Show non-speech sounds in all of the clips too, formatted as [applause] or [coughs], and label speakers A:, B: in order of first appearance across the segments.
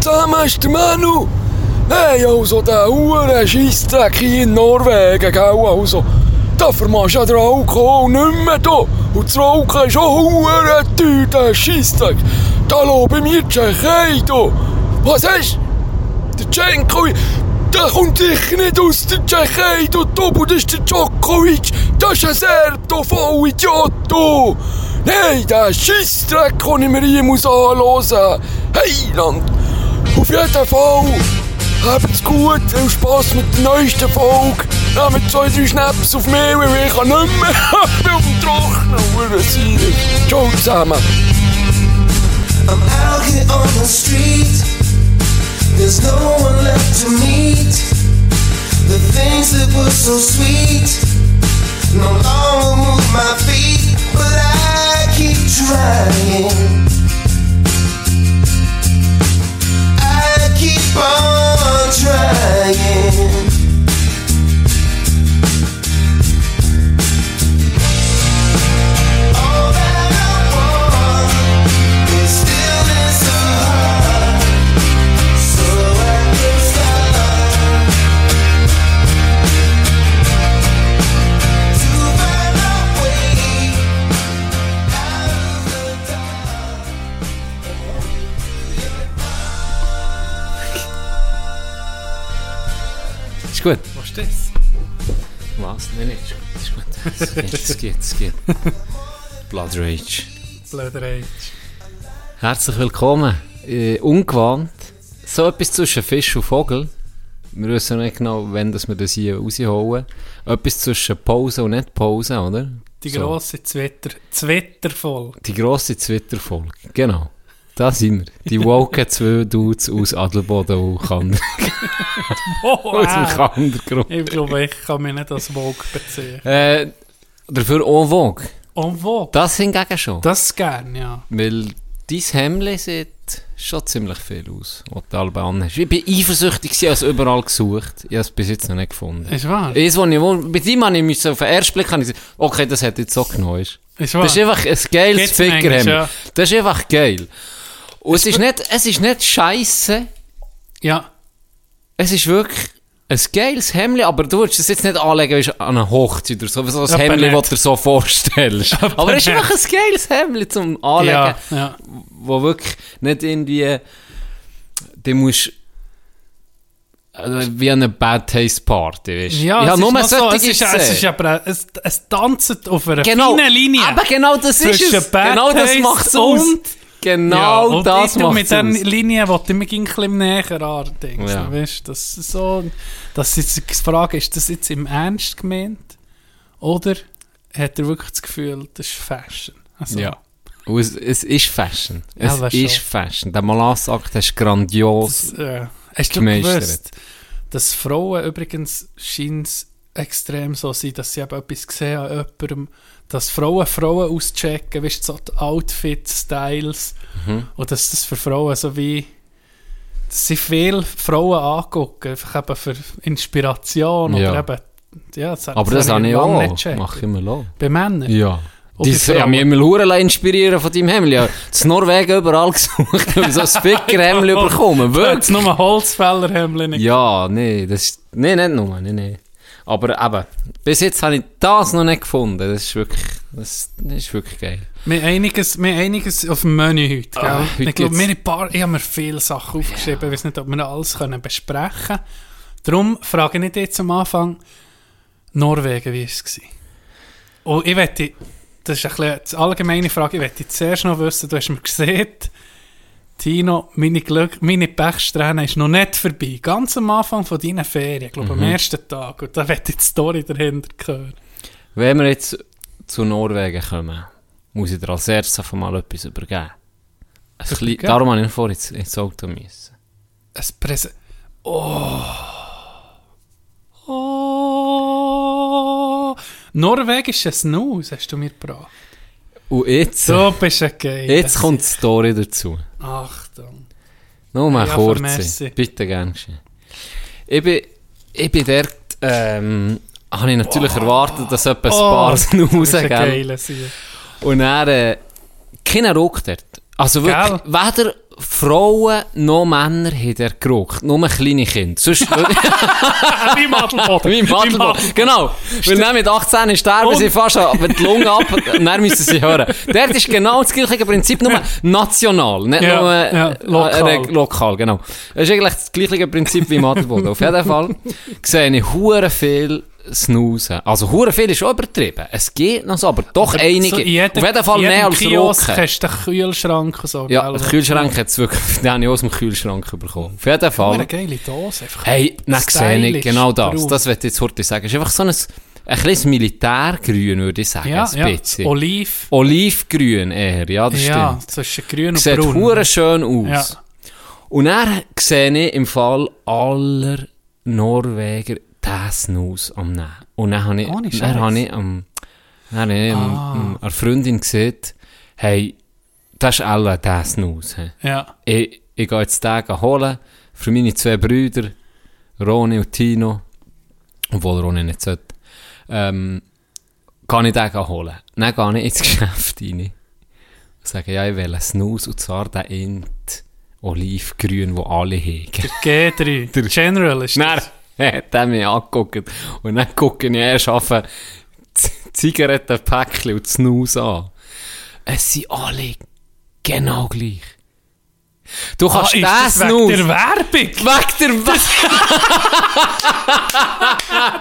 A: zusammenst, Manu! Hey, also, der hure Scheissdreck hier in Norwegen, gell, also. Da vermachst ja den Alkohol nicht mehr, da. Und das Rauchen ist auch hure teuer, der Scheissdreck. Da lobe mir die Tschechei, da. Was ist? Der Tschenko, der kommt sicher nicht aus der Tschechei, du Tobu, das ist der Djokovic. Das ist ein Serb, du Vollidiot, du. Nein, der Scheissdreck kann ich mir hier muss anhören. Hey, Land. Auf jeden Fall. Habt's gut, viel Spass mit der neuesten Folge. Nehmt zwei, drei Schnaps auf mich, weil ich kann nicht mehr. [laughs] Ich bin auf dem Trocknen, hure Sire. Ciao zusammen.
B: I'm out here on the street. There's no one left to meet. The things that were so sweet no longer move my feet, but I keep trying. I keep on trying. All that I want is still in heart. So I can start to find a way out of the dark.
C: Ist gut.
D: Was ist das?
C: Was? Nein, nein, ist gut. Ist gut. Es geht, es geht, es geht. Blood Rage.
D: Blöderei.
C: Herzlich willkommen. Äh, ungewohnt. So etwas zwischen Fisch und Vogel. Wir wissen noch nicht genau, wann das wir das hier rausholen. Etwas zwischen Pause und nicht Pause, oder?
D: Die
C: So.
D: grosse Zwitter, Zwitterfolge.
C: Die grosse Twitter-Folge. Genau. Da sind wir. Die woken zwei Dudes aus Adelboden und Kander. [laughs]
D: Oh,
C: aus dem
D: äh.
C: Kandergrund.
D: Ich glaube, ich kann mich nicht als Vogue beziehen.
C: Äh, dafür en vogue.
D: En Vogue?
C: Das hingegen schon.
D: Das gern, ja.
C: Weil dein Hemd sieht schon ziemlich viel aus, was du alle anhast. Ich bin eifersüchtig, gewesen, ich habe es überall gesucht. Ich habe es bis jetzt noch nicht gefunden.
D: Ist wahr?
C: Eins, wo ich, wo, bei dem habe ich mich so auf den ersten Blick habe ich gesagt, okay, das hat jetzt so genau. Ist.
D: Ist wahr?
C: Das ist einfach ein geiles
D: Gibt's manchmal,
C: Fickerhemd.
D: ja.
C: Das ist einfach geil. Und es ist nicht, es ist nicht scheisse,
D: ja.
C: es ist wirklich ein geiles Hemd, aber du würdest es jetzt nicht anlegen weißt, an eine Hochzeit oder so, so ein
D: Aber
C: Hemd,
D: nicht.
C: das du dir so vorstellst. Aber, es ist
D: nicht.
C: einfach ein geiles Hemd zum Anlegen
D: ja. Ja.
C: wo wirklich nicht irgendwie, du musst also wie eine Bad Taste Party, weißt du?
D: Ja,
C: ich
D: es
C: habe nur
D: ist noch so, es
C: solche
D: ist, es ist
C: gesehen.
D: aber, es, es tanzt auf einer
C: Genau,
D: feinen Linie.
C: aber genau das ist
D: Zwischen
C: es.
D: Bad
C: Genau das
D: Taste
C: macht's
D: und-
C: aus. Genau
D: ja, und
C: das
D: ich tu
C: macht's
D: mit dieser
C: aus.
D: Linie, die du mir ein bisschen näher andenkst.
C: Ja.
D: Ja. Weißt, das ist so, das ist die Frage, ist das jetzt im Ernst gemeint? Oder hat er wirklich das Gefühl, das ist Fashion? Also,
C: Ja. Und es, es ist Fashion. Es
D: Aber schon.
C: ist Fashion. Der Malassakt ist grandios.
D: Das, äh, hast du
C: Gemeistert.
D: gewusst, dass Frauen übrigens scheint extrem so sind, dass sie eben etwas sehen an jemandem, dass Frauen Frauen auschecken, weißt du, so die Outfits, Styles
C: Mhm.
D: und dass das für Frauen so wie dass sie viele Frauen angucken, einfach eben für Inspiration
C: Ja.
D: oder eben ja, das,
C: aber das, habe ich
D: lange
C: auch.
D: nicht gecheckt.
C: Mach ich mal auch.
D: Bei Männern?
C: Ja.
D: Und
C: Das,
D: bei
C: ich habe mich
D: Frauen?
C: immer Hurenlein inspirieren von deinem Hemd. Ich habe in Norwegen [laughs] überall gesucht, um so
D: [laughs]
C: ein Spicker-Hemd zu bekommen.
D: Wenn
C: Wirklich.
D: es nur Holzfällerhemden nicht
C: Ja, nee, das ist. Nee, nicht nur, nee, nee. eh, ah, Aber eben, bis jetzt habe ich das noch nicht gefunden. Das ist wirklich. Das, das ist wirklich geil.
D: Wir haben einiges, wir haben einiges auf dem Menü heute, gell?
C: Ah, heute
D: ich glaube,
C: geht's-
D: wir haben ein paar, ich habe mir viele Sachen aufgeschrieben, ich weiß nicht, ob wir noch alles können besprechen können. Darum frage ich dich jetzt am Anfang, Norwegen, wie war es? gewesen? Und ich wette, das ist ein bisschen die allgemeine Frage, ich wette zuerst noch wissen, du hast mir gesehen, Tino, meine, Glück, meine Pechsträhne ist noch nicht vorbei. Ganz am Anfang von deinen Ferien, ich glaube am ersten Tag. Und da wette ich die Story dahinter hören.
C: Wenn wir jetzt zu Norwegen kommen, muss ich dir als erstes einfach mal etwas übergeben. Ein klein,
D: Übergeben?
C: darum habe ich vorhin ins, ins Auto müssen.
D: ein Präsent. Oh. Oh. Norwegisches Snus hast du mir gebracht.
C: Und jetzt,
D: So bist du geil.
C: jetzt kommt die Story dazu.
D: Achtung.
C: Nur mal
D: Ja,
C: kurz.
D: merci.
C: Bitte gern geschehen. Ich bin, ich bin dort, ähm, habe ich natürlich erwartet, dass etwa ein paar [laughs] Snooze
D: Oh, Das ist ein
C: geben.
D: geiler Sieg.
C: Und er äh, keinen Ruck dort. Also wirklich, weder Frauen noch Männer haben er gerockt. Nur kleine
D: [laughs]
C: Kinder. Sonst,
D: Äh, wie Madelboden.
C: wie im Badelboot. Genau. Weil dann mit 18 sterben
D: Und-
C: sie fast an- mit die Lunge ab und dann müssen sie hören. Dort ist genau das gleiche Prinzip, nur national, nicht
D: Ja,
C: nur äh,
D: ja,
C: äh,
D: lokal.
C: äh, lokal. genau. Das ist eigentlich das gleiche Prinzip wie im Adelboden. Auf jeden Fall sehe ich hure viel Snoozen. Also hure viel ist schon übertrieben. Es geht noch so, aber doch einige.
D: So in jedem-
C: Auf jeden Fall
D: in jedem
C: mehr als
D: Kiosk
C: Rocken.
D: hast du den Kühlschrank und so.
C: Ja,
D: gell?
C: den Kühlschrank hat es wirklich, [laughs] den habe ich aus dem Kühlschrank bekommen. Auf jeden
D: Oh,
C: Fall.
D: Eine geile Dose. Einfach.
C: Hey, dann sehe ich
D: Stylisch,
C: genau das.
D: braun.
C: Das würde ich jetzt heute sagen. Es ist einfach so ein, ein kleines Militärgrün, würde ich sagen.
D: ja,
C: ein
D: ja.
C: bisschen.
D: Oliv.
C: Olivgrün eher, ja, das
D: ja,
C: stimmt.
D: zwischen grün und
C: Sieht
D: braun.
C: hure schön aus.
D: Ja.
C: Und dann sehe ich im Fall aller Norweger diesen Nuss am Nehmen. Und dann habe ich,
D: Ohne Scheiß. Ah.
C: dann habe ich, am- dann habe ich am- am- einer Freundin gesagt, hey, das ist alle diesen Nuss. Hey
D: ja.
C: ich, E, ich gehe jetzt Tage holen für meine zwei Brüder, Roni und Tino, obwohl Roni nicht sollte, ähm, kann ich den holen. Dann gehe ich ins [laughs] Geschäft rein und sage, ja, ich will einen Snus und zwar den Int Olivgrün, den alle hegen.
D: Der G3. Der General ist
C: Dann
D: das.
C: [laughs] hat er mich angeguckt und dann gucke ich erst auf ein Z- Zigarettenpäckchen und Snus an. Es sind alle genau gleich. Du
D: Ah,
C: kannst
D: ist
C: ah,
D: das
C: den
D: wegen
C: Snus...
D: der Werbung?
C: Weg
D: [laughs]
C: der Weg!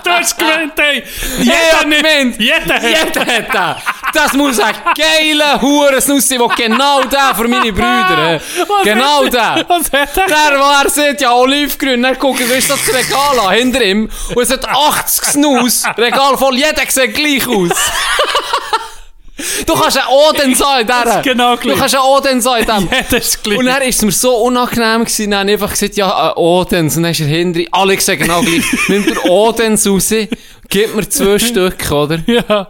D: Du hast gemeint, hey,
C: Jeder
D: jeder
C: meint,
D: nimmt, jeder hat.
C: Jeder hat den! Das muss ein geiler Huren-Snus sein, der genau den für meine Brüder... äh,
D: Was
C: Genau
D: hat-
C: den!
D: Was hat er?
C: Der, der er sieht, ja, Olivgrün, dann guckt er, ist das Regal an, hinter ihm. Und es hat 80 Snus, Regal voll, jeder sieht gleich aus. Du kannst einen Oden sein, der.
D: ist genau
C: Du
D: gleich.
C: kannst einen Oden sein, dem.
D: Jeder ist gleich.
C: Und dann ist es mir so unangenehm gewesen, dann habe ich einfach gesagt, ja, äh, Odens. Und dann ist er hinter, alle sehen
D: [laughs]
C: genau gleich, nimmt er Odens raus, gibt mir zwei Stück, oder?
D: ja.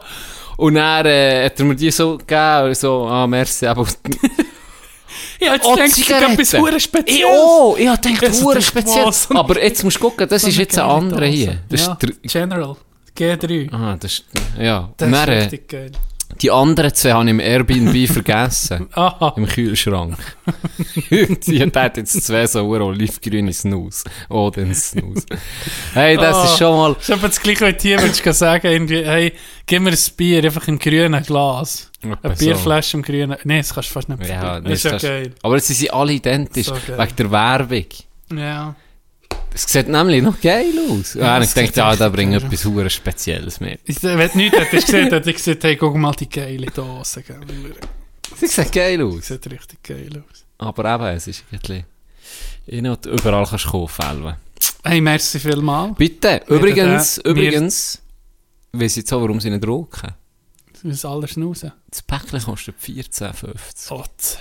C: Und dann äh, hat er mir die so gegeben, und so, ah,
D: [laughs]
C: merci, aber...
D: Ja, jetzt
C: Oh,
D: denkst du
C: Zigaretten.
D: etwas hure
C: Ich
D: Spezielles.
C: auch, ich habe gedacht,
D: Also,
C: hure
D: das ist
C: speziell.
D: was.
C: Aber jetzt musst du gucken, das ist jetzt ein
D: Geile
C: anderer
D: Dose.
C: hier. Das
D: ja.
C: ist der,
D: General. G3.
C: ah, das ist, ja.
D: Das
C: Und dann,
D: ist
C: äh,
D: richtig geil.
C: die anderen zwei habe ich im Airbnb [laughs] vergessen.
D: Aha.
C: Im Kühlschrank. [laughs] die hat jetzt zwei so hure olivgrüne Snus. Oh, den Snus. Hey, das
D: Ah.
C: ist schon mal...
D: Das ist eben das gleiche, wenn du hier würdest gehen sagen, irgendwie, hey, gib mir ein Bier, einfach im grünen Glas. Eine
C: so.
D: Bierflasche im grünen. Nein, das kannst du fast nicht
C: Ja,
D: verdienen. Das ist ja
C: das-
D: geil.
C: Aber sie sind alle identisch,
D: So geil.
C: wegen der Werbung.
D: Ja.
C: Es sieht nämlich noch geil aus. Ja,
D: Ja,
C: und ich
D: es sieht
C: denke, ja, da
D: echt
C: bringt
D: geil
C: etwas hure Spezielles mit.
D: Ich- Wenn du nichts hättest gesehen, hätte ich gesagt, hey, guck mal die geile Dose. gell.
C: Sie sieht geil
D: Das
C: aus.
D: sieht richtig geil aus.
C: Aber eben, es ist irgendwie... Ich noch überall kannst du kaufen, Elven.
D: Hey, merci vielmal.
C: Bitte,
D: Wir
C: übrigens,
D: hätten, äh,
C: übrigens, weiss jetzt auch, warum sie nicht rocken.
D: Das muss alles raus.
C: Das Päckchen kostet 14,50.
D: Oh, z-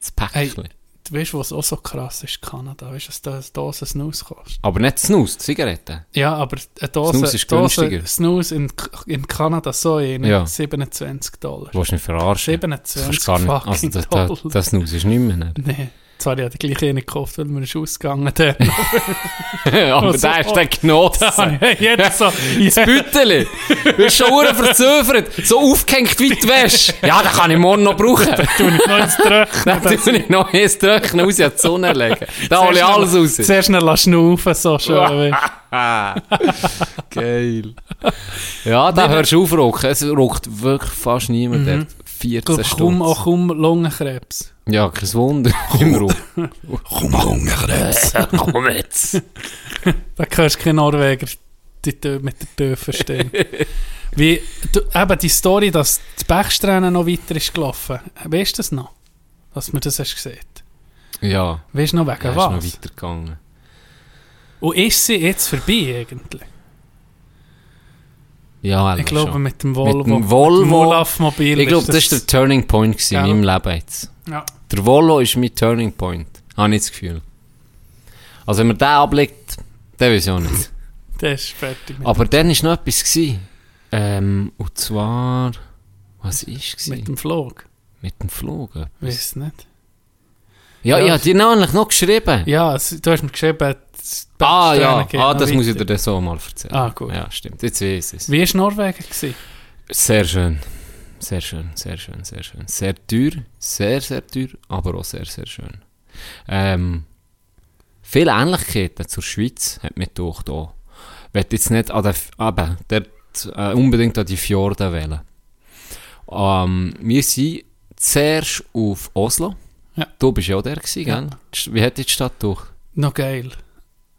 C: Das Päckchen.
D: du weißt, was auch so krass ist, Kanada. Weißt du, dass das Dose Snus kostet?
C: Aber nicht Snus, die Zigaretten.
D: Ja, aber eine Dose
C: Snus ist günstiger.
D: Dose Snus in, in Kanada so in
C: Ja.
D: 27 Dollar.
C: Du willst mich verarschen.
D: 27
C: kannst gar nicht. Also,
D: fucking
C: das,
D: Dollar.
C: das, das Snus ist nicht mehr. ne?
D: Nee. Zwar, ich habe die gleiche nicht gekauft, weil mir ist ausgegangen.
C: [laughs]
D: Der
C: Aber
D: Also,
C: der ist
D: oh,
C: der Genossen.
D: jeder so... jeder-
C: Büteli, du bist schon hure verzöfert, so aufgehängt wie die Wäsche. Ja, den kann ich morgen
D: [laughs]
C: noch brauchen.
D: tue ich noch ins
C: [laughs] Dann
D: Tröchnen.
C: tue ich noch eins trocknen, raus in die Sonne legen. Da hole ich alles raus.
D: Zuerst noch lassen schnaufen, so schön. weißt
C: [laughs] Geil. Ja, da hörst du auf rocken. Es rockt wirklich fast niemand dort. 14
D: du.
C: Stunden.
D: Mhm. Komm, auch komm, Lungenkrebs.
C: Ja, kein Wunder. [laughs] Im Ruck.
A: Komm, Hungerkrebs.
C: Komm jetzt.
D: Da hörst du keinen Norweger die Tö- mit der Töfe
C: [laughs]
D: stehen. Wie, du, eben die Story, dass die Bechsträne noch weiter ist gelaufen. Weißt du das noch? Dass du das hast gesehen.
C: Ja,
D: Weißt du noch wegen
C: er ist noch
D: was?
C: weitergegangen.
D: Und ist sie jetzt vorbei eigentlich?
C: Ja, Elva
D: Ich glaube
C: schon.
D: mit dem Volvo.
C: Mit dem Volvo.
D: Olaf-Mobil.
C: Ich glaube, das war der Turning Point gewesen in
D: Ja.
C: meinem Leben jetzt.
D: Ja.
C: Der Volo ist mein Turning Point. Habe ich das Gefühl. Also wenn man den ablegt, dann weiß ich
D: [laughs]
C: auch nicht.
D: Der ist fertig mit,
C: Aber dann war noch etwas. Gewesen. Ähm, und zwar... Was war es?
D: mit
C: Mit,
D: dem Flug.
C: mit dem Flug? etwas.
D: Weiß nicht.
C: Ja,
D: Ja.
C: ich habe dir nämlich noch geschrieben.
D: Ja, es- du hast mir geschrieben, die
C: ah
D: Bechsträne
C: ja,
D: geht
C: ah,
D: noch
C: das muss ich
D: weiter.
C: dir dann so mal erzählen.
D: Ah, gut.
C: Ja, stimmt. Jetzt weiß ich es.
D: Wie war Norwegen? Gewesen?
C: Sehr schön. Sehr schön, sehr schön, sehr schön. Sehr teuer, sehr, sehr teuer, aber auch sehr, sehr schön. Ähm, viele Ähnlichkeiten zur Schweiz hat mir gedacht auch. Ich will jetzt nicht an den, F- aber dort, äh, unbedingt an die Fjorde wählen. Ähm, wir sind zuerst auf Oslo.
D: Ja.
C: Du bist ja auch der gewesen,
D: Ja.
C: gell? Die St- Wie hat dir die Stadt durch?
D: Noch geil.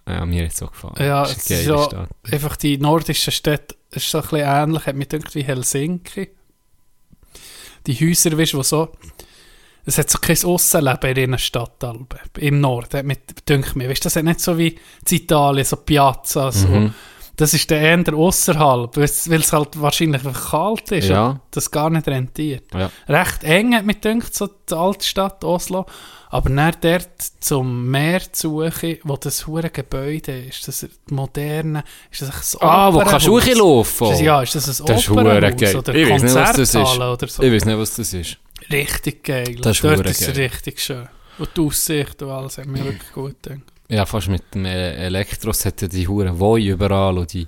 C: Ja, mir hat es auch gefallen.
D: Ja,
C: Das
D: es
C: eine
D: ist
C: geile
D: ja-
C: Stadt.
D: Einfach die nordischen Städte ist so ein bisschen ähnlich, hat mich gedacht, wie Helsinki. Die Häuser, weißt du, wo so. Es hat so kein Aussenleben in einer Stadt Albe, im Norden, hat mich gedacht. Mir. Weißt du, das hat nicht so wie in Italien, so Piazzas. wo-
C: Mhm.
D: Das ist der eher außerhalb, weil es halt wahrscheinlich einfach kalt ist.
C: Ja.
D: und Das gar nicht rentiert.
C: Ja.
D: recht eng, hat mich gedacht, so die Altstadt Oslo. Aber dann dort zum Meer zu suchen, wo das hure Gebäude ist, das moderne, ist das echt ein
C: Ah, wo
D: Opernhaus?
C: kannst du hochlaufen?
D: Ist das- Ja, ist das ein
C: Das ist hure
D: Opernhaus
C: geil.
D: oder
C: Ich weiss nicht, was das
D: Konzerthalle oder so?
C: Ich weiß nicht, was das ist.
D: Richtig geil.
C: Das ist
D: Dort
C: hure
D: ist es
C: geil.
D: richtig schön. Und die Aussicht und alles hat mir wirklich gut gedacht.
C: Ja, fast mit dem äh, Elektros hat ja die Huren Voi überall und die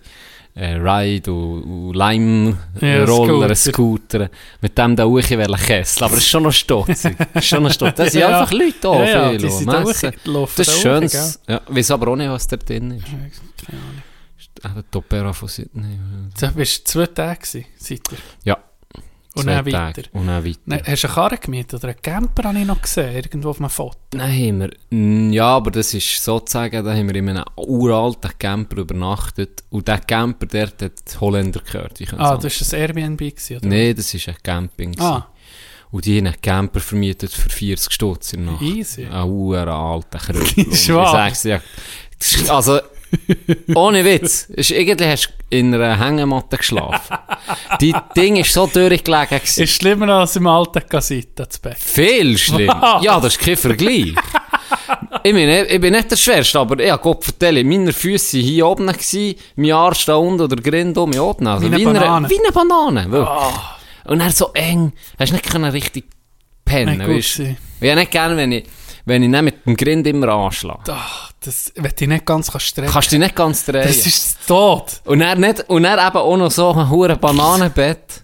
C: äh, Ride und, und
D: Ja,
C: Lime-Roller, Scooter. Mit dem da hoch wollen kesseln. Aber es ist schon
D: [laughs]
C: noch stotzig. Es ist schon noch stotzig. Das sind
D: Ja.
C: einfach Leute da.
D: ja, ja,
C: viele,
D: die sind da
C: Massen.
D: wirklich- die laufen
C: Oh, Das ist
D: da hoch,
C: schön. Ja, weiß aber auch nicht, was da drin ist.
D: gell? Keine Ahnung.
C: Eben die Opera von Sydney.
D: Da bist du zwei Tage gewesen, seither.
C: Ja.
D: Und
C: Zwei
D: dann
C: Tage.
D: weiter.
C: Und dann weiter.
D: Nein, hast du eine Karre gemietet oder einen Camper, habe ich noch gesehen, irgendwo auf einem Foto.
C: Nein, haben wir, mm, ja, aber das ist sozusagen, da haben wir in einem uralten Camper übernachtet und der Camper dort hat die Holländer gehört. Ich
D: Ah, das war ein Airbnb, gewesen, oder?
C: Nein, das ist ein Camping. gewesen.
D: Ah,
C: Und die haben einen Camper vermietet für 40 Stutz in der Nacht.
D: easy.
C: Ein uren alter Kröpel. Und ich
D: Schwach.
C: sag's dir, ja. Oh, Das ist- Also, ohne Witz. Ist, irgendwie hast du in eh, einer Hängematte geschlafen. die Ding ist so durchgelegen. gewesen.
D: Ist schlimmer als im alten Casita zu Bett. [laughs]
C: Viel schlimmer.
D: Was?
C: Ja, das ist kein Vergleich. ich, meine, ich bin nicht der Schwerste, aber ja, Gott vertelle, meine Füße waren hier oben, gewesen, mein Arsch da unten oder Grind um mich oben. Also
D: Wie eine Banane. Ah.
C: Wie eine Banane, wirklich. Und dann so eng, hast nicht können richtig
D: Nicht
C: pennen
D: gut
C: können. Ich
D: gewesen.
C: hätte nicht gerne, wenn ich, wenn ich nicht mit dem Grind immer anschlage.
D: Ach, Ah, das wenn ich nicht ganz kann strecken
C: Kannst du dich nicht ganz drehen.
D: Das ist tot.
C: Und er nicht, und er eben auch noch so ein hure Bananenbett.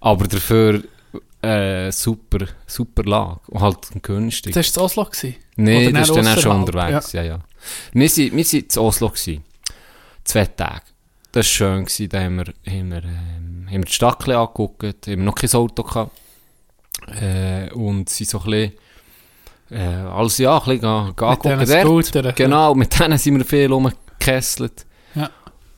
C: Aber dafür, äh, super, super Lage. Und halt günstig.
D: Das war das Oslo. Gewesen.
C: Nein,
D: Oder
C: das ist
D: dann
C: dann auch schon
D: ausserhalb,
C: unterwegs. Ja. Ja, Wir waren wir sind in Oslo. Gewesen. Zwei Tage. Das war schön. Gewesen. Da haben wir, haben wir, ähm, haben wir die Stadt ein bisschen angeguckt, haben noch kein Auto gehabt. Äh, und sind so ein bisschen, äh, alles ja, ein bisschen an- angucken.
D: diesen
C: Dort-
D: Scootern.
C: Genau, mit denen sind wir viel rumgekesselt.
D: Ja.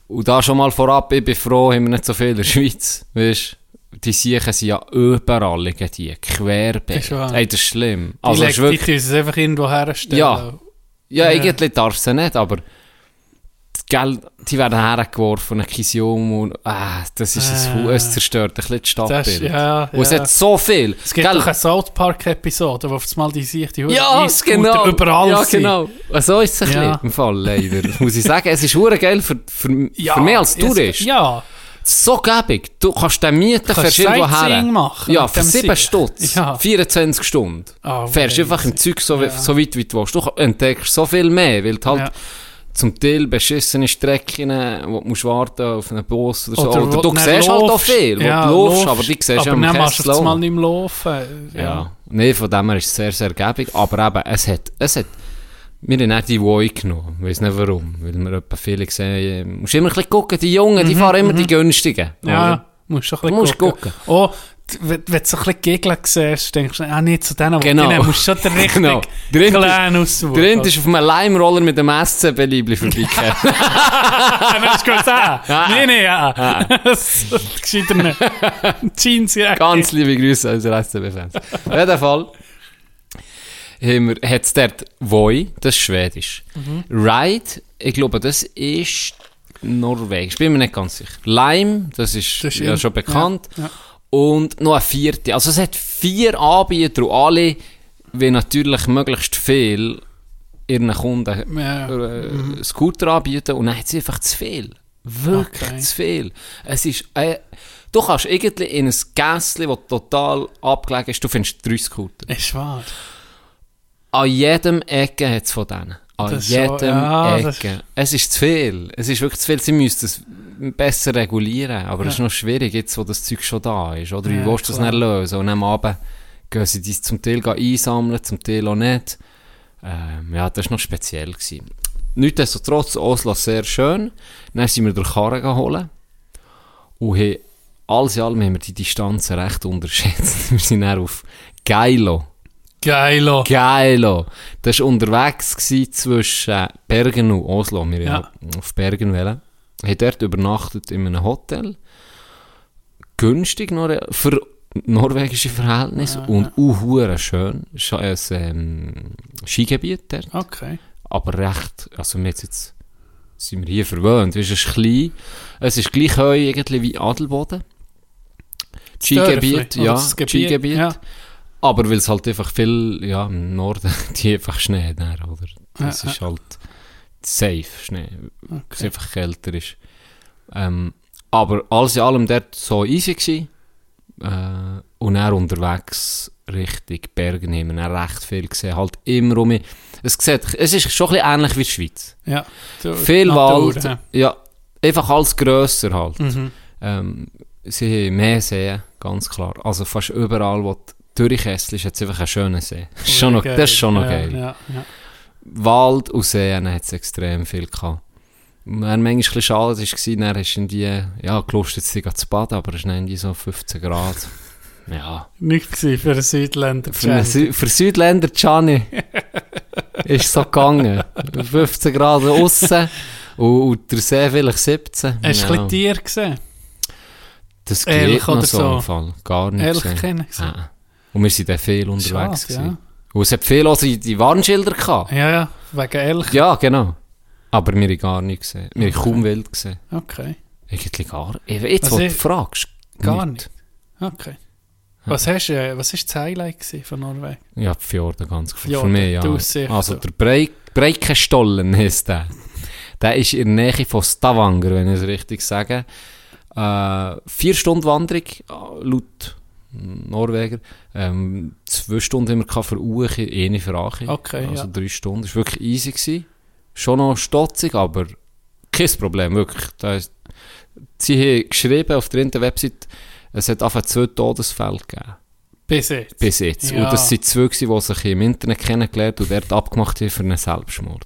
C: Und da schon mal vorab, ich bin froh, haben wir nicht so viel in der Schweiz. Weißt die Siechen sind ja überall, liegen die, querbeet.
D: Ist wahr.
C: Ey, das ist schlimm.
D: Die also
C: Also, es ist wirklich,
D: legt uns einfach irgendwo herstellen.
C: Ja. ja,
D: Ja.
C: irgendwie darf sie nicht, aber gell, die werden hergeworfen, ein Kisium und ah, das ist ein
D: Äh.
C: Hu- es zerstört ein bisschen die
D: Das ist,
C: Stadtbild.
D: ja,
C: Und es
D: ja.
C: hat so viel.
D: Es gibt
C: gell?
D: doch eine South Park-Episode, wo auf einmal die sich die
C: ja,
D: Eiscooter
C: genau.
D: überall
C: ja,
D: sind.
C: genau. So ist es ein
D: Ja.
C: bisschen im Fall, leider. Muss ich sagen, es ist hure geil für, für,
D: Ja,
C: für mich als
D: es-
C: Tourist.
D: Ja,
C: So gäbig. Du kannst den Mieten
D: kannst
C: verschieden
D: Sightseeing
C: woher.
D: machen
C: Ja,
D: mit
C: für
D: dem
C: 7
D: Sieg.
C: Stutz.
D: Ja.
C: 24 Stunden.
D: Ah,
C: Fährst
D: wunderbar.
C: einfach im Zeug so, we-
D: Ja.
C: so weit, wie du willst. Du entdeckst so viel mehr, weil du halt
D: Ja.
C: zum Teil beschissene Strecken, wo du musst warten auf einen Bus oder so. Oder,
D: wo
C: du
D: dann
C: siehst halt auch
D: laufst.
C: viel, wo
D: Ja,
C: du laufst, aber die siehst ja
D: Aber
C: am
D: dann machst du
C: Kessel
D: es mal
C: auch.
D: nicht mehr laufen.
C: Ja. Nee, von dem her ist es sehr, sehr gäbig. Aber eben, es hat, es hat, wir haben auch die Woi genommen. Ich weiss nicht warum. Weil wir etwa viele sehen, äh, musst immer ein bisschen gucken, die Jungen, die fahren immer die günstigen.
D: Mhm, Ja, musst schon ein bisschen
C: Musst gucken.
D: Oh, d- wenn wenn du so ein bisschen Gegner siehst, denkst du, ah, nicht zu denen, die
C: Genau.
D: die nehmen, musst du schon den richtigen
C: Genau.
D: genau.
C: Der Rind
D: Clan aussuchen.
C: Der Rind ist auf einem Lime-Roller mit einem
D: [laughs]
C: SCB-Liebli vorbeigekommen.
D: Ah, hast du gesagt?
C: Ah.
D: Nein, nein, [laughs] ja. Das ist gescheiter Jeans, ja.
C: [laughs] Ganz liebe Grüße an unsere SCB-Fans. Auf jeden Fall haben wir- hat es dort Voi, das ist Schwedisch.
D: Mhm.
C: Ride, ich glaube, das ist Norwegisch, bin mir nicht ganz sicher. Lime, das ist,
D: Das ist
C: ja
D: in-
C: schon bekannt.
D: ja, ja.
C: Und noch eine vierte. Also es hat vier Anbieter und alle wollen natürlich möglichst viel ihren Kunden
D: Ja. Mhm.
C: äh, Scooter anbieten und dann hat es einfach zu viel. Wirklich
D: Okay.
C: zu viel. Es ist, äh, du kannst irgendwie in ein Gässchen, das total abgelegen ist, du findest drei Scooter.
D: Ist wahr.
C: An jedem Ecke hat es von denen. An
D: Das ist
C: jedem
D: so- ja, das
C: Ecke. Es ist zu viel. Es ist wirklich zu viel. Sie müssten es besser regulieren. Aber es ist noch schwierig, jetzt wo das Zeug schon da ist. Oder wie
D: Ja,
C: willst du das
D: klar.
C: dann lösen? Und am Abend gehen sie dies zum Teil gehen einsammeln, zum Teil auch nicht. Ähm, ja, das war noch speziell. Gewesen. Nichtsdestotrotz, Oslo sehr schön. Dann sind wir den Karren geholt. Und haben, alles in allem haben wir die Distanzen recht unterschätzt. [laughs] Wir sind dann auf Geilo.
D: Geilo.
C: Geilo. oh. Das war unterwegs gewesen zwischen Bergen und Oslo. Wir
D: Ja.
C: ja. auf Bergen wollen. Haben dort übernachtet in einem Hotel. Günstig noch re- für norwegische Verhältnisse
D: Ja,
C: und
D: ja.
C: auch hure schön. Sch ein ähm, Skigebiet dort.
D: Okay.
C: Aber recht, also wir jetzt, jetzt sind wir hier verwöhnt. Weisst, Es ist klein. Es ist gleich heu irgendwie wie Adelboden.
D: Das
C: Skigebiet,
D: Dörfli,
C: ja.
D: oder das Gebiet,
C: Skigebiet.
D: Ja.
C: Aber weil es halt einfach viel, ja, im Norden, [laughs] die einfach Schnee dann, oder? Das
D: Ja,
C: ist halt safe, Schnee, weil es
D: Okay.
C: einfach kälter ist. Ähm, aber alles in allem dort so easy gsi äh, und dann unterwegs Richtung Bergen haben wir dann recht viel gesehen, halt immer um mich. Es, sieht, es ist schon ein bisschen ähnlich wie die Schweiz.
D: ja. So,
C: Viel
D: Natur,
C: Wald,
D: ja.
C: ja, einfach alles grösser halt.
D: Mhm.
C: Ähm, sie haben mehr Seen, ganz klar. Also fast überall, wo du durchkesselst, ist jetzt einfach ein schöner See. [laughs] Das ist schon noch, das ist schon noch
D: ja,
C: geil.
D: Ja, ja.
C: Wald und Seen hat es extrem viel gehabt. Und Dann manchmal ein bisschen schade war, dann hast du in die, ja, gelust jetzt dich zu baden, aber es ist in die so 15 Grad. [laughs] Ja.
D: Nicht gewesen für einen Südländer.
C: Für, einen Sü für Südländer,
D: [laughs]
C: Gianni, ist es so gegangen. 15 Grad aussen und, und der See vielleicht 17.
D: Hast du ein
C: Ja.
D: bisschen Tier gesehen?
C: Das
D: Elch
C: geht
D: oder
C: noch so,
D: so?
C: im Fall. Gar nicht
D: Ehrlich
C: gesehen.
D: kennen gesehen.
C: Ah. Und wir sind dann viel unterwegs.
D: Schade,
C: gewesen. Und es hat viel auch die, die Warnschilder gehabt.
D: ja. ja, ja, wegen Elch.
C: Ja, genau. Aber wir haben gar nicht gesehen. Wir haben kaum Wild gesehen.
D: Okay,
C: Eigentlich gar
D: Was
C: Jetzt, wo du
D: Also ich-
C: fragst.
D: gar nicht. Okay. Was, hast, du, äh, was ist das Highlight gewesen von Norwegen?
C: Ja, die Fjorde ganz klar.
D: Fjorde,
C: Für mich, ja.
D: die Aussicht.
C: Also der Brei- Breikenstollen [laughs] heisst der. Der ist in der Nähe von Stavanger, wenn ich es richtig sage. Äh, vier Stunden Wanderung, äh, laut Norweger. Ähm, zwei Stunden haben wir gehabt für Ueche, eine für Ache.
D: Okay,
C: also
D: ja.
C: drei Stunden. Das war wirklich easy. Gewesen. Schon noch stotzig, aber kein Problem, wirklich. Da ist, sie haben geschrieben auf der internen Website, es hat einfach zwei Todesfälle gegeben.
D: Bis jetzt.
C: Bis jetzt.
D: Ja.
C: Und das sind zwei, gewesen, die sich im Internet kennengelernt und dort abgemacht haben für
D: [laughs]
C: einen Selbstmord.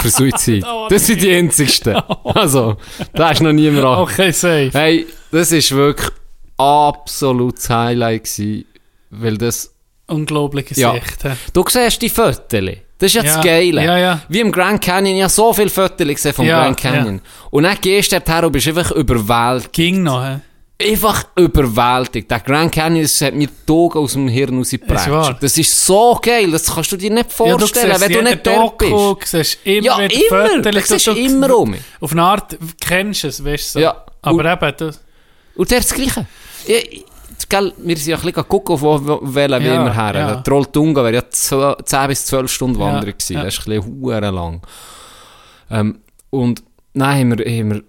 C: für Suizid.
D: Oh,
C: Das sind die einzigsten.
D: [laughs]
C: Also, da ist noch niemand an.
D: Okay, safe.
C: Hey, das ist wirklich absolutes Highlight gewesen, weil das...
D: Unglaubliche
C: Ja.
D: Sicht. hä?
C: Du siehst die Fotos. Das ist ja, das Geile.
D: Ja, ja.
C: Wie im Grand Canyon. Ich habe so viele Fotos gesehen vom
D: Ja,
C: Grand Canyon. Und dann gehst du dort her und bist einfach überwältigt.
D: Ging noch, hä?
C: einfach überwältigt. Der Grand Canyon das hat mir die Augen aus dem Hirn
D: Ist wahr.
C: rausgebracht. Das ist so geil, das kannst du dir nicht vorstellen,
D: ja, du siehst
C: wenn du
D: jeden
C: nicht dort
D: Doku,
C: bist.
D: siehst immer
C: Ja,
D: wieder
C: immer.
D: Fotos,
C: Du siehst
D: du- du-
C: immer um.
D: Auf eine Art kennst du es, weißt du. so.
C: Ja. Und-
D: Aber eben, du,
C: Und der das Gleiche. Ja, ich- gell, wir sind ja ein bisschen geguckt, auf wo- wo- wählen wir
D: Ja,
C: immer her.
D: ja.
C: Der Troll Tunga wäre ja zw- 10 bis 12 Stunden
D: Ja,
C: Wanderung gewesen.
D: ja.
C: Das ist ein bisschen huere lang. Ähm, und dann haben wir, haben wir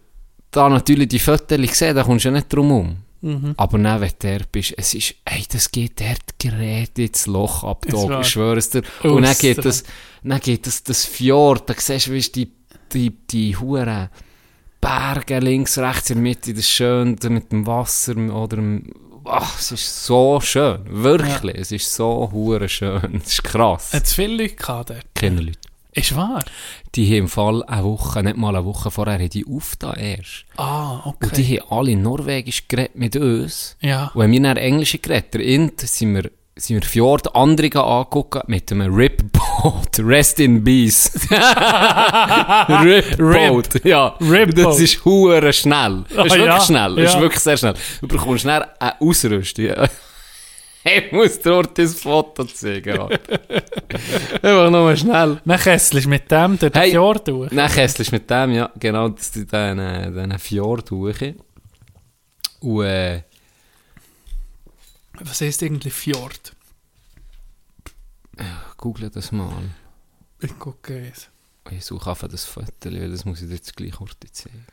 C: da natürlich die Fotos gesehen, da kommst du ja nicht drum um.
D: Mhm.
C: Aber dann, wenn du dort bist, es ist, ey, das geht dort gerät ins Loch ab,
D: Ist
C: da,
D: wahr.
C: ich schwöre es dir. Und dann
D: Ausser.
C: geht das, dann geht das, das Fjord, da siehst du, wie die, die, die Huren Berge links, rechts, in der Mitte, das ist schön, da mit dem Wasser oder dem, ach, es ist so schön, wirklich, es ist so hure schön, es ist krass.
D: hat es viele Leute gehabt dort.
C: Keine Leute.
D: Ist wahr.
C: Die haben im Fall eine Woche, nicht mal eine Woche vorher, haben die aufgetan erst.
D: Ah, okay.
C: Und die haben alle Norwegisch geredet mit uns.
D: ja.
C: Und wenn wir nach Englisch geredet, der Int, sind wir, sind wir Fjord andere angeguckt mit einem Ripboat. [laughs] Rest
D: [laughs]
C: in Peace. Ripboat, ja.
D: Ripboat.
C: Das ist hure schnell. Das ist
D: Ah,
C: wirklich
D: ja,
C: schnell.
D: ja.
C: Das ist wirklich sehr schnell. Du bekommst schnell eine Ausrüstung. [laughs] Ich muss dort das Foto
D: [laughs]
C: zeigen. Alter. Einfach nur schnell.
D: Dann kesselst du mit dem durch
C: Hey.
D: das Jahr durch.
C: Nein, Kessel ist mit dem, ja, genau, das ist dann, äh, dann ein Fjord hoch. Und, äh,
D: Was heisst irgendwie Fjord?
C: google das mal.
D: Ich gucke es.
C: Oh, Ich suche einfach das Foto, weil das muss ich dir jetzt gleich kurz zeigen.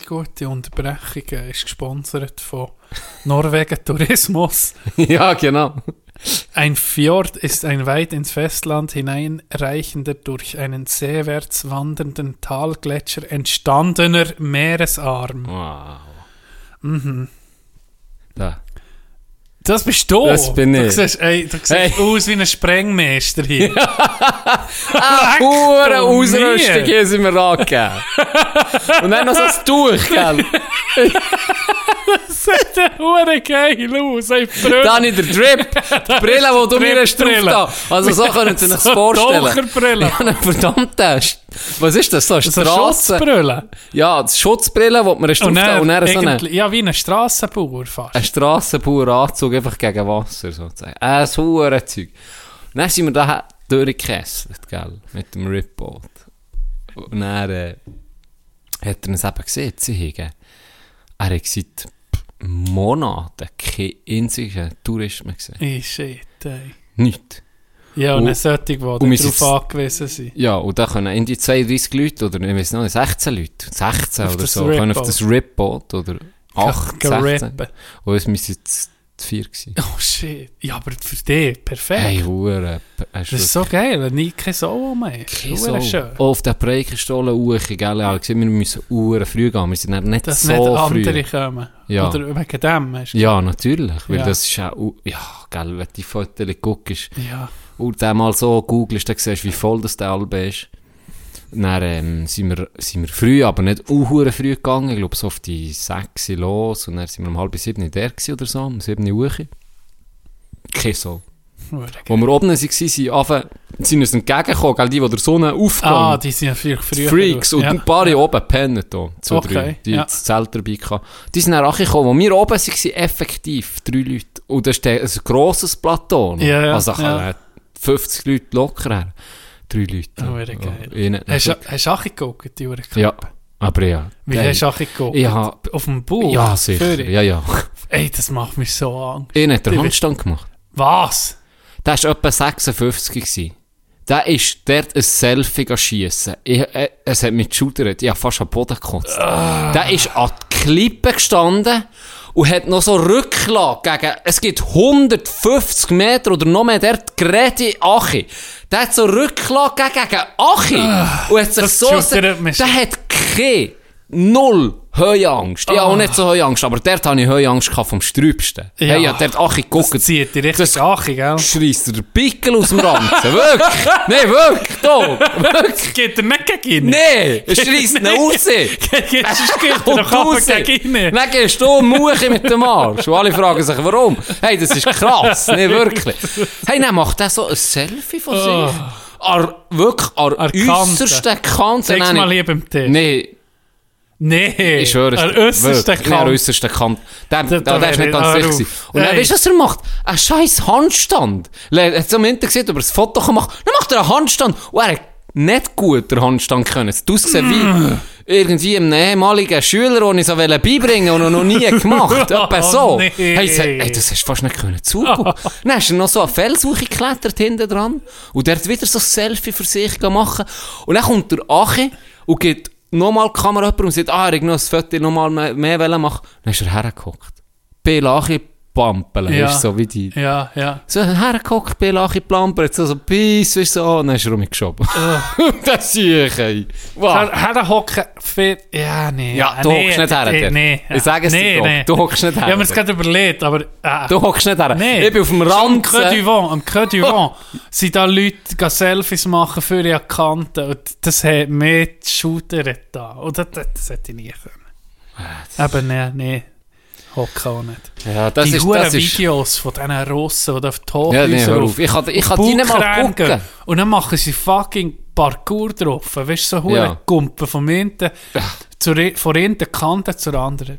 D: Die gute Unterbrechung äh, ist gesponsert von Norwegen Tourismus.
C: [laughs] ja, genau.
D: Ein Fjord ist ein weit ins Festland hineinreichender, durch einen seewärts wandernden Talgletscher entstandener Meeresarm.
C: Wow. Mhm. Da.
D: Das bist du.
C: Das bin
D: Du
C: ich.
D: siehst, ey, du siehst
C: Hey.
D: aus wie ein Sprengmeister
C: [laughs]
D: hier. Leck
C: Ah, Hure
D: du mir.
C: Ausrüstung hier sind wir [laughs] angegeben. Und dann noch so ein Tuch, gell?
D: [laughs] Das sieht ja hure geil aus. Ey,
C: Dann in der [laughs] Drip. Die Brille, die du mir hast drauf da. Also [laughs] so können Sie sich
D: [laughs]
C: das vorstellen.
D: Taucherbrille.
C: Ja, eine verdammte. Sch- Was ist das? So eine
D: So
C: Straße?
D: Schutzbrille.
C: Ja, die Schutzbrille, die man drauf
D: Und
C: da.
D: dann,
C: Und dann so eine...
D: irgendwie- ja, wie ein Strassenbauer fast.
C: ein Strassenbaueranzug einfach gegen Wasser sozusagen. Äh, so Ein Hurenzeug. Und Dann sind wir da durchgekesselt, gell, mit dem Ripboat. Und dann äh, hat er uns eben gesehen, sie hegen. Er hat seit Monaten keinen einzigen Tourist mehr gesehen.
D: Ey, shit, ey.
C: Nichts.
D: Ja, und
C: Oh. Und-
D: eine solche, die
C: wir sind-
D: darauf angewiesen sind.
C: Ja, und da können in die 32 Leute, oder ich weiß nicht, 16 Leute, 16
D: Auf
C: oder
D: das
C: so, können auf
D: Ripboat.
C: das Ripboat, oder 8, 16.
D: Gerippen.
C: Und es müssen jetzt zu vier gewesen.
D: Oh shit. Ja, aber für dich, perfekt.
C: Hey, Hure.
D: das ist so geil, wenn nie kein Solo mehr ist. Hure schön.
C: Oh, auf den Preikerstollen uche, gell? Ja, gesehen, wir müssen uhren früh gehen. Wir sind dann nicht
D: Dass
C: so
D: nicht
C: früh.
D: andere kommen.
C: Ja.
D: Oder wegen dem. Hast du
C: Ja, natürlich, weil
D: Ja.
C: das ist auch, u- ja, gell, wenn du die Fotos guckst
D: ja.
C: und dann mal so googelst, dann siehst du, wie voll das der Albe ist. Dann ähm, sind, wir, sind wir früh, aber nicht unhure früh gegangen, ich glaube so auf die 6 los und dann sind wir um halb sieben der gewesen oder so, um sieben Uhr. Kein so.
D: Hure geil.
C: Wo wir oben waren, sind, anfangen- sind uns entgegengekommen, gell, die, die der Sonne aufgegangen
D: Ah, die sind natürlich früher.
C: Freaks und
D: ja.
C: ein paar hier oben pennen hier, zwei,
D: Okay,
C: drei, die
D: ja.
C: das Zelt dabei hatten. Die sind dann auch gekommen, wo wir oben waren, waren effektiv drei Leute. Und das ist der- ein grosses Plateau. ne?
D: Ja, ja,
C: also da
D: ja.
C: können 50 Leute locker her. Drei Leute.
D: Oh, wäre geil.
C: Innen-
D: Hast du hast du auch geguckt, die Hure?
C: eh ja, aber ja.
D: Wie
C: Geil.
D: hast du auch geguckt?
C: Ich hab-
D: Auf dem Bauch?
C: Ja, sicher.
D: Zürich?
C: Ja, ja. [laughs]
D: Ey, das macht mich so an.
C: Ihn hat
D: Ich-
C: der Handstand gemacht.
D: Was?
C: Der war etwa 56 gewesen. Der ist dort ein Selfie schiessen. Ich, äh, es hat mich geschudert. Ich habe fast am Boden gekotzt. Der ist an die Klippe gestanden und hat noch so Rücklage gegen, es gibt 150 Meter oder noch mehr dort gerade Achi. Der hat so Rücklage gegen- gegen Achi. und hat sich
D: das
C: so,
D: schudert mich.
C: der hat keine, null Höhenangst. Ich habe auch nicht so Höhenangst, aber dort hatte ich Höhenangst gehabt vom Sträubsten.
D: Ah. Ja.
C: Hey, ich habe dort Achi geguckt.
D: Das zieht die
C: Das-
D: richtige Ache, gell?
C: schreist dir den Pickel aus
D: [laughs]
C: dem Ranzen. Wirklich? Nein, wirklich, Tom. Wirklich?
D: Das geht er nicht gegen ihn.
C: Nein, er schreist ihn raus.
D: Jetzt geht er
C: [laughs] Und
D: doch aber
C: raus.
D: gegen ihn.
C: Dann gehst du Muche mit dem Arsch. Und alle fragen sich, warum. Hey, das ist krass. Nein, wirklich. Hey, dann macht er so ein Selfie von sich. Ar, wirklich, an
D: An der Ah. Kante.
C: äußersten Kante.
D: Sechs
C: Nein,
D: mal
C: ich-
D: lieber im Tisch.
C: Nein,
D: Nee.
C: ich schwöre es
D: An
C: dir.
D: äussersten
C: Wirklich, nein, an
D: Kant.
C: äussersten Kant. Der,
D: Da-
C: der,
D: da
C: der, ist
D: wäre
C: nicht
D: ich- ah,
C: ganz sicher.
D: Ruf.
C: gewesen. Und dann
D: Ey.
C: weißt du, was er macht? Ein scheiß Handstand. Er hat am Ende gesehen, ob er das Foto gemacht hat. Dann macht er einen Handstand. Und er hat nicht gut den Handstand können. Es hat ausgesehen
D: Mm.
C: wie irgendwie einem ehemaligen Schüler, den ich so wollte beibringen und noch nie
D: [laughs]
C: gemacht. Etwa so.
D: Oh, nee.
C: hey, ich sag, ey, das hast du fast nicht
D: [laughs]
C: können zugucken. dann hast du noch so eine Felsuche geklettert hinten dran. Und der hat wieder so ein Selfie für sich machen. Und dann kommt der Ache und geht nochmal die Kamera rüber und sagt, ah, er hat noch ein Foto nochmal mehr, mehr wollen machen. Dann ist er hergeguckt. Bill Ache pampeln.
D: Ja.
C: Ist so wie die.
D: Ja, ja.
C: So hergeguckt, Bill Ache plampeln. So, so, peace, weißt du, so. Und dann ist er rumgeschoben. [laughs] das sehe ich, ey. Wow.
D: Herhocken für... Ja, nee.
C: Ja, du hockst nicht her,
D: Nee,
C: Dirk.
D: nee.
C: Ich sage es dir
D: Nee,
C: doch,
D: nee.
C: du hockst nicht her,
D: Ich habe mir das
C: Dirk.
D: gerade überlegt, aber... ah.
C: Du hockst nicht her.
D: Nee.
C: Ich bin auf dem
D: Schon Am
C: Rand. äh,
D: Creux du Vent, am Creux
C: [laughs]
D: du Vent sind da Leute gehen Selfies machen für ihre Kante und das hat mich geschudert da. Und das, das, das hätte ich nie können.
C: Ah,
D: Aber nein, nein. Hocken auch nicht.
C: Ja, das
D: die
C: ist,
D: huren
C: das ist.
D: Videos von diesen Russen, die da auf die Hochhäuser
C: Ja, nee, hör
D: auf-
C: auf. Ich kann, ich kann die nicht mal
D: Bauchkränke.
C: gucken.
D: Und dann machen sie fucking Parkour drauf. Weißt du, so
C: Ja.
D: hohe Gumpen vom hinten, zur, von hinten Kante zur anderen.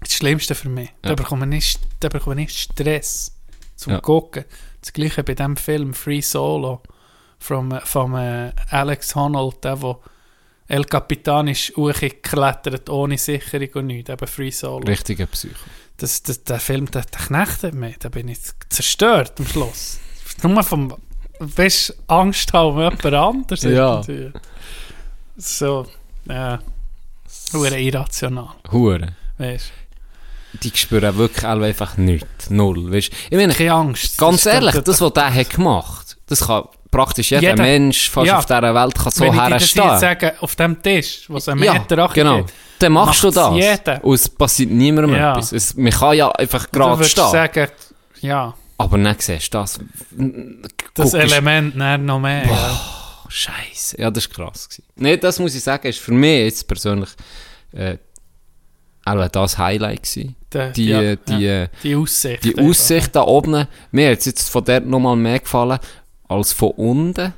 D: Das Schlimmste für mich. Da,
C: Ja.
D: bekomme ich, da bekomme ich Stress zum
C: Ja.
D: Gucken. Das gleiche bei dem Film Free Solo von vom, äh, Alex Honnold, der, wo El Capitan ist hochgeklettert, ohne Sicherung und nichts, eben Free Solo.
C: Richtiger Psycho.
D: Das, das, der Film, der, der knechtet mich. Da bin ich zerstört am Schluss. Nur vom... Weißt du, Angst haben um jemand anderes.
C: Ja.
D: irgendwie. So, ja. Hure irrational,
C: Hure.
D: weißt
C: Die spüren wirklich alle einfach nichts. Null. Weißt? Ich meine,
D: du. Keine Angst.
C: ganz
D: Das ist
C: ehrlich,
D: doch-
C: das, was der hat gemacht das kann praktisch jeder,
D: Jeder.
C: Mensch fast
D: Ja.
C: auf dieser Welt kann so
D: Wenn ich dir das jetzt
C: herstehen.
D: sage, auf dem Tisch, wo es einen Meter ja,
C: genau. Dann machst du
D: macht's
C: das.
D: jeder.
C: Und es passiert niemandem
D: Ja.
C: etwas. Es, man kann ja einfach
D: Du
C: gerade
D: würdest
C: stehen.
D: sagen, Ja,
C: Aber dann siehst du das.
D: das
C: Guckst-
D: Element näher noch mehr. Ja.
C: Oh, Scheiße. Ja, das war krass. Gewesen. Nee, das muss ich sagen, ist für mich jetzt persönlich äh, auch das Highlight gewesen.
D: Der-
C: Die,
D: ja,
C: die,
D: ja.
C: äh,
D: die Aussicht.
C: die
D: einfach.
C: Aussicht da oben, mir hat es jetzt von dort nochmal mehr gefallen als von unten.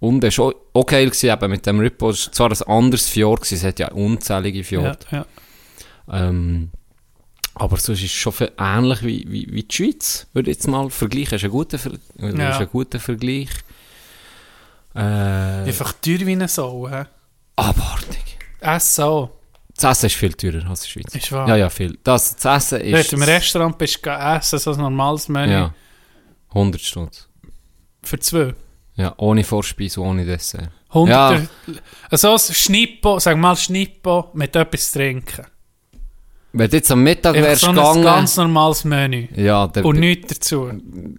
C: Unten war auch, auch geil gewesen, eben mit dem Ripple. Es war zwar ein anderes Fjord, gewesen, es hat ja unzählige
D: Ja,
C: Fjorde.
D: ja.
C: Ähm, aber sonst ist es schon viel ähnlich wie, wie, wie die Schweiz, würde ich jetzt mal vergleichen. Das ist ein guter, Ver äh,
D: Ja.
C: ist ein guter Vergleich. Äh,
D: Einfach teuer wie eine Sau. hä?
C: abartig.
D: Essen auch.
C: Das Essen ist viel teurer als in der Schweiz.
D: Ist wahr.
C: Ja, ja, viel. Das, das Essen
D: Wenn
C: ist...
D: du im Restaurant bist, geh essen, so ein normales Menü
C: Ja, 100 Stunden.
D: für zwei.
C: Ja, ohne Vorspeise, ohne Dessert.
D: 100 Also ein Schnippo, sag mal Schnippo mit etwas zu trinken.
C: Wenn du jetzt am Mittag
D: Einfach
C: wärst
D: so ein
C: gegangen...
D: ganz normales Menü.
C: ja, der,
D: Und nichts dazu.
C: Eine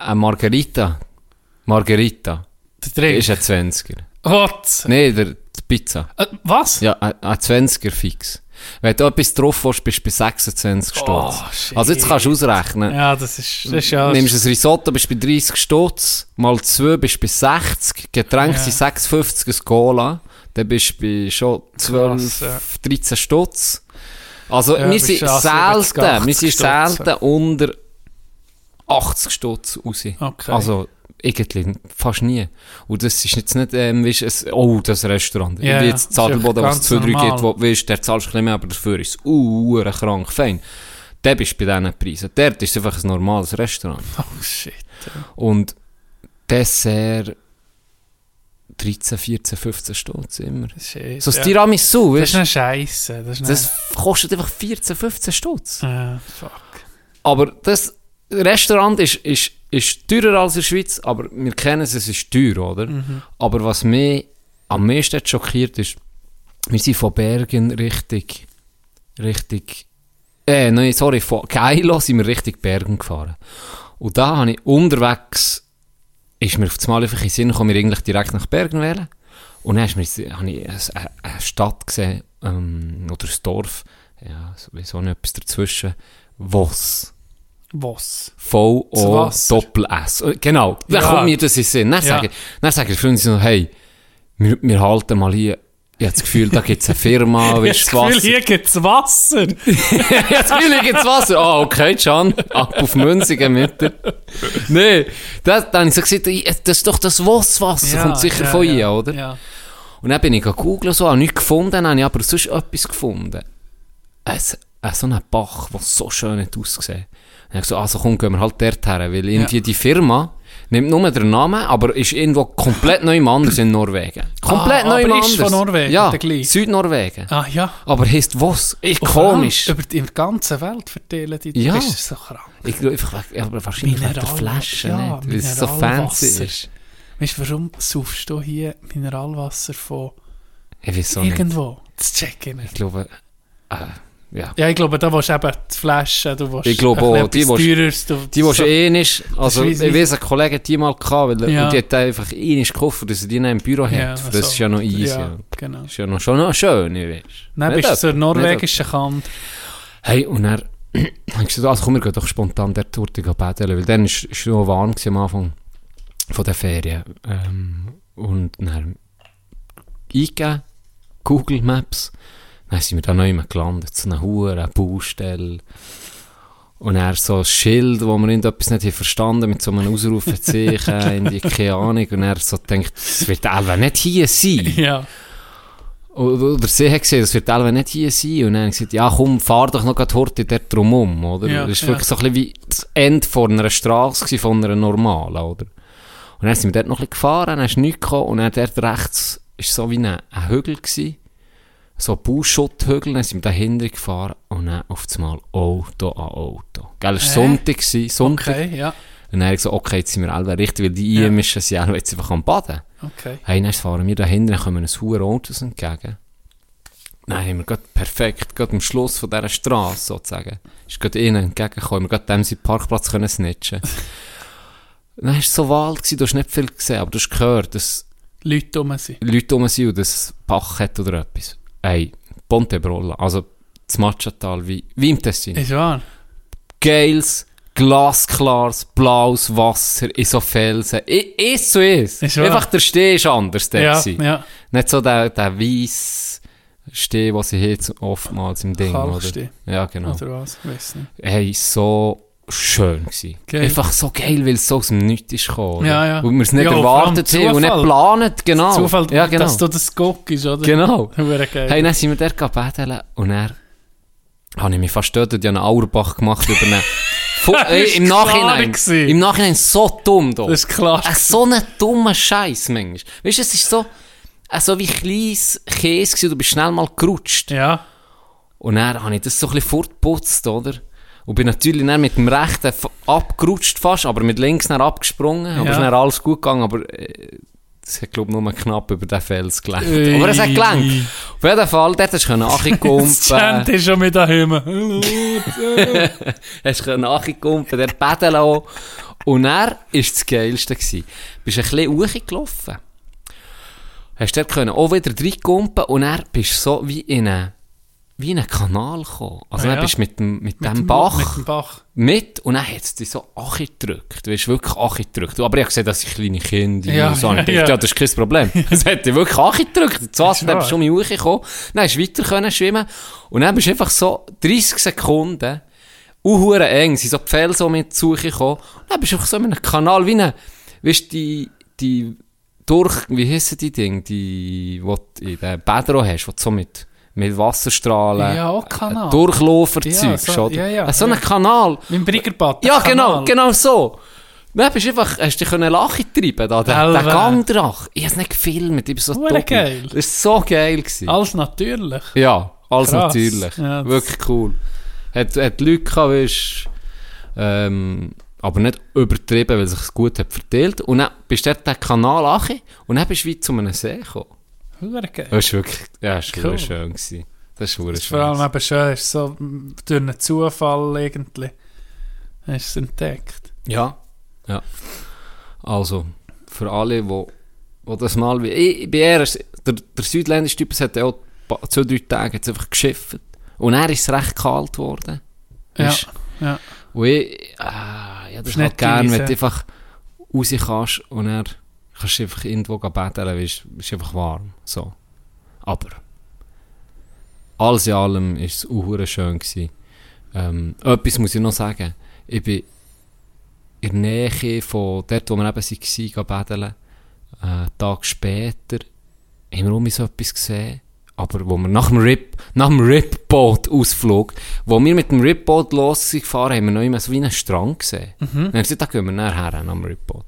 C: eine Margarita. Margarita.
D: Der
C: Ist
D: Drink.
C: ein 20er.
D: Was?
C: Nein, der, die Pizza.
D: Äh, Was?
C: Ja, ein ein 20er fix. Wenn du etwas drauf willst, bist du bei 26
D: Oh,
C: Stutz.
D: shit.
C: Also jetzt kannst du ausrechnen.
D: Ja, das ist, das ist ja...
C: Nimmst ein Risotto, bist bei 30 Stutz, mal 2 bist bei 60, Getränk
D: Ja.
C: sind 6,50 ein Cola, dann bist du bei schon 12,
D: Krass, ja.
C: 13 Stutz. Also
D: Ja,
C: wir
D: bist
C: sind
D: du also über die
C: selten, wir
D: 80
C: sind
D: Stutz.
C: selten unter 80 Stutz raus.
D: Okay.
C: Also irgendwie fast nie. Und das ist jetzt nicht, ähm, weißt, es, oh, das Restaurant.
D: Ja, ja,
C: wie jetzt
D: ist ja
C: Zadelboden, was
D: ganz
C: 2, 3
D: normal.
C: geht, wo, weißt, der zahlst du ein bisschen mehr, aber dafür ist es uh, krank fein. Der bist du bei diesen Preisen. Dort ist es einfach ein normales Restaurant.
D: Oh, shit.
C: Und Dessert 13, 14, 15 Stutz immer.
D: shit.
C: So das
D: ja.
C: Tiramisu,
D: Das ist
C: weißt,
D: eine Scheisse. Das ist
C: das kostet einfach 14, 15 Stutz.
D: eine... Äh, fuck.
C: Aber das Restaurant ist, ist, ist teurer als in der Schweiz, aber wir kennen es, es ist teuer, oder? Aber was mich am meisten hat schockiert ist, wir sind von Bergen richtig, richtig, äh, nein, sorry, von Geilo sind wir richtig Bergen gefahren. Und da habe ich unterwegs, ist mir auf das Mal einfach in den Sinn gekommen, wir eigentlich direkt nach Bergen wählen. Und dann ist mir, habe ich eine, eine Stadt gesehen, ähm, oder ein Dorf, ja, sowieso nicht etwas dazwischen, was
D: Was? Das Wasser.
C: V-O-Doppel-S. Äh, Genau, dann
D: Ja.
C: kommt mir das in den Sinn. Dann
D: Ja.
C: sagen, dann sagen die Freunde so, hey, wir, wir halten mal hier. Ich habe das Gefühl, da gibt es eine
D: [laughs]
C: Firma,
D: Ich
C: willst du
D: habe das Gefühl,
C: Wasser? [laughs]
D: hier gibt's Wasser.
C: ja, [laughs] das Gefühl, hier gibt's Wasser. Ah, okay, Can. Ab auf Münzigen
D: [laughs]
C: mit dir. Nein, das, dann habe ich so gesagt, ich- das ist doch das Wasswasser, kommt sicher
D: ja,
C: von
D: ja,
C: hier, oder?
D: Ja.
C: Und dann bin ich gegoogelt, so, habe nichts gefunden, dann habe ich aber sonst etwas gefunden. Es, äh, so ein Bach, der so schön hat ausgesehen. Dann habe ich so, also komm, gehen wir halt dort her, weil irgendwie die Firma nimmt nur den Namen, aber ist irgendwo komplett neu im anders in Norwegen. Komplett
D: Ah,
C: neu im
D: aber ist
C: anders.
D: von Norwegen,
C: Ja,
D: der gleiche.
C: Südnorwegen.
D: Ah ja.
C: Aber heisst was? Ich, komisch.
D: Über die ganze Welt verteilen die.
C: Ja.
D: Das ist so krank.
C: Ich glaube einfach, wegen- aber wahrscheinlich wegen der
D: Mineral-
C: Flasche,
D: ja,
C: nicht, weil es so fancy
D: Mineralwasser.
C: ist.
D: Weißt du, warum saufst du hier Mineralwasser von
C: Ich weiß auch nicht.
D: irgendwo? Das check ich
C: Ich
D: nicht.
C: glaube, äh, ja.
D: Ja, ich glaube, da willst du eben die Flaschen, du willst
C: Ich glaube
D: ein
C: auch, die
D: bisschen
C: willst- eh
D: etwas Teures, du,
C: Die, die schon ähnlich, also
D: Das
C: ich
D: ist wie-
C: weiß, ein Kollege hat die mal gehabt, weil er-
D: Ja.
C: und die hat einfach ähnlich gekauft, dass er dus die dann im Büro hat. das
D: so.
C: ist ja noch easy.
D: Ja, genau.
C: Das ist ja noch, schon noch schön, ich weiß.
D: Dann
C: Nicht
D: bist du
C: etwa,
D: zur
C: nicht
D: norwegischen Kante.
C: Hey, und [clears throat] er hat gesagt, also komm, wir gehen doch spontan dort durch gehen paddeln, weil dann war es schon warm gewesen am Anfang von der Ferien. Ähm, und dann eingegeben, Google Maps, dann sind wir da noch immer gelandet, zu einer hohen Baustelle. Und er so ein Schild, wo wir irgendetwas nicht haben verstanden mit so einem Ausrufezeichen, [laughs] in die keine Ahnung. Und er so denkt, das wird einfach nicht hier sein.
D: [laughs] Ja.
C: Oder oder sie hat gesehen, das wird Elwe nicht hier sein. Und dann habe ich gesagt, ja komm, fahr doch noch grad Horti dort drum um, oder?
D: Ja,
C: das ist
D: ja.
C: wirklich so ein bisschen wie das Ende von einer Straße gewesen, von einer normalen, oder? Und dann sind wir dort noch ein bisschen gefahren, dann ist nichts gekommen, und dann dort rechts ist so wie ein, ein Hügel gewesen. So ein Bauschutthügel, dann sind wir dahinter gefahren und dann auf einmal Auto an Auto. Gell, es war
D: Hä?
C: Sonntag, gewesen, Sonntag. [laughs]
D: Okay, ja.
C: Und dann habe ich gesagt, okay, jetzt sind wir alle richtig, weil die
D: Ja.
C: Einheimischen sind Elwe jetzt einfach am Baden.
D: Okay.
C: Hey, dann fahren wir dahinter, dann kommen uns hohe Autos entgegen. Dann haben wir gerade perfekt, gerade am Schluss von dieser Straße sozusagen, ist gerade ihnen entgegengekommen, haben wir gerade dem seinen Parkplatz
D: [laughs]
C: können snitchen. dann war es so Wald, gewesen, du hast nicht viel gesehen, aber du hast gehört, dass
D: Leute um rum sind.
C: Leute rum sind und das Bach hat oder
D: Äh.
C: etwas. Hey, Ponte Brolla, also das Matschental, wie, wie im Tessin.
D: Ist wahr.
C: geiles, glasklares, blaues Wasser in so Felsen. I- Ist so ist.
D: Ist wahr.
C: Einfach der Steh ist anders. Der
D: Ja,
C: gewesen.
D: ja.
C: Nicht so der, der weiss Steh, den sie hier zu- oftmals im Ding oder?
D: Kalksteh. Also-
C: Ja, genau.
D: Oder was? Ich weiß nicht.
C: hey, so schön gsi.
D: Geil.
C: Einfach so geil, weil es so aus dem Nichts ist gekommen. oder?
D: Ja, ja.
C: Und wir es nicht
D: Ja, und vor allem
C: erwartet haben und nicht
D: Zufall.
C: geplant, genau.
D: Zufall,
C: ja, genau.
D: dass du das Guck ist, oder?
C: genau.
D: Hure geil.
C: Hey, dann sind wir dort gebeten und er habe ich mich fast getötet, ich habe einen Auerbach gemacht über
D: [laughs]
C: einen... Fu- Ey,
D: ist
C: im
D: klar
C: Nachhinein,
D: gewesen.
C: im Nachhinein so dumm da.
D: Das ist klar.
C: Äh, so ein dummer Scheiß manchmal. Weißt du, es ist so, äh, so wie kleines Käse gewesen, du bist schnell mal gerutscht.
D: Ja.
C: Und dann habe ich das so ein bisschen fortgeputzt, oder? Und bin natürlich dann mit dem rechten f- abgerutscht fast, aber mit links dann abgesprungen. Aber
D: Ja.
C: es ist dann alles gut gegangen, aber äh, es hat, glaube ich, nur knapp über den Fels gelangt.
D: Ui.
C: Aber es hat gelangt. Auf jeden Fall, dort hast
D: [laughs]
C: du
D: Das Chant
C: nachgumpen
D: ist schon mit daheim.
C: Hast du nachgumpen der Pedal auch. Und er war das Geilste. Gewesen. Bist ein bisschen hochgelaufen. Hast dort können auch wieder reingumpen und er bist so wie in einen, wie in einen Kanal gekommen. Also
D: Ah
C: dann
D: ja.
C: bist du mit dem, mit dem
D: Mit-
C: Bach...
D: Mit dem Bach.
C: mit und dann hat es dich so angedrückt. Du hast wirklich angedrückt. Aber ich habe gesehen, dass ich kleine Kinder
D: Ja,
C: und so. Und ich
D: ja,
C: dachte,
D: ja.
C: ja, das ist kein
D: [laughs]
C: Problem. Es hat dich wirklich angedrückt. Das Wasser, dann bist du um mich hochgekommen. Dann hast du weiter können schwimmen und dann bist du einfach so 30 Sekunden uhure eng, sind so die Felsen um mich zugekommen. Und dann bist du einfach so in einem Kanal, wie eine, weißt du, die, die durch, wie heissen die Dinge, die, wo du in den Bädern auch hast, wo du so mit, mit Wasserstrahlen
D: Ja, auch Kanal.
C: Durchlaufer
D: Ja,
C: zeugst,
D: so-
C: oder?
D: ja, ja,
C: Äh, so einen
D: ja.
C: Kanal.
D: Mit dem Briggerbad.
C: Ja,
D: der
C: genau,
D: Kanal.
C: genau so. Dann bist du einfach, hast dich können lachen treiben, da, der, der
D: Elwe.
C: Gangdrach. Ich hab's nicht gefilmt, ich bin so
D: Hure
C: dumm.
D: geil.
C: Das ist so geil gewesen.
D: Alles natürlich.
C: ja, alles
D: Krass.
C: natürlich.
D: Ja, das-
C: Wirklich cool. Hat, hat Leute gehabt, weisst, ähm, aber nicht übertrieben, weil sich's gut hat verteilt. Und dann bist du dort den Kanal angekommen und dann bist du wie zu einem See gekommen.
D: Hure geil.
C: Das ist wirklich, ja, das ist
D: Cool.
C: cool. schön gewesen. Das ist hure
D: Das ist
C: schön.
D: vor allem
C: gewesen.
D: eben schön, ist so mm, durch einen Zufall irgendwie. Hast du es entdeckt?
C: Ja. Ja. Also, für alle, die, die das mal wie. Ich, ich bin eher, der, der südländische Typ es hat ja auch pa- zwei, drei Tage jetzt einfach geschifft. Und er ist es recht kalt geworden.
D: Ja,
C: Ist-
D: ja.
C: Und ich, ah, ja, das
D: Ist
C: halt
D: nicht
C: gern,
D: gewesen.
C: wenn du einfach raus kannst und er kannst du einfach irgendwo gehen betteln, ist, ist einfach warm. So. Aber, alles in allem war es auch schön. Gewesen. Ähm, etwas muss ich noch sagen. Ich bin in der Nähe von dort, wo wir eben waren, gehen betteln. Äh, einen Tag später haben wir um so etwas gesehen. Aber wo wir nach dem Rip, nach dem Rip-Boat-Ausflug, wo wir mit dem Rip-Boat losgefahren sind, haben wir noch immer so wie einen Strand gesehen. Dann haben wir gesagt, da gehen wir nachher her, am Rip-Boat.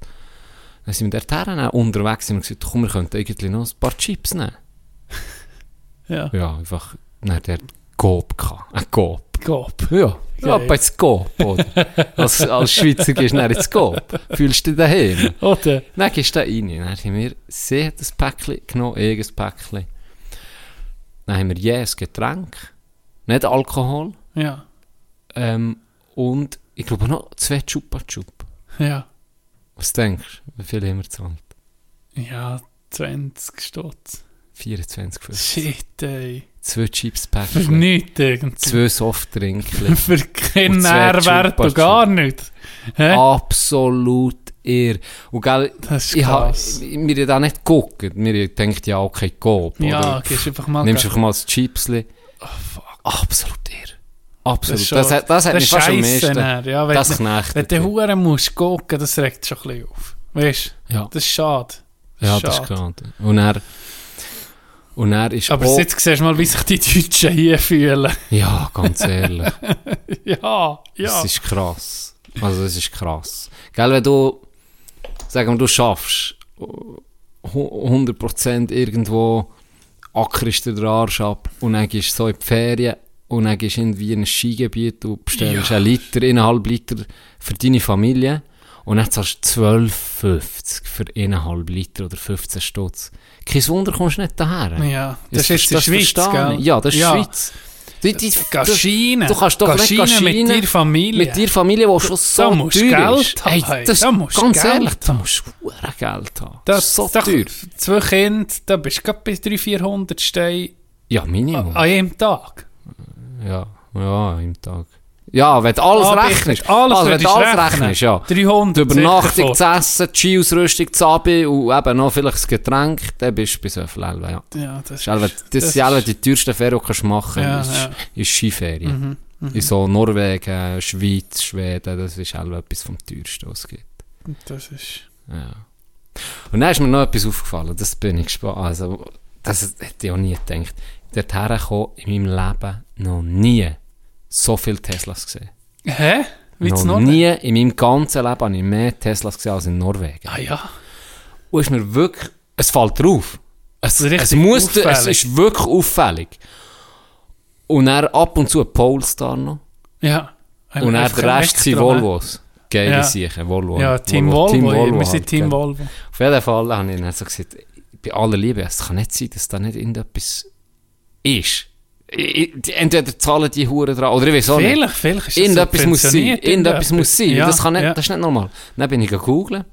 C: Dann sind wir dort her, dann unterwegs sind wir gesagt, komm, wir könnten eigentlich noch ein paar Chips nehmen.
D: Ja.
C: Ja, einfach, dann der Gob gehabt. Ein Gob.
D: Gop.
C: Ja, ja
D: Geil.
C: bei Skop, oder? als, als Schweizer gehst du dann ins Skop. Fühlst du dich daheim?
D: Oder?
C: Dann gehst du da rein. Dann haben wir, sie hat ein Päckchen genommen, ich ein Päckchen. Dann haben wir jedes Getränk, nicht Alkohol,
D: Ja.
C: ähm, und ich glaube noch zwei Chupa Chup.
D: Ja.
C: Was denkst du, wie viel haben wir gezahlt?
D: Ja, 20 Stutz.
C: 24, 50.
D: Shit, ey.
C: Zwei Chips
D: Für
C: Päckchen,
D: [laughs] nichts irgendwie.
C: zwei Softdrinkchen.
D: Für keinen
C: Und zwei
D: Nährwert
C: Chupa
D: und gar nichts. [laughs] Hä?
C: Absolut irr. Und gell,
D: Das ist
C: Ich ha,
D: krass.
C: wir haben da nicht geguckt. Wir haben gedacht, ja, okay, Coop.
D: Ja,
C: oder?
D: gehst einfach mal.
C: Nimmst
D: gehen.
C: einfach mal das Chipsli. Absolut irr.
D: Das
C: Absolut. Das,
D: ist schon-
C: hat, das
D: Das
C: hat mich
D: ist
C: fast am
D: scheiße,
C: meisten.
D: dann, ja, wenn
C: Das
D: du- Wenn
C: knechtet.
D: du Huren musst gucken, das regt schon ein bisschen auf. Weißt du?
C: Ja.
D: Das ist schade.
C: ja, das ist
D: schade.
C: gerade. Und er, und er ist
D: Aber
C: auch,
D: jetzt siehst du mal, wie sich die Deutschen hier fühlen.
C: ja, ganz ehrlich.
D: [laughs] ja, ja.
C: Das ist krass. Also das ist krass. Gell, wenn du, sagen wir, du schaffst hu- 100% irgendwo, ackerst dir den Arsch ab und dann gehst du so in die Ferien und dann gehst du irgendwie in ein Skigebiet und bestellst einen Liter, eineinhalb Liter für deine Familie und dann zahlst du 12,50 für eineinhalb Liter oder 15 Stutz. Kein Wunder, kommst du nicht daher.
D: ja, das ist
C: ver-
D: jetzt die Schweiz,
C: verstehe ich.
D: gell?
C: Ja, das ist Schweiz. Die, die, das-
D: Gaschine.
C: du kannst doch nicht
D: mit
C: Gaschine-
D: deiner Familie.
C: mit deiner Familie, die schon so
D: musst
C: teuer
D: Geld
C: ist.
D: haben,
C: Hey,
D: hey,
C: das,
D: da musst
C: ganz
D: Geld
C: ehrlich, da
D: haben.
C: musst du verdammt Geld haben. Das,
D: Das
C: ist so
D: doch
C: teuer.
D: Zwei Kinder, da bist du gerade bei 300, 400 Steinen
C: Ja,
D: an
C: Minimum.
D: einem Tag.
C: Ja, ja, im Tag. Ja, wenn du alles
D: Ah,
C: rechnest.
D: bist- alles
C: also, wenn du
D: würdest
C: alles
D: rechnen.
C: rechnest, ja.
D: 300
C: Die Übernachtung,
D: sicher
C: das Essen, die Ski-Ausrüstung, das Abi und eben noch vielleicht das Getränk, dann bist du bei so viel Elbe, ja.
D: Ja, das
C: Das, ist, alle- das
D: das
C: sind alle
D: ist-
C: die teuersten Ferien, die du kannst machen
D: Ja,
C: kannst.
D: ja. Mhm,
C: Ist Skiferien. In so Norwegen, Schweiz, Schweden, das ist auch etwas vom teuersten, was es gibt.
D: Das ist...
C: Ja. Und dann ist mir noch etwas aufgefallen, das bin ich gespannt. Also, das hätte ich auch nie gedacht. Dorthin kam in meinem Leben noch nie so viele Teslas gesehen.
D: Hä? Wie
C: noch
D: zu Norden?
C: nie in meinem ganzen Leben habe ich mehr Teslas gesehen als in Norwegen.
D: Ah ja.
C: Und ist mir wirklich, es fällt drauf. Es,
D: Also Richtig
C: es, muss,
D: auffällig.
C: es ist wirklich auffällig. Und dann ab und zu ein Polestar noch.
D: Ja.
C: Und dann
D: Einfach
C: der Rest
D: extra,
C: sind
D: ne?
C: Volvos. Geile
D: Ja.
C: Siechen, Volvo.
D: Ja, Team Volvo. Wir sind
C: halt,
D: Team
C: gell.
D: Volvo.
C: Auf jeden Fall habe ich dann so gesagt, bei aller Liebe, es kann nicht sein, dass da nicht irgendetwas ist. Ich- ich- Entweder zahlen die Huren dran, oder ich weiß auch nicht.
D: Vielleicht, vielleicht ist das
C: Irgendetwas muss sein.
D: subventioniert,
C: Irgendetwas muss sein.
D: Ja,
C: das, kann nicht,
D: ja.
C: das ist nicht normal. Dann bin ich gegoogelt.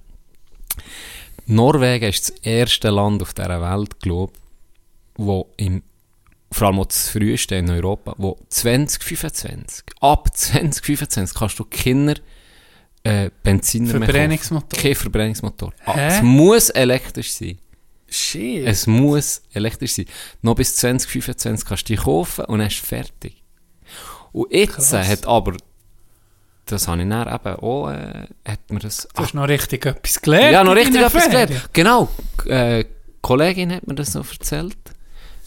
C: Norwegen ist das erste Land auf dieser Welt, glaube ich, wo im, vor allem auch das früheste in Europa, wo 2025, ab 2025 kannst du Kinder äh, Benziner mehr kaufen.
D: Verbrennungsmotor.
C: Kein Verbrennungsmotor. Ah,
D: Hä?
C: es muss elektrisch sein.
D: Shit.
C: Es muss elektrisch sein. Noch bis 2025 kannst du die kaufen und dann ist fertig. Und jetzt
D: Krass.
C: hat aber, das habe ich dann eben auch, äh, hat mir das...
D: Du
C: Ach,
D: hast noch richtig etwas gelernt.
C: ja, noch
D: in
C: richtig
D: deiner
C: etwas
D: Ferien.
C: gelernt. Genau. Äh, die Kollegin hat mir das noch erzählt.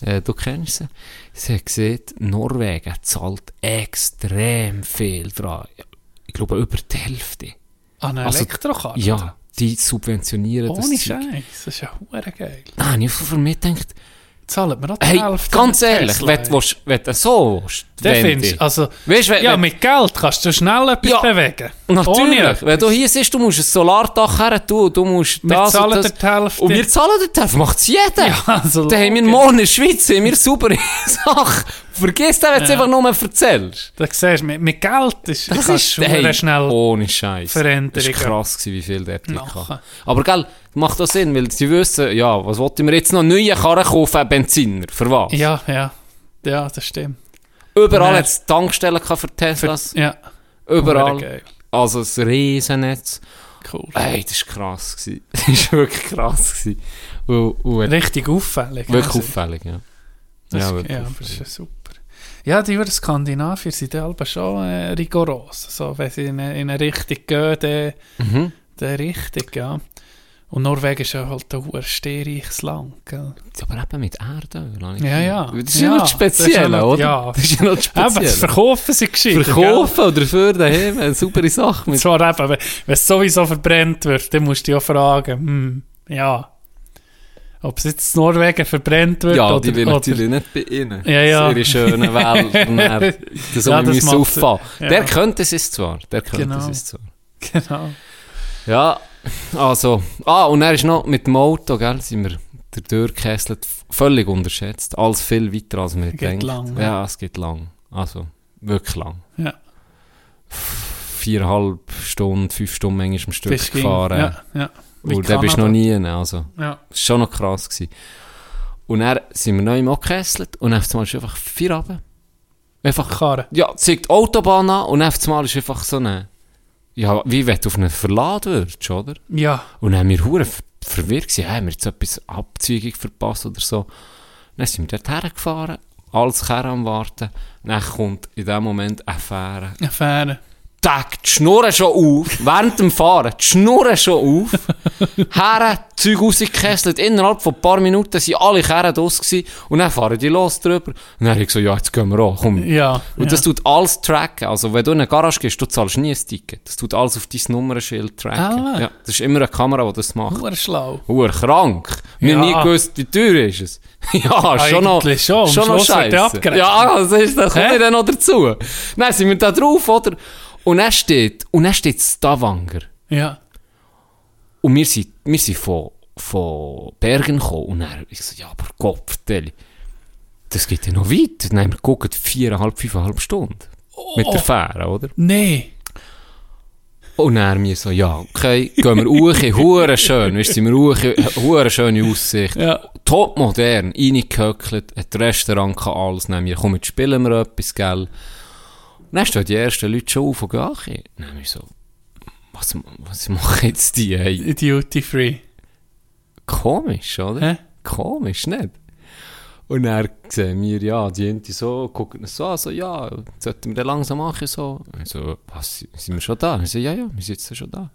C: Äh, du kennst sie. Sie hat gesagt, Norwegen zahlt extrem viel dran. Ich glaube, über die Hälfte.
D: An einer
C: Also,
D: Elektrokarte?
C: Ja, die subventionieren das.
D: Ohne
C: Zeug.
D: Scheiß. Das ist ja hure geil.
C: Nein, ich habe so für mich gedacht,
D: Zahlt man auch die
C: Hey,
D: Hälfte
C: ganz
D: an
C: ehrlich,
D: Tesla,
C: wenn
D: ey.
C: du, willst, wenn du so willst,
D: Dann
C: Wendy.
D: findest du- also,
C: Weißt du, wenn-
D: ja,
C: wenn-
D: mit Geld kannst du schnell etwas
C: Ja,
D: bewegen. Ohne
C: natürlich,
D: etwas.
C: wenn du hier siehst, du musst ein Solardach her tun, du musst
D: Wir
C: das
D: zahlen
C: und das.
D: dir die Hälfte.
C: Und wir zahlen dir die Hälfte, macht es jeder.
D: Ja, also
C: Dann haben wir
D: logisch.
C: morgen in der Schweiz haben wir [laughs] saubere Sache. Vergiss das, wenn du es einfach nur erzählst.
D: Da siehst du, mit, mit Geld ist,
C: Das
D: kannst
C: ist
D: du hure schnell...
C: ohne Scheiß.
D: Veränderungen.
C: Das war krass, gewesen, wie viel der Artikel
D: Machen.
C: hatte. Aber gell, macht auch Sinn, weil sie wissen, ja, was wollte mir jetzt noch neue Karren kaufen, einen Benziner, für was?
D: Ja, ja. Ja, das stimmt.
C: Überall
D: Nein.
C: hat es Tankstellen gehabt für Teslas.
D: Ja, hure
C: Überall.
D: geil.
C: Also ein Riesennetz.
D: Cool.
C: Ey, das war krass. gewesen. [laughs] Das war wirklich krass. gewesen. Und, und
D: Richtig auffällig.
C: wirklich
D: Also,
C: auffällig, ja.
D: Das, ja,
C: wirklich
D: aber das
C: auffällig.
D: ist ja super. Ja, die über Skandinavier sind ja halt schon äh, rigoros. Also, wenn sie in eine, in eine Richtung gehen, dann,
C: Mhm.
D: dann richtig, ja. Und Norwegen ist ja halt ein hoher stehreiches Land, gell?
C: Aber eben mit Erdöl. habe ich
D: Ja, ja.
C: gehört. Das ist ja,
D: Ja,
C: noch
D: das
C: speziell,
D: ist ja noch-
C: oder?
D: ja.
C: [laughs] Das ist ja noch
D: Aber das
C: speziell.
D: Verkaufen sie gescheit.
C: Verkaufen oder für daheim, eine saubere Sache. Mit
D: Zwar eben, wenn wenn es sowieso verbrennt wird, dann musst du ja fragen, hm, ja. Ob es jetzt in Norwegen verbrennt wird
C: ja,
D: oder...
C: die will
D: oder- [laughs]
C: natürlich nicht bei ihnen.
D: Ja, ja.
C: Das ist ihre
D: [laughs]
C: schöne Welt. Und er- Das
D: Ja,
C: soll
D: das
C: ich
D: macht-
C: mir auffahren.
D: ja.
C: Der könnte es zwar. Der könnte
D: Genau.
C: es zwar.
D: Genau.
C: Ja, also. Ah, und er ist noch mit dem Auto, gell, sind wir der durchgekesselt, v- völlig unterschätzt. Alles viel weiter, als wir
D: Geht
C: denken.
D: lang, ne?
C: Ja, es geht lang. Also, wirklich lang.
D: Ja.
C: F- Viereinhalb Stunden, fünf Stunden manchmal am Stück
D: Bist ging-
C: gefahren.
D: Ja, ja. Wie
C: Und da bist du
D: Kanada.
C: noch nie. hin, Also,
D: Ja.
C: das war schon noch krass. Gewesen. Und dann sind wir neu im Okesselt und dann zum Beispiel einfach vier Abend. Einfach
D: Karre.
C: ja, zeigt die Autobahn an und dann auf einmal ist einfach so eine, ja, wie wenn du auf einen verladen würdest, oder?
D: Ja.
C: Und dann haben wir hure ver- verwirrt gewesen, haben wir jetzt etwas Abzügung verpasst oder so. Dann sind wir dort hergefahren, alles Kerr am Warten. Dann kommt in dem Moment eine Fähre.
D: Eine Fähre.
C: Tack, die Schnurren schon auf, während dem Fahren, die Schnurren schon auf.
D: [laughs]
C: Herren, Zeug rausgekesselt, innerhalb von ein paar Minuten sind alle Kerren draus gewesen und dann fahren die los drüber. Und dann habe ich gesagt, ja, jetzt gehen wir auch, komm.
D: Ja.
C: Und
D: ja.
C: das tut alles tracken. Also, wenn du in eine Garage gehst, du zahlst nie ein Ticket. Das tut alles auf dein Nummernschild tracken.
D: Ah.
C: Ja, das ist immer eine Kamera, die das macht.
D: Hure schlau.
C: Huer krank. Wir
D: Ja. Ah,
C: haben nie gewusst, wie teuer ist es. [laughs] ja, schon noch.
D: Eigentlich schon. Am
C: noch
D: Schluss wird der
C: scheiße.
D: abgerechnet.
C: Ja, ah, das, ist, das kommt
D: Hä?
C: ja dann noch dazu. Dann sind wir da drauf, oder? Und dann steht, und dann steht Stavanger.
D: Ja.
C: Und wir sind, wir sind von, von Bergen gekommen. Und dann, ich so, ja, aber Gott, das geht ja noch weit. Dann haben wir geguckt, viereinhalb, fünfeinhalb Stunden. Mit
D: Oh.
C: der Fähre, oder?
D: Nee.
C: Und dann mir so, ja, okay, gehen wir hoch, hure schön, weißt du, sind wir hoch, hure schöne Aussicht.
D: Ja.
C: Top modern, reingehöckelt, ein Restaurant kann alles nehmen, wir kommen, jetzt spielen wir etwas, gell. Dann stehen die ersten Leute schon auf und gehen ankommen. Dann habe ich so, was, was machen jetzt die? Hey,
D: Duty Free.
C: komisch, oder?
D: Hä?
C: Komisch, nicht? Und dann sehen wir, ja, die Inti so, gucken uns so an, so, ja, jetzt sollten wir das langsam machen, so. Und so, was, sind wir schon da? Ich so, ja, ja, wir sind jetzt schon da.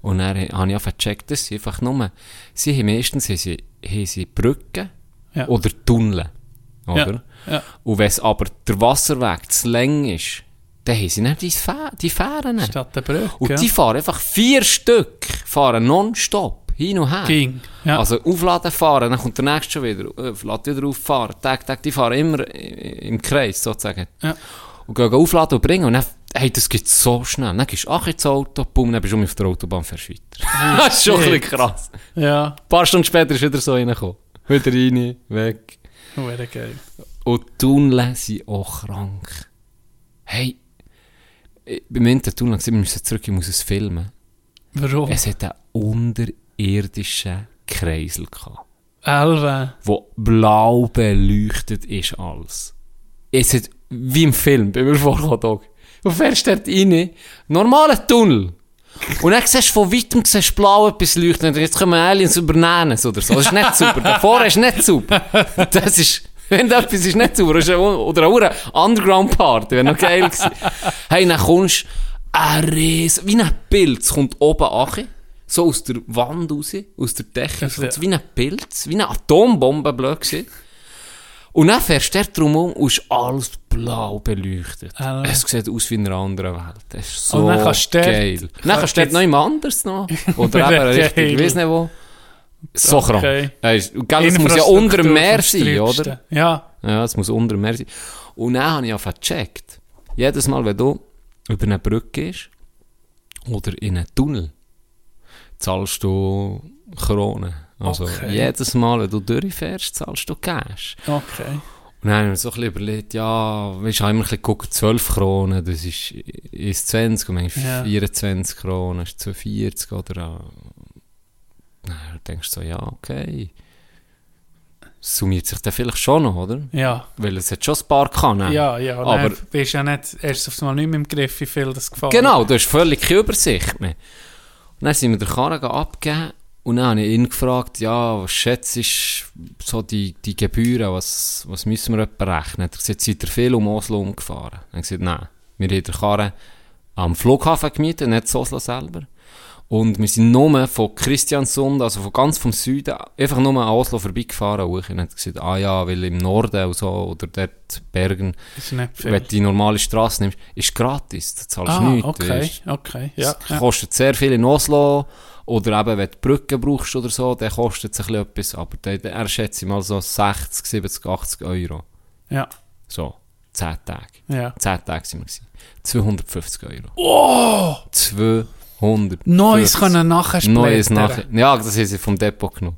C: Und dann he- habe ich einfach gecheckt, dass sie einfach nur, sie haben meistens haben sie, haben sie Brücken
D: Ja.
C: oder Tunnel, oder?
D: Ja.
C: Und wenn es aber der Wasserweg zu lang ist, dann haben sie nicht die, Fä die Fähren.
D: ja. Statt der Brücke.
C: Und
D: ja.
C: die fahren einfach vier Stück, fahren nonstop, hin und her.
D: Ging. Ja.
C: Also aufladen, fahren, dann kommt der nächste schon wieder, aufladen, wieder auffahren, tag, tag, die fahren immer äh, im Kreis sozusagen.
D: Ja.
C: Und gehen aufladen und bringen und dann, hey, das geht so schnell. Dann gehst du ach ins Auto, bumm, dann bist du um auf der Autobahn, fährst weiter. [laughs] das ist schon ein
D: shit.
C: bisschen krass. Ein
D: ja.
C: paar Stunden später ist wieder so reingekommen. Wieder rein, weg.
D: Huere geil.
C: Und die Tunnel sind auch krank. Hey, ich- beim Wintertunnel gesehen, wir müssen zurück, ich muss es filmen.
D: Warum?
C: Es hat einen unterirdischen Kreisel gehabt,
D: Elven.
C: wo blau beleuchtet ist alles. Es hat, wie im Film, bei mir vorgekommen. Du fährst dort rein, normaler Tunnel. Und dann siehst du von weitem siehst du blau etwas leuchten. Und jetzt kommen Aliens übernehmen oder so. Das ist nicht super. Davor ist nicht super. Das ist, wenn da etwas ist nicht super. Das ist eine, oder eine Hure Underground-Party. Wäre noch geil gewesen. Hey, dann kommst du ein riesen, wie ein Pilz kommt oben an. So aus der Wand raus, aus der Decke.
D: Also,
C: kommt's wie ein Pilz, wie eine Atombombe blöd gewesen. Und dann fährst du dort drum um und ist alles blau beleuchtet.
D: Ah.
C: Es sieht aus wie in einer anderen Welt. Es ist so
D: Und dann kannst du dort-
C: geil. Dann kannst du dort
D: Jetzt-
C: noch jemand
D: [laughs]
C: anderes noch. Oder eben
D: Geil.
C: richtig, ich weiss nicht wo. So
D: Okay.
C: krank. Ja, ist- und Gell, es muss ja unter dem Meer sein, oder?
D: Ja.
C: Ja, es muss unter dem Meer sein. Und dann habe ich einfach gecheckt. Jedes Mal, wenn du über eine Brücke gehst oder in einen Tunnel, zahlst du Kronen. Also
D: Okay.
C: jedes Mal, wenn du durchfährst, zahlst du Cash.
D: Okay.
C: Und dann haben wir so ein bisschen überlegt, ja, weißt du, haben wir ein bisschen geguckt, 12 Kronen, das ist, ist 20, und wir haben
D: Ja.
C: 24 Kronen, ist 42 oder. Äh, dann denkst du so, ja, okay. Summiert sich dann vielleicht schon noch, oder?
D: Ja.
C: Weil es hat schon ein paar ne? Kannen.
D: Ja, Oh, ja. Und
C: Aber-
D: Aber dann bist du ja nicht erst auf einmal nicht mehr im Griff, wie viel das gefällt.
C: Genau, du hast völlig keine Übersicht mehr. Und dann sind wir den Karren gehen abgeben und dann habe ich ihn gefragt, ja, was schätzt du so die, die Gebühren, was, was müssen wir etwa rechnen? Er hat gesagt, seid ihr viel um Oslo umgefahren? Er hat gesagt, nein, wir haben den Karren am Flughafen gemietet, nicht in Oslo selber. Und wir sind nur von Christiansund, also von ganz vom Süden, einfach nur an Oslo vorbeigefahren. Und er hat gesagt, ah ja, weil im Norden und so, oder dort Bergen,
D: Das ist nicht viel.
C: wenn du die normale Straße nimmst, ist gratis, da zahlst
D: ah,
C: du nichts.
D: okay.
C: weisst.
D: Okay.
C: Es
D: Ja. ja.
C: kostet sehr viel in Oslo. Oder eben, wenn du Brücken brauchst oder so, dann kostet es ein bisschen etwas. Aber der, der, er schätzt mal so 60, 70, 80 Euro.
D: Ja.
C: So, 10 Tage.
D: ja.
C: 10 Tage sind wir. Gewesen. 250 Euro. Oh! 200.
D: Neues können Ah. nachher später.
C: Neues nachher. Ja, das haben sie vom Depot genommen.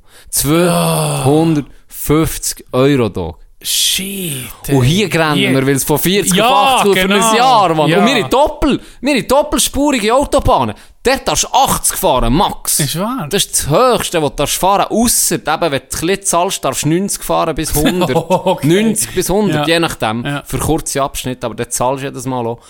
C: 250 Euro, Dog.
D: Shit.
C: Und
D: ey.
C: hier grennen wir, weil es von 40
D: Ja,
C: auf 80 für
D: genau.
C: ein Jahr Mann.
D: Ja.
C: Und wir haben, Doppel, wir haben doppelspurige Autobahnen. Dort darfst du 80 fahren, Max.
D: Ist wahr.
C: Das ist das Höchste, was du darfst fahren Ausser, eben, wenn du ein bisschen zahlst, darfst du 90 fahren
D: [laughs]
C: bis 100.
D: Okay.
C: 90 bis 100,
D: Ja.
C: je nachdem.
D: Ja.
C: Für kurze Abschnitte, aber dort zahlst du jedes Mal auch.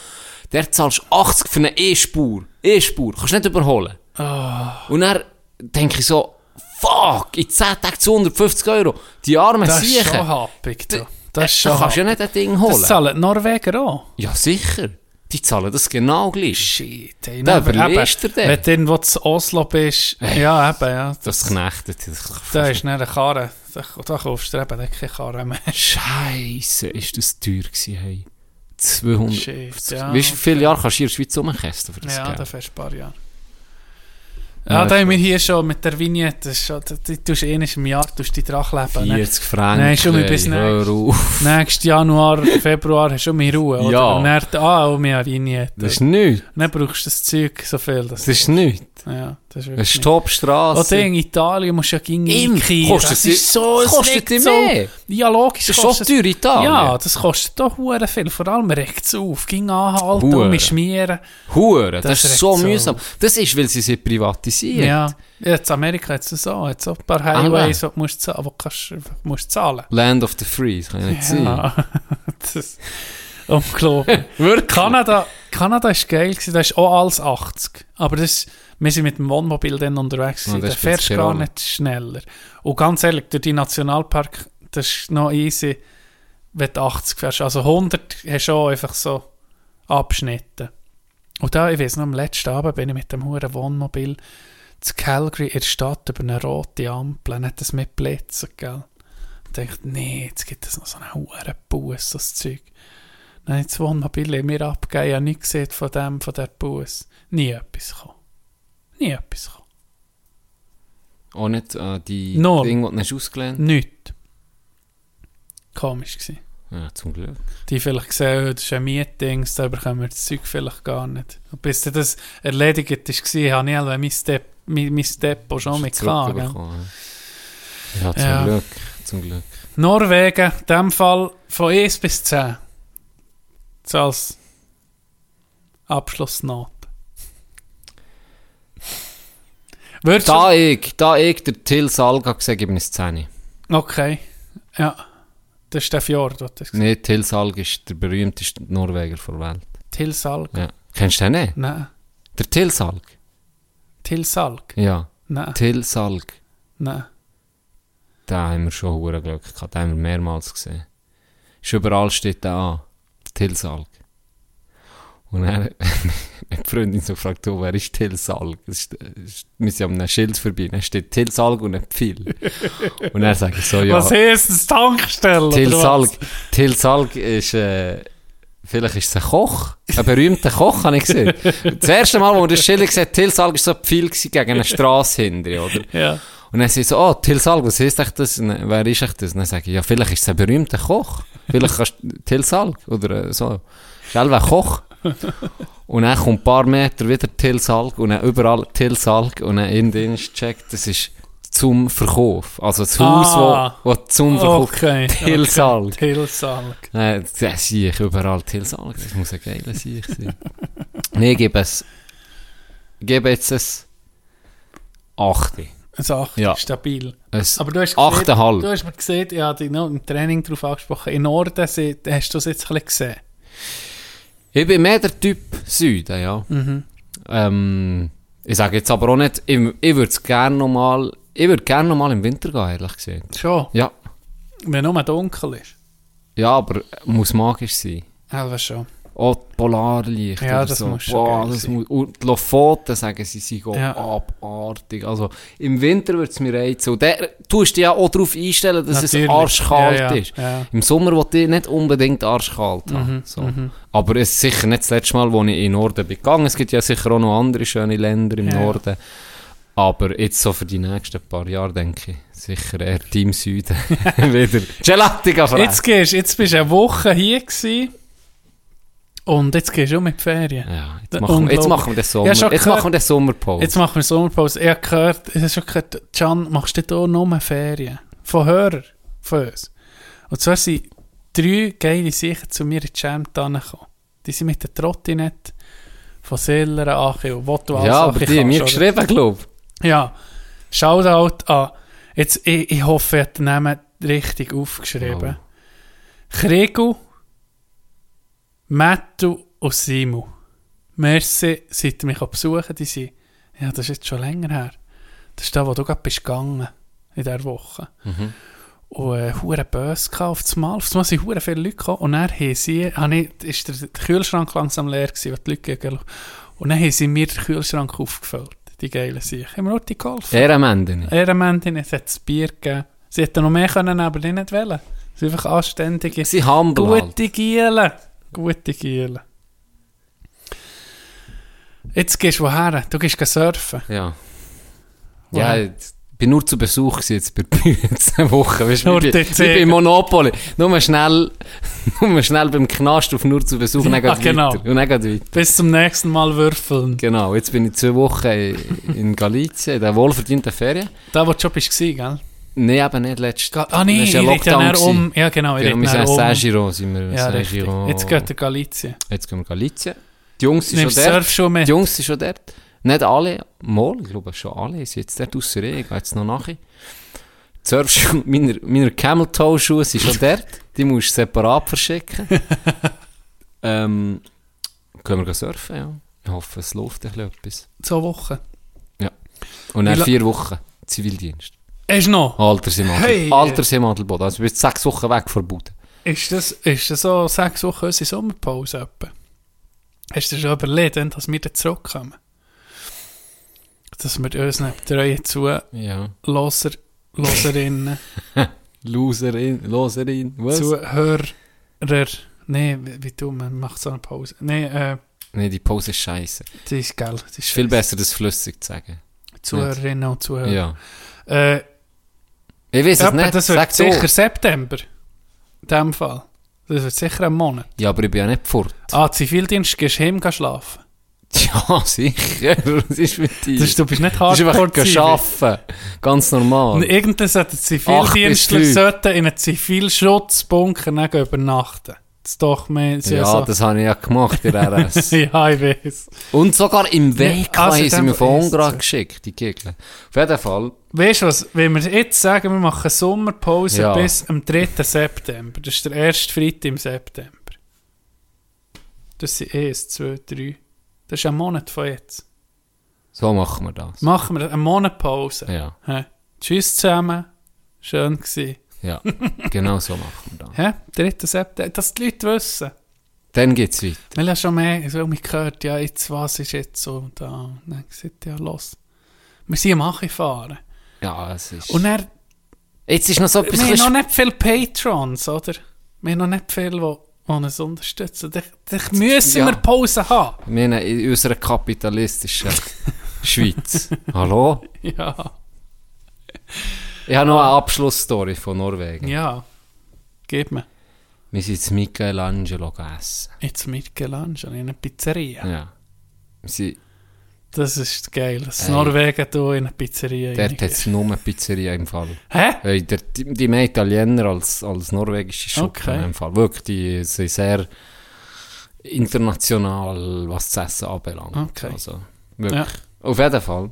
C: Dort zahlst du 80 für eine E-Spur. E-Spur. Kannst du nicht überholen.
D: Ah.
C: Und dann denke ich so, fuck, in 10 Tagen 250 Euro. Die armen
D: Das ist
C: Siechen.
D: schon happig, du. Das
C: Das
D: ist schon
C: kannst du ja
D: happig.
C: nicht ein Ding
D: Das
C: holen.
D: zahlen die Norweger auch.
C: ja, sicher. Die zahlen das genau gleich.
D: Shit, ey.
C: Da
D: Aber
C: überlebst
D: eben,
C: du den.
D: Wenn du irgendwo zu Oslo bist, ja, eben, ja.
C: Das knechtet.
D: Da ist nicht eine Karre. Da, da kaufst du eben keine Karre
C: [laughs]
D: mehr.
C: Scheiße, ist das teuer gewesen, hey. 200.
D: Shit, ja,
C: weißt du, wie viele Jahre kannst du hier in der Schweiz rumkästen für das
D: Ja,
C: Geld?
D: da fährst du ein paar Jahre.
C: Ja,
D: Ja, da
C: das
D: haben wir hier schon mit der Vignette. das ist schon- Du du tust eh nicht im Jahr tust dich dran kleben. ne?
C: 40 Franken.
D: Nein, schon mal bis
C: hör
D: nächstes.
C: auf.
D: Nächstes
C: [laughs]
D: Januar, Februar hast du mehr Ruhe. Oder?
C: Ja.
D: Und dann, ah, und mehr Vignette.
C: Das ist nichts.
D: Dann brauchst du das Zeug so viel. Dass
C: Das ist nichts.
D: Nou ja, das ist
C: Eine
D: wirklich. nicht- Oh,
C: Stoppstraße.
D: Ding, Italien musst du ja gegen
C: Immer.
D: einkehren.
C: Kostet
D: Das
C: sie-
D: ist so
C: das
D: es
C: kostet
D: liegt
C: sie
D: so-
C: mehr.
D: Ja, logisch.
C: Das ist so
D: kostet-
C: teuer Italien.
D: Ja, das kostet doch hure viel. Vor allem regt es auf. Ging anhalten
C: Hure.
D: und mich schmieren.
C: Hure, das,
D: Das
C: ist
D: regt
C: so
D: so
C: mühsam. Das ist, weil sie sie privatisieren.
D: Ja. Jetzt Amerika hat es so. Jetzt so ein paar
C: Ah,
D: Highways, die du musst zahlen, wo du kannst, musst zahlen. [laughs]
C: Land of the Free, das kann ja nicht sein.
D: Ja. das, Unglaublich.
C: [laughs] Wirklich?
D: Kanada, Kanada ist geil gewesen, da ist auch alles 80. Aber das, wir sind mit dem Wohnmobil dann unterwegs
C: Ja,
D: gewesen,
C: das
D: da
C: ist jetzt
D: fährst du gar
C: Tirol.
D: nicht schneller. Und ganz ehrlich, durch die Nationalpark, das ist noch easy, wenn du 80 fährst. Also 100 hast du auch einfach so Abschnitte. Und da, ich weiß noch, am letzten Abend bin ich mit dem huren Wohnmobil zu Calgary in der Stadt über eine rote Ampel, dann hat das mit Blitzen, gell. Und ich dachte, nee, jetzt gibt es noch so einen huren Bus, das Zeug. Nein, das Wohnmobil haben wir abgegeben. Ich habe nichts gesehen von dem, von der Bus. Nie etwas gekommen. Nie etwas gekommen.
C: Auch nicht äh, die
D: Norm.
C: Dinge, die du hast ausgelernt
D: Nichts. Komisch gewesen.
C: Ja, zum Glück.
D: Die vielleicht gesehen, oh, das ist ein Meeting, da bekommen wir das Zeug vielleicht gar nicht. Und bis dann das erledigt war, habe ich alle mein, Step, mein, mein Depot schon mit
C: Hast du
D: gehabt. gell?
C: zurückbekommen, Ja, Ja, zum
D: Ja.
C: Glück. Zum Glück.
D: Norwegen, in dem Fall von 1 bis 10. So als Abschlussnote. Würdest
C: Da ich, da ich der Till Salga gesehen gebe ich es 10.
D: Okay, ja. Das ist der Fjord, was du gesagt hast.
C: Nein, Till Salga ist der berühmteste Norweger der Welt.
D: Tilsalg?
C: Ja. Kennst du den nicht?
D: Nein.
C: Der Till Salga?
D: Tilsalg?
C: Ja.
D: Nein.
C: Till Salga.
D: Nein.
C: Den haben wir schon hure Glück gehabt. Den haben wir mehrmals gesehen. Ist überall steht der an. Till Salg. Und er [laughs] hat meine Freundin so gefragt, du, wer ist Till Salg? Das ist, das ist, wir sind an einem Schild vorbei. Dann steht Till Salg und ein
D: [laughs]
C: Pfeil. Und er sagt so, ja.
D: Was heisst das? Tankstelle?
C: Till
D: oder was?
C: Salg. Till Salg ist, äh, vielleicht ist es ein Koch. Ein berühmter Koch, habe ich gesehen. Das erste Mal, wo wir das Schild gesehen haben, Till Salg war so ein Pfeil gewesen gegen eine Straße hinten, oder?
D: Ja.
C: Und dann sind sie so, oh, Till Salg, was ist echt das? Und dann, wer ist echt das? Und dann sage ich, ja, vielleicht ist es ein berühmter Koch. Vielleicht kannst du [laughs] Till Salg oder äh, so. Gell, ein Koch. Und dann kommt ein paar Meter wieder Till Salg und dann überall Till Salg und dann in den checkt, das ist zum Verkauf. Also das
D: Ah.
C: Haus, wo, wo zum Verkauf.
D: Okay.
C: Till Salg.
D: Tilsalg.
C: Äh, das sehe ich überall Till Salg. Das muss ein geiler
D: [laughs]
C: Sieg sein. nee, ich gebe es, ich gebe jetzt es 8.
D: Also acht,
C: Ja.
D: stabil.
C: Es
D: Aber du hast, gesehen,
C: 8,5.
D: du hast mir gesehen, ich habe dich noch im Training darauf angesprochen, in Norden sind- hast du es jetzt ein bisschen gesehen.
C: Ich bin mehr der Typ Süden, ja.
D: Mhm.
C: Ähm, ich sage jetzt aber auch nicht, ich, ich würde es gerne nochmal, ich würde gerne nochmal im Winter gehen, ehrlich gesagt.
D: Schon,
C: Ja.
D: wenn nur dunkel ist.
C: Ja, aber muss magisch sein.
D: Also schon.
C: Auch Oh, die Polarlicht
D: Ja,
C: oder
D: das
C: so.
D: muss schon
C: Boah,
D: geil
C: das
D: sein.
C: muss, und die Lofoten sagen, sie sind
D: Ja.
C: abartig. Also im Winter würde es mir reizen. Und der tust du ja auch darauf einstellen, dass
D: Natürlich.
C: es arschkalt
D: Ja, ja,
C: ist.
D: ja. Mhm,
C: Im Sommer will ich nicht unbedingt arschkalt haben. so. Aber es ist sicher nicht das letzte Mal, wo ich in den Norden bin gegangen. Es gibt ja sicher auch noch andere schöne Länder im
D: Ja.
C: Norden. Aber jetzt so für die nächsten paar Jahre denke ich, sicher eher Team Süden
D: [laughs]
C: [laughs] wieder. Gelatica fressen.
D: Jetzt, gehst, jetzt bist du eine Woche hier gewesen und jetzt gehst du auch mit Ferien.
C: Ja, jetzt
D: Da-
C: machen, wir- jetzt
D: Äh, unglaublich.
C: machen wir den Sommer.
D: Ja, schon
C: jetzt
D: gehört-
C: machen wir den Sommerpause.
D: Jetzt machen wir Sommerpause. Ich habe gehört, ich habe schon gehört, Can, machst du hier nur Ferien? Von Hörern von uns. Und zwar sind drei geile Sicher zu mir in die Jam gekommen. Die sind mit der Trottinette von Silleren angekommen, wo du alles
C: ja, aber
D: ankommen
C: die haben mir
D: kannst, oder?
C: geschrieben, glaube ich.
D: Ja, Shoutout an. Jetzt, ich, ich hoffe, er hat den Namen richtig aufgeschrieben. Krigu, Mattu und Simu. Merci, seid ihr mich auch besuchen. Die sind, ja, das ist jetzt schon länger her. Das ist da, wo du gerade bist gegangen in dieser Woche. Und äh, hure böse gehabt auf das Mal. Auf das Mal sind hure viele Leute gekommen. Und dann haben sie, hab ich, ist der Kühlschrank langsam leer gewesen, weil die Leute gegangen Und dann haben sie mir den Kühlschrank aufgefüllt. Die geilen Sachen. Haben wir auch die geholfen?
C: Ehrenmänner nicht.
D: Ehrenmäntin, es hat das Bier gegeben. Sie hätten noch mehr können, aber die nicht wollen. Sie sind einfach anständige,
C: Sie humble halt.
D: gute Gielen. Gute Gielen. Jetzt gehst du woher? Du gehst gehen surfen.
C: Ja. Ja,
D: Woher?
C: jetzt- ich bin nur zu Besuch gewesen jetzt bei [laughs] jetzt eine Woche. Weißt,
D: Nur
C: du, ich bin, ich
D: TC.
C: bin Monopoly. Nur schnell, [laughs] nur schnell beim Knast auf nur zu Besuch und dann
D: Ja,
C: geht's
D: genau.
C: weiter. Und dann geht's weiter.
D: Bis zum nächsten Mal würfeln.
C: Genau, jetzt bin ich zwei Wochen in- in Galicien, in der wohlverdienten Ferien.
D: Da, wo du schon bist, gell?
C: Nein, eben nicht letztes
D: Ga- Ah, nee,
C: Das
D: ich
C: war ja
D: rede ja
C: Lockdown
D: näher um. Ja, genau, ich
C: Genau,
D: rede
C: wir
D: näher
C: sind
D: um.
C: Saint-Giraud, sind wir
D: Ja, richtig.
C: Saint-Giraud.
D: Jetzt geht der Galizien.
C: Jetzt gehen wir Galizien. Die Jungs sind schon
D: Nimmst du
C: dort.
D: Surfschuhe
C: Die
D: mit?
C: Jungs sind schon dort. Nicht alle, mal, ich glaube schon alle, sind jetzt dort ausser ich, ich gehe jetzt noch nachher. Die [laughs] Surfschuhe, meine, meine Camel Toe Schuhe sind schon dort, die musst du separat verschicken. Ähm, können wir gehen surfen, ja. Ich hoffe, es läuft ein bisschen etwas.
D: Zwei Wochen.
C: Und
D: Wie
C: dann
D: la-
C: vier Wochen Zivildienst.
D: Hast du noch?
C: Alters im Adelboden.
D: Hey.
C: Alters im Adelboden. Also du bist sechs Wochen weg von Bude.
D: Ist das, ist das so sechs Wochen unsere Sommerpause? Etwa? Hast du dir schon überlegt, wann dass wir dann zurückkommen? Dass wir unseren treuen Zuhörer,
C: Ja.
D: Hörerinnen,
C: Loserin, Loserin, [laughs] was?
D: Zuhörer, nee, wie, wie du, man macht so eine Pause. Nee, äh,
C: Nee, die Pause ist scheiße.
D: das ist geil. Das
C: Ist viel besser, das flüssig zu sagen.
D: Zuhörerinnen und Zuhörer.
C: Ja.
D: Äh,
C: Ich weiß
D: ja,
C: es nicht.
D: das
C: Sag
D: wird
C: so.
D: sicher September. In dem Fall. Das wird sicher ein Monat.
C: Ja, aber ich bin ja nicht fort. [laughs]
D: Ah, Zivildienst, gehst heim gehst schlafen.
C: Ja, sicher. Was ist mit dir?
D: Das ist, du bist
C: [laughs]
D: nicht
C: Du bist einfach
D: Hardcore-Zivil.
C: arbeiten. Ganz normal.
D: Und Irgendwann sollten
C: Acht
D: Zivildienstler
C: bis
D: sollten in einem Zivilschutzbunker nicht übernachten. Das ist doch mehr so.
C: ja,
D: so.
C: das habe ich ja gemacht in der
D: [laughs]
C: RS.
D: ja, ich weiß.
C: Und sogar im
D: Nee,
C: Weg
D: also
C: haben sie
D: dann-
C: mir von Ungra
D: ist-
C: geschickt, die Gegner. Auf jeden Fall.
D: Weißt du was, wenn wir jetzt sagen, wir machen Sommerpause
C: Ja.
D: bis am 3. September. Das ist der erste Freitag im September. Das sind 1, 2, 3. Das ist ein Monat von jetzt.
C: So machen wir das.
D: Machen wir einen Monat Pause.
C: Ja,
D: Hä? Tschüss zusammen. Schön gewesen. [laughs]
C: ja. genau so machen wir das.
D: Hä? 3. September. Dass die Leute wissen.
C: Dann geht's weiter.
D: Weil er schon mehr so mich gehört, ja, jetzt was ist jetzt so und da. Und dann gesagt, ja, los. Wir sind am Achi fahren.
C: Ja, es ist.
D: Und er,
C: jetzt ist noch so
D: Äh, wir haben
C: etwas.
D: noch nicht viele Patrons, oder? Wir haben noch nicht viele, die, die uns unterstützen. Dich, dich müssen
C: Ja.
D: wir Pause haben.
C: [laughs] Wir haben in
D: [laughs]
C: unserer kapitalistischen Schweiz. Hallo?
D: Ja.
C: Ich habe noch eine Abschlussstory von Norwegen.
D: Ja. Gib mir.
C: Wir sind zu Michelangelo gegessen.
D: Jetzt Michelangelo in einer Pizzeria.
C: Ja. Wir sind,
D: Das ist geil. Das
C: Ey.
D: Norwegen du in einer Pizzeria.
C: dort hat
D: reingehst.
C: es nur eine Pizzeria im Fall.
D: Hä?
C: Hey, der, die, die mehr Italiener als, als norwegische Schuppen
D: Okay.
C: im Fall. Wirklich, die sind sehr international, was das Essen anbelangt.
D: Okay.
C: Also, wirklich. Auf jeden Fall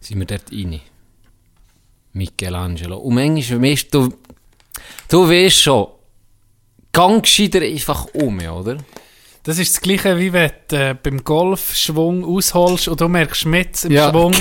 C: sind wir dort rein. Michelangelo. Und manchmal, weißt du, du weißt schon, gang gescheiter einfach um, oder?
D: Das ist das Gleiche, wie wenn du äh, beim Golf Schwung ausholst und du merkst, mit im
C: Ja. [laughs]
D: Schwung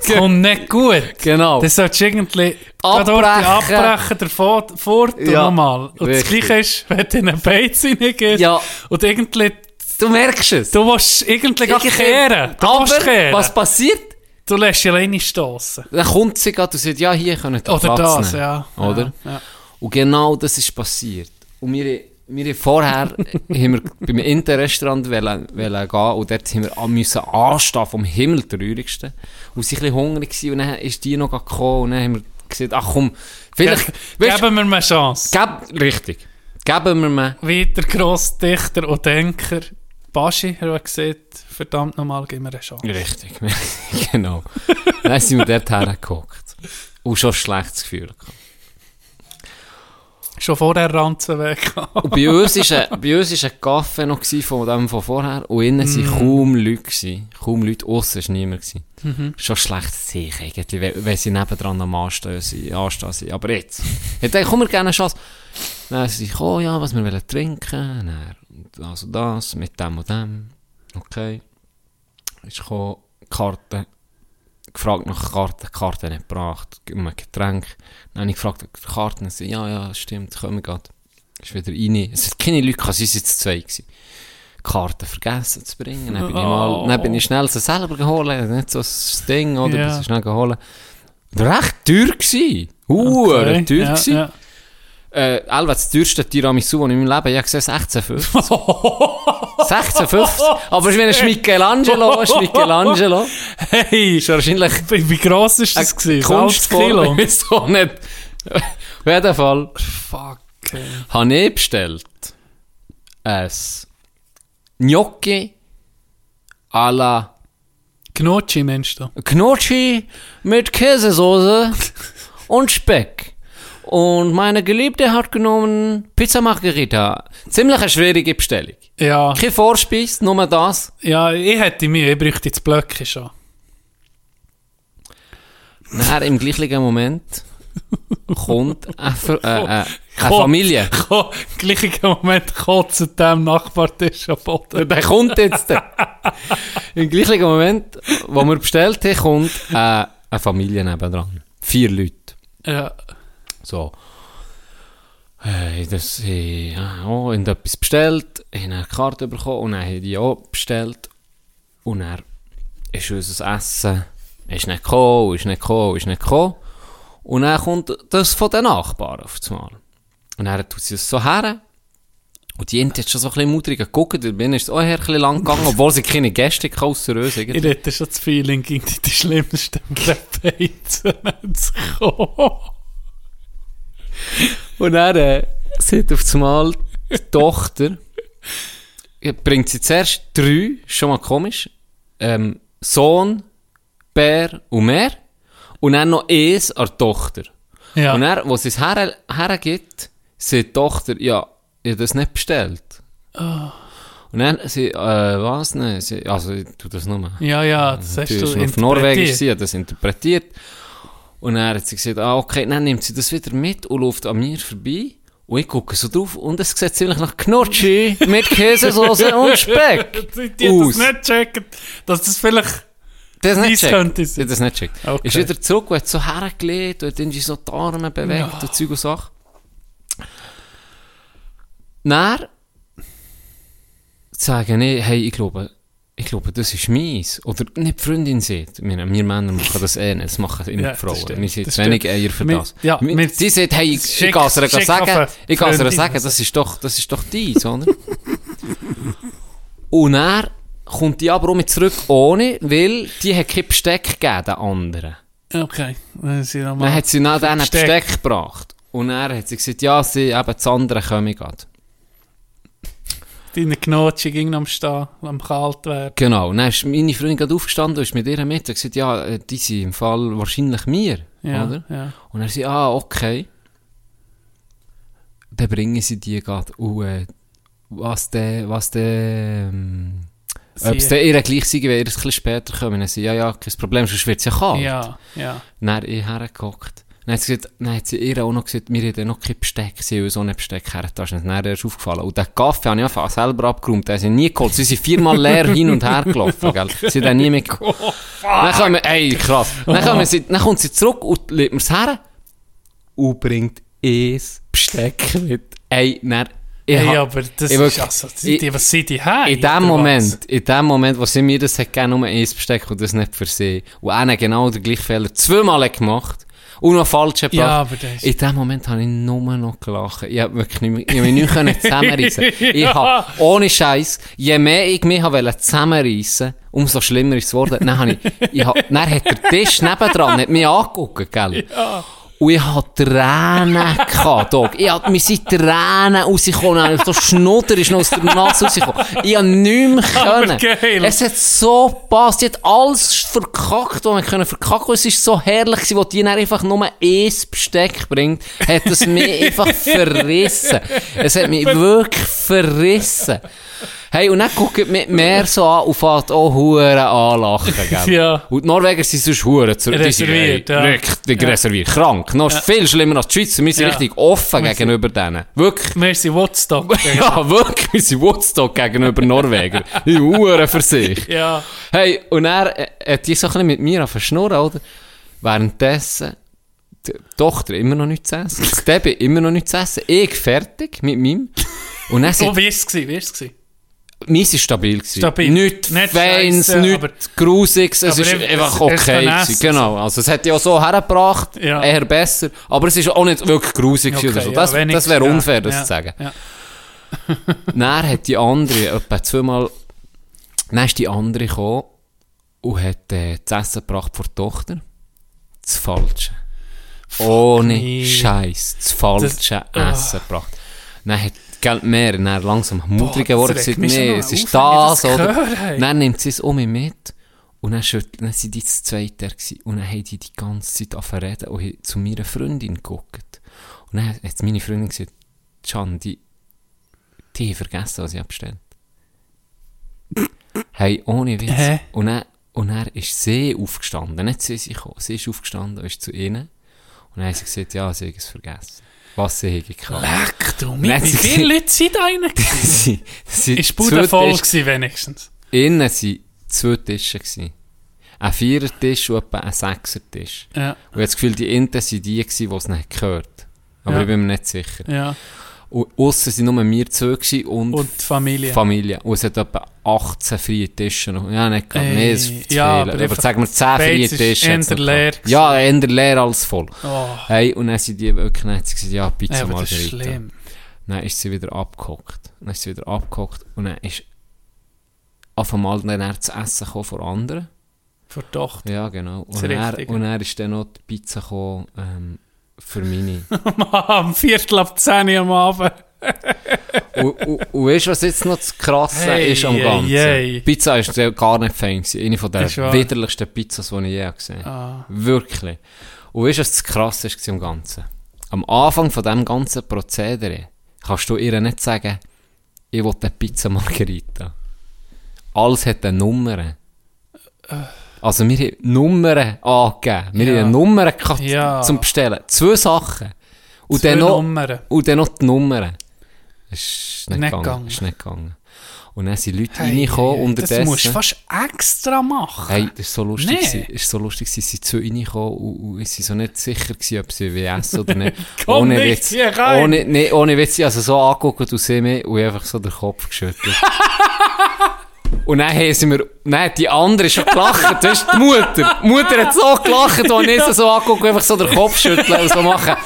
D: es kommt nicht gut.
C: Genau.
D: Das solltest du irgendwie
C: Abbrechen.
D: abbrechen, abbrechen der Fort, fort
C: Ja,
D: und nochmal. Und das
C: wirklich.
D: Gleiche [laughs] ist, wenn du in einen Beiz reingehst
C: ja,
D: und irgendwie,
C: du merkst es.
D: du willst irgendwie gerade
C: Irgendwie-
D: kehren. Du
C: Aber
D: willst kehren.
C: was passiert?
D: Du lässt dich alleine stossen.
C: Dann kommt sie gerade und sagt, ja, hier können wir
D: Oder
C: Platz
D: das,
C: nehmen.
D: ja.
C: Oder?
D: Ja, ja.
C: Und genau das ist passiert. Und wir, wir haben vorher [laughs] haben wir beim Interrestaurant wollen, wollen gehen und dort haben wir an- müssen anstehen, vom Himmel der rührigsten. Und sie waren ein bisschen hungrig gewesen, und dann ist die noch gekommen und dann haben wir gesagt, ach komm, vielleicht, weißt,
D: Geben wir mir eine Chance.
C: geb, richtig, geben wir mal,
D: Wie der grosse Dichter und Denker Baschi er hat gesagt, verdammt nochmal, gib mir eine Chance.
C: richtig, [laughs] genau. dann sind wir dort hergeguckt und schon ein schlechtes Gefühl gehabt.
D: Schon vorher Ranzen weg.
C: Und bei uns war ein, bei uns ist ein Kaffee noch gsi von dem von vorher und innen waren kaum Leute. Gewesen. Kaum Leute, aussen war niemand. Gewesen. Schon schlecht sich eigentlich, wenn, wenn sie nebendran am Anstehen sind. Anstehen sind. Aber jetzt. Ich dachte, komm, wir gerne eine Chance. Dann sie sich, oh ja, was wir wollen trinken. Dann also das, mit dem und dem. Okay. Ist gekommen, Karte. Gefragt nach Karten, Karten nicht gebracht, um ein Getränk. Dann habe ich gefragt nach Karten, sie, ja, ja, stimmt, kommen wir gerade ist wieder rein. Es hat keine Leute gehabt, sie waren jetzt zwei. Gewesen. Karten vergessen zu bringen. Dann bin, ich, mal,
D: Oh.
C: dann bin ich schnell sie selber geholt. Nicht so ein Ding, oder?
D: Ja.
C: Bin sie schnell geholt. Und Recht teuer gsi.
D: [laughs]
C: Huere
D: Okay,
C: teuer
D: ja,
C: gsi.
D: ja.
C: Äh, Elva, das teuerste Tiramisu, das ich in meinem Leben, ich habe
D: [laughs]
C: gesehen, 16,50. 16,50? Aber es ist wie ein Michelangelo, ein Michelangelo.
D: Hey,
C: Ist wahrscheinlich
D: wie wie gross ist [laughs] das
C: eine
D: gewesen? 80
C: Kunstform, [laughs]
D: Kilo?
C: ich weiss auch nicht. Auf jeden Fall.
D: Fuck. ey.
C: habe ich bestellt ein Gnocchi à la
D: Gnocchi meinst du?
C: Gnocchi mit
D: [laughs]
C: Käsesoße und Speck. Und meine Geliebte hat genommen Pizza Margherita. Ziemlich eine schwierige Bestellung.
D: Ja,
C: Keine Vorspeise, nur das.
D: ja, ich hätte mir, ich bräuchte jetzt Blöcke schon.
C: Nachher im gleichen Moment kommt ein, Ver- äh, äh, Eine Familie.
D: Ko- [laughs] Gleichen Moment kotzt dem Nachbartisch am Boden.
C: Der kommt jetzt. Im gleichen Moment, wo wir bestellt haben, kommt äh, eine Familie nebendran. Vier Leute.
D: Ja.
C: So. Hey, das, äh, ah, ich habe auch etwas bestellt, haben eine Karte bekommen und dann habe ich auch bestellt. Und er ist unser Essen, ist nicht gekommen, ist nicht gekommen, ist nicht gekommen. Und dann kommt das von den Nachbarn auf einmal. Und er tut sie es so her. Und die Ente hat schon so ein bisschen mutig geguckt, und mir ist es auch her ein bisschen lang gegangen, obwohl sie keine Gäste hatten, ausser uns. irgendwie.
D: Ich hatte schon das Feeling, ging die die schlimmsten [laughs] Beizen zu kommen.
C: Und dann äh, sieht auf einmal die Tochter, ja, bringt sie zuerst drei, schon mal komisch, ähm, Sohn, Bär und mehr. Und dann noch eins an die Tochter.
D: Ja.
C: Und dann, wo sie es her, hergibt, sagt die Tochter, ja, ich habe das nicht bestellt. Und dann, sie, äh, was, ne, sie, also ich tu das nochmal.
D: ja, ja, das hast du
C: Natürlich auf
D: interpretiert.
C: Norwegisch sie hat das interpretiert. Und dann hat sie gesagt, ah, okay, dann nimmt sie das wieder mit und läuft an mir vorbei. Und ich gucke so drauf und es sieht ziemlich nach Knutschi
D: [laughs]
C: mit Käsesoße und Speck
D: Die, die hat
C: aus.
D: das nicht checken, dass das vielleicht...
C: Das
D: Weiss
C: nicht checkt.
D: könnte
C: Die
D: es.
C: hat das nicht checkt.
D: Okay.
C: Ist wieder zurück und hat so hergelegt und hat irgendwie so die Arme bewegt
D: Ja.
C: und Zeug und Sachen. Dann sagen, ich, hey, ich glaube, ich glaube, das ist meins. Oder nicht die Freundin sieht. Wir, wir Männer machen das eh nicht. Das machen immer
D: Ja,
C: die
D: das
C: Frauen.
D: stimmt,
C: wir sind
D: das
C: zu wenig
D: stimmt.
C: Eier für
D: Wir-
C: das.
D: ja,
C: Wir-
D: wir-
C: die sagt, hey, ich, ich
D: Schick-
C: kann es ihr
D: schick
C: sagen,
D: auf eine
C: ich kann es ihr
D: Freundin.
C: sagen, das ist doch, das ist doch deins, oder? [laughs] Und er kommt die aber auch mit zurück ohne, weil die hat kein Besteck gegeben, den anderen.
D: Okay, dann sind wir
C: Dann
D: nochmal...
C: hat sie nach denen
D: Besteck.
C: Besteck gebracht. Und er hat sie gesagt, ja, sie, eben, das andere komme gerade.
D: Deine Knotsche ging am Stehen, am kalt werden.
C: Genau. Und dann ist meine Freundin gerade aufgestanden und ist mit ihr mit und gesagt, ja, äh, die sind im Fall wahrscheinlich mir,
D: Ja,
C: oder?
D: ja.
C: Und er sagt, ah, okay. Dann bringen sie die gerade. Und äh, was der, was der, ähm,
D: Sie-
C: ob es der ihr gleich sei, wenn ihr ein bisschen später kommen. Dann sagt sie, ja, ja, kein Problem, sonst wird es ja kalt.
D: Ja, ja.
C: Dann habe ich hergeguckt. Dann hat, sie gesagt, dann hat sie ihr auch noch gesagt, wir haben noch kein Besteck, sie haben uns auch nicht Besteck hergetascht. Dann ist erst aufgefallen. Und den Kaffee habe ich einfach selber abgeräumt, den habe ich nie geholt. Sie sind viermal leer hin und her gelaufen, gell. Sie haben den nie
D: Oh,
C: mitgeholt. dann kommen, ey, krass. Dann, kommen sie, dann kommt sie zurück und legt mir's her und bringt ein Besteck mit. Ey, dann, ich
D: Hey,
C: hab-
D: aber das
C: ich
D: ist
C: wirklich-
D: also,
C: ich-
D: die, die, was sind die her?
C: in
D: oder
C: dem
D: was?
C: Moment, in dem Moment, wo sie mir das hat gegeben, nur eins Besteck und das nicht für sie. Und einer genau den gleichen Fehler zweimal hat gemacht. Und noch falsch hat
D: Ja,
C: gebracht.
D: aber das ist-
C: In dem Moment habe ich nur noch gelacht. Ich habe wirklich nicht, mehr- ich habe mich nicht können zusammenreissen. Ich habe, ohne Scheiß, je mehr ich mich habe wollen zusammenreissen, umso schlimmer ist es geworden. Dann habe ich, ich habe, dann hat der Tisch nebendran, hat mich angeguckt, gell? Und ich hatte Tränen gehabt, Dog. Ich hatte, mir sind Tränen rausgekommen. Und so Schnudder ist noch aus der Nase rausgekommen. Ich habe nichts mehr
D: Aber
C: können.
D: geil.
C: Es hat so gepasst. Ich hat alles verkackt, was man können verkacken. Und Es ist so herrlich gewesen, wo die dann einfach nur ein Besteck bringt, hat es
D: [laughs]
C: mich einfach verrissen. Es hat mich wirklich verrissen. Hey, und dann guckt mich mehr so an und fängt auch Huren anlachen, gell?
D: Ja.
C: Und die Norweger sind sonst Huren zu
D: Reserviert,
C: die
D: ja.
C: sind, Richtig reserviert. Krank. Noch viel schlimmer als die Schweizer. Wir sind
D: Ja.
C: richtig offen gegenüber denen. Wirklich.
D: Wir sind Woodstock. [laughs]
C: [laughs] Ja, wirklich. Wir sind Woodstock gegenüber Norweger. Die sind Huren für sich.
D: ja.
C: Hey, und er äh, hat die so ein bisschen mit mir verschnurren, oder? Währenddessen die Tochter immer noch nichts zu essen. Das Debbie immer noch nichts zu essen. Ich fertig mit meinem. Und dann
D: So,
C: sind,
D: Oh, wie ist es gewesen? Wie ist es gewesen?
C: meins war stabil. Gewesen.
D: Stabil.
C: Nicht,
D: Nicht
C: Feins,
D: scheisse, aber-
C: nichts Grusiges. Es
D: aber
C: ist
D: eben,
C: einfach
D: es-
C: okay.
D: es kann
C: gewesen.
D: essen.
C: genau. Also, es hätte ja so hergebracht.
D: Ja.
C: Eher besser. Aber es ist auch nicht wirklich grusig gewesen oder so.
D: ja,
C: Das, das
D: wenigstens,
C: wäre
D: ja,
C: unfair, das
D: ja,
C: zu sagen.
D: Ja.
C: Dann hat die andere etwa zweimal, dann ist die andere gekommen und hat äh, das Essen gebracht vor die Tochter. Das Falsche. Ohne
D: me.
C: Scheiß. Das falsche
D: Das- Ah.
C: Essen gebracht. Dann hat Geld mehr, dann langsam mutig
D: Boah,
C: geworden,
D: das
C: gesagt,
D: regt mich schon
C: nee,
D: noch
C: es ist
D: auf,
C: das,
D: wenn ich das
C: oder?
D: höre, hey.
C: Dann nimmt sie es um mich mit. Und dann, schüttelt- dann sind die zu zweit da gewesen. Und dann haben die die ganze Zeit angefangen zu reden und haben zu meiner Freundin geguckt. Und dann hat meine Freundin gesagt, Can, die, die haben vergessen, was ich abstelle. hey, ohne Witz.
D: Hä?
C: Und dann, und dann ist sie aufgestanden. Nicht sie, sie, gekommen. sie ist aufgestanden und ist zu ihnen. Und dann hat sie gesagt, ja, sie hat es vergessen. was sie hier gehabt
D: Leck, du,
C: Nein,
D: wie
C: sie-
D: viele Leute sind da rein?
C: [laughs] Sie- sie-
D: Ist die Bude voll
C: Tische-
D: gewesen, wenigstens.
C: Innen waren zwei Tische. Gewesen. Ein Vierertisch und etwa ein Sechsertisch.
D: Ja,
C: Und ich habe das Gefühl, die Innen waren die, gewesen, die es nicht gehört Aber
D: Ja.
C: ich bin mir nicht sicher.
D: ja.
C: Und aussen waren nur wir zwei gewesen und,
D: Und die Familie.
C: Familie. Und es hat etwa 18 freie Tische noch. Ja, nicht gerade.
D: Ey,
C: Nee, das ist zu
D: ja,
C: viel.
D: aber
C: Aber,
D: einfach-
C: sagen wir 10 freie
D: Beiz ist
C: Tische. hat's
D: eher
C: noch
D: leer
C: gehabt. Ja, eher leer als voll.
D: oh,
C: Hey, und dann sind die wirklich nett. Sie gesagt, ja, Pizza
D: ey, aber das ist
C: Margherita.
D: schlimm.
C: Dann ist sie wieder abgehockt. Dann ist sie wieder abgehockt und dann ist auf einmal dann eher zu essen gekommen von anderen.
D: Für die Tochter.
C: Ja, genau. Und
D: Das
C: er,
D: Richtige.
C: und er ist dann noch die Pizza gekommen, ähm, für meine.
D: Am Viertel ab 10 Uhr am Abend.
C: und, und, und weißt du, was jetzt noch das Krasse
D: Hey,
C: ist am
D: hey,
C: Ganzen?
D: hey.
C: Pizza ist ja gar nicht fein. gewesen. Eine von der
D: Ist wahr.
C: widerlichsten Pizzas, die ich je gesehen habe.
D: Ah,
C: Wirklich. Und weißt du, was das Krasse ist am Ganzen? Am Anfang von diesem ganzen Prozedere kannst du ihr nicht sagen, ich will eine Pizza Margherita. Alles hat eine Nummer. Also wir haben Nummern angegeben. Wir
D: Ja.
C: haben Nummern gehabt
D: Ja.
C: zum Bestellen. Zwei Sachen. Und
D: zwei
C: dann noch...
D: Nummern.
C: Und dann noch die Nummern. Ist nicht,
D: Nicht
C: gegangen.
D: gegangen.
C: Ist nicht gegangen. Und dann sind Leute
D: Hey,
C: reingekommen
D: hey, hey,
C: unterdessen.
D: Das musst du fast extra machen.
C: Hey, das ist so lustig.
D: Nee.
C: Nee. Ist so lustig, sie sind zu reingekommen und, und ich war so nicht sicher, gewesen, ob sie will essen oder nicht.
D: [laughs] Komm nicht hier rein.
C: Ohne, nee, ohne Witz, ich habe sie so angeguckt und sie mich und ich einfach so den Kopf geschüttelt. und dann haben sie mir, nein, die andere ist schon gelacht, das ist die Mutter. Die Mutter hat so gelacht und ich sie so angeguckt und einfach so den Kopf schütteln und so machen.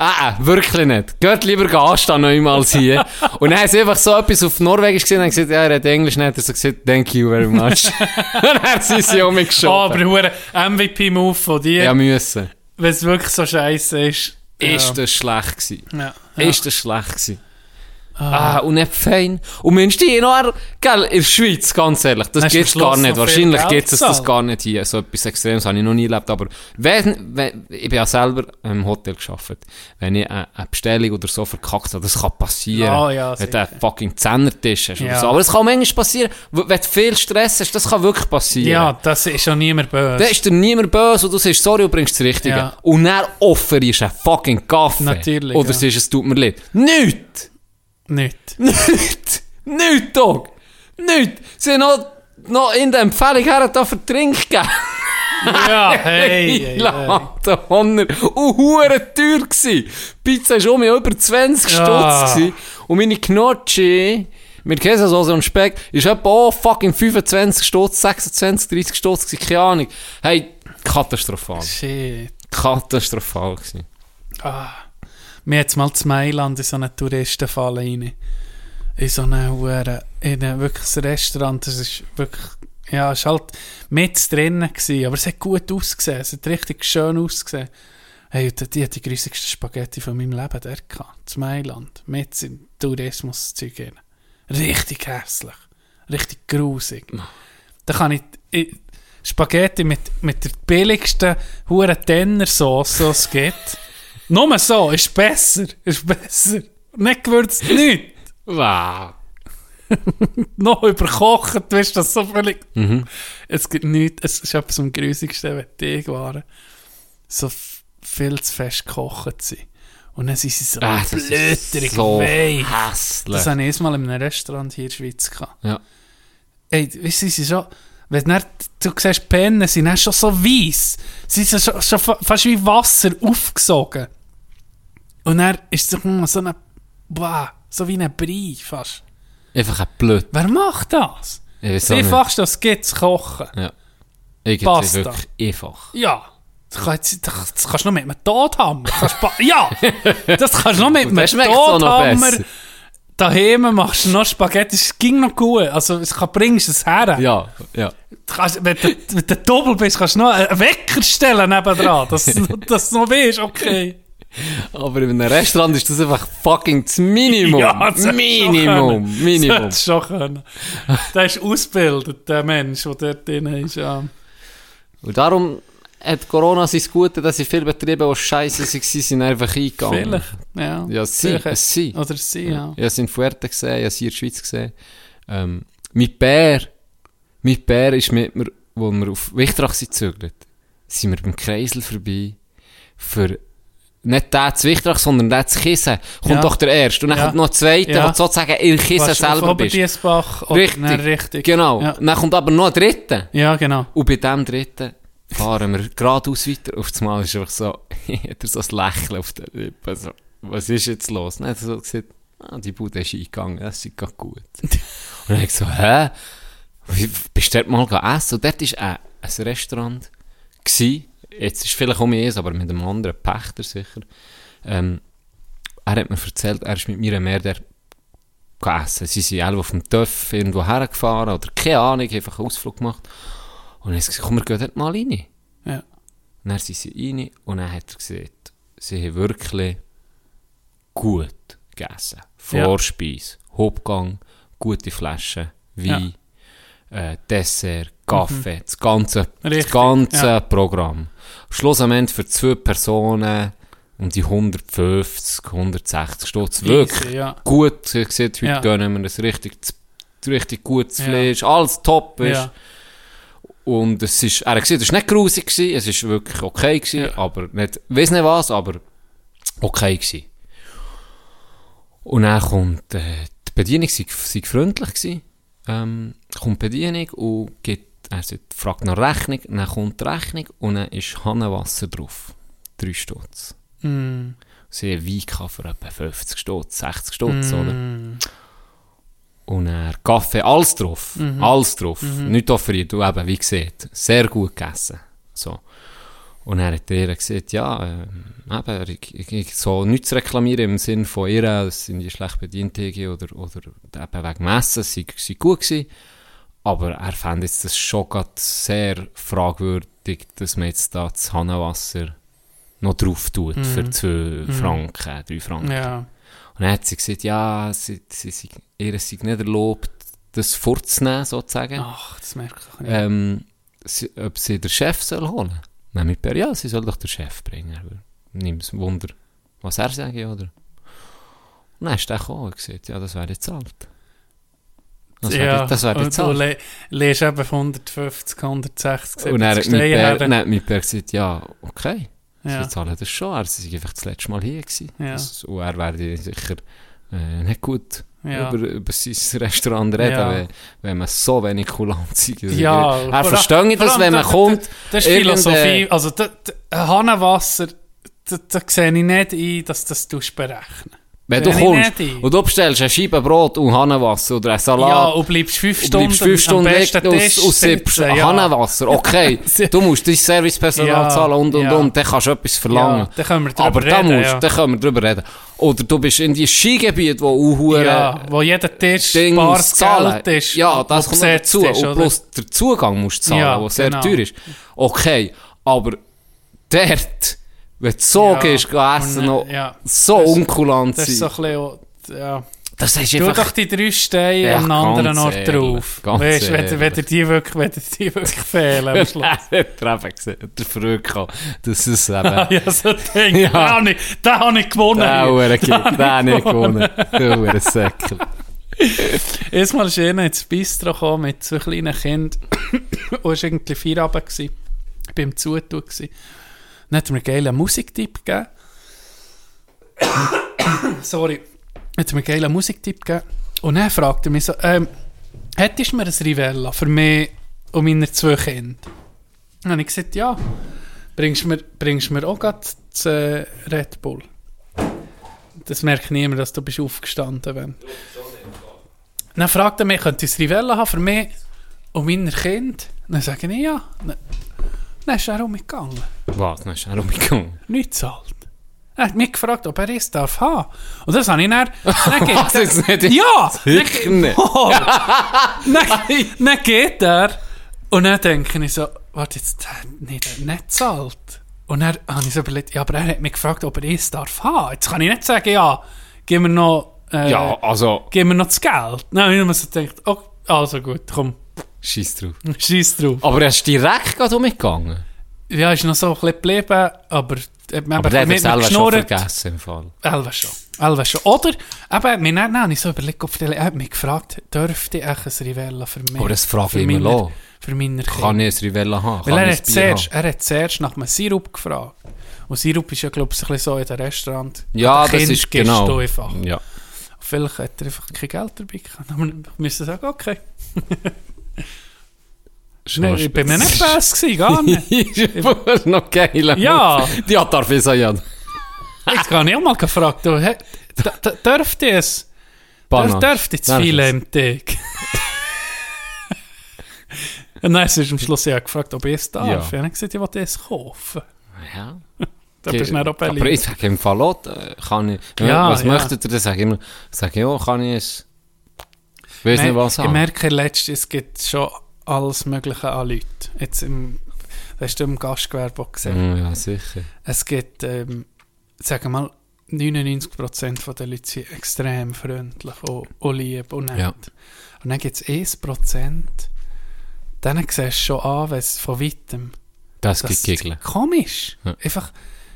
C: Ah, ah, wirklich nicht. Geht lieber gehen anstehen nochmals hier. Und dann haben sie einfach so etwas auf Norwegisch gesehen und haben gesagt, ja, er hat Englisch nicht. Er hat so gesagt, thank you very much. [laughs] und dann sind sie um mich
D: Oh, aber
C: geschoben.
D: hure MVP-Move von dir,
C: ja, müssen.
D: wenn es wirklich so scheiße ist.
C: Ist
D: ja.
C: das schlecht gewesen?
D: Ja.
C: Ist das schlecht gewesen? Ah, und nicht fein. Und Mensch, die noch, gell, in der Schweiz, ganz ehrlich, das
D: Hast du
C: gibt es
D: am
C: gar
D: Schluss noch
C: nicht.
D: viel
C: Wahrscheinlich
D: Geld
C: gibt es das
D: gezahlt?
C: gar nicht hier. So etwas Extremes habe ich noch nie erlebt. Aber wenn, wenn, ich bin ja selber im Hotel gearbeitet. Wenn ich eine, eine Bestellung oder so verkackt habe, das kann passieren.
D: Ah, ja,
C: wenn du einen fucking Zehnertisch hast oder
D: Ja.
C: so. Aber das kann manchmal passieren. W- Wenn du viel Stress hast, das kann wirklich passieren.
D: ja, das ist schon niemand böse.
C: Dann ist dir niemand böse und du sagst, sorry, du bringst das Richtige.
D: Ja.
C: Und dann offer ist ein fucking Kaffee.
D: Natürlich,
C: Oder
D: ja.
C: sagst, es tut mir leid. [laughs] Nicht!
D: Nicht.
C: Nicht! Nicht, Dog! Nicht! Sie haben noch, noch in der Empfehlung her da für Trink gegeben.
D: Ja,
C: [laughs]
D: hey, hey, hey.
C: Latte Honner. Und hure teuer gsi. Pizza war um über 20
D: Ja.
C: Stutz gsi. Und meine Knotschi mit Käsesauce und Speck ist etwa auch fucking 25 Stutz, 26, 30 Stutz gsi. Keine Ahnung. Hey, katastrophal.
D: Shit.
C: Katastrophal gsi.
D: Ah. Mir jetzt mal zu Mailand in so einen Touristenfall rein. In so einen Huren. In ein wirkliches Restaurant. Das ist wirklich. Ja, es war halt mit drinnen. Gewesen, aber es hat gut ausgesehen. Es hat richtig schön ausgesehen. Hey, und die hat die grüssigsten Spaghetti von meinem Leben der gehabt. Zu Mailand. Mit in Tourismus-Zeug rein. Richtig hässlich. Richtig grusig. Da kann ich, ich Spaghetti mit, mit der billigsten hure Tennersauce, die es gibt. Nur so, ist besser, ist besser. Nicht gewürzt, nicht.
C: Wow.
D: Noch überkocht, weißt du, das so völlig...
C: Mhm.
D: Es gibt nichts, es ist etwas am grusigsten, wenn die waren. So f- viel zu fest gekocht sind. Und dann sind sie so
C: Ah, das ist
D: blöderig,
C: so
D: weich. Das
C: hässlich.
D: hatte ich erstmal in einem Restaurant hier in der Schweiz. Gehabt.
C: Ja.
D: Ey, weißt du, sie sind schon. Wenn du, dann, du siehst, die Pennen sind dann schon so weiss. Sie sind schon, schon fa- fast wie Wasser aufgesogen. Und dann ist es doch so eine. Boah, so wie ein Brei fast.
C: Einfach ein Blöd.
D: Wer macht das?
C: Ich weiss
D: Das
C: auch nicht.
D: einfachste, was es gibt, ist kochen.
C: Irgendwie
D: Pasta.
C: wirklich einfach.
D: Ja. Das, kann jetzt, das, das kannst du noch mit einem Todhammer. Kannst ba-
C: [laughs]
D: ja! Das kannst du noch mit einem
C: das schmeckt's auch noch
D: Todhammer.
C: besser.
D: Daheim machst du noch Spaghetti. Es ging noch gut. Also, es kann, bringst es her.
C: Ja, ja.
D: Du kannst, wenn, du, wenn du doppelt bist, kannst du noch einen Wecker stellen nebendran,
C: [laughs]
D: dass, dass du noch weißt, okay.
C: Aber in einem Restaurant ist das einfach fucking das [laughs] Minimum.
D: das hättest du schon
C: Minimum.
D: können. Das
C: [laughs] Minimum.
D: hättest du schon können. Der ist ausgebildet, der Mensch, der dort drin ist. Ja.
C: Und darum hat Corona sein Gute, dass in vielen Betrieben, die scheiße waren, sind einfach eingegangen.
D: Vielleicht, ja.
C: Ja, sie,
D: Vielleicht.
C: es sie.
D: Oder sie,
C: Ja.
D: ja.
C: Ich habe es in Fuerte gesehen, ich habe es hier in der Schweiz gesehen. Ähm, mein Bär, mein Bär ist mit mir, wo wir auf Wichtrach sind gezögert, sind wir beim Kreisel vorbei für nicht der zu Wichtrach, sondern der zu Kissen, kommt
D: Ja.
C: doch der Erste. Und dann
D: Ja.
C: kommt noch der Zweite,
D: Ja.
C: der sozusagen in Kissen
D: Fast
C: selber
D: auf
C: bist.
D: Oberdiessbach oder
C: Richtig.
D: nein, richtig.
C: Genau.
D: Ja,
C: Dann kommt aber noch ein Dritter.
D: ja genau.
C: Und bei dem Dritten fahren wir geradeaus weiter. Auf das Mal ist einfach so, [laughs] hat er so ein Lächeln auf der Lippe. So, was ist jetzt los? Dann hat er so gesagt, ah, die Bude ist eingegangen, das ist gerade gut. [laughs] Und dann habe ich so, hä? Wie- Bist du dort mal gegessen? essen? Und dort war ein, ein Restaurant. Gewesen. Jetzt ist vielleicht auch meins, aber mit einem anderen Pächter sicher. Ähm, er hat mir erzählt, er ist mit mir mehr der gegessen. Sie sind alle auf dem Töff irgendwo hergefahren oder keine Ahnung, einfach einen Ausflug gemacht. Und dann hat sie gesagt, komm, wir gehen dort mal rein.
D: Ja.
C: Und dann sind sie rein und dann hat er gesagt, sie haben wirklich gut gegessen.
D: Ja.
C: Vorspeise, Hauptgang, gute Flaschen, Wein, äh, Dessert, Kaffee, das ganze, das
D: Mhm. Richtig,
C: ganze
D: ja.
C: Programm. Schlussendlich für zwei Personen um die 150, 160 Stutz. Wirklich
D: Easy, ja.
C: gut. Ich sehe, heute
D: Ja.
C: gönnen wir das richtig, z- richtig gutes
D: Ja.
C: Fleisch, alles top ist.
D: Ja.
C: Und es ist, er hat gesagt, es war nicht grusig, gewesen, es war wirklich okay, gewesen,
D: Ja.
C: aber nicht, weiß nicht was, aber okay gewesen. Und dann kommt, äh, die Bedienung sei, sei freundlich gewesen, ähm, kommt die Bedienung und gibt, er sagt, fragt nach Rechnung, dann kommt die Rechnung und dann ist Hannenwasser drauf. Drei Stutz.
D: Mm,
C: Sie haben Wein gehabt für etwa 50 Stutz, 60 Stutz, oder?
D: mm,
C: Und er Kaffee, alles drauf. Alles drauf. Nicht offeriert. Du eben, wie gesagt, sehr gut gegessen. So. Und er hat ihr gesagt, ja, ähm, eben, ich, ich, ich soll nichts reklamieren im Sinne von ihr, es sind die schlecht bedient gewesen oder, oder eben wegen dem Essen, sie sie gut gewesen. Aber er fand jetzt das schon grad sehr fragwürdig, dass man jetzt da das Hanenwasser noch drauf tut für 2 Franken, 3 Franken.
D: ja.
C: Und dann hat sie gesagt, ja, sie, sie, sie, ihr sei nicht erlaubt, das vorzunehmen, sozusagen.
D: Ach, das merke ich nicht.
C: Ähm, sie, ob sie den Chef soll holen soll. mit Per, ja, sie soll doch den Chef bringen. Aber nimm es Wunder, was er sagt, oder? Und dann ist der gekommen und gesagt, ja, das wäre jetzt alt. Das wäre
D: ja,
C: das wäre
D: und
C: jetzt
D: Du
C: alt.
D: le liest eben von 150, 160,
C: Und er hat
D: 70
C: mit Per,
D: Steine
C: dann
D: her.
C: hat mit Per gesagt, ja, okay.
D: Ja.
C: Sie zahlen das schon, er sei einfach das letzte Mal hier gewesen.
D: Ja.
C: Das, und er wäre sicher äh, nicht gut
D: Ja.
C: über, über sein eh, [laughs] Restaurant reden,
D: Ja.
C: wenn, wenn man so wenig kulant ist. Also
D: Ja,
C: ich-
D: vor-
C: er versteht das,
D: vor allem
C: wenn man
D: da-
C: kommt.
D: Das ist
C: irgendein-
D: Philosophie. Also, da- da- Hanenwasser, da, da sehe ich nicht ein, dass das du das berechnen
C: Wenn du
D: wenn ich
C: kommst
D: nicht ein-
C: und du bestellst eine Scheibe Brot und Hanenwasser oder einen
D: Ja,
C: Salat
D: und bleibst fünf
C: und
D: Stunden,
C: bleibst fünf
D: am
C: Stunden weg
D: besten
C: und,
D: Tisch
C: und sippst
D: sitzen, ja. [laughs]
C: Hanenwasser. Okay, du musst dein Servicepersonal
D: Ja,
C: zahlen und und
D: ja.
C: und, dann kannst du etwas verlangen.
D: Ja, dann können wir drüber
C: Aber da
D: reden,
C: musst,
D: ja.
C: dann können wir drüber reden. Oder du bist in die Skigebiet, wo auch
D: Ja, wo jeder Tisch
C: Ding
D: bares
C: zahlen.
D: Geld ist.
C: Ja,
D: ob
C: das kommt noch
D: besetzt
C: dazu.
D: ist,
C: und
D: oder?
C: bloß der Zugang musst du zahlen,
D: Ja,
C: was sehr
D: genau.
C: teuer ist. Okay, aber dort, wenn du so
D: Ja,
C: gehst, geh essen,
D: und,
C: noch
D: ja.
C: so
D: Das-
C: unkulant
D: Das ist so
C: sein.
D: ein bisschen, auch- ja.
C: Das ist
D: Du doch
C: einfach...
D: die drei Steine
C: Ja,
D: an einem
C: ganz
D: anderen Ort
C: ehrlich,
D: drauf.
C: ganz
D: Weißt du, wenn, wenn
C: ehrlich.
D: dir die wirklich, wenn dir die wirklich fehlen
C: [laughs]
D: am Schluss.
C: Das hat er eben gesehen, hat er früher gehabt, dass
D: [laughs]
C: es eben...
D: ja, so Ding. Ja.
C: Ja.
D: Den habe ich, den hab ich gewonnen.
C: Der
D: hier.
C: Huren gibt, der hat nicht gewonnen. Der Huren Säckel.
D: Erstmal ist einer ins Bistro gekommen mit zwei kleinen Kindern [coughs] und war irgendwie Feierabend gewesen, beim Zutun. Gewesen. Dann hat er mir einen geilen Musiktipp gegeben. [coughs] Sorry. Hat er mir einen geilen Musiktipp gegeben. Und dann fragt er mich so, ähm, hättest du mir ein Rivella für mich und meine zwei Kinder? Dann habe ich gesagt, ja. Bringst du mir, bringst du mir auch gerade das äh, Red Bull? Das merkt niemand, dass du bist aufgestanden bist. Dann fragt er mich, könnte ich das Rivella haben für mich und meine Kinder? Dann sage ich ja. Dann- Dann ist er umgegangen.
C: Was, dann ist er rumgegangen.
D: Nicht zahlt. Er hat mich gefragt, ob er es darf haben. Und das habe ich dann... dann geht
C: Was,
D: er-
C: jetzt nicht?
D: Ja!
C: Sicher nicht.
D: Oh. dann, dann geht er und dann denke ich so, warte, jetzt der hat nicht, nicht zahlt. Und dann habe ich so überlegt, ja, aber er hat mich gefragt, ob er es darf haben. Jetzt kann ich nicht sagen, ja, gib mir noch... äh,
C: Ja, also,
D: gib mir noch das Geld. Nein, ich habe mir so gedacht, okay, also gut, komm, [laughs]
C: scheiß drauf.
D: scheiß drauf.
C: Aber er ist direkt gerade umgegangen.
D: Ja, ist noch so ein bisschen geblieben, aber hat mir
C: Aber der hat er
D: mit mir
C: selber schon
D: geschnurrt.
C: vergessen im Fall.
D: Elva schon. Elva schon. Oder, eben, mir dann, dann habe ich so überlegt, ob der- er hat mich gefragt, dürfte ich ein Rivella für mich?
C: Aber das frage
D: für
C: ich immer
D: meine-
C: noch.
D: Für meine
C: Kann
D: Kinder.
C: ich ein Rivella haben?
D: Weil
C: Kann
D: er hat,
C: ich ein Bier
D: zuerst,
C: haben?
D: er hat zuerst nach einem Sirup gefragt. Und Sirup ist ja, glaube ich, ein bisschen so in den Restaurant.
C: Ja,
D: An den
C: das
D: Kind
C: ist
D: gibst
C: genau.
D: Du einfach.
C: Ja.
D: Vielleicht hat er einfach kein Geld dabei gehabt. Dann müssen sagen, okay. Nein, ich bin mir nicht böse gewesen, gar nicht.
C: [laughs] ist aber noch geil.
D: Ja.
C: Ja, darf ich sagen.
D: Jetzt habe ich auch mal gefragt, du, hä, d- d- dürft ihr es? Dürft,
C: Banan.
D: dürft ihr zu
C: Darf
D: viel
C: es?
D: im Tag? [laughs] Und dann ist am Schluss ja gefragt, ob ich es darf.
C: Ja.
D: Ja. Ich habe gesagt, ich will es kaufen.
C: Ja.
D: Da bist du nicht auch
C: Aber ich
D: beliebt.
C: sage im Fall auch, äh, kann ich,
D: Ja,
C: was
D: ja.
C: möchtet ihr? Dann sage ich immer, sage ich, ja, kann ich es, weiß nicht was
D: ich
C: haben.
D: merke letztens, es gibt schon alles Mögliche an Leuten. Jetzt im, das hast du im Gastgewerbe auch gesehen.
C: Mm, ja, sicher.
D: Es gibt, ähm, sagen wir mal, 99% der Leute sind extrem freundlich und, und lieb und nett.
C: Ja.
D: Und dann gibt es 1%, denen siehst du schon an, wenn es von weitem...
C: Das,
D: Das
C: gibt
D: ist
C: Giggeln.
D: komisch.
C: Ja.
D: Einfach,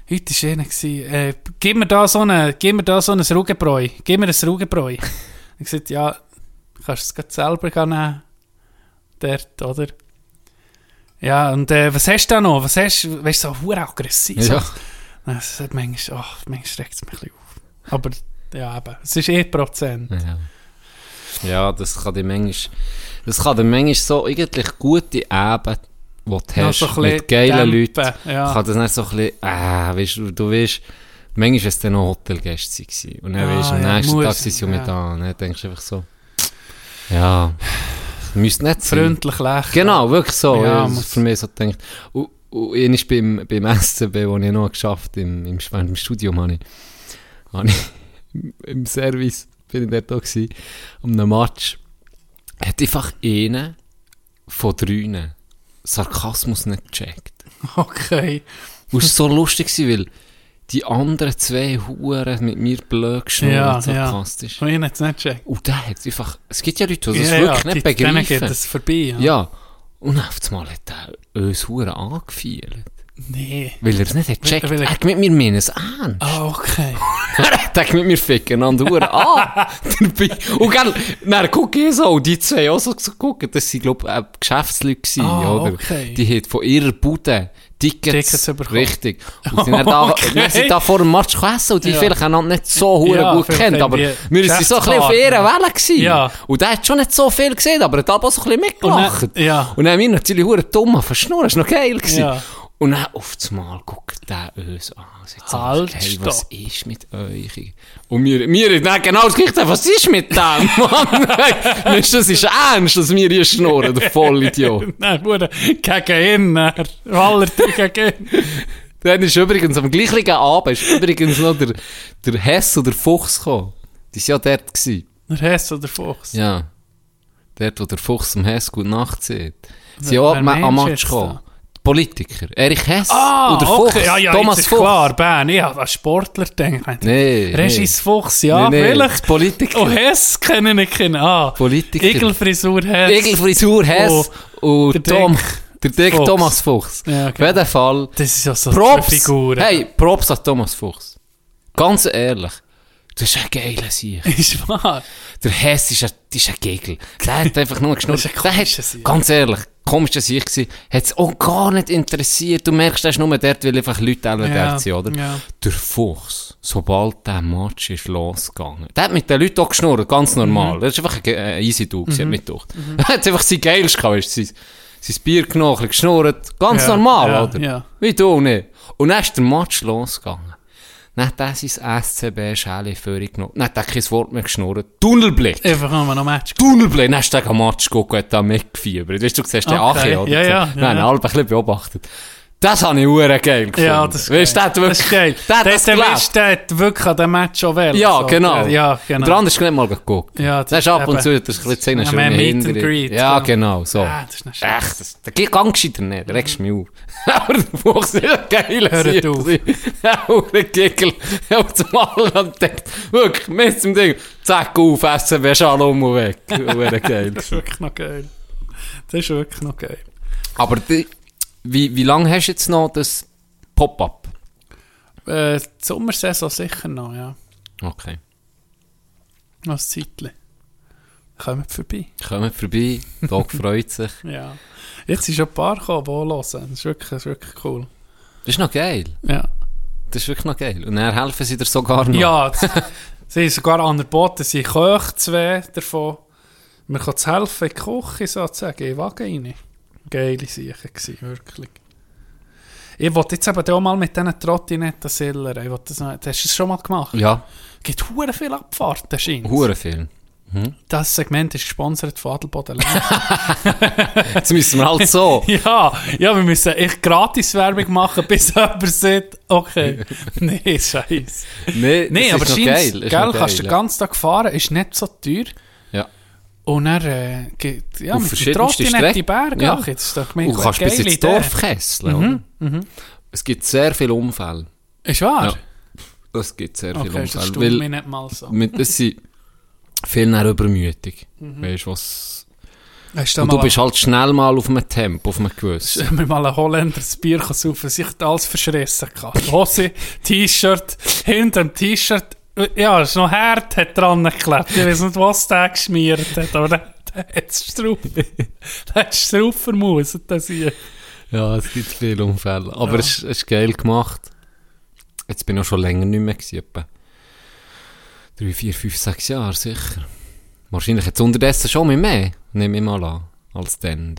D: heute war einer, gewesen, äh, gib mir da so eine- gib mir da so ein Rugenbräu, gib mir ein
C: [laughs]
D: Rugenbräu. ich sagte, ja, kannst du es grad selber gehen nehmen. Dort, oder? Ja, und äh, was hast du da noch? Was hast du? Weißt du, so hure aggressiv.
C: Ja.
D: So. Das hat manchmal, ach, manchmal regt es mich ein bisschen auf. Aber ja, eben, es ist eh Prozent.
C: Ja. ja, das kann dir manchmal, das kann dir manchmal so eigentlich gute Eben, die du
D: Noch
C: hast,
D: so ein bisschen
C: mit geilen
D: dämpfen,
C: Leuten,
D: ja.
C: kann das dann so ein bisschen, äh, weißt du, du weißt, manchmal war es dann noch Hotelgäste gewesen. und dann
D: Ah,
C: weißt du, am
D: ja,
C: nächsten
D: muss,
C: Tag sind sie um
D: ja.
C: ja. mit an, dann denkst du einfach so, ja, müsste nicht sein.
D: Freundlich lächeln. [laughs]
C: Genau, wirklich so.
D: Ja,
C: Ja,
D: muss-
C: für mich so denkt. Und, und ich beim, beim SCB, wo ich noch geschafft im, im, während dem Studium habe ich, habe ich [laughs] im Service, bin ich dort auch gewesen, um einem Match, hat einfach einer von drei Sarkasmus nicht gecheckt.
D: Okay.
C: Und es war so lustig, gewesen, weil die anderen zwei Huren mit mir blöd geschnurrt,
D: Ja,
C: sarkastisch.
D: Und ich habe es nicht gecheckt.
C: Und der hat einfach, es gibt ja Leute, die das wirklich nicht
D: die- denen
C: begreifen.
D: geht es vorbei. Ja.
C: Ja, und auf einmal hat er uns Huren angefeiert.
D: Nee.
C: Weil er es nicht hat gecheckt.
D: Weil- weil
C: Er
D: er-
C: hat mit mir meinen es an.
D: Ah,
C: [laughs]
D: okay.
C: Er hat mit mir ficken an den Huren [laughs] an. Dabei. Und gell, dann guck ich so, und die zwei auch so so gucken. Das sind, glaub ich, Geschäftsleute gewesen,
D: Ah,
C: oder?
D: okay.
C: Die haben von ihrer Bude Tickets,
D: Tickets bekommen.
C: Richtig. Und sind
D: [laughs]
C: dann da,
D: Okay.
C: dann sind da vor dem Match gegessen und die
D: Ja.
C: vielleicht einander nicht so Huren
D: Ja,
C: gut
D: vielleicht
C: kennt.
D: haben
C: Aber
D: die
C: wir waren so ein bisschen auf ihrer
D: Geschäftspartner.
C: Welle gewesen.
D: Ja.
C: Und der hat schon nicht so viel gesehen, aber er hat aber auch so ein bisschen mitgelacht.
D: Und dann- ja.
C: Und dann haben wir natürlich hure dumm verschnurrt, das war noch geil. Gewesen.
D: Ja.
C: Und dann auf einmal guckt der uns an. und sagt so,
D: Halt,
C: hey, was
D: stopp.
C: ist mit euch? Und wir, wir haben dann genau das Gleiche, was ist mit dem, [laughs] Mann? Mensch, das ist ernst, dass wir hier schnurren, der Vollidiot.
D: [laughs] Nein, wurde gegen ihn. dann. Wallerti gegen ihn.
C: Dann ist übrigens am gleichen Abend ist übrigens noch der, der Hess oder der Fuchs gekommen. Die waren ja dort. Gewesen.
D: Der Hess oder Fuchs.
C: Ja. Dort, wo der Fuchs dem Hess gute Nacht sieht. Sie sind
D: Wer-
C: auch
D: wer
C: am am
D: meinst du
C: Match
D: jetzt
C: gekommen.
D: da?
C: Die Politiker. Erich Hess
D: Ah,
C: und der
D: okay.
C: Fuchs.
D: Ja, ja,
C: Oh, Thomas
D: jetzt ist
C: Fuchs.
D: klar, Ben. Ich habe an Sportler gedacht.
C: Nee,
D: Regis Fuchs, ja,
C: Nee, nee,
D: vielleicht.
C: die Politiker.
D: Oh, Hess kennen ich kennen. Ah,
C: Politiker.
D: Igelfrisur Hess.
C: Igelfrisur Hess und
D: der
C: Tom, der
D: Dick
C: Dick
D: Fuchs.
C: Thomas Fuchs.
D: Ja,
C: Auf
D: genau.
C: jeden Fall.
D: Das ist ja so
C: Props.
D: eine Figur.
C: Hey, Props an Thomas Fuchs. Ganz ehrlich. Das ist ein geiler Sieg.
D: Ist wahr.
C: Der Hess ist ein, ist ein Gegel. Der hat einfach
D: [laughs]
C: nur
D: Das
C: geschnurrt.
D: ist ein
C: Der
D: komischer
C: hat,
D: Sieg.
C: ganz ehrlich, komisch, dass ich war. Hat es auch gar nicht interessiert. Du merkst, der ist nur dort, weil einfach Leute alle
D: Ja,
C: dort sind, oder?
D: ja.
C: Der Fuchs, sobald der Match ist losgegangen, der hat mit den Leuten auch geschnurrt, ganz
D: Mhm.
C: normal. Das ist einfach ein, ge- ein easy Du, mhm. hat mich gedacht. [laughs] Er hat einfach sein Geilst gehabt, weißt du, sein, sein Bier genommen, ein bisschen geschnurrt, ganz
D: Ja,
C: normal,
D: ja,
C: oder?
D: ja.
C: Wie du nicht. Und dann ist der Match losgegangen. Dann hat er sein SCB-Schäle vorgenommen. Dann hat er kein Wort mehr geschnurrt. Tunnelblick.
D: Einfach nur noch Match.
C: Tunnelblick, dann hast du den Match geguckt, hat da mitgefiebert. Weißt du, du siehst den
D: Okay,
C: Achi, oder?
D: ja, ja, ja,
C: Nein, nein,
D: ja.
C: alle ein bisschen beobachtet. Das habe ich hure geil gefunden.
D: Ja, das ist geil.
C: weißt, geil.
D: Das ist geil.
C: Der hat
D: Der-
C: das
D: der
C: gelebt.
D: wisst, der hat wirklich an dem Match auch wählen.
C: Ja, nou.
D: So,
C: genau.
D: der- eh, Ja,
C: Und der
D: genau.
C: andere ist nicht mal geguckt.
D: Ja, das
C: das ist
D: ist
C: ab und
D: eben-
C: zu, das ist ein bisschen
D: Ja,
C: zu
D: mehr Meet and Greet,
C: Ja, nou,
D: genau.
C: genau, so.
D: Ah, das ist nicht schlecht.
C: Echt, das, der geht ganz gescheiter nicht, der regst [laughs] mich auf. Aber der Fuchs ist ein geiler
D: Hört
C: Sieg
D: auf.
C: [laughs] gewesen. Ja, und der Gickel hat zum Allen gedacht, wirklich, mit dem Ding, zack, auf, essen, wir schon um und weg. [laughs] Hure geil.
D: Das ist wirklich noch geil. Das ist wirklich noch geil.
C: Aber die, wie, wie lange hast du jetzt noch das Pop-up?
D: Äh, die Sommersaison sicher noch, nou, ja.
C: Okay.
D: Noch ein Zeitchen. Kommt vorbei.
C: Kommt vorbei, Doc freut sich.
D: Ja. Jetzt ist schon ein paar gekommen, die auch hören. Das ist wirklich, das ist wirklich cool.
C: Das ist noch geil.
D: Ja.
C: Das ist wirklich noch geil. Und dann helfen sie dir sogar noch.
D: Ja, das- [laughs] sie haben sogar angeboten, sie kochen zwei davon. Man kann zu helfen in die Küche sozusagen, in den Wagen rein. Geile Sachen gewesen, wirklich. Ich wollte jetzt eben auch mal mit diesen Trottinetten sillern. Ich wollte das noch, hast du es schon mal gemacht?
C: Ja,
D: Es gibt hure viele Abfahrten, scheint
C: Hurenfilm.
D: Das Segment ist gesponsert von Adelboden Land.
C: Jetzt müssen wir halt so.
D: ja, ja, wir müssen echt gratis Werbung machen, [laughs] bis jemand sagt, okay, nee, scheiße.
C: Nee,
D: Nein,
C: das
D: aber
C: ist noch
D: scheint's,
C: geil.
D: geil,
C: ist noch
D: kannst du den
C: ja.
D: ganzen Tag fahren, ist nicht so teuer.
C: Ja.
D: Und dann, äh, geht, ja,
C: Auf
D: mit der
C: verschiedenste
D: Trottinette die
C: Strecken.
D: Berge
C: Ja.
D: ach, jetzt ist doch
C: Und
D: mega
C: du kannst bis
D: geile Mhm,
C: ins
D: Idee.
C: Dorf kesseln, oder? Es gibt sehr viele Unfälle.
D: Ist wahr?
C: Es gibt sehr viele
D: Okay, das
C: Unfälle.
D: stimmt
C: Weil
D: mir nicht mal so.
C: mit, es sind viele dann übermütig.
D: Mhm.
C: Weißt du, was...
D: Hast
C: Und du
D: mal, [laughs]
C: bist halt schnell mal auf einem Tempo, auf einem gewissen.
D: wenn wir mal ein Holländer das Bier saufen, sich hat alles verschressen gehabt. Hose, T-Shirt, hinter dem T-Shirt, ja, ist noch Herd hat dran geklebt. Ich weiß nicht, was der geschmiert hat, aber der, der hat es [laughs] drauf. der hat es drauf vermuset, das hier.
C: Ja, es gibt viele Unfälle. Aber es, ist- es ist geil gemacht. Jetzt bin ich auch schon länger nicht mehr gewesen, etwa drei, vier, fünf, sechs Jahre sicher. Wahrscheinlich jetzt unterdessen schon mehr mehr, nehme ich mal an, als dann.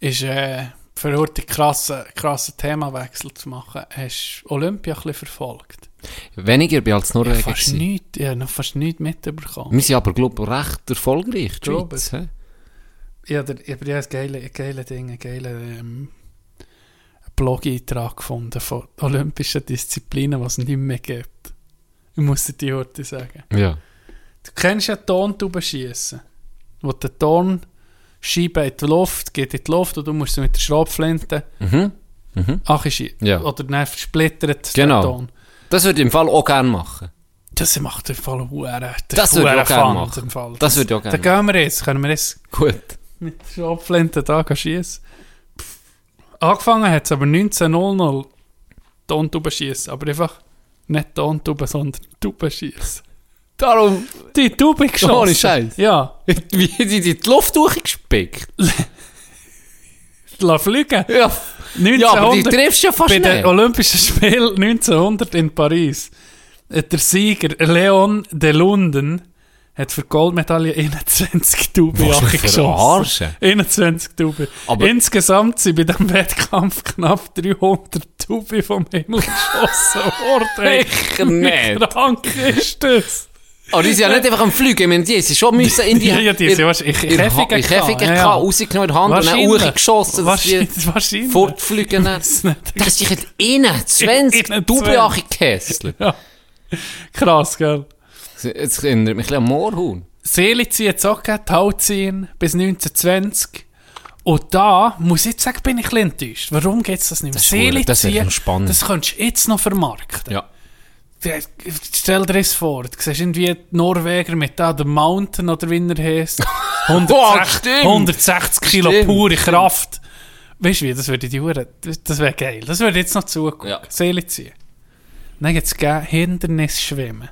C: Äh,
D: ist äh, für heute krassen krassen Themawechsel zu machen. Hast du Olympia ein bisschen verfolgt?
C: weniger bin als
D: Ich habe
C: Norwegen.
D: fast
C: gewesen.
D: nichts, ich habe noch fast nichts mitbekommen.
C: Wir sind aber, glaube ich, recht erfolgreich, die
D: Glaube
C: Schweiz. hä?
D: Ich habe, ich habe ein geile, geile Ding, einen geilen ähm, Blog-Eintrag gefunden von olympischen Disziplinen, was es nicht mehr gibt. Ich muss dir die heute sagen.
C: Ja.
D: Du kennst ja Tontauben schiessen. Wo der Tonscheibe in die Luft geht in die Luft und du musst sie mit der Schrotflinte
C: Mhm. Mhm.
D: Ach, ist sie-
C: Ja.
D: Oder dann versplittert
C: Genau.
D: der Ton.
C: Das würde ich im Fall auch gerne machen.
D: Das macht im Fall einen Huren.
C: Das würde ich auch gerne machen.
D: Im Fall.
C: Das würde ich auch
D: Dann
C: gerne machen.
D: gehen wir jetzt, können wir jetzt
C: Gut.
D: mit der Schrotflinte da gehen schiessen. Pff. Angefangen hat es aber 1900 Tontuben schiessen, aber einfach nicht Tontuben, sondern Tubenschiessen.
C: Darum,
D: Die Tube geschossen.
C: Ohne Scheiß.
D: Ja,
C: wie sind die in die Luft durchgespickt?
D: lass fliegen.
C: Ja. ja, aber die
D: 1900
C: triffst du ja fast
D: bei den
C: nicht.
D: Olympischen Spielen 1900 in Paris. äh, Der Sieger Leon de Lunden hat für die Goldmedaille 21 Tauben
C: Willst du mich
D: Jacke geschossen.
C: verarschen?
D: 21 Tauben.
C: Aber-
D: Insgesamt sind bei diesem Wettkampf knapp 300 Tauben vom Himmel geschossen worden.
C: Sicher nicht.
D: Wie krank ist das?
C: Aber die sind ja nicht einfach am Fliegen, ich meine, die sind schon müssen in die
D: Ja, ja, die sind wahrsch- in- in
C: in
D: Käfigen
C: in Käfigen
D: gegangen, ja, ja.
C: gehabt, rausgenommen in die Hand und dann
D: Wahrscheinlich.
C: hochgeschossen, dass [laughs] die
D: Wahrscheinlich. wahrscheinlich.
C: fortfliegen. Das ist sich innen 20
D: Innen
C: Dubeljache gehässelt.
D: Ja. Krass, gell?
C: Jetzt erinnert mich ein bisschen an Moorhuhn.
D: Seeliziehen, Zocken, Tauziehen bis 1920. Und da, muss ich jetzt sagen, bin ich ein bisschen enttäuscht. Warum geht es das nicht mehr?
C: Das ist verdammt- das wäre noch spannend.
D: das könntest du jetzt noch vermarkten.
C: Ja.
D: Der- Stell dir das vor, du siehst irgendwie die Norweger mit da, The Mountain oder wie er heisst. 160,
C: stimmt.
D: 160 Kilo
C: Stimmt,
D: pure Kraft. Weißt du wie, das würde die Uhren, das wäre geil. Das würde jetzt noch zugucken.
C: Ja.
D: Seele ziehen. Dann gibt es Hindernisschwimmen.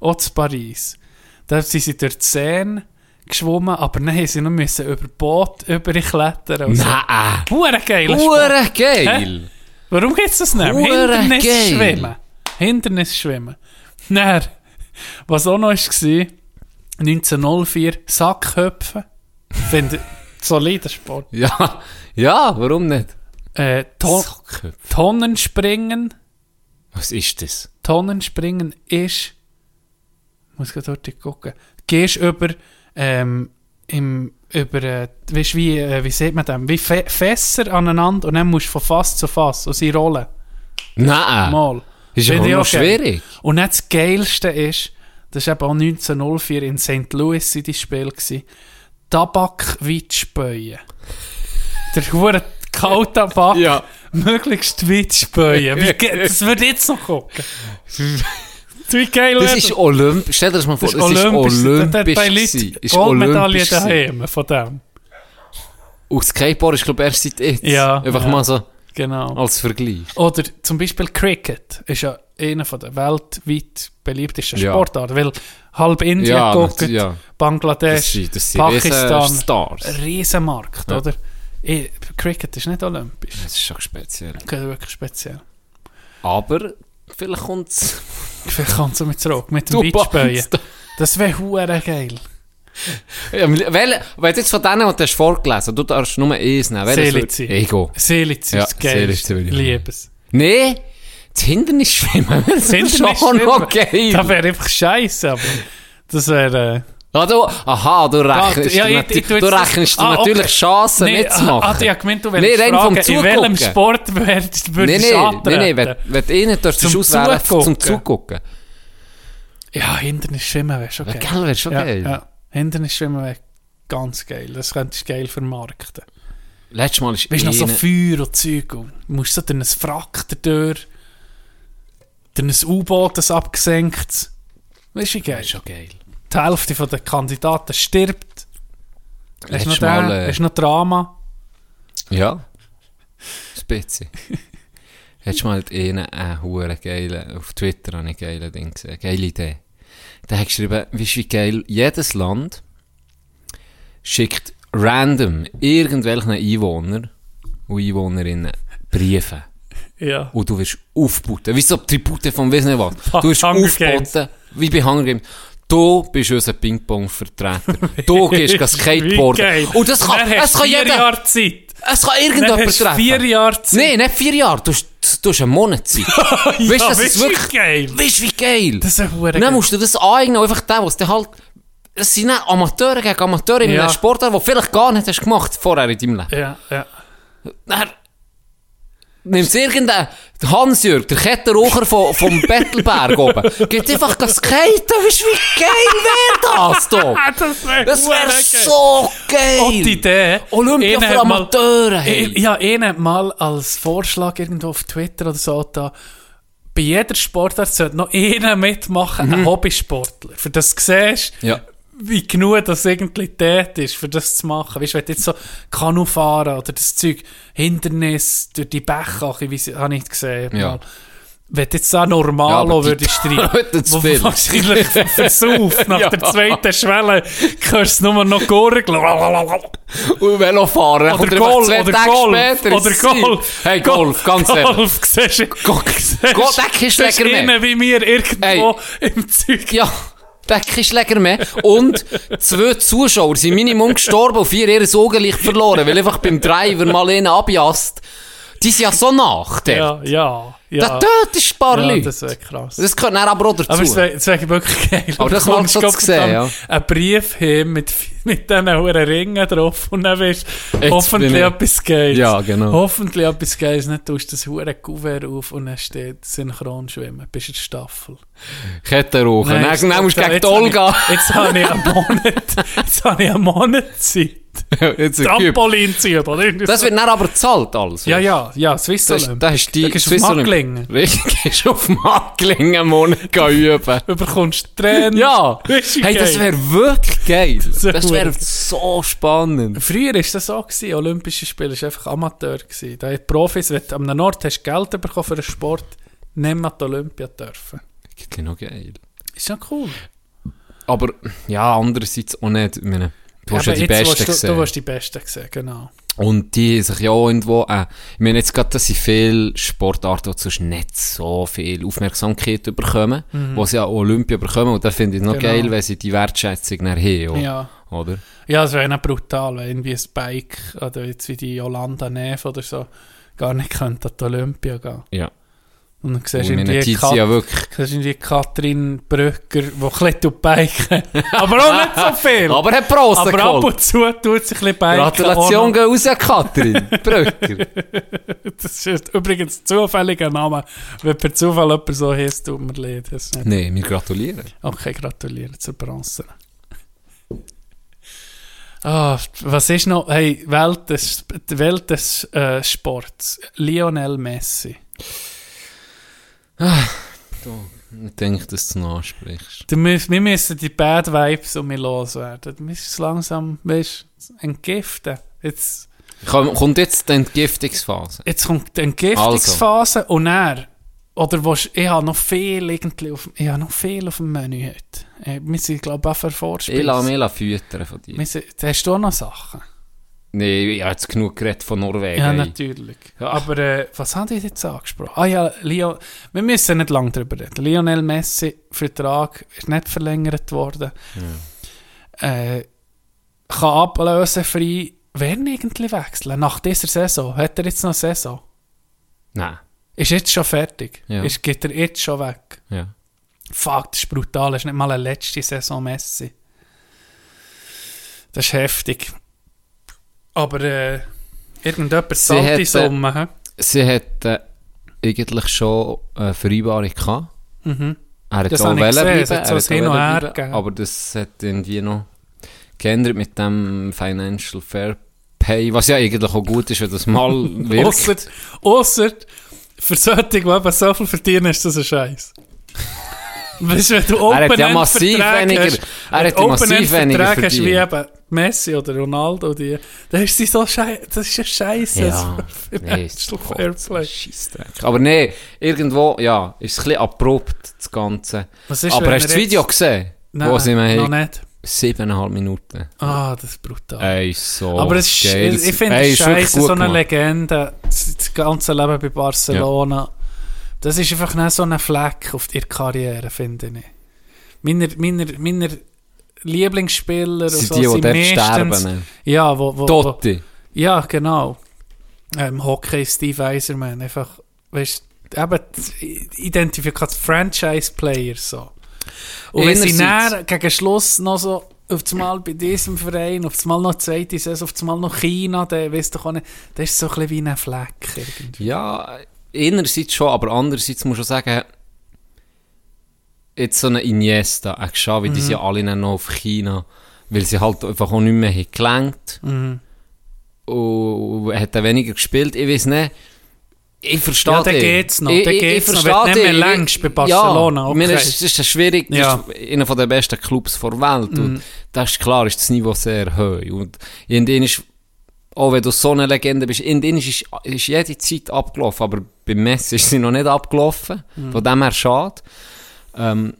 D: Auch zu Paris. Da sind sie durch die Seine geschwommen, aber dann mussten sie noch müssen über Boot überklettern. Also,
C: Nein,
D: Hure geiler Sport.
C: Hure geil.
D: Warum gibt's das nicht?
C: Hure
D: Hindernisschwimmen.
C: geil.
D: Hindernisschwimmen. Nein, was auch noch war, 1904 Sackköpfen. Finde solider Sport.
C: Ja, ja, warum nicht?
D: Äh, to
C: Sackköpfe.
D: Tonnenspringen.
C: Was ist das?
D: Tonnenspringen ist. Muss ich dort gucken. Gehst über. Ähm, im, über äh, weißt, du, wie, äh, wie sieht man das? Wie Fe Fässer aneinander und dann musst du von Fass zu Fass und sie rollen.
C: Nein,
D: Mal.
C: ist ja
D: Finde
C: auch
D: ich
C: noch
D: auch geil.
C: schwierig.
D: Und dann das Geilste ist, das war eben auch 1904 in St. Louis sind die Spiel gsi. Tabak weit späuen. Der hure kalte Tabak
C: Ja.
D: möglichst weit späuen. Wie
C: [laughs]
D: dus ge- das wird jetzt noch gucken. Wie geil
C: Das
D: wär
C: ist olympisch, stell dir das mal vor,
D: Das
C: das ist olympisch.
D: Da- da- Bei
C: gewesen.
D: Leuten
C: Ist
D: Goldmedaille
C: olympisch. gewesen.
D: daheim von dem.
C: Und Skateboard ist, glaube ich, erst seit jetzt.
D: Ja,
C: Einfach
D: ja.
C: mal so
D: Genau.
C: als Vergleich.
D: Oder zum Beispiel Cricket ist ja einer von der weltweit beliebtesten
C: Ja.
D: Sportarten, weil halb Indien
C: Ja,
D: guckt,
C: nat- ja. Das
D: Bangladesch,
C: sind, das sind
D: Pakistan,
C: riesen eh, Stars.
D: Riesenmarkt,
C: Ja.
D: oder? Eh, Cricket ist nicht olympisch.
C: Das ist schon speziell.
D: Okay, wirklich speziell.
C: Aber vielleicht kommt es.
D: Vielleicht kannst du mit um zurück, mit dem
C: Du
D: Beachböen.
C: packst da.
D: Das wäre hure geil.
C: Ja, Welche, wenn du jetzt von denen, die du hast vorgelesen hast, du darfst nur eins nehmen. welches
D: Seelitzi.
C: würd- Ego.
D: Seelitzi
C: Ja,
D: ist geil.
C: Seelitzi will ich auch.
D: Liebes.
C: Nee, das Hindernis [laughs] schwimmen. Das ist schon noch
D: Das
C: geil.
D: wäre einfach scheiße, aber das wäre. Äh,
C: Ah, du, aha, du rechnest,
D: ja,
C: du,
D: ich-
C: natu-
D: ich tu jetzt
C: du
D: das-
C: rechnest
D: Ah,
C: dir
D: okay.
C: natürlich Chancen
D: nee,
C: nicht zu machen.
D: Ah, ah, ich hab gemeint, du
C: Nee,
D: würdest
C: rein vom
D: fragen, in welchem
C: Zugucken.
D: Sport [laughs] würdest
C: Nein,
D: würdest du
C: nein,
D: antreten?
C: nein, nein, wenn, wenn du ihn nicht darfst,
D: Zum
C: auswählen
D: Zugucken.
C: zum Zugucken.
D: Ja, Hindernis schwimmen wäre schon
C: Ja,
D: geil.
C: Gell, wäre schon
D: ja,
C: geil.
D: Ja. Hindernis schwimmen wäre ganz geil. Das könntest du geil vermarkten.
C: Letztes Mal ist
D: Weißt du, noch so
C: einer-
D: Feuer und Zeug. und Du musst so durch ein Frack durch, durch ein U-Boot, das abgesenkt. Weißt du, wie geil?
C: Ist schon geil.
D: Die Hälfte der Kandidaten stirbt. Hast du noch,
C: Letztes Mal,
D: den,
C: äh,
D: hast du noch Drama?
C: Ja. Spitze. Hättest du mal einen, einen huren geilen, auf Twitter habe ich einen geilen Ding gesehen, geile Idee. Der hat geschrieben, weisst du, wie geil, jedes Land schickt random irgendwelchen Einwohner und Einwohnerinnen Briefe.
D: Ja.
C: Und du wirst aufboten. Wie so Tribute von weiss nicht was. Du wirst
D: Hunger Games.
C: aufboten, wie bei Hunger Games. Du bist unser Ping-Pong-Vertreter.
D: [laughs]
C: Du gehst gehen
D: Wie
C: Skateboarden.
D: geil.
C: Und das kann,
D: Dann
C: es
D: hast du
C: kann
D: vier
C: jeder,
D: Jahre Zeit.
C: es kann
D: Dann
C: irgendjemand
D: hast du
C: treffen.
D: vier Jahre Zeit.
C: Nein, nicht vier Jahre, du hast, du hast einen Monat Zeit.
D: [laughs] ja,
C: weißt du, das
D: weisst
C: ist
D: du, wie
C: wirklich.
D: geil.
C: Weißt du, wie geil? Nou,
D: Das ist ein Huren.
C: dann musst du das aneignen, einfach der, was der halt. Es sind dann Amateure gegen Amateure in
D: Ja.
C: einem Sportart, den du vielleicht gar nicht hast gemacht vorher in deinem Leben.
D: Ja, ja.
C: Dann nimmt irgendein Hans-Jürg, der Kettenraucher vom, vom Bettelberg oben, geht einfach das Skaten. Weißt du, wie geil wäre
D: [laughs]
C: das doch?
D: Ah, das wäre
C: Das wäre so geil!
D: Und die Idee.
C: Olympia
D: Einer
C: für
D: hat mal-
C: Amateure! Hey.
D: Ich- Ja, einer hat mal als Vorschlag irgendwo auf Twitter oder so da. Bei jeder Sportart sollte noch einer mitmachen, ein Hobbysportler. Für das du siehst,
C: Mhm. Ja.
D: wie genug das irgendwie tät ist, für das zu machen. Weißt du, wenn du jetzt so Kanu fahren oder das Zeug, Hindernis durch die Bäche, wie sie, habe ich gesehen.
C: Ja.
D: mal. Wenn du jetzt da
C: Ja,
D: normal
C: aber die- [laughs]
D: würdest streiten,
C: Das
D: wo
C: Bild.
D: du
C: [laughs]
D: wahrscheinlich versauft nach
C: Ja.
D: der zweiten Schwelle, kannst du es nur noch gurgeln.
C: Und Velofahren. Kommt
D: Oder
C: einfach
D: Golf,
C: zwei
D: oder
C: Tage
D: Golf,
C: später
D: oder
C: ins Ziel.
D: Golf.
C: Hey, Golf, ganz ehrlich.
D: [laughs] Golf, siehst du, siehst du,
C: Gott, der Kiesschläger
D: siehst du
C: mehr.
D: innen wie wir irgendwo im Zeug.
C: Ja, der Kiesschläger mehr. Und zwei Zuschauer sind Minimum gestorben und vier ihres Augenlicht verloren, weil einfach beim Driver mal einen abjast. Die sind ja so nach der.
D: Ja, ja, ja.
C: Da tötest du ein paar
D: ja
C: Leute.
D: das
C: Das,
D: wäre krass.
C: gehört dann aber auch dazu.
D: aber es wäre es wäre [laughs] wirklich geil.
C: Aber das
D: Du
C: macht's
D: kommst
C: so zu sehen, ja.
D: Einen Brief hin mit, mit diesen hohen Ringen drauf und dann wirst
C: bin
D: hoffentlich
C: ich-
D: etwas Geiles.
C: Ja, genau.
D: Hoffentlich etwas Geiles. Nicht tust das hohe Kuvert auf und dann steht Synchronschwimmen. Bist in der Staffel.
C: Kettenrauchen.
D: Nein,
C: Dann,
D: jetzt-
C: dann musst du
D: jetzt-
C: gegen die
D: jetzt
C: Olga.
D: habe
C: [laughs]
D: ich- Jetzt habe ich einen Monat, jetzt habe ich einen Monat Zeit,
C: Jetzt ein Typ.
D: Trampolin zu üben. oder?
C: Das wird dann aber gezahlt alles.
D: ja, ja, ja, Swiss
C: Das,
D: Olymp.
C: das ist die...
D: Da gehst du auf
C: Swiss Olymp-
D: Macklingen.
C: Richtig, [laughs] gehst du auf Macklingen einen Monat gehen üben.
D: Du bekommst Tränen.
C: [laughs] Ja!
D: Ist
C: Hey, das
D: geil.
C: wäre wirklich geil.
D: wär
C: Das wäre
D: gut.
C: so spannend.
D: Früher war das so, gewesen. Olympische Spiele waren einfach Amateur. Gewesen. Da hat Profis, wenn du am Nord hast Geld bekommen für einen Sport, nicht mehr an die Olympia dürfen.
C: Gibt noch geil.
D: Ist ja cool.
C: Aber ja, andererseits auch nicht. Ich meine, du hast ja
D: Aber
C: die
D: jetzt
C: Besten
D: willst du,
C: gesehen.
D: du hast die Besten gesehen, genau.
C: Und die haben sich ja auch irgendwo... Äh, ich meine, jetzt gerade, dass sie viele Sportarten, die sonst nicht so viel Aufmerksamkeit bekommen, was ja auch Olympia bekommen. Und da finde ich es noch
D: Genau.
C: geil, wenn sie die Wertschätzung dann haben. auch.
D: Ja.
C: Oder?
D: Ja, es wäre auch brutal, wenn irgendwie ein Bike oder jetzt wie die Yolanda Neff oder so gar nicht könnte an die Olympia gehen.
C: Ja.
D: Und dann siehst
C: Und
D: du
C: ich meine,
D: irgendwie,
C: die
D: Kat
C: sind ja wirklich...
D: siehst irgendwie Katrin Brücker, die ein bisschen tut biken [laughs] aber auch nicht so viel.
C: Aber hat Prost
D: aber ab
C: geholt.
D: und zu tut sich ein bisschen biken.
C: Gratulation
D: Auch
C: geht raus
D: [laughs]
C: an Katrin Bröcker.
D: noch- [laughs] Das ist übrigens zufälliger Name. Wenn per Zufall jemand so heisst, tut mir leid. Das ist nicht-
C: Nein, wir gratulieren.
D: Okay, gratuliere zur Bronze. Ah, was ist noch? Hey, Welt des, die Welt des äh, Sports. Lionel Messi.
C: Ich denke, dass du es noch ansprichst.
D: Du, müsst- wir müssen die Bad Vibes um mich loswerden. Wir müssen es langsam weißt, entgiften. Jetzt,
C: Komm- Kommt jetzt die Entgiftungsphase?
D: jetzt kommt die Entgiftungsphase und er. Oder was, ich habe noch viel irgendwie auf, ich habe noch viel auf dem Menü heute. Äh, Wir sind, glaube ich, auch für Vorspeise.
C: Ich lasse mich füttern von dir.
D: Wir sind- Hast du auch noch Sachen?
C: Nee, ich habe jetzt genug geredet von Norwegen.
D: Ja,
C: ey.
D: natürlich.
C: Ja.
D: Aber äh, was haben die jetzt angesprochen? Ah ja, Leo, wir müssen nicht lange darüber reden. Lionel Messi, Vertrag ist nicht verlängert worden. Äh, kann ablösefrei werden irgendwie wechseln. Nach dieser Saison. Hat er jetzt noch eine Saison?
C: Nein.
D: Ist jetzt schon fertig.
C: Ja.
D: Ist, geht er jetzt schon weg.
C: Ja.
D: Fuck, das ist brutal. Das ist nicht mal eine letzte Saison Messi. Das ist heftig. Aber äh, irgendjemand
C: Sie äh,
D: zahlt die
C: hätten-
D: Summe. hä?
C: Sie hat äh, eigentlich schon eine Vereinbarung gehabt.
D: Mhm.
C: Er hat
D: Das
C: auch
D: habe ich
C: wollen
D: gesehen,
C: bleiben,
D: es hat
C: er
D: so ein
C: auch
D: Hin und
C: wollen
D: Her
C: bleiben,
D: gegeben.
C: Aber das hat irgendwie noch geändert mit dem Financial Fair Pay, was ja eigentlich auch gut ist, wenn
D: [laughs]
C: das mal wirkt.
D: Ausser, ausser für solche, die eben so viel verdienen, ist das ein
C: [laughs]
D: Scheiß. weißt du, wenn du
C: Er hat ja
D: Open-End
C: massiv
D: Verträge
C: weniger-
D: hast,
C: er
D: wenn
C: hat
D: du
C: ja massiv
D: Open-End
C: weniger
D: Verträge hast wie
C: verdient.
D: eben Messi oder Ronaldo, die, dann ist sie so scheiße. Das ist ein Scheiß. [laughs]
C: Ja, nee, ist
D: Financial
C: doch
D: Fairplay.
C: Scheissdreck. Aber nee, irgendwo, ja, ist ein bisschen abrupt, das Ganze.
D: Was ist,
C: Aber
D: wenn
C: hast
D: er
C: du das
D: jetzt-
C: Video gesehen?
D: Nein,
C: wo sie mir
D: noch nicht.
C: 7,5 Minuten.
D: Ah, das ist brutal.
C: Ey, so
D: Aber es ist,
C: Äh, oh, geil.
D: ich finde
C: Ey,
D: es
C: ist wirklich
D: scheiße,
C: gut
D: so eine
C: gemacht.
D: Legende, das das ganze Leben bei Barcelona. Das ist einfach nicht so ein Fleck auf ihrer Karriere, finde ich. Meiner, meiner, meiner Lieblingsspieler
C: Das sind
D: und
C: die,
D: so
C: die
D: sind
C: dort
D: meistens-
C: sterben. ne?
D: Ja, wo, wo, wo,
C: Totti.
D: ja, genau. Ähm, Hockey Steve Eiserman, einfach, weißt du, eben die Identifikation, Franchise-Player so. Und wenn sie
C: Einerseits-
D: näher gegen Schluss noch so auf das Mal bei diesem Verein, auf das Mal noch zweite Saison, auf das Mal noch China, dann weißt du auch nicht, das ist so ein bisschen wie ein Fleck irgendwie.
C: Ja, einerseits schon, aber andererseits muss ich schon sagen, jetzt so eine Iniesta, eine Xavi,
D: Mhm.
C: die sind ja alle dann noch auf China, weil sie halt einfach auch nicht mehr haben gelenkt
D: Mhm.
C: und hat dann weniger gespielt, ich weiß nicht. Ich verstehe
D: Ja, dann
C: dich.
D: geht's noch,
C: Ich,
D: dann
C: ich, ich
D: geht's noch,
C: verstehe
D: wenn du nicht mehr
C: dich.
D: längst bei Barcelona,
C: Ja, ich meine,
D: okay.
C: das ist, das ist schwierig, das
D: Ja. Mhm.
C: ist einer der besten Clubs der Welt und das ist klar, ist das Niveau sehr hoch und irgendwann ist auch wenn du so eine Legende bist, in denen ist, ist jede Zeit abgelaufen, aber beim Messi ist sie noch nicht abgelaufen.
D: Mhm.
C: Von dem her schade. Ähm,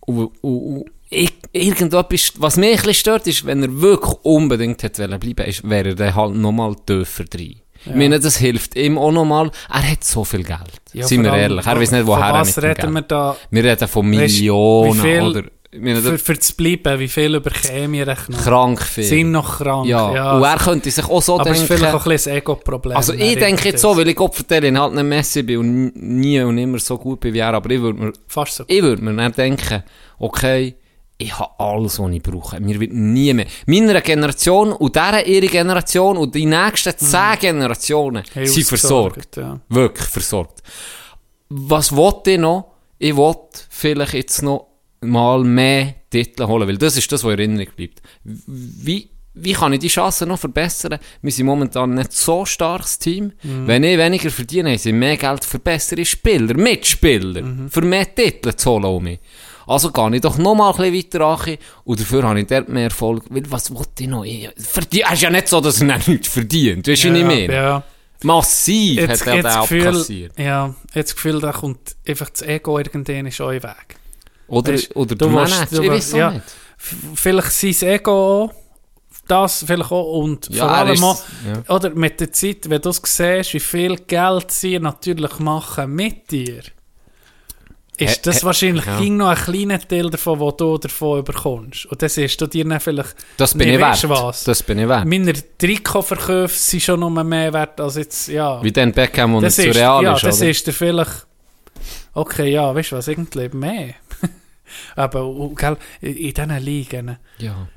C: und, und, und ich, irgendetwas, was mich ein bisschen stört, ist, wenn er wirklich unbedingt hätte wollen bleiben ist, wäre er dann halt nochmal tiefer drin. Ich meine, das hilft ihm auch nochmal. Er hat so viel Geld.
D: Ja,
C: Sind wir
D: vor allem,
C: ehrlich. Er weiß nicht,
D: von
C: woher er mit
D: was
C: dem Geld.
D: reden wir
C: Wir,
D: da?
C: reden von
D: Weißt, wie
C: Millionen,
D: viel
C: oder? Ich meine,
D: Für,
C: das
D: für das Bleiben, wie viel über Chemie rechnen?
C: krank viel.
D: Sind noch krank,
C: ja.
D: ja.
C: Und er könnte sich auch so
D: aber es ist
C: denken.
D: vielleicht auch ein bisschen ein Ego-Problem.
C: Also ich
D: Dann
C: denke jetzt so, weil ich Gott vertelle, ich halt nicht Messi bin und n- nie und immer so gut bin wie er, aber ich würde mir,
D: Fast so.
C: ich würd mir dann denken, okay, ich habe alles, was ich brauche. Mir wird nie mehr. Meiner Generation und dieser ihre Generation und die nächsten zehn Generationen
D: Mhm. Hey,
C: sind versorgt.
D: ausgesorgt, Ja.
C: Wirklich versorgt. Was wollte ich noch? Ich wollte vielleicht jetzt noch mal mehr Titel holen, weil das ist das, was in Erinnerung bleibt. Wie, wie kann ich die Chancen noch verbessern? Wir sind momentan nicht so starkes Team.
D: Mhm.
C: Wenn ich weniger verdiene, habe ich mehr Geld für bessere Spieler, Mitspieler,
D: Mhm.
C: für mehr Titel zu holen. um mich. Also gehe ich doch noch mal ein bisschen weiter an und dafür habe ich dort mehr Erfolg. Weil was wollte ich noch? Ich verdien, es ist ja nicht so, dass er [laughs] nichts verdient. Weißt du, was ich meine?
D: Ja.
C: Massiv
D: Jetzt,
C: hat er
D: jetzt,
C: den
D: das Gefühl,
C: abkassiert.
D: ja, jetzt das Gefühl, da kommt einfach das Ego irgendwann ist euch weg.
C: Oder,
D: Weisst,
C: oder
D: du
C: der
D: willst-
C: Manager,
D: du
C: ich
D: willst-
C: weiß
D: ja.
C: auch nicht.
D: F vielleicht sein Ego auch, das vielleicht auch und
C: Ja,
D: vor
C: er
D: allem
C: ist-
D: auch,
C: ja.
D: oder mit der Zeit, wenn du es siehst, wie viel Geld sie natürlich machen mit dir, ist
C: Hä-
D: das
C: hä-
D: wahrscheinlich
C: ja.
D: ging noch ein kleiner Teil davon, wo du davon überkommst. Und dann siehst du dir dann vielleicht,
C: Das bin
D: Nee,
C: ich
D: weisst
C: wert.
D: du was?
C: Das bin ich wert.
D: meine Trikotverkäufe sind schon noch mehr wert als jetzt, ja.
C: Wie den Beckham und
D: Das
C: zu
D: ist,
C: Real
D: ja,
C: ist,
D: das
C: oder?
D: ist der vielleicht. Okay, ja, weißt du was, irgendwie mehr. [laughs] Aber und, gell, in in diesen Ligen,
C: ja.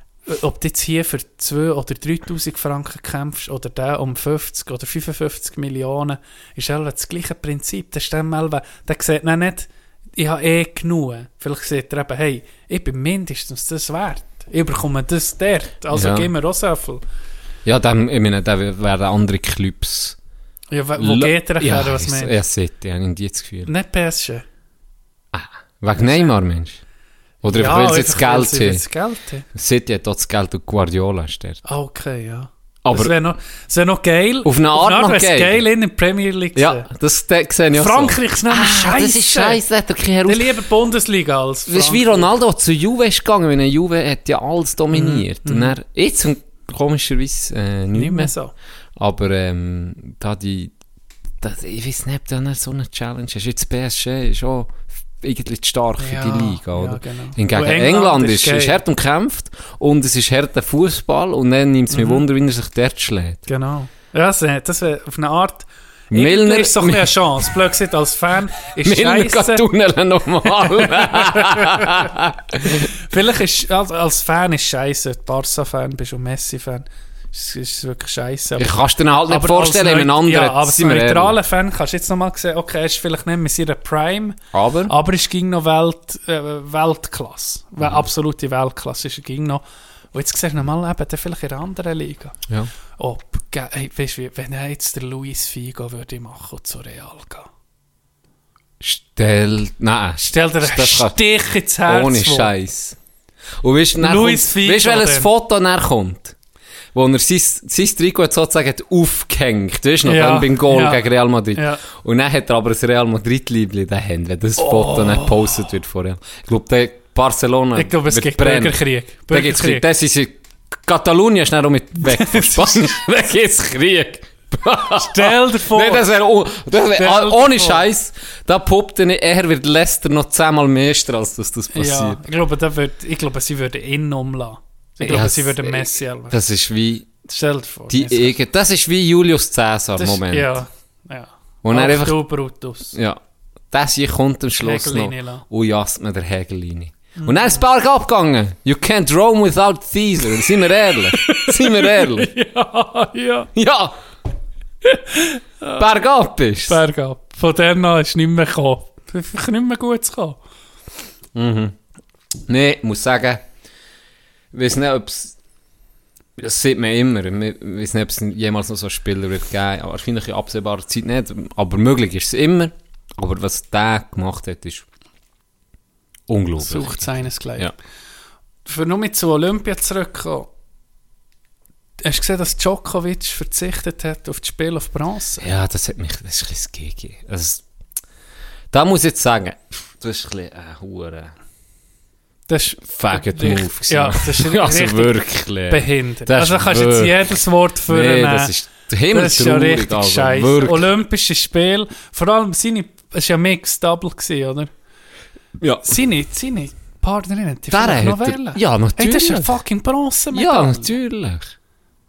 D: ob du jetzt hier für 2.000 oder 3.000 Franken kämpfst oder der um 50 oder 55 Millionen, ist auch das gleiche Prinzip. Der Stemmelwe, der sieht dann nicht, ich habe eh genug. Vielleicht sieht er eben, hey, ich bin mindestens das wert. Ich bekomme das dort, also
C: Ja.
D: gib mir auch so viel.
C: ja dem, ich meine, da wären andere Clubs.
D: Ja, wo wo
C: Lo-
D: geht er her,
C: ja,
D: was meinst du?
C: Ja, City, habe ich jetzt das Gefühl.
D: Nicht PSG.
C: Wegen Neymar, Mensch. Oder
D: ja,
C: weil sie jetzt
D: einfach, weil
C: Geld
D: sie jetzt
C: haben.
D: Geld haben.
C: City hat auch das Geld und Guardiola ist der.
D: Ah, okay, ja.
C: Aber-
D: das wäre noch, das wär noch geil.
C: Auf eine Art noch
D: wär's
C: geil.
D: in der Premier League.
C: Ja, das de, sehe ich auch
D: Frankreich ist
C: so.
D: nämlich
C: Ah,
D: scheiße.
C: Das ist scheiße, hat er keine
D: Ich
C: Heraus
D: lieber Bundesliga als
C: Das ist wie
D: Frankreich. Mhm,
C: Ronaldo zu Juve ist gegangen, weil Juve hat ja alles dominiert. Und er, jetzt komischerweise äh, nicht,
D: Nicht
C: mehr.
D: mehr so.
C: Aber ähm, da die, das, ich weiß nicht, ob du dann so eine Challenge hast. Jetzt PSG ist schon irgendwie zu stark für
D: Ja,
C: die Liga, oder?
D: ja, genau.
C: Hingegen
D: Und
C: England,
D: England
C: ist,
D: ist
C: ist
D: geil.
C: hart umkämpft und es ist hart der Fußball und dann nimmt es
D: Mhm.
C: mir Wunder, wie er sich dort schlägt.
D: Genau. Ja, das, äh, das wäre auf eine Art.
C: Milner-
D: Milner ist doch eine Chance. Blöd gesagt, als Fan ist
C: Milner geht
D: scheiße.
C: tunneln nochmal.
D: [laughs] Vielleicht ist als, als Fan ist scheiße. Wenn du Barca-Fan bist und Messi-Fan, ist ist es wirklich scheiße.
C: ich kann es dir halt nicht
D: Aber
C: vorstellen,
D: als
C: in einem
D: Neu-
C: anderen.
D: Ja, aber als
C: sind wir ehrlich.
D: neutraler Fan kannst du jetzt nochmal sehen, okay, er ist vielleicht nicht mehr seiner Prime,
C: aber
D: aber es ging noch Welt, äh, Weltklasse. We-
C: Mhm.
D: Absolute Weltklasse ist er ging noch. Und jetzt siehst du nochmal eben, der vielleicht in einer anderen Liga.
C: Ja.
D: Ob, ge- hey, weißt du, wie- wenn er jetzt der Luis Figo würde machen und zu Real gehen.
C: stell, nein,
D: Stell dir einen
C: das kann-
D: Stich ins Herz.
C: Ohne
D: vor.
C: Scheiß. Und weißt du, dann
D: Luis
C: kommt-
D: Figo
C: weißt du, welches
D: dann.
C: Foto dann kommt? Wo er sein, sein Trikot sozusagen hat aufgehängt. Weißt du noch,
D: Ja,
C: dann beim Goal
D: ja.
C: gegen Real Madrid.
D: Ja.
C: Und dann hat er aber das Real Madrid-Liebli in den Händen, wenn das Foto nicht gepostet wird vorher. Ich glaube, der Barcelona.
D: Oh. Ich glaube, es
C: wird
D: gibt
C: brennen.
D: Bürgerkrieg.
C: Da gibt's
D: Bürgerkrieg.
C: Krieg. Das ist, Katalonien ist dann auch mit
D: [laughs]
C: weg von Spanien. da gibt's Krieg.
D: Stell dir vor.
C: Nein, das wäre oh, das wär,
D: Stell
C: ah,
D: dir
C: ohne
D: vor.
C: Scheiß. Da poppt er nicht, er wird Leicester noch zehnmal Meister, als dass das passiert.
D: ja, ich glaube, da würd, ich glaube, sie würden ihn umlassen. Ich glaube,
C: Yes,
D: sie würden
C: ey,
D: Messi elben.
C: Das ist wie
D: Stell dir vor.
C: die
D: Messi.
C: Ege. Das ist wie Julius Caesar
D: Das-
C: Moment.
D: Ja, ja.
C: Und er
D: Ach
C: einfach
D: du Brutus.
C: ja. Das hier kommt am Schluss
D: Hägellinie
C: noch.
D: lassen. Mhm.
C: Und jast mir der Hägellinie. Und dann ist Berg abgegangen. You can't roam without Caesar. Sind
D: [laughs]
C: wir ehrlich? Sind wir ehrlich?
D: Ja, ja. [laughs]
C: Ja! Berg ab ist.
D: Bergab. Von der an ist nicht mehr gekommen. Einfach nicht mehr gut zu kommen.
C: Nee, ich muss sagen, ich weiß nicht, ob es. Das sieht man immer. Ich weiß nicht, ob es jemals noch so einen Spieler wird geben wird. Wahrscheinlich in absehbarer Zeit nicht. Aber möglich ist es immer. Aber was der gemacht hat, ist unglaublich.
D: Sucht seines gleich.
C: Ja.
D: Für nur mit zu Olympia zurückkommen. Hast du gesehen, dass Djokovic verzichtet hat auf das Spiel auf Bronze?
C: Ja, das hat mich. Das ist ein bisschen gegen. Also, da muss ich jetzt sagen, das ist ein bisschen
D: äh,
C: ein Huren.
D: Das ist
C: Faggot Move.
D: Richt-
C: gewesen.
D: Ja, das
C: [laughs]
D: ist
C: also
D: richtig
C: wirklich.
D: behindert.
C: Das
D: also
C: ist
D: da kannst du jetzt
C: wirklich-
D: jedes Wort führen.
C: Nee, das ist
D: Das ist ja
C: himmeltraurig.
D: richtig
C: Alter,
D: scheiße.
C: wirklich.
D: Olympische Spiel, vor allem seine, es war ja Mixed Double, gewesen, oder?
C: Ja.
D: Seine, seine Partnerin hat die
C: Daar
D: vielleicht noch
C: hat er-
D: wählen.
C: ja,
D: Hey, das ist
C: natürlich.
D: ein fucking Bronzemedaille.
C: Ja, natürlich.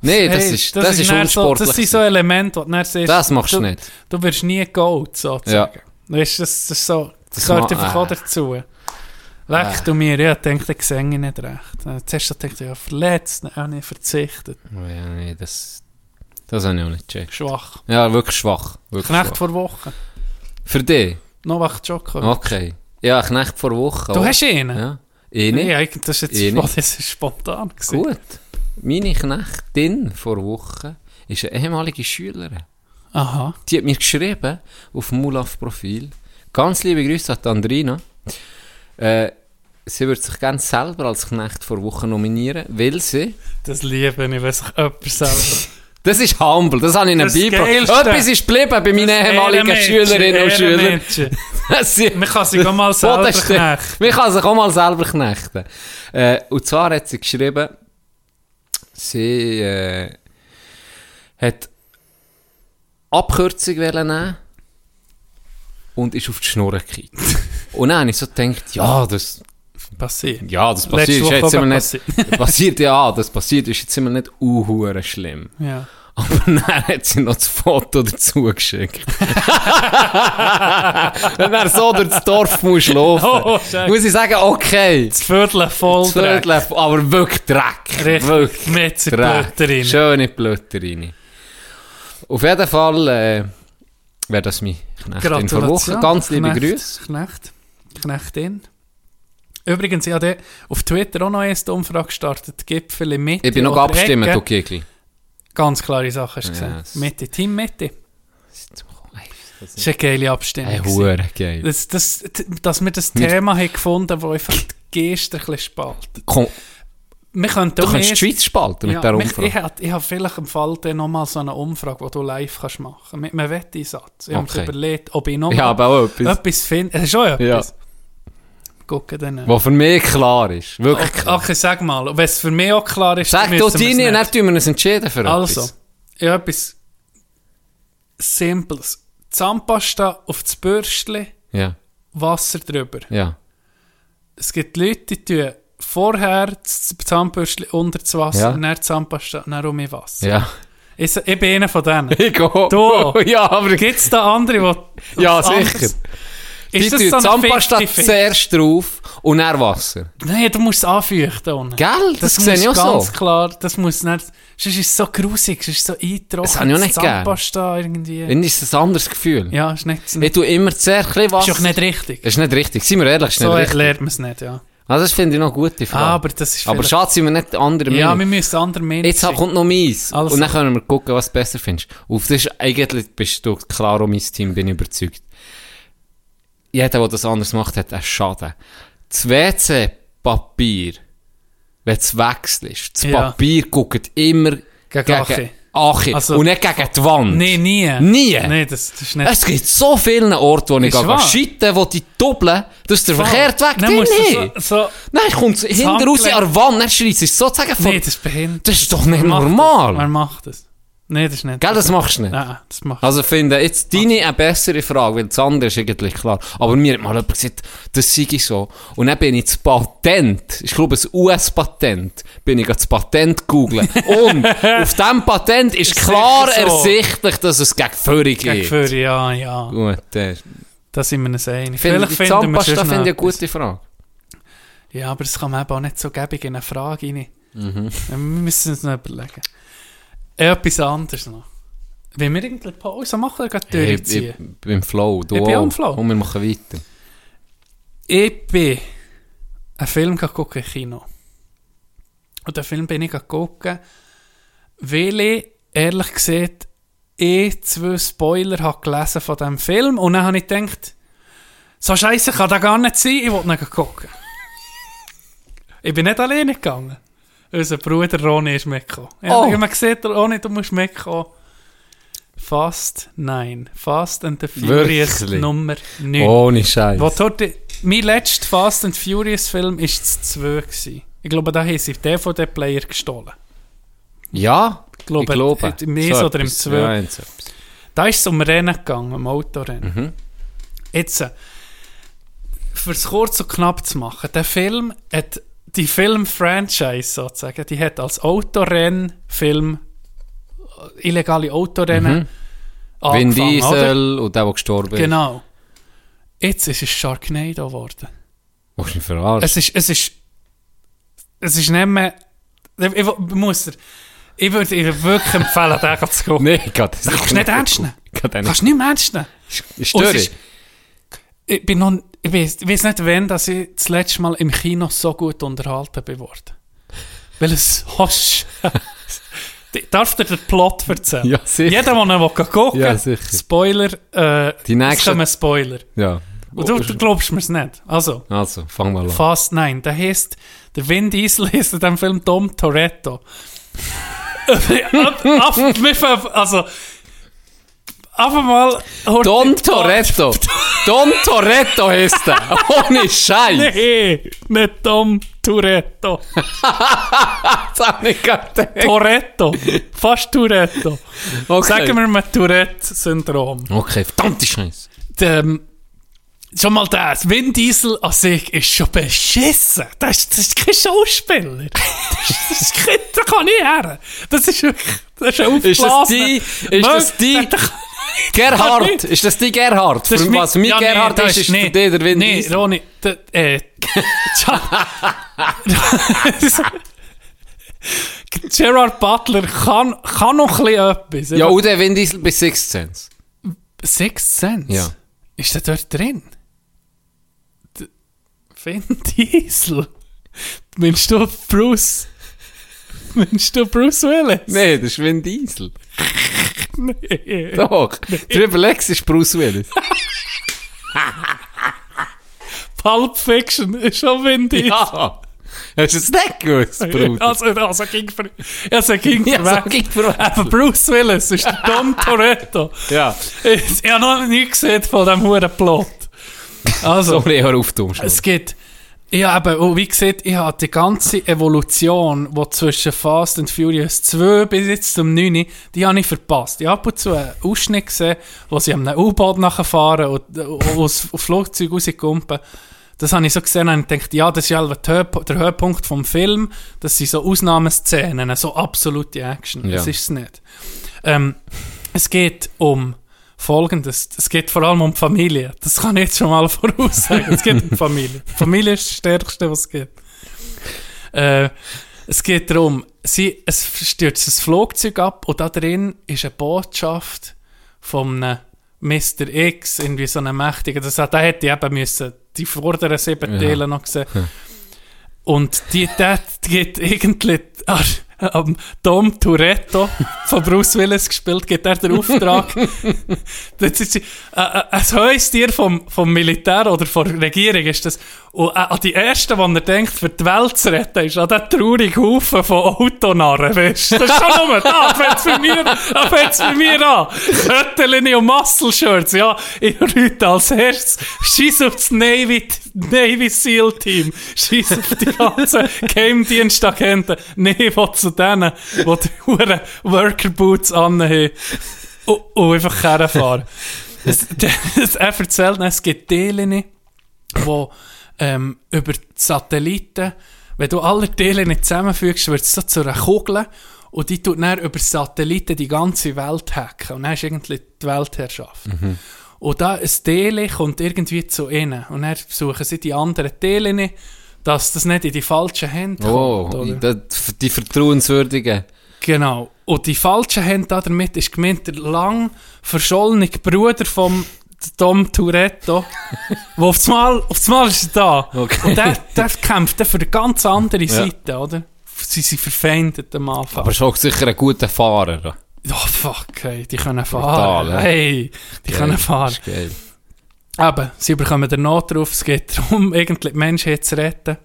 C: Nee, das ist, das ist
D: dann so,
C: unsportlich.
D: Das sind so Elemente, die du dann siehst,
C: Das machst du
D: du
C: nicht.
D: Du wirst nie Gold, sozusagen. Weißt, du, das, das ist so,
C: Das
D: das gehört
C: ma-
D: einfach
C: äh.
D: auch dazu. Leck du mir, ja, ich dachte, ich sehe ihn nicht recht. Äh, Zuerst so dachte ich, ja, verletzt, dann habe ich verzichtet.
C: Oh Ja, nee, das, das habe ich auch nicht gecheckt.
D: Schwach.
C: Ja, wirklich schwach. Wirklich
D: Knecht
C: schwach.
D: vor Wochen.
C: Für dich?
D: Novak Djokovic.
C: Okay. Ja, Knecht vor Woche.
D: Du
C: oder?
D: hast ihn?
C: Ja. Eh, Ich nicht.
D: Ja, ich- das ist jetzt
C: Ich
D: spo-
C: nicht.
D: das ist spontan. gewesen.
C: Gut. Meine Knechtin vor Woche ist eine ehemalige Schülerin.
D: Aha.
C: Die hat mir geschrieben auf dem Mulaf-Profil. Ganz liebe Grüße an die Andrina. Äh, sie würde sich gerne selber als Knecht vor Woche nominieren, weil sie
D: Das liebe ich, wenn sich jemand
C: [laughs]
D: selber...
C: Das ist humble, das habe ich in der
D: Das
C: Bibel.
D: Geilste.
C: Etwas ist geblieben bei meinen ehemaligen
D: Ehrenmenschen,
C: Schülerinnen und Schülern.
D: Ehrenmenschen.
C: [laughs] Das sind-
D: Man kann sich auch mal selber
C: Bodenste-
D: knechten.
C: Man kann sich auch mal selber knechten. Äh, und zwar hat sie geschrieben, sie äh, hat Abkürzung wollen nehmen und ist auf die Schnur gekriegt.
D: [laughs]
C: und dann habe ich so gedacht, ja, das, [laughs]
D: Passiert.
C: ja, das
D: Letzte
C: passiert ist
D: Woche
C: jetzt immer nicht...
D: passiert.
C: [laughs] passiert, ja, das passiert ist jetzt immer nicht uhuere schlimm.
D: Ja.
C: Aber dann hat sie noch das Foto dazu geschickt. [laughs] Wenn er so durch das Dorf muss laufen
D: Oh,
C: muss,
D: Scheiße.
C: ich sagen, okay.
D: Das Viertel voll
C: Das Viertel,
D: Dreck.
C: aber wirklich Dreck.
D: Richtig.
C: Wirklich
D: Mit der
C: Dreck.
D: Blöte rein.
C: Schöne Blöte rein. Auf jeden Fall äh, wäre das mein Knechtin vor Woche. Ganz liebe
D: Knecht,
C: Grüße.
D: Knecht. Knechtin. Übrigens, ich habe auf Twitter auch noch erst eine Umfrage gestartet. Gipfel Mitte.
C: Ich bin noch
D: oder
C: abstimmen,
D: Ecke.
C: du Kegli.
D: Ganz klare Sache hast du gesehen.
C: Yes.
D: Mitte, Team Mitte. Das war eine geile Abstimmung.
C: Ey,
D: gewesen.
C: Hure, geil.
D: Das, das, t- dass wir das
C: Wir-
D: Thema haben gefunden haben, das einfach die Geister ein bisschen spaltet.
C: Komm,
D: Wir könnten
C: du
D: auch
C: kannst die
D: erst-
C: Schweiz spalten mit
D: Ja,
C: der
D: mich-
C: Umfrage.
D: Ich habe ich hab vielleicht im Fall dann nochmal so eine Umfrage, die du live kannst machen kannst. Mit einem Wetteinsatz. Ich habe
C: Okay.
D: mir überlegt, ob ich noch
C: Ich habe auch etwas.
D: etwas finde. Äh, schon etwas. gucken dann.
C: Wo für mich klar ist. Wirklich
D: Okay,
C: klar.
D: okay, sag mal, wenn es für mich auch klar ist,
C: Sag
D: dann
C: doch
D: müssen wir's
C: deine und dann
D: nicht.
C: tun wir uns entschieden für
D: Also,
C: etwas.
D: ich habe etwas Simples. Zahnpasta auf das Bürstchen,
C: Ja,
D: Wasser drüber.
C: ja.
D: Es gibt Leute, die tun vorher das Zahnbürstchen unter das Wasser,
C: Ja.
D: dann die Zahnpasta, dann um in Wasser.
C: Ja. [laughs]
D: Ich, ich bin einer von denen.
C: Ich auch.
D: Du.
C: [laughs] Ja, aber...
D: Gibt es da andere, die...
C: [laughs] Ja,
D: was anderes-
C: sicher. Die
D: Ist
C: tun
D: das so ein
C: Zahnpasta
D: 50-50?
C: zuerst drauf und dann Wasser.
D: Nein, du musst es anfeuchten. unten.
C: Gell? Das, sehe
D: muss
C: ich auch
D: ganz
C: so.
D: klar, das muss nicht... Sonst ist es so grusig, sonst ist es so eingetrocknet.
C: Das habe ich auch nicht gern.
D: Zahnpasta irgendwie.
C: Dann ist es ein anderes Gefühl.
D: Ja, ist nicht...
C: Ich tue immer zuerst ein bisschen
D: ist
C: Wasser.
D: doch nicht richtig.
C: Ist nicht richtig. Seien wir ehrlich, ist nicht
D: So
C: richtig.
D: lernt man es nicht, ja.
C: Also das finde ich noch eine gute Frage.
D: Aber das ist
C: Aber
D: vielleicht-
C: schade, sind wir nicht andere
D: Ja,
C: Meinung.
D: wir müssen andere Meinung
C: Jetzt
D: sein.
C: kommt noch meins.
D: Alles
C: und dann können wir gucken, was du besser findest. Auf das ist, eigentlich bist du klar um mein Team, bin ich überzeugt. Jeder, der das anders macht, hat einen Schaden. Das WC-Papier, wenn es wechselst, das
D: Ja.
C: Papier guckt immer gegen,
D: Achi.
C: Achi.
D: Also-
C: und nicht gegen die Wand.
D: Nee, nie.
C: Nie?
D: Nee, das, das ist nicht...
C: Es gibt so viele Orte, wo ich
D: Ist
C: gehe
D: wahr.
C: scheiten, wo die doppeln, dass der verkehrt weg
D: Dann musst du
C: drin ist.
D: so, so...
C: Nein, kommt hinten raus
D: Handgelenk.
C: an der Wand, dann schreit es sozusagen von...
D: Nee, das ist behindert.
C: das ist doch nicht
D: Wer macht Das? Wer
C: normal.
D: macht das? Nee, das ist nicht...
C: Gell, das machst du nicht.
D: Nein, das macht...
C: Also finde jetzt deine eine bessere Frage, weil das andere ist eigentlich klar. Aber mir hat mal jemand gesagt, das sei ich so. Und dann bin ich das Patent, ich glaube ein US-Patent, bin ich gerade das Patent googeln.
D: [laughs]
C: Und auf diesem Patent ist
D: Ist
C: klar
D: sicher so.
C: ersichtlich, dass es gegen Führung
D: Gegen
C: geht.
D: Führer, ja, ja.
C: Gut, das
D: Da sind wir uns einig.
C: finde ich. Die Zahnpasta
D: sonst noch
C: finde ich eine
D: etwas.
C: gute Frage.
D: Ja, aber das kann man eben auch nicht so gäbig in eine Frage rein.
C: Mhm.
D: Wir müssen uns noch überlegen. Etwas anderes noch. Wenn wir irgendwie Pause machen oder gerade
C: Hey, ich, ich
D: durchziehen?
C: bin im Flow, du
D: Ich bin auch im
C: auch.
D: Flow.
C: Und wir machen weiter.
D: Ich bin einen E Film gucken im Kino. Und den Film bin ich gucken, weil ich, ehrlich gesagt, eh zwei Spoiler habe gelesen von diesem Film. Und dann habe ich gedacht, so scheiße kann das gar nicht sein, ich will nicht gucken. ich bin nicht alleine gegangen. Unser Bruder Ronny ist mitgekommen.
C: Oh.
D: Oh. Man sieht, Ronny, du musst mitkommen. Fast, nein. Fast and the Furious
C: Wirklich?
D: Nummer 9.
C: Ohne Scheiß.
D: Wo dort, mein letzter Fast and Furious Film war das 2. gewesen. Ich glaube, da haben sie DVD-Player gestohlen.
C: Ja, ich
D: glaube,
C: glaube.
D: äh, im Eins oder im
C: etwas.
D: Zwei.
C: Ja, eins, etwas.
D: Da ist es um Rennen gegangen, um Autorennen. Jetzt, äh, fürs kurz und knapp zu machen, der Film hat, die Film-Franchise sozusagen, die hat als Autorennfilm äh, illegale Autorennen
C: Vin
D: angefangen, oder?
C: Diesel und der, der gestorben ist.
D: Genau. Jetzt ist es Sharknado geworden.
C: Willst du mich verarschen?
D: Es ist, es ist, es ist nicht mehr, ich, ich muss dir, ich würde dir wirklich empfehlen, den zu gucken.
C: Nein, ich kann das
D: Oh. kannst du nicht ernst nehmen.
C: Kannst
D: Kannst du nicht mehr ernst nehmen.
C: nicht
D: Und es
C: stören?
D: ist- Ich bin noch, ich weiß, ich weiss nicht wann, dass ich das letzte Mal im Kino so gut unterhalten bin worden. Weil es hast. [laughs] Darf dir den Plot erzählen?
C: Ja, sicher.
D: Jeder, der noch gucken
C: Ja, sicher.
D: Spoiler, äh,
C: Die nächste-
D: es kommen Spoiler.
C: Ja.
D: Und du, du glaubst mir's nicht. Also.
C: Also, fang mal an.
D: Fast nein, der heißt, der Vin Diesel [laughs] heißt in dem Film Tom
C: [laughs]
D: Toretto. Ab- ab- wir fangen- also, einfach mal. hört
C: Don
D: die-
C: Toretto! Don Toretto heisst er!
D: [laughs]
C: Ohne Scheiß!
D: Nee, nicht Tom
C: [laughs]
D: Toretto.
C: Das habe ich gerade gedacht.
D: Toretto. Fast Toretto.
C: Okay.
D: Sagen wir mal Tourette-Syndrom.
C: Okay, verdammte Scheiße.
D: Ähm, schon mal das, Vin Diesel an sich ist schon beschissen. Das ist, das ist kein Schauspieler. Das, ist- das, ist kein, das kann ich her. Das ist wirklich, das ist ein
C: Ist das
D: aufgeblasener-
C: die? Ist das die? Gerhard! Ist das die Gerhard?
D: Das
C: Für
D: mein-
C: was mein
D: Ja, nee,
C: Gerhard
D: das
C: ist, ist
D: nee,
C: für dich der Vin
D: nee,
C: Diesel.
D: Ronny, da, äh, [laughs]
C: [laughs]
D: Tja- Gerard Butler kann, kann noch ein bisschen etwas.
C: Ja, und der Vin Diesel bei Sixth Sense.
D: Sixth Sense?
C: Ja.
D: Ist der dort drin? D- Vin [laughs] Diesel? Meinst du Bruce? Meinst du Bruce Willis?
C: Nein, das ist Vin Diesel.
D: Nee.
C: Doch. Drüber Lex ist Bruce Willis.
D: [laughs] Pulp Fiction ist schon Vin Diesel.
C: Ja! Hast du es nicht gewusst, Bruder?
D: Also, also ging für,
C: [laughs]
D: also ging
C: Ja,
D: für
C: so
D: weg.
C: ging für weg.
D: Aber Bruce Willis ist der Tom
C: [laughs]
D: Toretto.
C: Ja.
D: Ich, ich habe noch nie gesehen von diesem Huren Plot. Also,
C: Sorry, hör auf, du Umschlag.
D: es gibt, Ja, eben, und wie gesagt, ich habe die ganze Evolution, die zwischen Fast and Furious 2 bis jetzt zum 9, die habe ich verpasst. Ich habe ab und zu einen Ausschnitt gesehen, wo sie an einem U-Boot nachfahren und und aus dem Flugzeug rauskumpen. Das habe ich so gesehen und gedacht, ja, das ist ja halt der Höhep- der Höhepunkt vom Film. Das sind so Ausnahmeszenen, so absolute Action.
C: Ja.
D: Das ist es nicht. Ähm, es geht um Folgendes. Es geht vor allem um die Familie. Das kann ich jetzt schon mal [laughs] voraussagen. Es geht um die Familie. Die Familie ist das Stärkste, was es gibt. Äh, es geht darum, sie, es stürzt ein Flugzeug ab und da drin ist eine Botschaft von einem Mr. X, irgendwie so einem Mächtigen. Das, da hätte ich eben müssen, die vorderen sieben
C: Ja.
D: Teile noch
C: [laughs]
D: gesehen. Und die Tat geht irgendwie [laughs] an, am Tom Toretto von Bruce Willis gespielt, gibt er den Auftrag. [laughs] das ist, äh, äh, ein Heustier vom, vom Militär oder von der Regierung ist das. Und äh, an die Ersten, die er denkt, für die Welt zu retten, ist an diesen traurigen Haufen von Autonarren, weißt du? Das ist schon nur, da fängt's bei mir, da fängt's bei mir an. Köttelini und Muscle-Shirts, ja, ich rüte als erstes, schieß auf das Navy, Navy SEAL-Team, schieß auf die ganzen Geheimdienstagenten. Nee, ich will zu denen, die die Huren Worker-Boots anhaben und, und einfach herfahren. Es, [laughs] es, er erzählt, dann, es gibt Teile, wo ähm, über die Satelliten, wenn du alle Teile nicht zusammenfügst, wird es so zu einer Kugel und die tut dann über Satelliten die ganze Welt hacken und dann ist irgendwie die Weltherrschaft. Und da ein Teil kommt irgendwie zu ihnen und dann suchen sie die anderen Teile, dass das nicht in die falschen Hände kommt.
C: Oh,
D: oder?
C: das, die Vertrauenswürdigen.
D: Genau. Und die Falschen haben da damit ist gemeint der lang verschollene Bruder vom Tom
C: [laughs]
D: Toretto, wo auf einmal auf Mal ist er da.
C: Okay.
D: Und der, der kämpft dann für eine ganz andere
C: Ja.
D: Seite, oder? Sie sind verfeindet am Anfang.
C: Aber schon sicher ein guter Fahrer.
D: oh fuck, hey, die können fahren.
C: Brutal, ja.
D: hey, die können fahren.
C: Ist geil.
D: Eben, sie bekommen den Notruf, es geht darum, [laughs] irgendwie die Menschheit zu retten.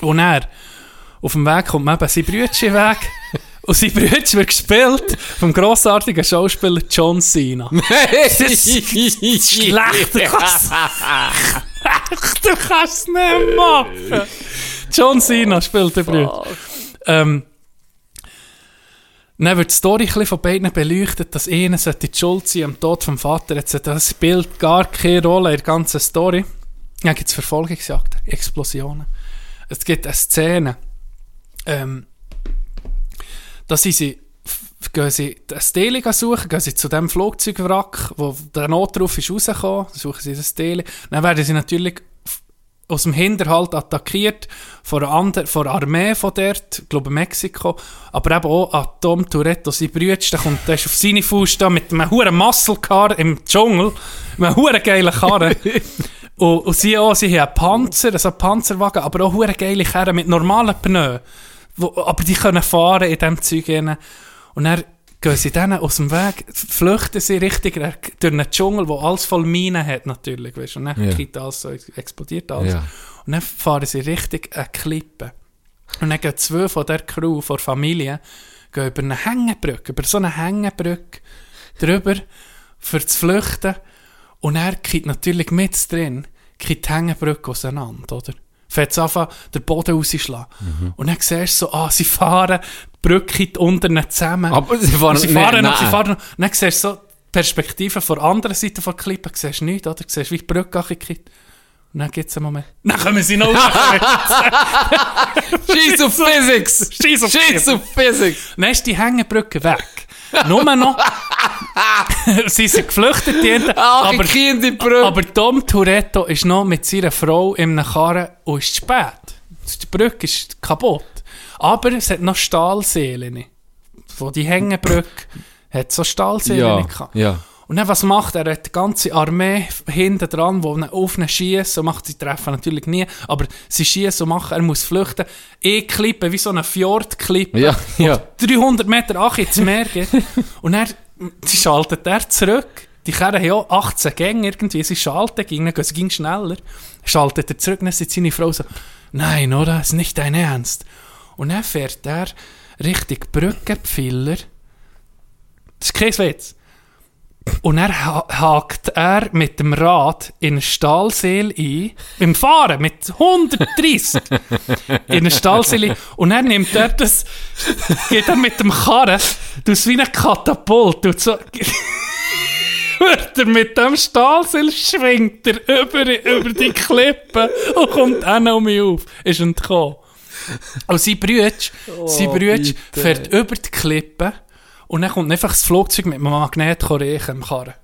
D: Und er, auf dem Weg kommt eben sein Brütchen weg. Und sein Brütchen wird gespielt vom grossartigen Schauspieler John Cena. Schlechter kannst [laughs] du kannst nicht machen. John Cena spielt den Brüder. Ähm, dann wird die Story ein bisschen von beiden beleuchtet, dass einer sollte die Schuld sein am Tod vom Vater. Jetzt, das spielt gar keine Rolle in der ganzen Story. Dann gibt es Verfolgungsjagden, Explosionen. Es gibt eine Szene, ähm, da sind sie, f- gehen sie eine Stele suchen, gehen sie zu dem Flugzeugwrack, wo der Notruf ist rausgekommen, suchen sie das Stele. Dann werden sie natürlich f- aus dem Hinterhalt attackiert von einer, ander, von einer Armee von dort, ich glaube Mexiko, aber eben auch an Tom Toretto, sein Bruder, der kommt, der ist auf seine Fuß da mit einem hohen Muscle-Car im Dschungel, mit einem hohen geilen Karren. und, und sie auch, sie haben einen Panzer, also einen Panzerwagen, aber auch hohe geile Karren mit normalen Pneus. Wo, aber die können fahren in diesem Zeug. Rein. Und dann gehen sie denen aus dem Weg, flüchten sie richtig durch einen Dschungel, wo alles voll Minen hat natürlich, weißt du. Und dann
C: Ja.
D: kriegt alles so, explodiert alles.
C: Ja.
D: Und dann fahren sie richtig eine Klippe. Und dann gehen zwei von der Crew, von der Familie, gehen über eine Hängebrücke, über so eine Hängebrücke drüber, für zu flüchten. Und er geht natürlich mit drin, geht die Hängebrücke auseinander, oder? Fährt es anfangen, den Boden rauszuschlagen.
C: Mhm.
D: Und dann siehst du so, ah, sie fahren, die Brücke unten zusammen.
C: Aber sie fahren-
D: Und sie
C: nee,
D: fahren noch, sie
C: nein.
D: fahren noch. Und dann siehst du so die Perspektive von der anderen Seite von der Klippe, siehst du nichts, oder? Du siehst, wie die Brücke angekippt. Und dann gibt es einen Moment. Dann kommen sie noch
C: [laughs]
D: raus.
C: Scheiß auf Physics!
D: Scheiss auf
C: Scheiss auf Physics!
D: Dann ist die Hängebrücke weg. Nur
C: [laughs]
D: noch. sie sind geflüchtet, die einen,
C: Ach,
D: aber,
C: aber, Kinderbrüder!
D: aber Tom Toretto ist noch mit seiner Frau in einem Karren und ist zu spät. Die Brücke ist kaputt. Aber es hat noch Stahlseelen. Von die Hängebrücke hat so Stahlseelen
C: ja,
D: gehabt.
C: ja.
D: Und dann, was macht er? Er hat die ganze Armee hinten dran, die ihn auf ihn schießt und macht sie treffen natürlich nie, aber sie schießen und machen, er muss flüchten. E klippen, wie so eine Fjordklippe.
C: Ja, ja.
D: 300 Meter ach ins Meer
C: [laughs]
D: geht. und er sie schaltet er zurück. Die Kerle haben ja 18 Gänge irgendwie, sie schalten, ging, dann gehen sie ging schneller. Schaltet er zurück, dann sagt seine Frau so, nein, oder? Ist nicht dein Ernst. Und dann fährt er richtig Brückenpfeiler. Das ist kein Witz Und dann ha- hakt er mit dem Rad in eine Stahlseil ein, im Fahren mit 130 in eine Stahlseil ein. Und dann nimmt er das, geht er mit dem Karren, tut wie ein Katapult, tut so, wird er mit dem Stahlseil schwingt er über, über die Klippe und kommt auch noch mal auf, ist entkommen. Und sein Brütsch, sein Brütsch
C: bitte.
D: fährt über die Klippe und dann kommt einfach das Flugzeug mit einem Magnet riechen im Karren.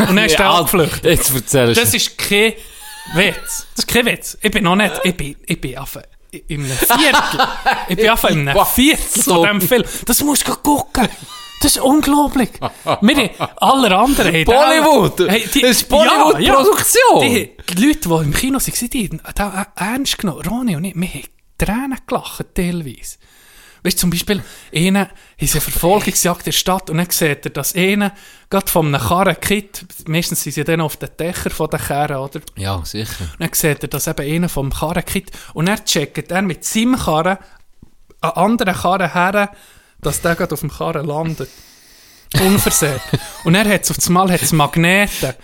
D: Und dann ist er angeflüchtet.
C: Jetzt erzählst
D: Das ist kein Witz. Das ist kein Witz. Ich bin noch nicht, ich bin, ich bin auf in einem Viertel. Ich bin auf in einem
C: Was?
D: Viertel von diesem Film. Das musst du gucken. Das ist unglaublich. Wir haben alle anderen haben
C: Bollywood. Das ist Bollywood-Produktion.
D: die, die Leute, die im Kino waren, die haben das ernst genommen. Ronny und ich, wir haben Tränen gelacht, teilweise. Weißt du, zum Beispiel, einer hat eine Verfolgungsjagd in der Stadt und dann sieht er, dass einer gerade von einem Karren kippt. Meistens sind sie dann auf den Dächern von den Karren, oder?
C: Ja, sicher.
D: Und dann sieht er, dass eben einer vom Karren kippt. Und dann checkt er mit seinem Karren einen anderen Karren her, dass der gerade auf dem Karren landet. Unversehrt. Und er hat auf das Mal hat's Magneten.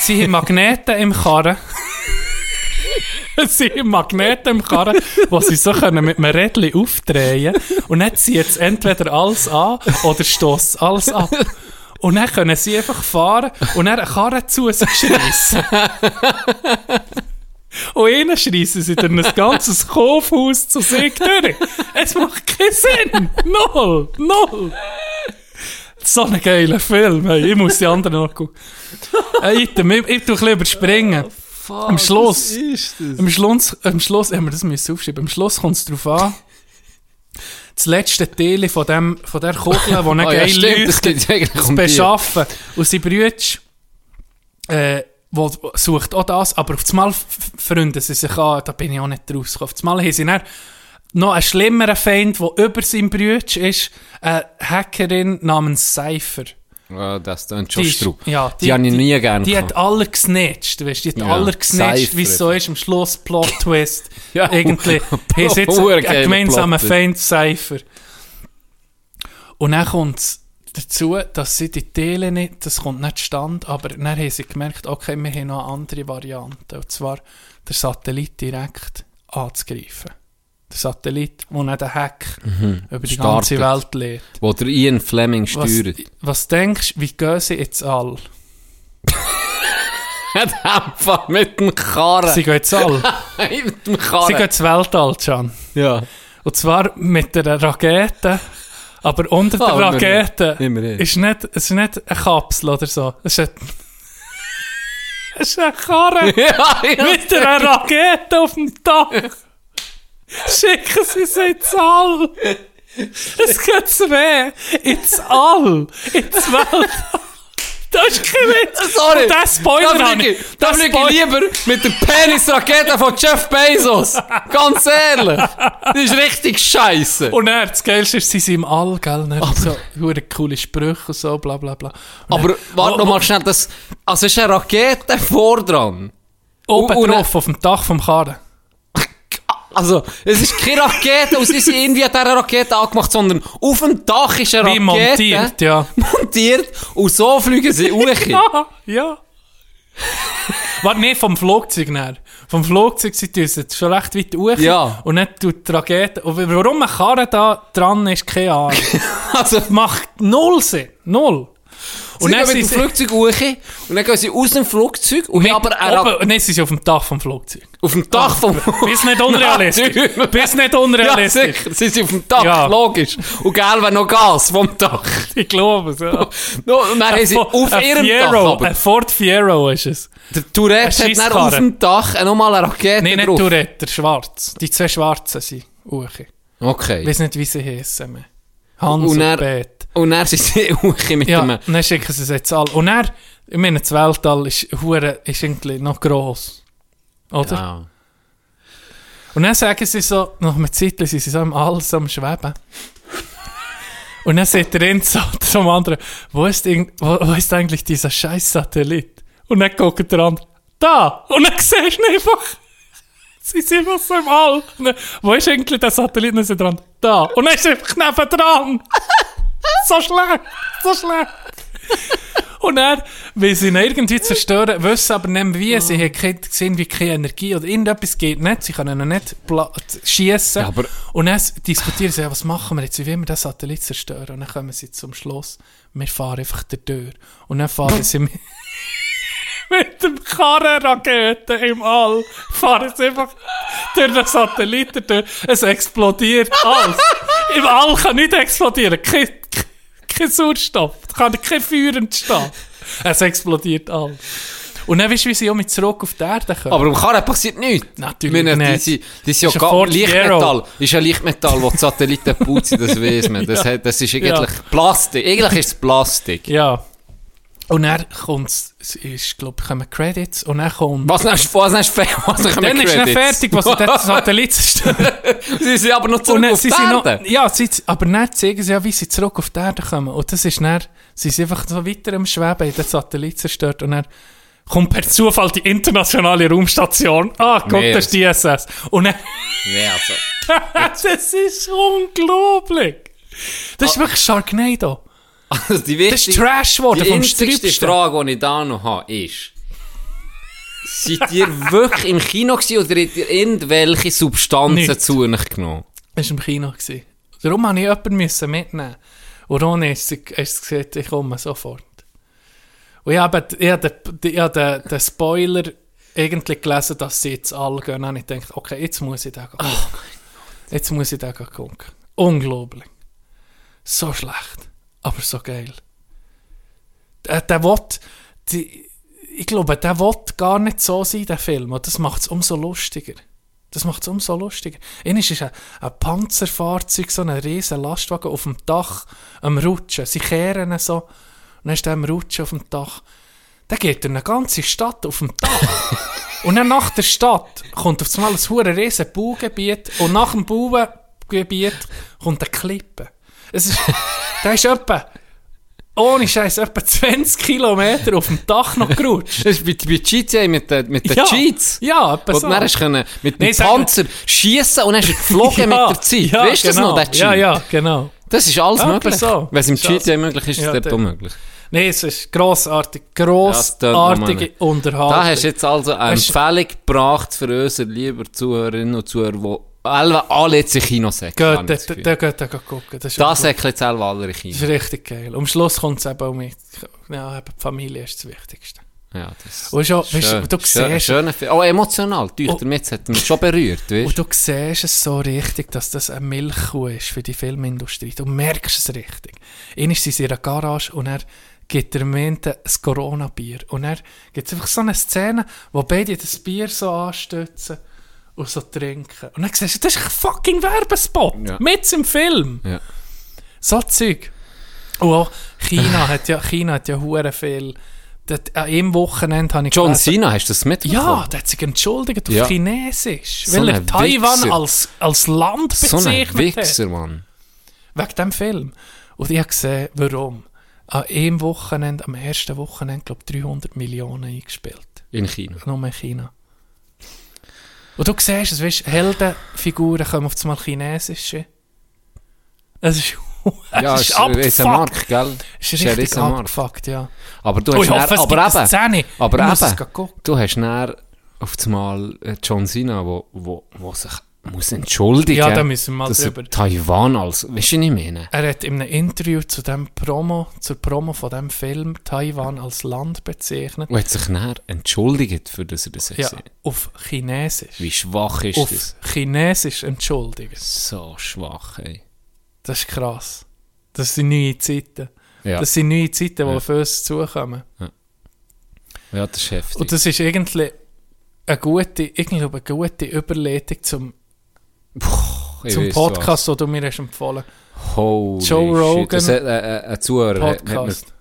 D: Sie haben Magneten im Karren. [laughs] sie haben Magneten im Karren, die sie so können mit einem Rädchen aufdrehen Und dann zieht es entweder alles an oder stoßt alles ab. Und dann können sie einfach fahren und dann einen Karren zu sich schreissen. Und ihnen schreissen sie dann ein
C: [laughs]
D: ganzes Kaufhaus zu sich durch. Es macht keinen Sinn. Null. Null. So ein geiler Film. Hey, ich muss die anderen noch gucken. Hey, Item, ich, ich tue ein bisschen überspringen.
C: Oh,
D: Am Schluss. Am Schluss, am Schluss, haben wir das müssen aufschreiben. Am Schluss kommt es darauf an, das letzte Teil von, dem, von der
C: [laughs]
D: Kugel, die nicht
C: Ah, ja,
D: geil
C: stimmt,
D: leuchtet,
C: das geht eigentlich
D: zu
C: um die.
D: beschaffen. Und sein Brütsch, äh, wo, sucht auch das, aber auf das Mal f- f- freunden sie sich an, da bin ich auch nicht rausgekommen. Auf das Mal haben sie dann noch einen schlimmeren Feind, der über seinem Brütsch ist, eine Hackerin namens Cypher.
C: Ja, das klingt schon
D: Die ist-
C: strub.
D: ja,
C: die, habe ich nie gerne
D: Die hat
C: gehabt.
D: alle gesnatcht, weißt du, die hat
C: Ja,
D: alle gesnatcht,
C: Cypher
D: wie es so ist, am Schluss
C: [laughs]
D: Plot-Twist.
C: Ja, [laughs]
D: Irgendwie, hey, ist jetzt
C: Huere
D: ein
C: geiler
D: gemeinsamer
C: Plot-Twist.
D: Feind Cypher. Und dann kommt es dazu, dass sie die Teile nicht, das kommt nicht stand, aber dann haben sie gemerkt, okay, wir haben noch eine andere Variante, und zwar den Satellit direkt anzugreifen. Der Satellit, der nicht den Hack über die ganze Welt
C: Mhm. Startet.
D: lädt.
C: Wo der Ian Fleming
D: Was,
C: steuert. [laughs]
D: was denkst du, wie gehen sie jetzt alle?
C: Hat einfach mit
D: [laughs]
C: dem
D: Sie
C: Karren. [laughs]
D: gehen jetzt alle.
C: mit dem
D: Sie
C: Karren.
D: gehen ins Weltall, Can.
C: ja.
D: Und zwar mit einer Rakete. Aber unter der
C: Ah, immerhin.
D: Rakete
C: Immerhin.
D: ist nicht, es ist nicht eine Kapsel oder so. Es ist, ein, [laughs] es ist eine Karre
C: [laughs] ja, ja.
D: mit einer Rakete auf dem Dach. Schicken sie es ins All. Es geht zwei. Ins All. Ins Weltall. [laughs] Das ist kein Witz.
C: Sorry.
D: Und das Spoiler
C: Da
D: habe
C: fliege
D: ich.
C: ich, da
D: Das
C: fliege
D: Spoil-
C: ich lieber mit der Penisrakete von Jeff Bezos. Ganz ehrlich. Das [laughs] ist richtig scheiße.
D: Und er, das Geilste ist, sie sind im All, gell? Dann so, hure coole Sprüche und so, bla bla bla. Und
C: Aber
D: dann-
C: warte
D: Wo-
C: noch mal schnell, das, also ist eine Rakete vor dran. [laughs]
D: Oben
C: Und- und-
D: drauf, auf dem Dach vom Karren.
C: Also, es ist keine Rakete, und sie sind irgendwie an dieser Rakete angemacht, sondern auf dem Dach ist eine
D: Wie
C: Rakete.
D: montiert, ja.
C: [laughs] Montiert, und so fliegen
D: [laughs]
C: sie hoch.
D: Ah, ja. Warte, nee, vom Flugzeug näher. Vom Flugzeug sind die uns jetzt schon recht weit hoch.
C: Ja.
D: Und dann tut die Rakete... Und warum ein Karren da dran ist, keine Ahnung.
C: [laughs] Also,
D: Macht null Sinn. Null.
C: und dann mit
D: sind
C: dem
D: sie-
C: Flugzeug hoch, und dann gehen sie aus dem Flugzeug, und
D: mit
C: haben aber eine Rakete
D: oben, Nein, sie sind auf dem Dach vom Flugzeug.
C: auf dem Dach
D: [laughs]
C: vom...
D: Bist nicht unrealistisch.
C: Natürlich.
D: Bist nicht
C: [laughs] ja,
D: unrealistisch.
C: sicher, sie sind auf dem Dach,
D: Ja.
C: logisch. Und gell, wenn noch Gas vom Dach.
D: [laughs] Ich glaube es, ja.
C: No, und dann haben sie
D: Fo-
C: auf
D: ein
C: ihrem
D: Fiero,
C: Dach, aber
D: Ein Ford Fiero ist es.
C: der Tourette
D: eine
C: hat dann auf
D: Scheisskarre.
C: dem Dach nochmal eine Rakete
D: Nein, nicht
C: drauf.
D: Tourette, der Schwarz. Die zwei Schwarzen sind Uche. Ich
C: Okay.
D: weiß nicht, wie sie heissen. man. Hans
C: Und
D: und,
C: er-
D: Beth.
C: Und dann sind sie [laughs] hoch mit
D: Ja,
C: dem...
D: und dann schicken sie es jetzt alle. Und er, ich meine, das Weltall ist, hure- ist irgendwie noch gross. Oder?
C: Ja.
D: Und dann sagen sie so, nach einem Zeitchen sind sie so im All so am Schweben. Und dann sagt der eine so [laughs] zum anderen, wo ist, irgend, wo, wo ist eigentlich dieser scheiß Satellit? Und dann guckt der andere, da! Und dann siehst du ihn einfach, sie sind einfach so im All. Und dann, wo ist eigentlich der Satellit? Und dann sagt der
C: [laughs]
D: andere, da! Und dann ist er einfach neben dran. so schlecht, so schlecht. Und dann, weil sie ihn irgendwie zerstören, wissen aber nicht wie, sie haben keine- gesehen, wie keine Energie oder irgendetwas geht nicht, sie können ihn nicht schießen.
C: Ja, aber-
D: und dann diskutieren sie, ja, was machen wir jetzt, wie wollen wir den Satellit zerstören? Und dann kommen sie zum Schluss, wir fahren einfach der Tür. Und dann
C: [laughs]
D: fahren sie mit, mit dem Karrenraketen im All, fahren sie einfach durch den Satelliten durch. Es explodiert alles. Im All kann nicht explodieren. Kein, kein Sauerstoff. Da kann kein Feuer entstehen. Es explodiert alles. Und dann weißt du, wie sie auch mit zurück auf die Erde kommen.
C: Aber am Karren passiert nichts.
D: Natürlich
C: Ich meine,
D: nicht.
C: Die, sind- die sind
D: Ist
C: ja
D: ein
C: gar
D: Ford
C: Lichtmetall.
D: Fiero.
C: Ist ein Lichtmetall, wo die Satelliten gebaut sind, das weiss man.
D: [laughs]
C: Das, hat, das ist eigentlich
D: Ja.
C: Plastik. Eigentlich ist es Plastik.
D: ja. Und dann kommt es, ist, glaube ich, kommen Credits und dann kommt...
C: Was nimmst du, was nimmst du, was nimmst du
D: Dann ist dann fertig, was sie
C: [laughs]
D: dort Satellit zerstören.
C: Sie sind aber noch zurück
D: Und dann,
C: auf die
D: sie sind noch,
C: Erde.
D: ja, sie, aber dann zeigen sie ja, wie sie zurück auf die Erde kommen. Und das ist dann, sie sind einfach so weiter am Schweben, haben den Satellit zerstört und dann kommt per Zufall die internationale Raumstation. Ah, Gott,
C: Nee,
D: das ist die ISS. Und dann, [laughs]
C: Nee, also.
D: das ist unglaublich. Das ist wirklich Sharknado.
C: also Ah. die
D: Das
C: wichtige,
D: ist Trash geworden
C: die
D: vom
C: einzigste
D: Sträubsten.
C: Frage, die ich da noch habe, ist, seid ihr wirklich im Kino gewesen oder habt ihr irgendwelche Substanzen
D: Nicht.
C: zu euch genommen?
D: Das war im Kino. Gewesen. Darum musste ich jemanden müssen mitnehmen. Und ohne ist es gesagt, ich komme sofort. Und ich habe, ich habe, den, ich habe den, den Spoiler irgendwie gelesen, dass sie jetzt alle gehen. Und ich dachte, okay, jetzt muss ich da gucken. jetzt muss ich da gucken. Unglaublich. So schlecht, aber so geil. Der, der will, die, ich glaube, der will gar nicht so sein, der Film. Und das macht es umso lustiger. Das macht es umso lustiger. Einmal ist ein, ein Panzerfahrzeug, so ein riesen Lastwagen auf dem Dach am Rutschen. Sie kehren ihn so. Und dann ist er am Rutschen auf dem Dach. Dann geht er eine ganze Stadt auf dem Dach.
C: [laughs]
D: und dann nach der Stadt kommt auf einmal ein hure riesen Baugebiet. Und nach dem Baugebiet kommt eine Klippe. Es ist, da ist etwa, ohne Scheiß, etwa 20 Kilometer auf dem Dach noch
C: [laughs]
D: gerutscht.
C: Das ist bei, bei GTA mit den, mit den Cheats.
D: Ja, etwa
C: Und
D: so.
C: dann hast du können mit dem
D: Nein, sag-
C: Panzer schiessen und dann
D: [laughs]
C: hast du geflogen
D: Ja,
C: mit der Zeit.
D: ja,
C: weißt du
D: genau.
C: das noch, der Cheat?
D: Ja, ja, genau.
C: Das ist alles
D: Etwa
C: möglich.
D: so.
C: Wenn es im
D: Ist alles-
C: GTA möglich ist, ist
D: Ja,
C: es dort
D: dann-
C: unmöglich.
D: Nein, es ist grossartig,
C: das tönt noch mal
D: grossartige
C: nicht.
D: Unterhaltung.
C: Da hast du jetzt also eine
D: Ah, Weißt-
C: Empfehlung gebracht für unsere lieben Zuhörerinnen und Zuhörer, die alle, alle jetzt in Kino säckeln. habe
D: Geht,
C: ich das
D: da,
C: Gefühl.
D: da, da, da, da gucken. Das ist,
C: Da
D: wirklich-
C: säckeln jetzt alle alle in
D: das
C: Kino.
D: ist richtig geil. Am Schluss kommt es eben auch mit. Ja, eben die Familie ist das Wichtigste.
C: Ja, das
D: Und, schon, Oh, weißt, du,
C: schön,
D: und du
C: schön,
D: siehst
C: schöner Film. Auch emotional. Die
D: Und-
C: oh. jetzt hat mich schon berührt. Weißt?
D: Und
C: du.
D: du siehst es so richtig, dass das eine Milchkuh ist für die Filmindustrie. Du merkst es richtig. Einer ist in ihrer Garage und er gibt der Mente ein Corona-Bier. Und er gibt es einfach so eine Szene, wo beide das Bier so anstötzen und so trinken. Und dann siehst du, das ist ein fucking Werbespot.
C: Ja.
D: Mit im Film.
C: Ja.
D: So Zeug. Und auch
C: [laughs]
D: China hat ja, China hat ja hure viel. Dort, an einem Wochenende habe ich
C: John
D: gelesen-
C: Cena, hast du das mitbekommen?
D: ja, der hat sich entschuldigt auf
C: Ja.
D: Chinesisch,
C: So
D: weil er
C: ein
D: Taiwan
C: Wichser.
D: als, als Land
C: so ein
D: bezeichnet hat.
C: Wichser, Mann.
D: Wegen diesem Film. Und ich habe gesehen, warum. An einem Wochenende, am ersten Wochenende, glaube ich, 300 Millionen eingespielt.
C: In China.
D: Nur in China. Und du siehst es, weißt, Heldenfiguren kommen auf einmal Chinesische. Es ist, [laughs] es
C: Ja,
D: ist
C: ist ein
D: abgefuckt.
C: Riesenmarkt, gell?
D: Es
C: Ist
D: ist
C: ein
D: richtig
C: Riesenmarkt.
D: abgefuckt, ja.
C: Aber du
D: Oh,
C: hast
D: ich hoffe,
C: dann,
D: es
C: aber
D: gibt eine
C: eben,
D: Szene.
C: aber
D: ich muss
C: eben.
D: es gleich gucken.
C: du hast dann auf einmal äh, John Cena, wo, wo, wo sich muss entschuldigen
D: Ja, da müssen wir mal
C: dass er
D: drüber.
C: Taiwan als, weißt du, was ich meine?
D: Er hat in einem Interview zu dem Promo, zur Promo von dem Film Taiwan als Land bezeichnet.
C: Und hat sich dann entschuldigt, für das er das hat
D: Ja,
C: gesehen.
D: auf Chinesisch.
C: Wie schwach ist
D: auf
C: das?
D: Chinesisch entschuldigen.
C: So schwach, ey.
D: Das ist krass. Das sind neue Zeiten.
C: Ja,
D: Das sind neue Zeiten, die
C: Ja.
D: auf uns zukommen.
C: ja das ist heftig.
D: Und das ist irgendwie eine gute, ich glaube, eine gute Überleitung zum,
C: Ich
D: zum
C: weiss
D: Podcast, den du mir hast empfohlen
C: was. Holy
D: Joe
C: shit.
D: Rogan.
C: Das hat, äh, äh, ein Zuhörer hat- hat mir-
D: Podcast.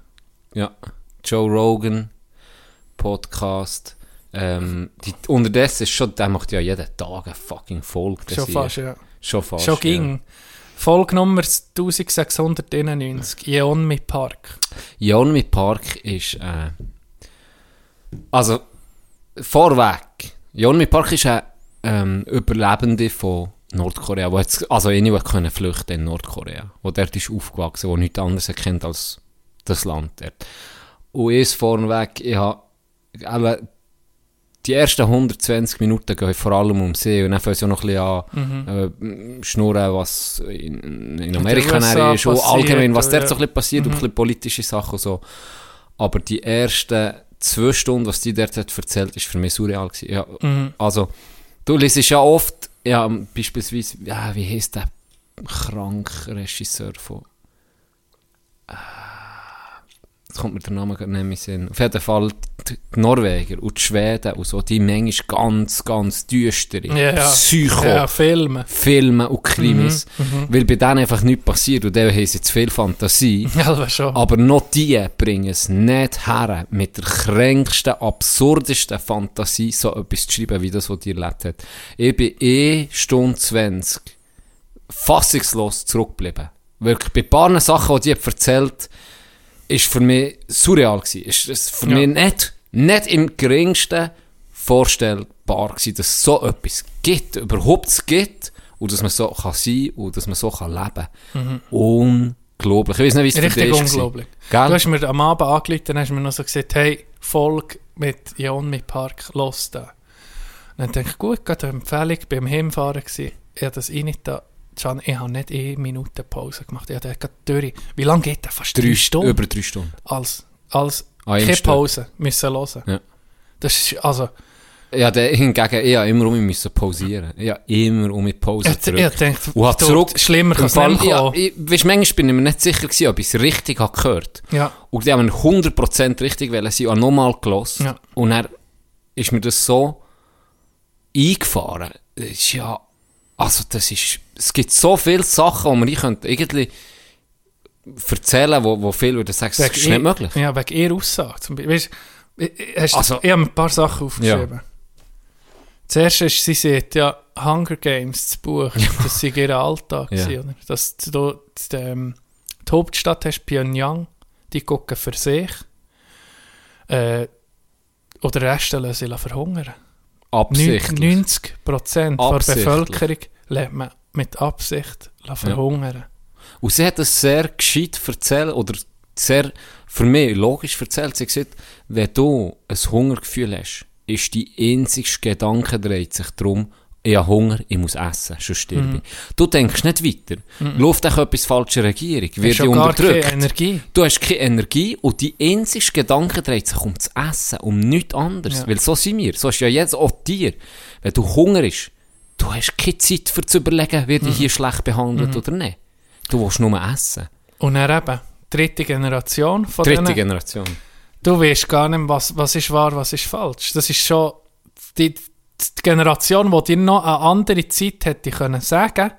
C: Ja, Joe Rogan, Podcast. Ähm, die, unterdessen ist schon, der macht ja jeden Tag eine fucking Folge. das
D: Schon
C: hier.
D: fast, ja.
C: Schon fast.
D: Schon ging. Folge Nummer 1691, Yeonmi Park.
C: Ja. Yomi Park ist. Äh, also, vorweg. Yomi Park ist ein ähm, Überlebende von Nordkorea, wo eh jetzt, also eine, die können flüchten in Nordkorea, wo dort ist aufgewachsen, wo nichts anderes erkennt als das Land dort. Und ich vorneweg, ich habe eben die ersten 120 Minuten gehen vor allem um See und dann fängt es ja noch ein bisschen an, äh, schnurren, was in, in Amerika
D: Mhm. In den USA
C: dann ist
D: passiert, oh
C: und
D: Mhm.
C: allgemein, was dort
D: oder?
C: so ein bisschen passiert und ein bisschen politische Sachen und so. Aber die ersten zwei Stunden, was die dort hat erzählt, ist für mich surreal gewesen. Ja,
D: Mhm.
C: Also, du liest ja oft, ja, beispielsweise, ja, wie heisst der krank Regisseur von... Äh, Jetzt kommt mir der Name gar nicht mehr in den Sinn. Auf jeden Fall die die Norweger und die Schweden und so, die Menge ist ganz, ganz düstere,
D: Ja, ja.
C: Psycho.
D: Ja, Mhm, Filme.
C: Filme und Krimis, weil bei denen einfach nichts passiert und denen haben sie zu viel Fantasie.
D: Also schon.
C: Aber noch die bringen es nicht her, mit der kränksten, absurdesten Fantasie so etwas zu schreiben, wie das, was die erlebt hat. Ich bin eh Stunde 20 fassungslos zurückgeblieben. Wirklich, bei ein paar Sachen, die die hat erzählt ist für mich surreal gewesen. Ist es für
D: Ja.
C: mich nicht, nicht im geringsten vorstellbar gewesen, dass es so etwas gibt, überhaupt es gibt und dass man so kann sein und dass man so kann leben. Unglaublich. Ich weiß nicht, wie es für
D: Mhm. Richtig
C: dich ist
D: unglaublich.
C: Gell?
D: Du hast mir am Abend angeleitet, dann hast du mir noch so gesagt, hey, Folge mit Jonmi Park, los da. Dann denke ich, gut, gerade eine Empfehlung, beim Heimfahren gewesen. Ich habe das eh nicht da. Can, ich habe nicht eine Minute Pause gemacht. Ich habe gerade durch. Wie lange geht der? Fast drei,
C: Drei,
D: Stunden.
C: Über drei Stunden.
D: Als, als
C: An einem
D: keine
C: Stück.
D: Pause müssen hören.
C: Ja.
D: Das ist, also,
C: Ja, der, [laughs] hingegen, ich habe immer um mich müssen pausieren. Ich habe immer um mich Pause
D: ich, ich
C: gedrückt.
D: denke,
C: Und habe
D: du-
C: zurück...
D: schlimmer kann es
C: Im
D: nicht
C: Fall-
D: mehr
C: ja,
D: kommen.
C: ich, weißt, manchmal bin ich mir nicht sicher gewesen, ob ich es richtig habe gehört
D: Ja.
C: Und die haben 100% richtig wollen sein und nochmal gelassen.
D: Ja.
C: Und er ist mir das so eingefahren. Das ist ja, also das ist, es gibt so viele Sachen, die man ich könnte irgendwie erzählen, wo, wo viele würden sagen, das
D: Wegen
C: ist
D: ihr-
C: nicht möglich.
D: eh- Ja, wegen ihrer Aussage. Zum Beispiel. Weißt, ich, ich- hast du-
C: Also-
D: ich habe mir ein paar Sachen aufgeschrieben. Zuerst ist, sie sagt ja, Hunger Games, das Buch, das sei ihr Alltag.
C: Ja.
D: gewesen, Oder? Dass du da- die, ähm, die Hauptstadt hast, Pyongyang, die gucken für sich. Äh, oder den Rest lassen sie verhungern.
C: Absichtlich.
D: 90 Prozent der
C: Absichtlich.
D: Bevölkerung lässt man mit Absicht verhungern.
C: Und sie hat das sehr gescheit erzählt, oder sehr, für mich, logisch erzählt. Sie hat gesagt, wenn du ein Hungergefühl hast, ist die einzigste Gedanke dreht sich darum, ich habe Hunger, ich muss essen, sonst sterbe
D: Mhm.
C: ich. Du denkst nicht weiter. Läuft auch etwas falsche Regierung, wird
D: Hast
C: die
D: ja gar keine
C: unterdrückt.
D: Energie.
C: Du hast keine Energie und die einzige Gedanke dreht sich um das Essen, um nichts anderes.
D: Ja.
C: Weil so sind wir. So ist ja jetzt auch dir. Wenn du Hunger hast, du hast keine Zeit für zu überlegen,
D: Mhm.
C: werde ich hier schlecht behandelt oder nicht. Du willst nur essen.
D: Und dann eben, dritte Generation von
C: Dritte
D: denen.
C: Generation.
D: Du weißt gar nicht, was, was ist wahr, was ist falsch. Das ist schon die, die Generation, die dir noch eine andere Zeit hätte können sagen,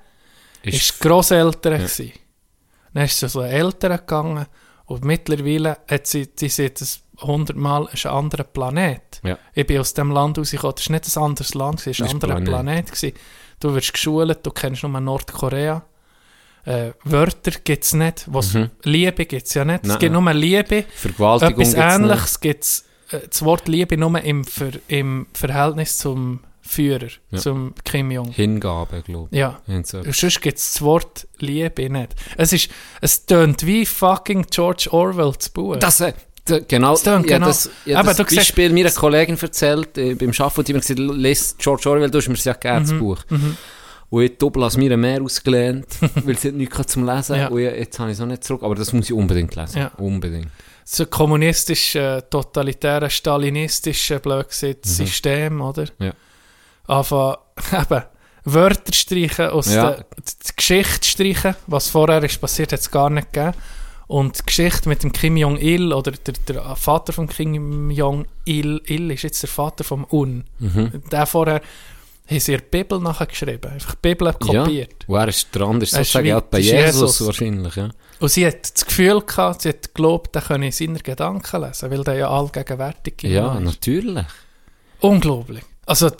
D: ist,
C: Ist
D: ist Grosseltern gewesen. Dann ist sie zu den Eltern gegangen und mittlerweile hat sie, sie sieht es hundertmal, ist ein anderer Planet.
C: Ja.
D: Ich bin aus dem Land rausgekommen, das ist nicht ein anderes Land, es ist ein
C: Ist
D: anderer
C: Planet.
D: Planet. gewesen. Du wirst geschult, du kennst nur Nordkorea. Äh, Wörter gibt es nicht. Was, Liebe gibt es ja nicht. es
C: Mhm. Nein,
D: gibt
C: nein.
D: nur Liebe.
C: Vergewaltigung
D: Etwas
C: gibt's nicht.
D: Ähnliches gibt es. Das Wort Liebe nur im, Ver, im Verhältnis zum Führer,
C: Ja.
D: zum Kim Jong.
C: Hingabe, glaube ich.
D: Ja.
C: Irgend so etwas.
D: Äh, Sonst gibt es das Wort Liebe nicht. Es ist, es tönt wie fucking George Orwell zu Buch.
C: Das, äh, d- genau,
D: Das klingt
C: ich hab
D: genau-
C: das, ich hab
D: Aber
C: das
D: du siehst-
C: Beispiel meiner Kollegin erzählt, äh, beim Arbeiten, die mir gesagt hat, lies George Orwell, du hast mir sehr gerne
D: Mhm,
C: das Buch. Und ich doppel aus mir
D: [laughs]
C: mehr ausgelehnt, weil sie hat nichts gehabt zum Lesen
D: Ja.
C: und ich- jetzt habe ich es noch nicht zurück, aber das muss ich unbedingt lesen.
D: Ja.
C: Unbedingt.
D: so kommunistische, totalitäre, stalinistische Blödsinn,
C: Mhm.
D: System, oder?
C: Ja.
D: Anfangen, [laughs] eben, Wörter streichen, aus
C: Ja.
D: der die- die Geschichte streichen, was vorher ist passiert, hat es gar nicht gegeben. Und die Geschichte mit dem Kim Jong-il, oder der, der Vater von Kim Jong-il, Il ist jetzt der Vater vom Un.
C: Mhm.
D: Der vorher, haben sie ihre Bibel nachgeschrieben, einfach die Bibel kopiert.
C: Ja. Und er ist dran, das ist
D: Er ist
C: sozusagen
D: wie-
C: halt bei
D: das ist
C: Jesus,
D: Jesus.
C: wahrscheinlich. Ja.
D: Und sie hat das Gefühl gehabt, sie hat geglaubt, er könne seine Gedanken lesen, weil der ja allgegenwärtig
C: ja,
D: ist.
C: natürlich.
D: Unglaublich. Also,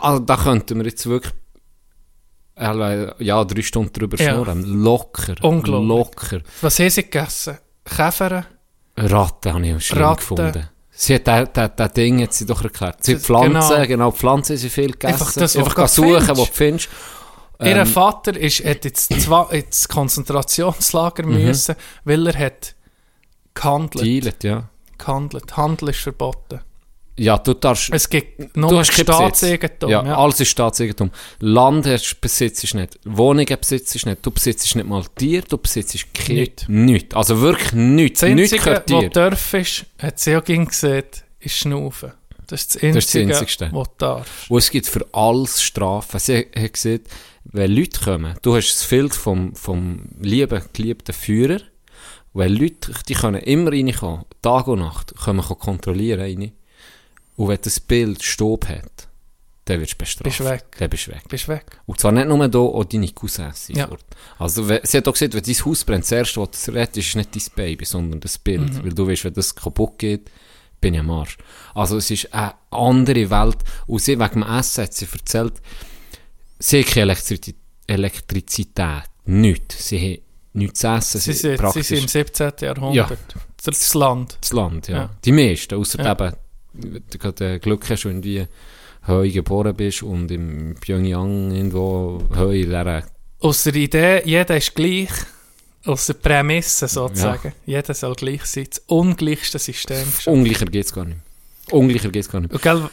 C: Also, da könnten wir jetzt wirklich äh, ja, drei Stunden drüber
D: Ja.
C: schnurren. Locker.
D: Unglaublich.
C: Locker.
D: was haben sie gegessen? Käfer?
C: Ratten habe ich am schlimm
D: Ratten.
C: gefunden. Sie hat das da, da Ding hat sie doch erklärt. Sie hat
D: Das-
C: Pflanzen, genau,
D: genau.
C: die Pflanzen haben sie viel gegessen.
D: Einfach das, was
C: Einfach
D: du
C: gehen suchen,
D: findest.
C: was du findest.
D: Ihr
C: Ähm,
D: Vater
C: Mhm.
D: ist, hat jetzt zwei, ins Konzentrationslager müssen, weil er hat Gehandelt.
C: Teilt, ja.
D: Gehandelt. Handel ist verboten.
C: Ja, du darfst...
D: Es gibt nur
C: du hast keinen
D: Staatseigentum.
C: Besitz. Ja, alles ist Staatseigentum. Land hast- besitzt du nicht, Wohnungen besitzt du nicht, du besitzt nicht mal Tier, du besitzt kein...
D: Nichts.
C: Nichts. Also wirklich nichts.
D: Das
C: Nichts
D: Einzige,
C: gehört
D: was
C: dir.
D: darf ist, hat sie auch gern gesehen, ist Schnaufen. Das ist das
C: ist das
D: Einzige,
C: Einzigste.
D: was du darfst.
C: Und es gibt für alles Strafen. Sie hat gesagt, wenn Leute kommen, du hast das Bild vom, vom lieben, geliebten Führer, wenn Leute, die können immer reinkommen, Tag und Nacht, können kontrollieren rein. Und wenn das Bild Stopp hat, dann wirst du bestraft.
D: Bist weg.
C: Dann bist du weg.
D: Bist weg.
C: Und zwar nicht nur hier, auch deine Cousins sind
D: Ja.
C: dort. Also, we- sie hat auch gesagt, wenn dein Haus brennt, das erste, was du rettest, ist nicht dein Baby, sondern das Bild.
D: Mhm.
C: Weil du weißt, wenn das kaputt geht, bin ich am Arsch. Also, es ist eine andere Welt. Und sie, wegen dem Essen, hat sie erzählt, sie hat keine Elektri Elektrizität. Nichts. Sie hat nichts zu essen.
D: Sie,
C: Sie,
D: sind, sie
C: praktisch
D: sind im 17. Jahrhundert. Das Land.
C: das Land, ja.
D: Ja.
C: Die meisten, außer
D: Ja.
C: eben, wenn du gerade Glück hast, wenn du irgendwie heu geboren bist und im Pyongyang irgendwo heu in dieser
D: Aus der Idee, jeder ist gleich. Aus der Prämisse sozusagen. Jeder soll gleich sein. Das ungleichste System. geschaffen.
C: Ungleicher geht es gar nicht. Ungleicher geht es gar nicht.
D: Und gell,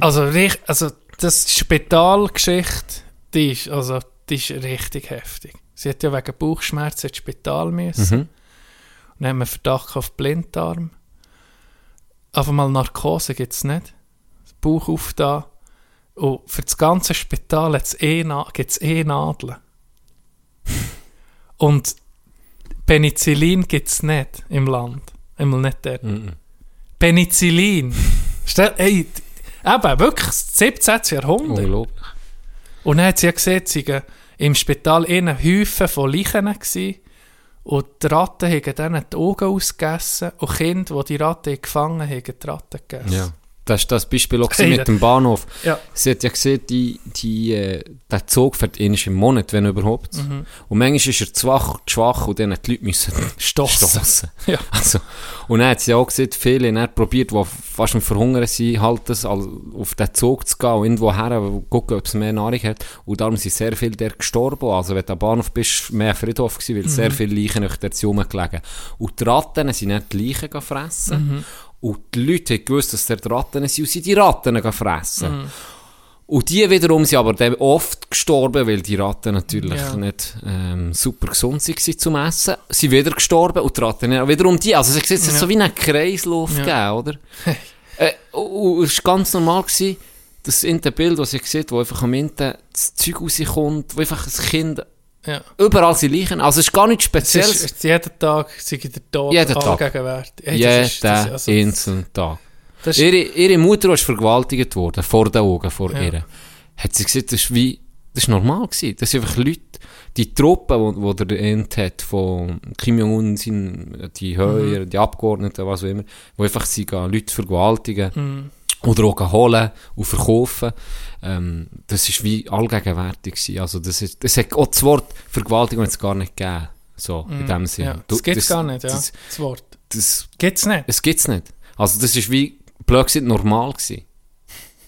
D: also, rich- also das Spitalgeschichte, die ist, also, die ist richtig heftig. Sie hat ja wegen Bauchschmerzen ins Spital müssen.
C: Mhm.
D: Dann haben wir Verdacht auf Blinddarm. Einfach mal Narkose gibt es nicht. Das Bauch auf da. Und für das ganze Spital gibt es eh, Na gibt's eh
C: [laughs]
D: Nadeln. Und Penicillin gibt es nicht im Land. Einmal nicht dort.
C: Mhm. [laughs]
D: Penicillin. Stell, ey, d- eben, wirklich, das 17. Jahrhundert.
C: Unglaublich.
D: Und dann hat sie ja gesehen, sie waren im Spital innen Häufen von Leichen gewesen. und die Ratten haben denen die Augen ausgegessen und die Kinder, die die Ratten gefangen haben, haben die Ratten gegessen.
C: Ja. Das war das Beispiel auch gewesen
D: Hey,
C: mit dem Bahnhof.
D: Ja.
C: Sie hat ja gesehen, die, die, äh, der Zug fährt einmal im Monat, wenn überhaupt. Und manchmal ist er zu schwach, zu schwach und dann hat die Leute müssen
D: Stossen.
C: [laughs] stossen.
D: Ja.
C: Also, und dann hat sie auch gesehen, viele haben dann probiert, die fast am Verhungern sind, halt das, al- auf den Zug zu gehen und irgendwo her, und gucken, ob es mehr Nahrung hat. Und darum sind sehr viele der gestorben. Also, wenn du am Bahnhof bist, war mehr Friedhof gewesen, weil sehr viele Leichen noch dort rumgelegen Und die Ratten sind dann die Leichen gefressen. Und die Leute haben gewusst, dass dort Ratten sind und sie die Ratten gefressen. Und die wiederum sind aber dann oft gestorben, weil die Ratten natürlich
D: Ja.
C: nicht ähm, super gesund waren zum Essen. Sie sind wieder gestorben und die Ratten nicht. wiederum die. Also sie sieht, es hat
D: Ja.
C: so wie einen Kreislauf gegeben, oder?
D: [laughs]
C: äh, und- und es war ganz normal, gewesen, das in dem Bild, das sie sieht, wo einfach am Ende das Zeug rauskommt, wo einfach das Kind
D: Ja.
C: überall sie liegen. Also es ist gar nichts
D: Es ist,
C: Spezielles.
D: es- jeden Tag sind der Tod
C: Jeden Tag.
D: allgegenwärtig. Ey,
C: Jeden
D: das ist- das ist- also-
C: einzelnen Tag.
D: das ist-
C: Ihre, ihre Mutter ist vergewaltigt worden, vor den Augen, vor ihr. Hat sie gesagt, das ist "Dus wie, das ist normal gewesen. Das sind einfach Leute, die Truppe, wo, wo der End hat von Kim Jong-un, sein- die Höher, die Abgeordneten, was auch immer, wo einfach sie gehen, Leute vergewaltigen oder auch gehen holen und verkaufen. Ähm, das ist wie allgegenwärtig gewesen. Also das ist, das hat auch das Wort Vergewaltigung jetzt gar nicht gegeben. So, in dem dus- Sinne.
D: ja,
C: Du-
D: das gibt es
C: das-
D: gar nicht, ja. Das,
C: Das,
D: Wort.
C: das
D: Gibt es nicht.
C: es gibt's nicht. Also das ist wie blöd gesagt, normal gewesen.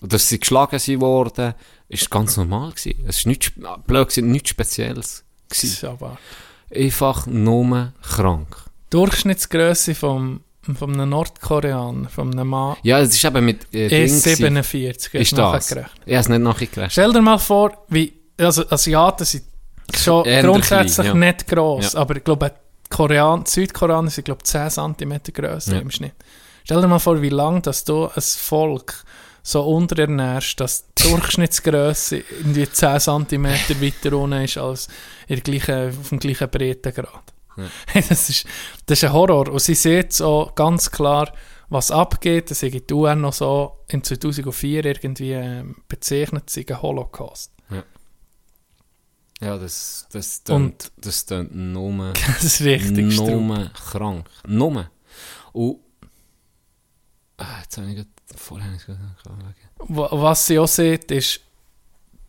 C: Und dass sie geschlagen sind worden, ist ganz normal gewesen. Es ist nichts, blöd gesagt, nichts Spezielles
D: Das
C: gewesen.
D: ist aber
C: Einfach nur krank.
D: Durchschnittsgröße vom, vom einem Nordkoreaner, vom einem Mann,
C: Ja, es ist eben mit äh, Ding
D: ist
C: gewesen.
D: 47. hast
C: Ist
D: du
C: das? Ich
D: nachgerechnet.
C: habe es nicht nachgerechnet.
D: Stell dir mal vor, wie also Asiaten sind schon
C: Ähnlich
D: grundsätzlich
C: klein, ja.
D: nicht gross,
C: Ja.
D: aber ich glaube, Korean, Südkoreaner sind glaube ich 10 cm grösser
C: Ja.
D: im Schnitt. Stell dir mal vor, wie lange dass du ein Volk so unterernährst, dass die Durchschnittsgröße irgendwie 10 cm weiter unten ist als in der gleichen, auf dem gleichen Breitengrad. [laughs] Das, ist, das ist ein Horror. Und sie sieht so ganz klar, was abgeht. Das hat die UN noch so im 2004 irgendwie ähm, bezeichnet, sie einen Holocaust. [laughs]
C: Ja, das, das
D: Und-
C: tönt, das tönt nur,
D: Das ist richtig strub.
C: nur krank. Nur. Und... Ah, jetzt habe ich gerade... Vorher habe ich es gerade...
D: Wa- Was sie auch sieht, ist,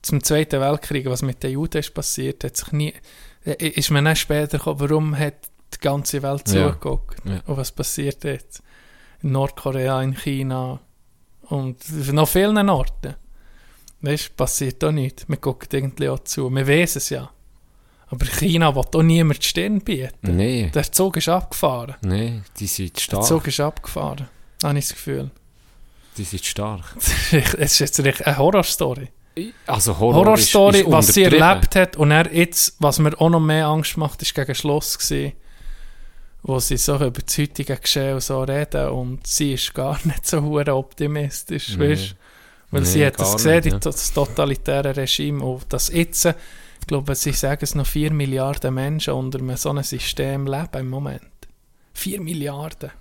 D: zum Zweiten Weltkrieg, was mit den Juden ist passiert, hat sich nie, i- ist man dann später gekommen, warum hat die ganze Welt
C: Ja.
D: zugeguckt
C: Ja.
D: und was passiert jetzt in Nordkorea, in China und noch vielen Orten. Weißt, passiert auch nichts. Man guckt irgendwie auch zu. Man weiß es ja. Aber China will auch niemand die Stirn bieten.
C: Nein,
D: Der Zug ist abgefahren.
C: nein, die sind
D: Der
C: stark.
D: Zug ist abgefahren. Habe ich das Gefühl. [laughs]
C: Die sind stark.
D: Es ist jetzt richtig eine Horrorstory.
C: Also Horror, ist-
D: Horrorstory,
C: ist
D: was sie
C: untertrieben.
D: erlebt hat. Und er jetzt, was mir auch noch mehr Angst macht, ist gegen Schluss gewesen, wo sie so über das heutige Geschehen und so reden und sie ist gar [laughs] nicht so hure optimistisch,
C: Nee.
D: weißt? Weil
C: Nee,
D: sie hat
C: gar
D: das gesehen,
C: nicht,
D: die-
C: ja.
D: das totalitäre Regime und das jetzt, ich glaube, sie sagen es noch 4 Milliarden Menschen unter einem so einem System leben im Moment. 4 Milliarden.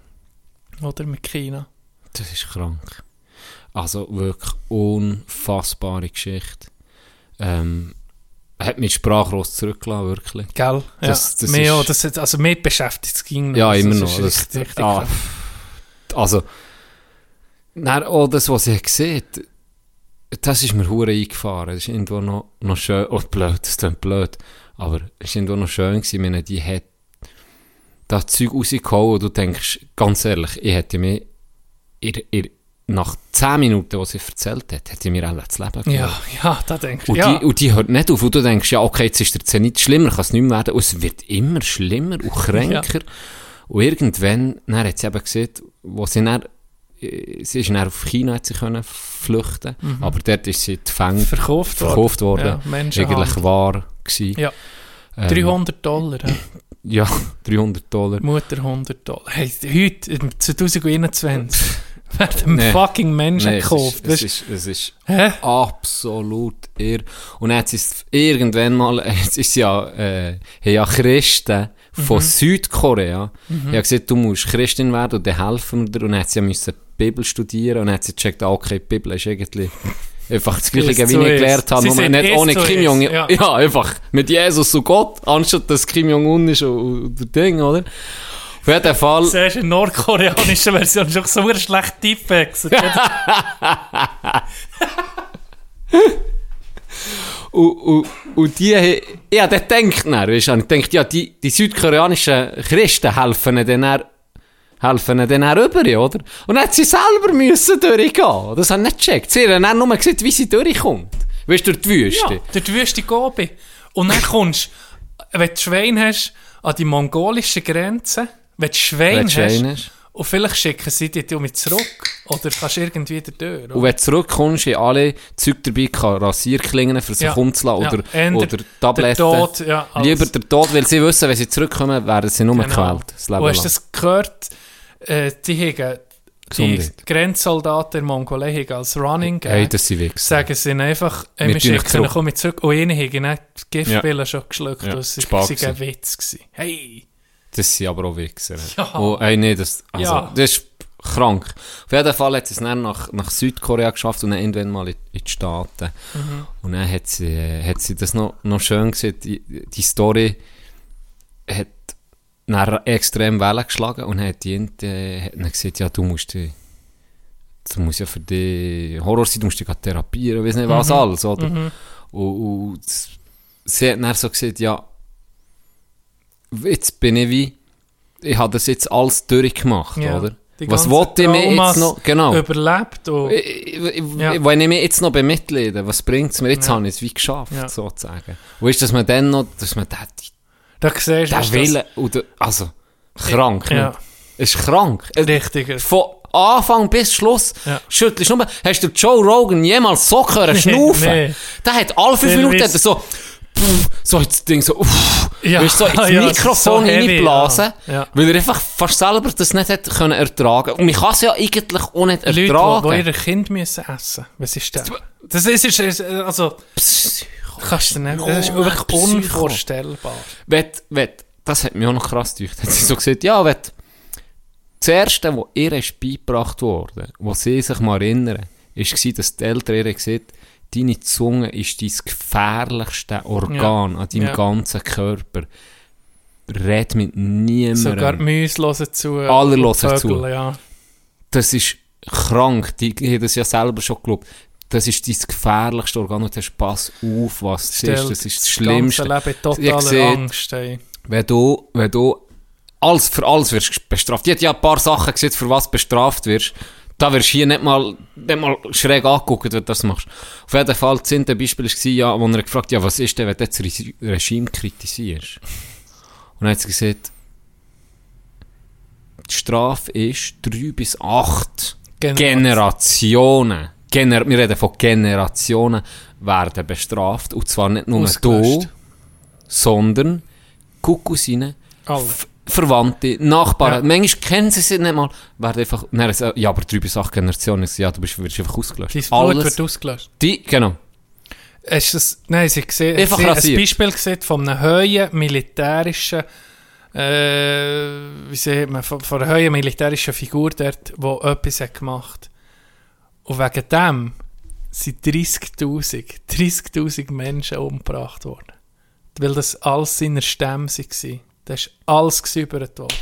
D: Oder mit China.
C: Das ist krank. Also wirklich unfassbare Geschichte. Ähm, hat mich sprachlos zurückgelassen, wirklich.
D: Gell? Ja. Das,
C: Das- das
D: das mehr,
C: ist-
D: auch, das, hat- also mehr beschäftigt es ging noch.
C: Ja,
D: Also,
C: immer
D: es ist
C: noch. Das,
D: richtig- richtig
C: ah,
D: krass.
C: also, dann auch das, was ich gesehen das ist mir hure eingefahren. Das ist irgendwo noch, noch schön, oh blöd, das klingt blöd, aber es ist irgendwo noch schön gewesen, wenn die hat das Zeug rausgehauen und du denkst, ganz ehrlich, ich hätte mir ihr, ihr, nach 10 Minuten, was sie erzählt hat, hätte ich mir alle das Leben genommen.
D: Ja, ja, da denkst du.
C: Und,
D: Ja,
C: die, und die hört nicht auf. Und du denkst, ja, okay, jetzt ist der Zenit schlimmer, kann es nicht mehr werden. Und es wird immer schlimmer und kränker. Und irgendwann, dann hat sie eben gesehen, wo sie dann, äh, sie ist dann auf China hat sie können flüchten
D: Mhm.
C: aber dort ist sie gefangen,
D: verkauft worden.
C: verkauft worden.
D: Ja,
C: Ist
D: Menschenhandel.
C: eigentlich wahr gewesen.
D: Ja.
C: Ähm,
D: 300 Dollar, ja.
C: Ja, [laughs] 300 Dollar.
D: Mutter 100 Dollar. Hey, heute, im
C: [laughs]
D: 2021, werden
C: Nee.
D: fucking Menschen
C: Nein,
D: gekauft.
C: Es
D: weißt
C: ist, es ist, es ist
D: Hä?
C: absolut irr. Und dann hat sie es irgendwann mal, [laughs] jetzt ist ja, äh, haben ja Christen
D: Mhm.
C: von Südkorea. Ich habe gesagt, du musst Christin werden und dann helfen wir dir. Und dann hat sie ja müssen die Bibel studieren und dann hat sie gecheckt, ah, okay, die Bibel ist irgendwie einfach das Gleiche,
D: Ist
C: wie ich
D: so ist.
C: gelernt habe,
D: Sie
C: nur
D: sind
C: nicht
D: ist
C: ohne
D: so
C: Kim
D: ist,
C: Jong. [laughs] Ja.
D: ja.
C: einfach mit Jesus und Gott, anstatt dass Kim Jong-un ist und, und der Ding, oder? Auf jeden Fall.
D: Du siehst, in nordkoreanischer Version schon so eine schlechte Tiefwechsel.
C: Und, und, und die, he- ich habe dann gedacht, dann, weisst du, habe ich gedacht, ja, die, die südkoreanischen Christen helfen ihnen dann, dann- helfen ihnen dann, dann rüber, oder? Und dann hat sie selber müssen durchgehen. Das haben nicht gecheckt. Sie haben dann nur gesehen, wie sie durchkommt. Weißt du, durch die
D: ja,
C: Wüste.
D: durch die Wüste Gobi. Und dann kommst du, wenn du Schwein hast, an die mongolische Grenze, wenn du Schwein,
C: Wenn du Schwein
D: hast,
C: hast.
D: und vielleicht schicken sie dich damit zurück. Oder kannst irgendwie da durch.
C: Und wenn du zurückkommst, haben alle Zeug dabei gehabt, Rasierklingen für sich
D: Ja.
C: umzulassen
D: Ja.
C: oder,
D: Änder-
C: oder
D: Der
C: Tabletten.
D: Tod, ja, alles. Genau.
C: Lieber der Tod, weil sie wissen, wenn sie zurückkommen, werden sie nur gequält. Das Leben
D: Und hast
C: lang.
D: du das gehört? Äh, die haben die
C: Gesundheit.
D: Grenzsoldaten der Mongolei haben als Running
C: Hey,
D: gegeben.
C: das sind Wichser.
D: Sagen sie ihnen einfach, ey,
C: Wir
D: wir
C: tun euch
D: schicken
C: zurück.
D: euch komm ich zurück. Und ihnen haben nicht die Giftpillen schon geschluckt.
C: Ja,
D: Das
C: Spaß
D: war ein
C: gewesen.
D: Witz. Gewesen. Hey!
C: Das sind aber auch Wichser.
D: Ja.
C: Oh, ey, nee, das, also,
D: Ja.
C: das ist krank. Auf jeden Fall hat sie es dann nach, nach Südkorea geschafft und dann irgendwann mal in, in die Staaten.
D: Mhm.
C: Und dann hat sie, äh, hat sie das noch, noch schön gesehen. Die, die Story hat dann extrem Wellen geschlagen und hat die Int- äh, hat dann gesagt, ja, du musst dich, du musst ja für die Horror sein, du musst dich grad therapieren, weiss nicht was
D: Mhm.
C: alles, oder? Und, und sie hat dann so gesagt, ja, jetzt bin ich wie, ich habe das jetzt alles durchgemacht,
D: Ja,
C: oder?
D: die
C: Was
D: ganzen
C: wollte ich mir
D: Traumas oh.
C: jetzt noch, genau.
D: Überlebt und
C: Ich- ich- ich-
D: Ja.
C: Wenn ich mich jetzt noch bemitleide, was bringt es mir? Jetzt
D: Ja.
C: habe ich es wie geschafft,
D: Ja.
C: sozusagen. Und ist, dass man dann noch, dass man den,
D: da siehst du,
C: den
D: dass
C: Willen, und den- also, krank,
D: Ja.
C: ne? Es ist krank.
D: das richtiger
C: Von Anfang bis Schluss
D: Ja.
C: schüttelst du nur. Hast du Joe Rogan jemals so können
D: [laughs] Nee,
C: schnaufen?
D: nee.
C: Der hat alle fünf
D: Den
C: Minuten
D: weiss-
C: hat er so, pff, so jetzt Ding so, uff,
D: Ja,
C: weißt,
D: [laughs]
C: du, so ins
D: ja, es ist
C: Mikrofon
D: so heavy,
C: hineinblasen,
D: ja, ja.
C: weil er einfach fast selber das nicht hat können ertragen. Und man kann es ja eigentlich auch nicht
D: Leute, die
C: ertragen.
D: die ihre Kinder müssen essen Was ist das? Das ist, ist, ist also, kannst du nicht, das ist
C: Junge,
D: wirklich
C: Psycho.
D: unvorstellbar.
C: Wett, wett, das hat mich auch noch krass gedacht. Hat sie so gesagt, ja, wett, das Erste, was ihr ist beigebracht wurde, was sie sich mal erinnern, war, dass die Eltern ihr gesagt deine Zunge ist dein gefährlichste Organ an deinem
D: Ja.
C: ganzen Körper. Red mit niemandem.
D: Sogar die Mäuse hören zu.
C: Alle hören
D: Vögel,
C: zu.
D: Ja.
C: das ist krank. Die haben das ja selber schon geglaubt. Das ist dein gefährlichste Organ und hast Pass auf, was es ist. Das ist das Schlimmste.
D: Das ganze Leben
C: Ich
D: total
C: sehe-
D: Angst. Ey.
C: wenn du, wenn du alles, für alles wirst bestraft. Die hat ja ein paar Sachen gesehen, für was du bestraft wirst. Da wirst du hier nicht mal, nicht mal schräg angeguckt, wenn du das machst. Auf jeden Fall, das zehnte Beispiel war, ja, wo er gefragt hat, ja, was ist denn, wenn du jetzt das Resi- Regime kritisierst? Und dann hat sie gesagt, die Strafe ist drei bis acht
D: Generation.
C: Generationen. Gener wir reden von Generationen werden bestraft. Und zwar nicht nur
D: Ausgelöscht.
C: du, sondern Kuckus rein,
D: Alle.
C: F- Verwandte, Nachbarn.
D: Oh. Ja.
C: Manchmal kennen sie sie nicht mal. Werden einfach, dann, haben sie- äh, ja, aber drei bis acht Generationen. Ja, du bist, wirst einfach ausgelöscht.
D: Dein Blut wird ausgelöscht.
C: Die, genau.
D: Hast du das, nein, sie gesehen,
C: Einfach
D: sie ein
C: rasiert.
D: Beispiel gesehen von einem hohen militärischen, äh, wie sagt man, von, von einer hohen militärischen Figur dort, die etwas hat gemacht Und wegen dem sind 30'000, 30'000 Menschen umgebracht worden. Weil das alles seiner Stämme waren. Das ist alles gesäubert worden.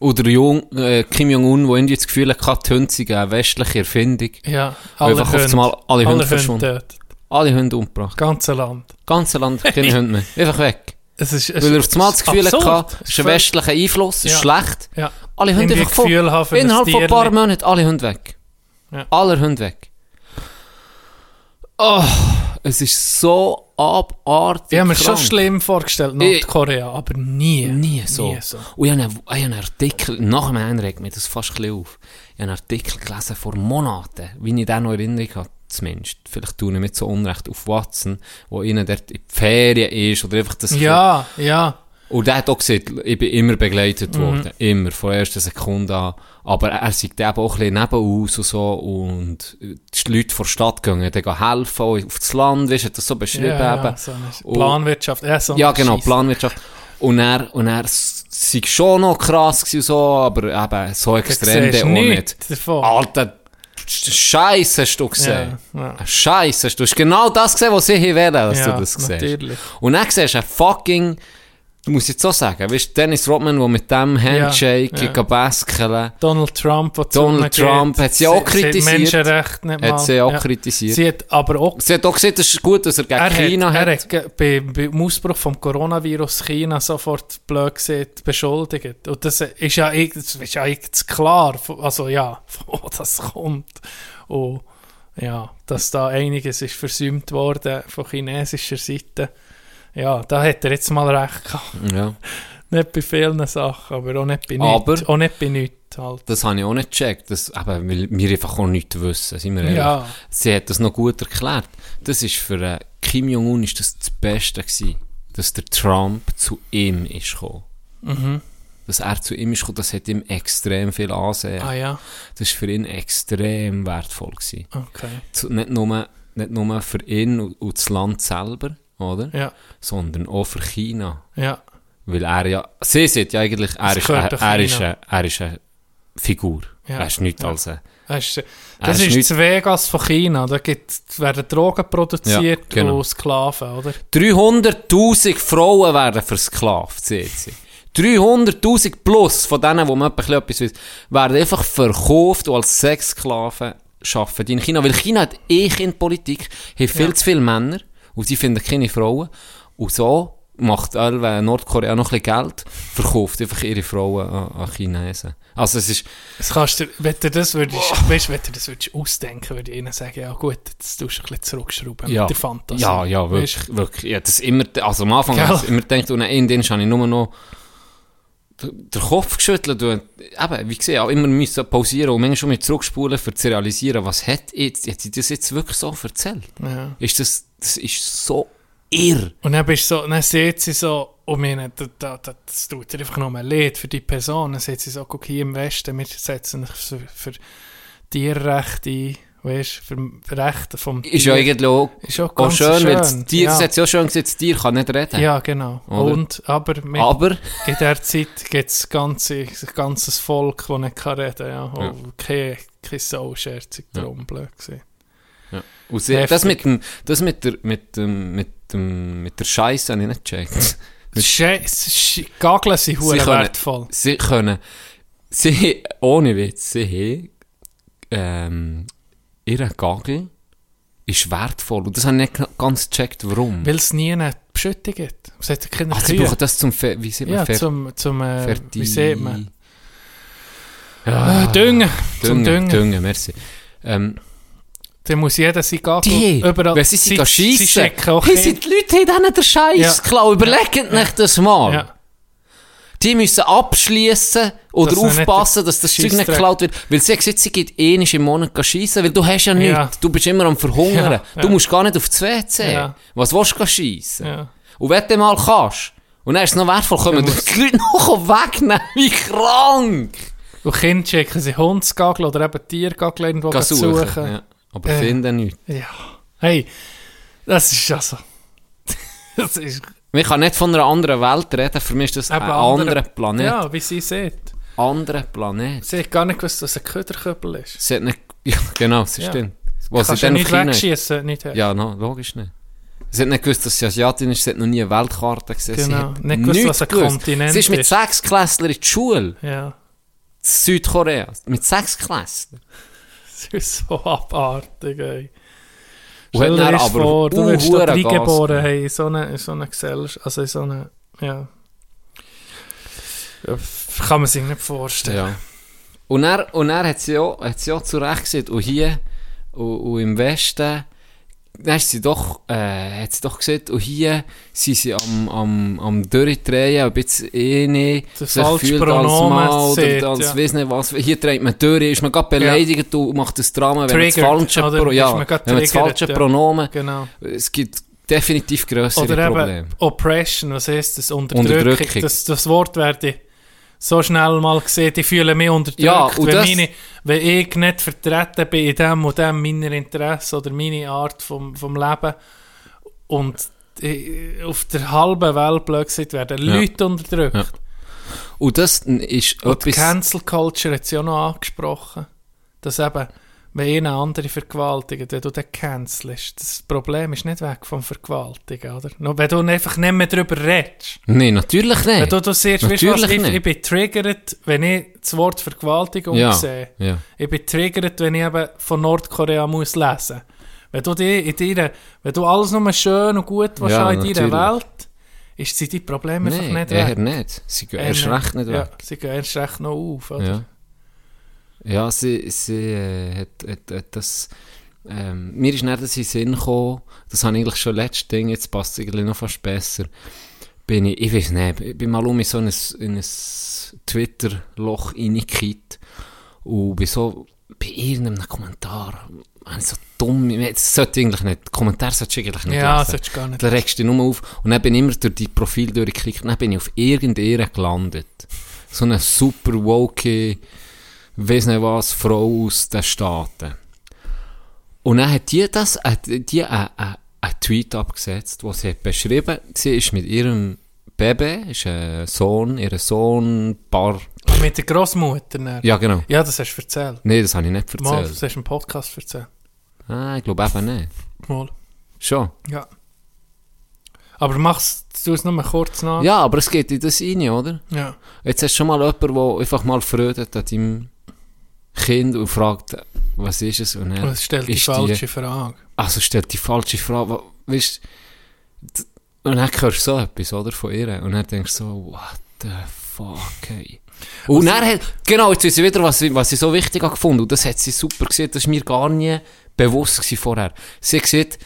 C: Oder Jung, äh, Kim Jong-un, der irgendwie das Gefühl hatte, die Hunde seien eine westliche Erfindung.
D: Ja,
C: Weil einfach auf einmal alle Hunde verschwunden.
D: getötet.
C: Alle Hunde umgebracht.
D: Ganze Land.
C: Ganze Land, keine Hunde mehr. Einfach weg.
D: Es ist, es
C: Weil er auf
D: ist [laughs]
C: einmal das Gefühl
D: absurd.
C: hatte, es ist ein westlicher Einfluss, es ist
D: Ja.
C: schlecht.
D: Ja.
C: Alle
D: Nimm
C: Hunde
D: dir
C: einfach von,
D: Gefühl haben für ein
C: innerhalb von ein paar
D: Tierli.
C: Monaten, alle Hunde weg.
D: Ja.
C: Alle Hunde weg. Oh, es ist so abartig
D: Ich habe mir schon
C: krank.
D: schlimm vorgestellt,
C: Ich-
D: Nordkorea, aber nie.
C: Eh, Nie so.
D: Nie so.
C: Und ich habe einen, ich habe einen Artikel, nach dem Herrn regt mich das fast ein bisschen auf. Ich habe einen Artikel gelesen vor Monaten, wie ich den noch in Erinnerung habe, zumindest. Vielleicht tun ich mit so Unrecht auf Watson, wo ihnen dort in die Ferien ist oder einfach das
D: Ja, ja.
C: Und der hat auch gesagt, ich bin immer begleitet
D: Mhm.
C: worden. Immer, von der ersten Sekunde an. Aber er sieht eben auch ein bisschen nebenaus und so. Und die Leute vor der Stadt gehen dann gehen helfen, auch auf das Land, weißt du, hat das so beschrieben
D: ja, ja,
C: eben.
D: so eine
C: Und-
D: Planwirtschaft. Ja, so
C: Oh. Ja,
D: eine
C: genau,
D: Scheisse.
C: Planwirtschaft. Und er, und er s- sei schon noch krass gewesen und so, aber eben so
D: Du
C: extrem
D: siehst
C: dann auch nicht.
D: nichts davon.
C: Alter, Scheiße hast du gesehen.
D: Ja, ja.
C: Ah, Scheiße, du hast genau das gesehen, was ich hier wählen, dass
D: Ja,
C: du das siehst.
D: natürlich.
C: Und dann siehst du einen fucking, du musst jetzt so sagen, weißt du, Dennis Rodman, der mit dem Handshake
D: ja.
C: ja, ja. baskeln,
D: Donald Trump, der zu
C: Donald
D: ihnen geht.
C: Trump hat sie auch kritisiert.
D: Sie hat Menschenrechte nicht mal.
C: hat sie auch
D: Ja.
C: kritisiert. Sie,
D: Sie hat aber auch...
C: hat auch gesagt, es ist gut, dass er gegen
D: Er
C: China
D: hat,
C: hat.
D: er hat ge- bei, beim Ausbruch vom Coronavirus China sofort blöd gesehen, beschuldigt. Und das ist ja, irg- das ist ja irg- klar, von- also ja, [laughs] von wo das kommt. Und ja, dass da einiges ist versäumt worden von chinesischer Seite. Ja, da hat er jetzt mal recht gehabt. [laughs]
C: Ja.
D: Nicht bei vielen Sachen, aber auch nicht bei
C: Aber-
D: nichts. Auch nicht bei nichts halt.
C: Das habe ich auch nicht gecheckt, dass, eben, weil wir einfach auch nichts wissen, sind wir ehrlich.
D: Ja.
C: Sie hat das noch gut erklärt. Das ist für äh, Kim Jong-un ist das, das Beste gewesen, dass der Trump zu ihm ist gekommen.
D: Mhm.
C: Dass er zu ihm ist gekommen, das hat ihm extrem viel Ansehen.
D: Ah ja,
C: Das war für ihn extrem wertvoll. Gewesen.
D: okay.
C: Zu- Nicht nur, nicht nur für ihn und, und das Land selber, oder?
D: Ja,
C: sondern auch für China.
D: ja,
C: Weil er ja, sie sagt ja eigentlich, er
D: Das
C: ist,
D: gehört
C: er,
D: doch
C: er, ist
D: China.
C: eine, er ist eine Figur.
D: Ja.
C: Er ist nichts als eh, ein
D: Das ist,
C: Er
D: das
C: ist
D: ist,
C: nicht-
D: das Vegas von China. Da gibt, werden Drogen produziert
C: Ja, genau.
D: und Sklaven, oder?
C: 300.000 Frauen werden versklavt, sieht sie. 300.000 plus von denen, die man etwa ein bisschen etwas weiß, werden einfach verkauft und als Sexsklaven arbeiten die in China. Weil China hat ich in Politik, haben viel zu viele Männer und sie finden keine Frauen. Und so macht Elwe Nordkorea noch ein bisschen Geld, verkauft einfach ihre Frauen an, an Chinesen. Also es ist,
D: Das kannst du, wenn du das würdest, weißt, wenn du das würdest ausdenken, würde ich ihnen sagen, ja gut, jetzt tust du ein bisschen zurückschrauben
C: ja,
D: mit der Fantasie.
C: ja, ja,
D: Weißt,
C: wirklich, wirklich. Ja, das immer, also am Anfang
D: Gell?
C: habe ich immer gedacht, und in den habe ich nur noch den den Kopf geschüttelt und eben, wie gesagt, auch immer müssen pausieren und manchmal schon mit zurückspulen, um zu realisieren, was hat jetzt, hat sie das jetzt wirklich so erzählt?
D: ja.
C: Ist das, das ist so irr.
D: Und dann bist du so, dann sieht sie so, und mir, da, da, da, das tut dir einfach noch mal leid für die Person. Dann sieht sie so, guck hier im Westen, wir setzen uns für, für Tierrechte ein, weißt, für Rechte vom
C: Ist ja
D: Tier.
C: irgendwie auch,
D: Ist auch
C: auch
D: ganz
C: schön, weil das
D: schön,
C: Tier,
D: ja.
C: das hat sie auch schön gesagt, das Tier kann nicht reden.
D: Ja, genau.
C: Oder?
D: Und, aber mit,
C: Aber,
D: In der Zeit gibt es ganze, ein ganzes Volk, das nicht kann reden kann. Ja. Oh, Und Keine, keine Soul-Scherzung drum, blöd gewesen.
C: und sie,
D: Heftig.
C: das mit dem, das mit der, mit dem, mit dem, mit der Scheiße habe ich nicht gecheckt. Mit-
D: Sche- Sch- Gageln sind
C: Sie
D: hure
C: können-
D: wertvoll.
C: sie können, sie, eh, ohne Witz, sie haben, ähm, ihre Gagel ist wertvoll. Und das habe ich nicht ganz gecheckt, warum.
D: Weil es nie eine Beschüttung gibt. Es hat ja keine
C: Ach, Ah, sie
D: Kühe. äh,
C: brauchen das zum, Ver wie sieht man,
D: ja,
C: Ver
D: zum, zum äh,
C: Verti-
D: wie sieht man?
C: Ja.
D: Äh, Düngen. Zum
C: Düngen,
D: Düngen.
C: Düngen, merci. Ähm,
D: Dann muss jeder sein Gag
C: die,
D: überall...
C: wenn sie sich
D: sie- sie
C: schiessen,
D: schicken auch
C: hey,
D: Kinder.
C: sind die Leute haben denen den Scheiß
D: Ja.
C: geklaut. Überlegt euch das mal.
D: Ja.
C: Die müssen abschließen oder
D: Dass sie nicht
C: aufpassen, dass das Zeug nicht
D: Scheissdreck-
C: geklaut wird. Weil sie hat gesagt, sie geht einmal im Monat schiessen, weil du hast ja nichts.
D: Ja.
C: Du bist immer am Verhungern.
D: Ja, ja.
C: Du musst gar nicht auf das WC.
D: Ja.
C: Was willst du schiessen?
D: Ja.
C: Und wenn du mal kannst, und dann ist es noch wertvoll, kommen die Leute noch wegnehmen. [laughs] Wie krank!
D: Und Kinder schicken sie Hundsgagel oder eben Tiergagel irgendwo
C: Geh
D: zu suchen.
C: Ja. Aber
D: Äh.
C: finden nichts.
D: Ja. Hey, das ist also... [laughs] das ist...
C: Man kann nicht von einer anderen Welt reden. Für mich ist das
D: Eben
C: ein
D: andere-
C: anderer Planet.
D: Ja, wie sie sieht.
C: Anderer Planet.
D: Sie hat gar nicht gewusst, dass es ein Köderköppel ist.
C: Sie hat nicht... [laughs] Ja, genau, das
D: Ja.
C: stimmt. Was
D: Kannst du
C: sie dann
D: nicht
C: auf China-
D: wegschiessen, nicht her.
C: Ja, no, logisch nicht. Sie hat nicht gewusst, dass sie Asiatin ist, sie hat noch nie eine Weltkarte gesehen. Sie
D: Genau.
C: hat
D: Nicht gewusst,
C: nichts
D: was ein
C: gewusst.
D: Kontinent
C: Sie ist mit
D: ist.
C: sechs Klässler in die Schule,
D: ja. [laughs]
C: in Südkorea. Mit sechs Klässler.
D: Das ist so abartig, ey.
C: Und hat
D: Stell dir
C: dann
D: das
C: aber
D: vor, du wirst
C: Uhren
D: dort
C: Gas
D: reingeboren
C: gegeben.
D: hey, in so eine, in so eine Gesellschaft, also in so eine, ja. Ja, f- Kann man sich nicht vorstellen.
C: Ja. Und er, und er hat sie auch, hat sie auch zu Recht gesagt, und hier, und, und im Westen, dann ist sie doch, äh, hat sie doch gesagt, und hier sind sie am, am, am durchdrehen, ob jetzt eh nicht,
D: Das
C: sich
D: falsche
C: fühlt als
D: Pronomen
C: Mann
D: sieht,
C: oder als
D: ja.
C: weiss nicht was, hier dreht man durch, ist man gerade beleidigt und macht das Drama, wenn man das
D: Triggered,
C: falsche,
D: oder
C: Pro
D: ist
C: ja,
D: man gerade
C: wenn man das
D: triggert,
C: falsche
D: ja.
C: Pronomen,
D: Genau.
C: es gibt definitiv grössere
D: Oder
C: Probleme.
D: eben Oppression, was heisst das? Unterdrückung.
C: Unterdrückung.
D: Das, das Wort werde ich so schnell mal gesehen, ich fühle mich unterdrückt,
C: Ja, und
D: wenn,
C: das-
D: meine, wenn ich nicht vertreten bin in dem und dem meiner Interessen oder meine Art vom, vom Leben und ich- auf der halben Welt blöd gesagt werden
C: Ja.
D: Leute unterdrückt.
C: Ja. Und das ist
D: Und die
C: etwas,
D: Cancel Culture hat sie auch noch angesprochen. Dass eben, wenn einer andere vergewaltigt, wenn du den cancelst, das Problem ist nicht weg vom Vergewaltigen, oder? Nur wenn du einfach nicht mehr drüber redest.
C: nein, natürlich
D: Wenn
C: nicht.
D: du, du siehst, weißt du was,
C: Natürlich
D: ich,
C: nicht.
D: ich bin triggert, wenn ich das Wort Vergewaltigung
C: Ja,
D: sehe.
C: ja.
D: Ich bin triggert, wenn ich eben von Nordkorea muss lesen. Wenn du, die, in deiner, wenn du alles nur schön und gut willst
C: Ja,
D: haben in deiner
C: natürlich.
D: Welt, ist, sind die Probleme
C: Nein,
D: einfach nicht
C: eher
D: weg.
C: nicht. Sie gehen erst
D: Eher
C: recht nicht
D: ja,
C: weg.
D: Sie gehen erst recht noch auf, oder?
C: Ja, ja sie, sie äh, hat, hat, hat das... Ähm, mir ist nicht das in den Sinn gekommen, das habe ich eigentlich schon letztes Ding, jetzt passt es irgendwie noch fast besser. Bin ich, ich weiß nicht, ich bin mal um in so ein, in ein Twitter-Loch reingekippt und bin so bei irgendeinem Kommentar, habe ich so dumm, das sollte ich eigentlich nicht, Kommentar sollte ich eigentlich nicht
D: Ja,
C: lesen.
D: solltest du gar nicht.
C: Dann regst du dich nur auf. Und dann bin ich immer durch die Profil durchgeklickt. und Dann bin ich auf irgendeinen gelandet. So eine super woke, weiss nicht was, Frau aus den Staaten. Und dann hat die das, hat die einen Tweet abgesetzt, wo sie hat beschrieben, sie ist mit ihrem Baby, ist ein Sohn, ihr Sohn, paar,
D: Mit der Grossmutter. dann.
C: ja genau.
D: Ja, das hast du erzählt.
C: Nee, das habe ich nicht
D: Mal,
C: erzählt.
D: das hast du im Podcast erzählt.
C: Ah, ich glaube eben nicht.
D: Mal.
C: Schon.
D: Ja. Aber mach's, tu es nur kurz nach.
C: Ja, aber es geht in das rein, oder?
D: Ja.
C: Jetzt hast du schon mal jemanden, der einfach mal Freude hat an deinem Kind und fragt, was ist es? Und
D: Und
C: er
D: es stellt die
C: ist
D: falsche Frage.
C: also stellt die falsche Frage, wa- weißt d- und dann hörst du so etwas, oder, von ihr, und dann denkst du so, what the fuck, ey. Und
D: Also
C: dann hat, genau, jetzt weiß ich wieder, was, ich- was ich so wichtig habe gefunden, und das hat sie super gesehen, das war mir gar nie bewusst gewesen vorher. Sie hat gesagt,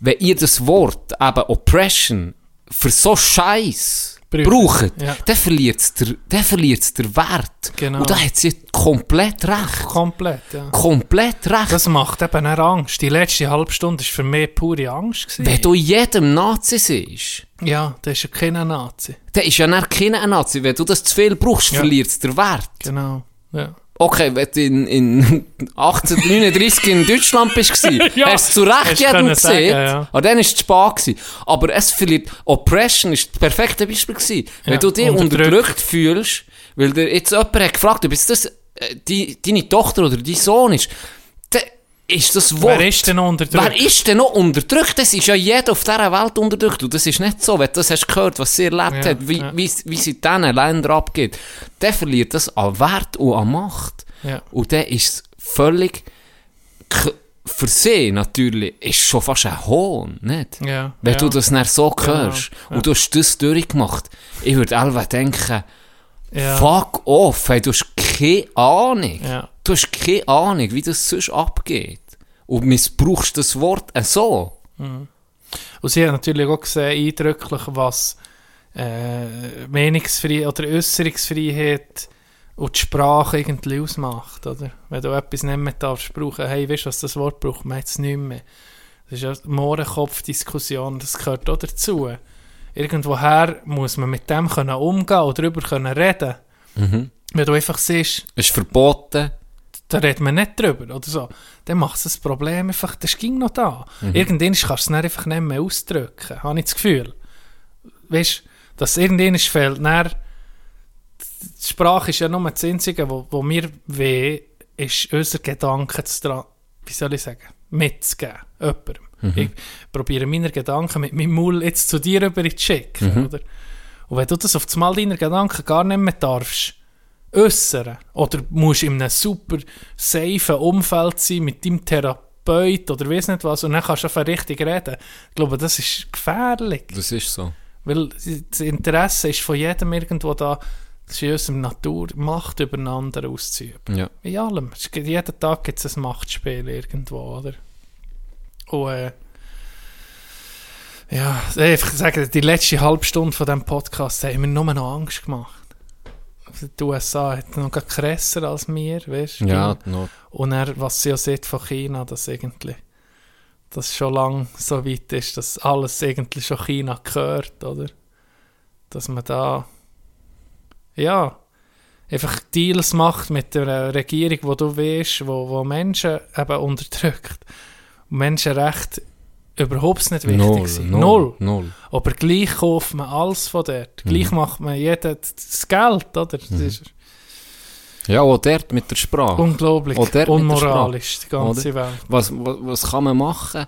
C: wenn ihr das Wort, eben Oppression, für so Scheiß
D: Braucht.
C: braucht,
D: Ja.
C: dann verliert es der, dann verliert es der Wert.
D: Genau.
C: Und da hat sie komplett recht.
D: Komplett, ja.
C: Komplett recht.
D: Das macht eben auch Angst. Die letzte halbe Stunde war für mich pure Angst. gewesen.
C: wenn du jedem Nazi siehst,
D: ja, das ist ja kein Nazi.
C: Der ist ja nicht kein Nazi. Wenn du das zu viel brauchst,
D: Ja.
C: verlierst du den Wert.
D: Genau. Ja.
C: Okay, wenn du in, in [laughs] 1839 in Deutschland bist, warst,
D: [laughs] Ja,
C: hast du zu Recht
D: hast
C: jeden
D: können
C: gesehen.
D: sagen, ja.
C: Aber dann war es zu spät. Gewesen. Aber es verliert, Oppression war das perfekte Beispiel. Gewesen. Wenn
D: Ja,
C: du dich
D: unterdrückt.
C: unterdrückt fühlst, weil dir jetzt jemand hat gefragt, ob jetzt das äh, die, deine Tochter oder dein Sohn ist, dann ist das Wort.
D: Wer ist denn noch unterdrückt?
C: Wer ist denn noch unterdrückt? Das ist ja jeder auf dieser Welt unterdrückt. Und das ist nicht so, wenn du das hast gehört, was sie erlebt
D: Ja,
C: hat, wie,
D: ja.
C: wie, wie sie diesen Ländern abgeht. Der verliert dus das an Wert und an Macht.
D: Ja.
C: Und der ist es völlig, k- für sie natürlich, ist schon fast ein Hohn, nicht?
D: Ja,
C: Wenn
D: ja.
C: du das dann so hörst
D: ja.
C: und du hast das durchgemacht, ich würde alle denken,
D: Ja.
C: fuck off, hey, du hast keine Ahnung.
D: Ja.
C: Du hast keine Ahnung, wie das sonst abgeht. Und missbrauchst das Wort äh, so.
D: Und sie haben natürlich auch gesehen, eindrücklich, was äh, Meinungsfreiheit oder Äußerungsfreiheit und die Sprache irgendwie ausmacht. Oder? Wenn du etwas nicht mehr darfst brauchen, hey, weißt du, was das Wort braucht man jetzt nicht mehr. Das ist ja die Mohrenkopf-Diskussion, das gehört auch dazu. Irgendwoher muss man mit dem können umgehen und darüber können reden. Wenn du einfach siehst,
C: Es ist verboten.
D: da redet man nicht drüber oder so, dann macht es ein Problem einfach, das ging noch da. Irgendwann kannst du es dann einfach nicht mehr ausdrücken, habe ich das Gefühl. Weißt du, dass irgendwann fehlt, dann, die Sprache ist ja nur das Einzige, wo, wo mir weh ist, unsere Gedanken zu dran, wie soll ich sagen, mitzugeben, jemandem. Ich probiere meine Gedanken mit meinem Maul jetzt zu dir rüber zu schicken, oder? Und wenn du das auf einmal deiner Gedanken gar nicht mehr darfst, äußern oder musst in einem super safen Umfeld sein mit deinem Therapeut oder weiss nicht was und dann kannst du einfach richtig reden. Ich glaube, das ist gefährlich,
C: Das ist so.
D: weil das Interesse ist von jedem irgendwo da, das ist in unserer Natur, Macht übereinander auszuüben.
C: Ja.
D: In allem. Es gibt, jeden Tag gibt es ein Machtspiel irgendwo, oder? Und äh, ja, einfach sagen, die letzte halbe Stunde von diesem Podcast hat mir nur noch Angst gemacht. Die USA hat noch grad krasser als wir, weißt du?
C: Ja, no.
D: Und er, was sie ja sieht von China, dass irgendwie das schon lang so weit ist, dass alles irgendwie schon China gehört, oder? Dass man da ja einfach Deals macht mit der Regierung, wo du weißt, wo, wo Menschen eben unterdrückt. Und Menschenrechte überhaupt nicht wichtig
C: null,
D: sind.
C: null.
D: null.
C: Null.
D: Aber gleich kauft man alles von
C: Mhm.
D: dort. Gleich macht man jeden das Geld, oder? Das ist
C: Ja, auch dort mit der Sprache.
D: unglaublich
C: Auch dort mit der
D: unmoralisch, die ganze Welt.
C: was, was, was kann man machen?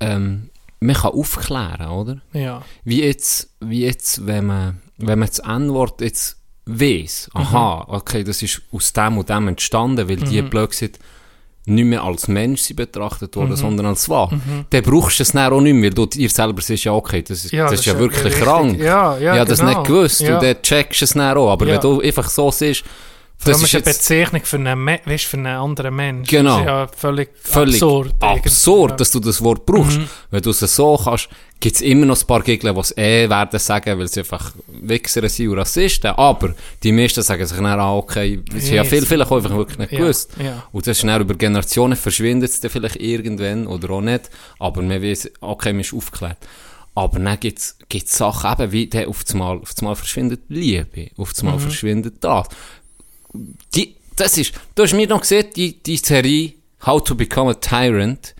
C: Ähm, man kann aufklären, oder?
D: Ja.
C: Wie jetzt, wie jetzt wenn, man, wenn man das N-Wort jetzt weiss,
D: Mhm.
C: aha, okay, das ist aus dem und dem entstanden, weil
D: Mhm.
C: die blöd sind, nicht mehr als Mensch sind betrachtet
D: Mhm.
C: worden, sondern als Waffe. Dann brauchst du es dann auch nicht mehr, weil du dir selber siehst, ja, okay, das ist ja, das ist ja wirklich
D: richtig.
C: krank.
D: Ja, ja,
C: ich habe das
D: genau.
C: nicht gewusst
D: Ja.
C: und dann checkst du es dann auch. Aber
D: Ja.
C: wenn du einfach so siehst,
D: Das
C: das ist
D: ist eine
C: jetzt...
D: Bezeichnung für einen, Me weißt, für einen anderen Mensch.
C: Genau.
D: Das ist ja völlig,
C: völlig
D: absurd. Mhm.
C: absurd,
D: irgendwie.
C: dass du das Wort brauchst. Wenn du es so kannst, gibt es immer noch ein paar Gegner, die es eh werden sagen, weil sie einfach Wichser sind und Rassisten. Aber die meisten sagen sich dann auch, okay, sie haben
D: Yes.
C: viel, vielleicht auch einfach wirklich nicht
D: Ja,
C: gewusst.
D: ja.
C: Und das ist dann über Generationen verschwindet es dann vielleicht irgendwann oder auch nicht. Aber man weiß, okay, man ist aufgeklärt. Aber dann gibt es Sachen eben, wie der auf einmal, auf einmal verschwindet Liebe, auf
D: Mhm.
C: einmal verschwindet das. Die, das ist, du hast mir noch gesehen, die, die Serie How to Become a Tyrant,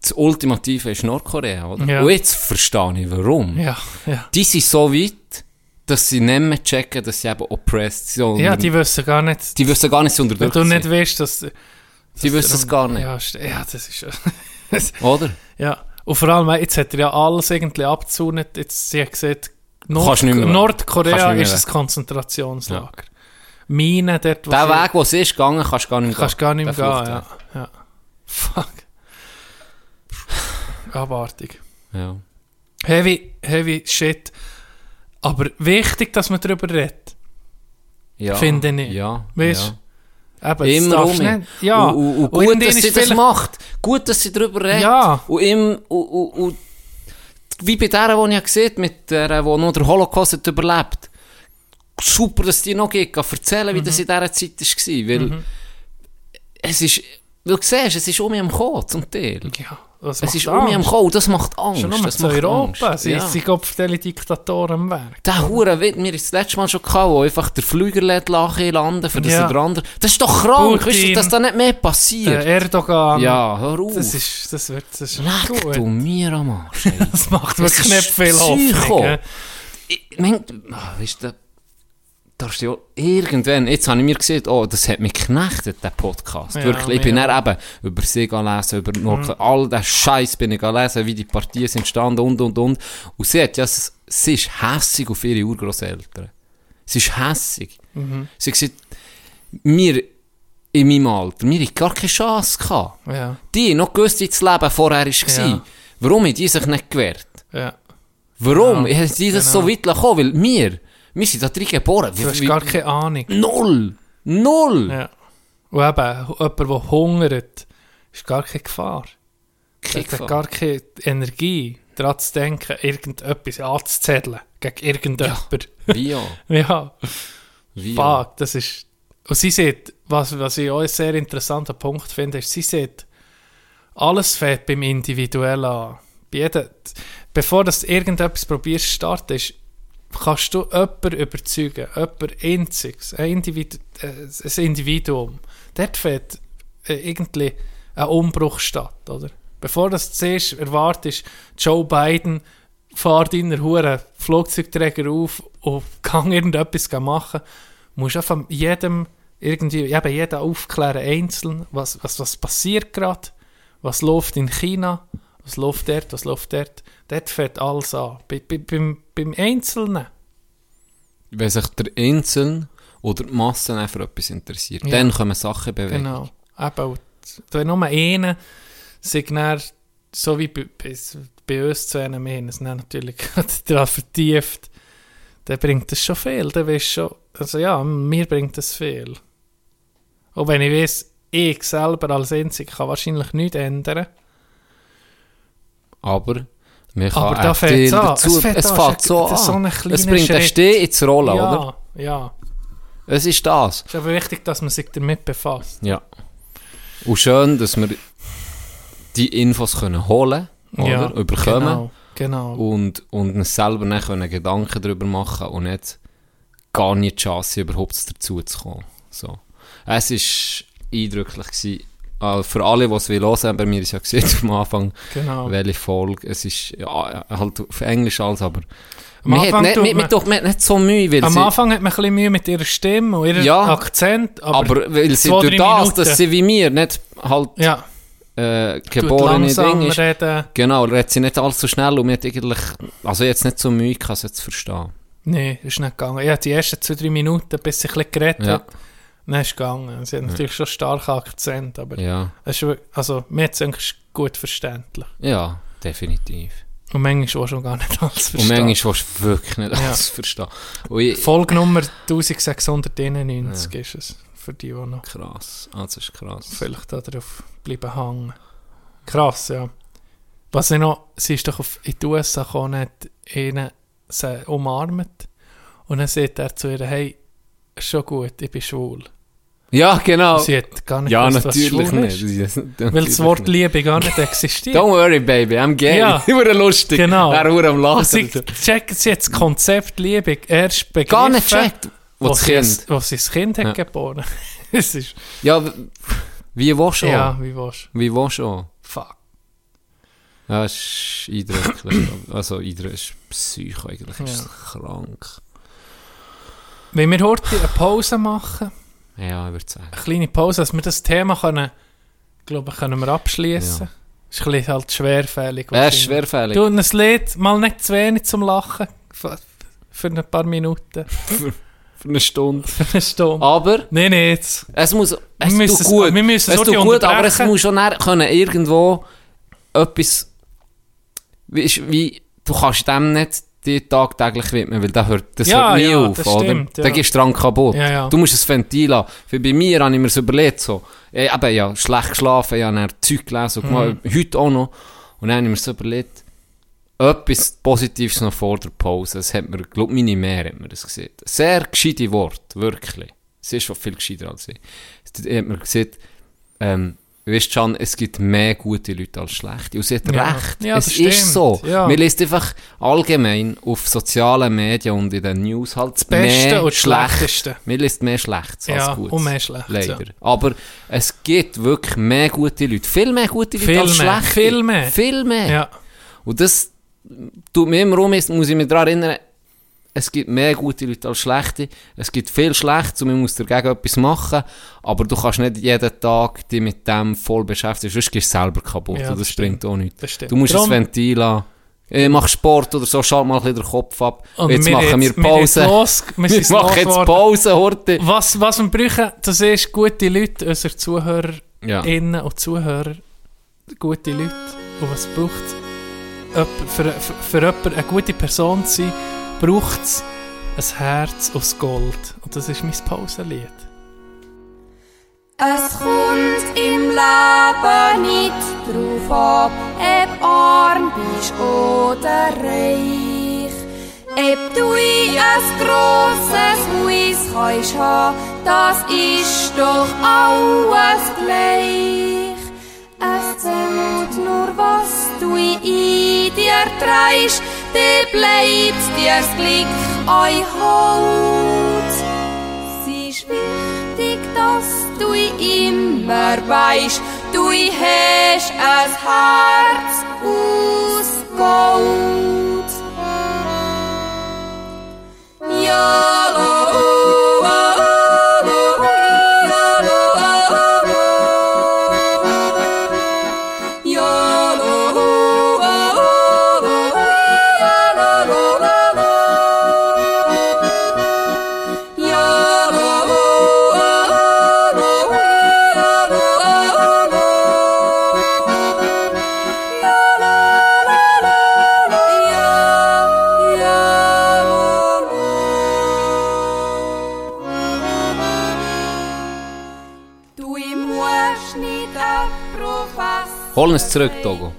C: das Ultimative ist Nordkorea, oder?
D: Mhm. Ja.
C: Und jetzt verstehe ich, warum.
D: Ja, ja.
C: Die sind so weit, dass sie nicht mehr checken, dass sie eben oppressed sind.
D: ja, die wissen gar nicht,
C: die wissen gar nicht, dass sie
D: wenn
C: unterdrückt
D: du nicht
C: sind.
D: weißt, dass...
C: Die wissen es gar nicht,
D: Ja, st- ja [laughs] das ist...
C: oder?
D: ja. Und vor allem, äh, jetzt hat er ja alles irgendwie abgezogen. Jetzt, sie hat gesagt, Nord
C: Kannst nicht mehr weg. Kannst
D: Nordkorea
C: nicht mehr
D: ist
C: weg.
D: ein Konzentrationslager. Minen dort, wo
C: Der
D: sie-
C: Weg, wo sie ist gegangen, kannst du gar nicht mehr
D: Kannst
C: gehen.
D: gar nicht mehr
C: Der
D: gehen,
C: Flucht,
D: ja. ja. Fuck. Abartig.
C: ja. ja.
D: Heavy, heavy shit. Aber wichtig, dass man darüber redet.
C: Ja,
D: Finde ich.
C: Ja.
D: Weißt Eben,
C: ja.
D: das
C: Immer
D: darfst
C: um.
D: nicht. Ja.
C: Und, und, und gut,
D: irgendwann
C: dass sie
D: ist
C: das
D: vielleicht-
C: macht. Gut, dass sie darüber redet.
D: Ja.
C: Und, im, und, und, und wie bei der, die ich ja gesehen habe, mit der, die noch den Holocaust hat überlebt. Super, dass die noch geht. Erzählen, wie
D: Mhm.
C: das in dieser Zeit war. Weil es ist, weil du siehst, es ist um mich am Kommen zum Teil.
D: Ja, das
C: Es
D: macht
C: ist um mich am
D: Angst.
C: Kommen. und Das macht Angst.
D: Schon nur
C: das
D: zu
C: macht
D: Europa.
C: Angst.
D: Sie
C: Ja.
D: sind kopfstelle Diktatoren am Werk.
C: Der Hure wird mir das letzte Mal schon gehabt, wo einfach der Flüger lädt lachen landen für das
D: Ja.
C: oder andere. Das ist doch krank,
D: Putin.
C: weißt du, dass da nicht mehr
D: Der
C: passiert.
D: Erdogan.
C: ja, hör auf.
D: Das ist, das wird, das ist nicht
C: Leck du
D: gut.
C: mir am Arsch. ey.
D: Das macht
C: Das
D: wirklich
C: ist
D: nicht viel
C: Psycho.
D: Hoffnung. gell?
C: ich mein, ah, weißt du, darfst du ja irgendwann, jetzt habe ich mir gesehen, oh, das hat mich geknechtet, der Podcast.
D: Ja, Mhm.
C: Wirklich, ich bin
D: ja.
C: dann eben über sie gelesen, über Nordkorea, all den Scheiß bin ich gelesen, wie die Partien sind entstanden und, und, und. Und sie hat ja, s- sie ist hässig auf ihre Urgroßeltern. Sie ist hässig.
D: Mhm.
C: Sie hat gesagt, mir, in meinem Alter, mir hat gar keine Chance gehabt.
D: Ja,
C: Die, noch gewusst, wie das Leben vorher war.
D: Ja.
C: Warum hat die sich nicht gewehrt?
D: ja.
C: Warum?
D: Ja, nou.
C: Ja, ist das so weit gekommen? Weil wir, wir sind da drin geboren.
D: Du hast gar keine Ahnung.
C: Null! Null!
D: Ja. Und eben, jemand, der hungert, ist gar keine Gefahr.
C: Keine
D: Er hat
C: Gefahr.
D: gar keine Energie, daran zu denken, irgendetwas anzuzetteln gegen irgendjemanden.
C: Via.
D: [laughs] Ja,
C: Via.
D: fuck, das ist... Und sie sieht, was, was ich auch einen sehr interessanten Punkt finde, ist, sie sieht, alles fängt beim Individuellen an. Bei jedem, bevor du irgendetwas probierst zu starten, ist, kannst du jemanden überzeugen, jemanden einziges, ein, Individu äh, ein Individuum. Dort fängt äh, irgendwie ein Umbruch statt, oder? Bevor das zuerst erwartest, Joe Biden fährt in der Hure Flugzeugträger auf und [laughs] kann irgendetwas machen, musst du von jedem irgendwie, eben jeden aufklären einzeln, was, was, was passiert gerade, was läuft in China, was läuft dort, was läuft dort. Dort fängt alles an. Bei, bei, beim, beim Einzelnen.
C: Wenn sich der Inseln oder die Massen auch für etwas interessiert,
D: Ja.
C: dann können Sachen bewegen.
D: Genau. Eben, und wenn nur einer sich dann, so wie bei, bei, bei uns zu einem Mann, es dann natürlich [laughs] daran vertieft, dann bringt das schon viel. Dann weißt schon, also ja, mir bringt das viel. Und wenn ich weiß, ich selber als Einzig kann wahrscheinlich nichts ändern.
C: Aber man kann
D: Aber da
C: auch
D: fängt's
C: viel
D: an.
C: dazu.
D: Es fängt
C: Es
D: an,
C: fängt
D: es-
C: so
D: das ist so ein
C: an.
D: kleiner
C: Es bringt einen
D: Schritt.
C: Steh ins Rollen,
D: ja,
C: oder?
D: ja.
C: Es ist das.
D: Es ist aber wichtig, dass man sich damit befasst.
C: Ja. Und schön, dass wir die Infos können holen oder?
D: Ja,
C: überkommen
D: Genau, genau.
C: und, und uns selber dann können Gedanken darüber machen und nicht gar nicht die Chance überhaupt dazu zu kommen. So. Es ist eindrücklich gewesen. Äh, für alle, die es will hören, bei mir ist ja gesehen [laughs] am Anfang,
D: genau.
C: welche Folge. Es ist ja, halt auf Englisch alles, aber
D: Am
C: man hat,
D: Anfang
C: nicht,
D: tut
C: man, man,
D: man-
C: doch, man hat nicht so Mühe, weil
D: Am
C: sie,
D: Anfang hat man ein bisschen Mühe mit ihrer Stimme und ihrem
C: Ja.
D: Akzent, aber,
C: aber, weil sie
D: zwei,
C: durch
D: drei
C: das,
D: Minuten-
C: dass sie wie mir nicht halt
D: ja,
C: äh,
D: tut
C: geborene
D: langsam
C: Ding ist,
D: reden.
C: Genau, er hat sie nicht allzu schnell und mir hat eigentlich, also jetzt nicht so Mühe gehabt, es zu verstehen.
D: Nein, ist nicht gegangen. Ich habe die ersten zwei, drei Minuten, bis sie ein bisschen geredet
C: Ja.
D: hat, dann ist es gegangen. Sie hat natürlich schon starken Akzent, aber
C: Ja,
D: es ist, also, mir hat es eigentlich gut verständlich.
C: ja, definitiv.
D: Und manchmal auch schon gar nicht [laughs] alles
C: Und
D: verstehen.
C: manchmal willst du wirklich nicht
D: Ja.
C: alles verstehen. Und ich,
D: Folge Nummer 1691 ist es, für die, die noch
C: krass, also ist krass.
D: vielleicht da drauf bleiben hängen. Krass, ja. Was ich noch, sie ist doch auf, in die USA gekommen, hat ihn sie umarmt und dann sagt er zu ihr, hey, schon gut, ich bin schwul.
C: Ja, genau.
D: Sie hat gar nicht
C: Ja,
D: gewusst, was
C: natürlich
D: schwul
C: nicht.
D: ist,
C: [laughs] Weil
D: weil das Wort Liebe gar nicht existiert.
C: [laughs] Don't worry, baby, I'm gay. [laughs]
D: Ja.
C: Ich wurde lustig.
D: Genau.
C: Er wurde am
D: Und [laughs]
C: Lachen.
D: sie checkt, sie hat das Konzept Liebe erst begriffen,
C: Gar nicht checkt, wo das
D: sie
C: Kind.
D: es- wo sie das Kind hat
C: Ja.
D: geboren. [laughs] es ist,
C: Ja, w- wie war schon?
D: ja, wie war's?
C: Wie war schon?
D: Fuck.
C: Ja, es ist
D: [coughs]
C: eindrücklich. also eindrücklich, ist psycho eigentlich, es ist
D: Ja.
C: krank.
D: Wenn wir heute eine Pause machen,
C: Ja, ich würde sagen.
D: eine kleine Pause, dass wir das Thema können, glaube ich, können wir abschließen.
C: Ja.
D: Ist ein bisschen halt schwerfällig.
C: Er ist
D: wahrscheinlich.
C: schwerfällig.
D: Du, ein Lied, mal nicht zu wenig zum Lachen. Für, für ein paar
C: [laughs]
D: Minuten.
C: Für eine Stunde.
D: Für eine Stunde.
C: Aber
D: Nein, nein, jetzt.
C: es muss, es
D: müssen
C: tut
D: es-
C: gut.
D: wir müssen es
C: es tut
D: wirklich
C: gut, aber es
D: unterbrechen.
C: muss schon näher können irgendwo etwas, wie, ist- wie, du kannst dem nicht die tagtäglich widmen, weil das hört, das
D: Ja,
C: hört nie
D: ja,
C: auf,
D: das
C: oder?
D: stimmt, ja.
C: Dann gehst du dran kaputt.
D: Ja, ja.
C: Du musst es Ventil haben. Für bei mir habe ich mir das überlegt, so, ich eben, ja, schlecht geschlafen, ich habe dann Zeug gelesen,
D: Mhm.
C: und gemacht, heute auch noch. Und dann habe ich mir so überlegt, etwas Positives noch vor der Pause. Das hat mir, glaube meine Mehr hat mir das gesagt. Sehr gescheite Wort, wirklich. Sie ist schon viel gescheiter als ich. Sie hat mir gesagt, ähm, weißt schon, es gibt mehr gute Leute als schlechte. Und sie hat
D: Ja.
C: recht.
D: Ja,
C: es
D: das stimmt.
C: ist so.
D: Ja.
C: Man liest einfach allgemein auf sozialen Medien und in den News halt das
D: Beste
C: mehr
D: und das
C: schlecht.
D: Schlechteste.
C: Man liest mehr Schlechtes
D: Ja,
C: als Gutes.
D: und mehr Schlechtes,
C: Leider. Aber es gibt wirklich mehr gute Leute. Viel mehr gute Leute
D: Viel
C: als
D: mehr,
C: schlechte.
D: viel mehr.
C: Viel mehr.
D: Ja.
C: Und das tut mir immer um, ist- muss ich mich daran erinnern, es gibt mehr gute Leute als schlechte. Es gibt viel Schlechtes und man muss dagegen etwas machen. Aber du kannst nicht jeden Tag dich mit dem voll beschäftigen, sonst gehst du selber kaputt.
D: Ja,
C: und das
D: das stimmt.
C: bringt auch nichts.
D: Das stimmt.
C: Du musst
D: Drum-
C: ein Ventil haben. Ich mach Sport oder so, schalt mal ein bisschen den Kopf ab.
D: Und
C: jetzt machen wir
D: jetzt- haben jetzt
C: Pause.
D: Los, wir
C: [laughs] Wir
D: sind
C: machen jetzt
D: losgeworden.
C: Pause, Horte.
D: Was, was wir brauchen, das ist gute Leute, unsere Zuhörerinnen
C: Ja.
D: und Zuhörer, gute Leute. Und was braucht es? Jemand- Für, für, für jemanden eine gute Person zu sein, braucht es ein Herz aus Gold. Und das ist mein Pausenlied.
E: Es kommt im Leben nicht drauf ab, ob arm bist oder reich. Ob du in ein grosses Haus kannst haben, das ist doch alles gleich. Es zählt nur, was du in dir trägst, dir bleibt dir's Glück euch Holz. Es ist wichtig, dass du immer weißt, du hast ein Herz aus Gold. Ja, lo, oh, oh, oh, ja, lo, oh, oh. Ja, lo, oh, oh, oh, ja, la, lo, la, la.
C: Holen uns zurück, Togo.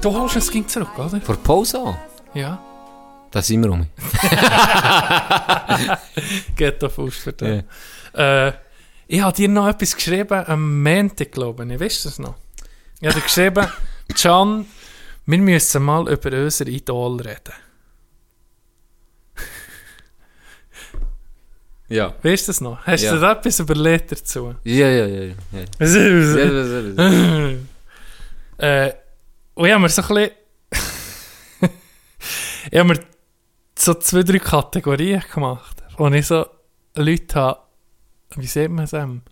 D: Du holst es ging zurück, oder?
C: Vor Pause an.
D: Ja.
C: Da sind wir um.
D: Geht auf Fuß für dich. Äh, ich habe dir noch etwas geschrieben am Montag, glaube ich. Weißt du es noch? Ich habe dir geschrieben, Can, wir müssen mal über unser Idol reden.
C: Ja.
D: Weißt du es noch? Hast
C: Ja.
D: du dir etwas überlegt dazu?
C: Ja, ja, ja. ja.
D: [laughs]
C: ja.
D: äh, und ich habe mir so ein [laughs] bisschen... ich habe mir so zwei, drei Kategorien gemacht, wo ich so Leute habe, wie sieht man es dem,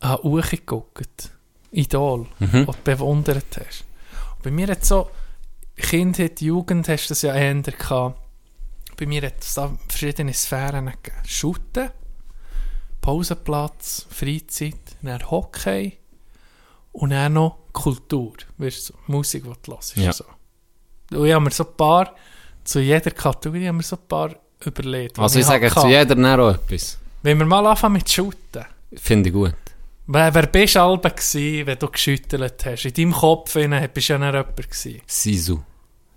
D: an Uche geguckt, Idol, mhm. was du bewundert hast. Und bei mir hat so, Kindheit, Jugend hast du das ja eher gehabt. Bei mir hat es da verschiedene Sphären gegeben. Schutten, Pausenplatz, Freizeit, dann Hockey und dann noch Kultur. Weißt du, so Musik, die du hörst. und
C: Ja.
D: So. Und ich habe mir so ein paar, zu jeder Kategorie haben wir so ein paar überlegt. die
C: Also ich sage
D: hatte.
C: zu jeder dann auch etwas.
D: Wenn wir mal anfangen mit Shooten.
C: Finde ich gut.
D: Wer, wer bist du Alben gewesen, wenn du geschüttelt hast? In deinem Kopf hinein bist du ja nicht jemand gewesen.
C: Sisu.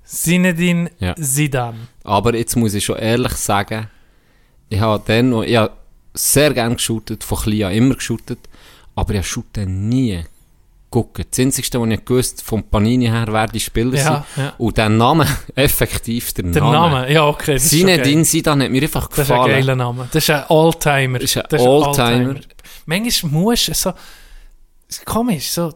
D: Sinedin
C: Ja.
D: Zidane.
C: Aber jetzt muss ich schon ehrlich sagen, ich habe dann noch, ich habe sehr gerne geshootet, von klein an immer geshootet, aber ich habe Shooten nie geguckt. Das Einzige, was ich gewusst vom Panini her, wer die Spieler
D: Ja,
C: sind.
D: ja.
C: Und der Name, [laughs] effektiv der,
D: Der Name, ja okay. das ist schon geil.
C: Sinedin Sidan hat mir einfach
D: Das ist ein
C: gefallen.
D: geiler Name. Das ist ein Alltimer.
C: Das ist ein Alltimer.
D: Manchmal musst du so... es ist Komisch, so...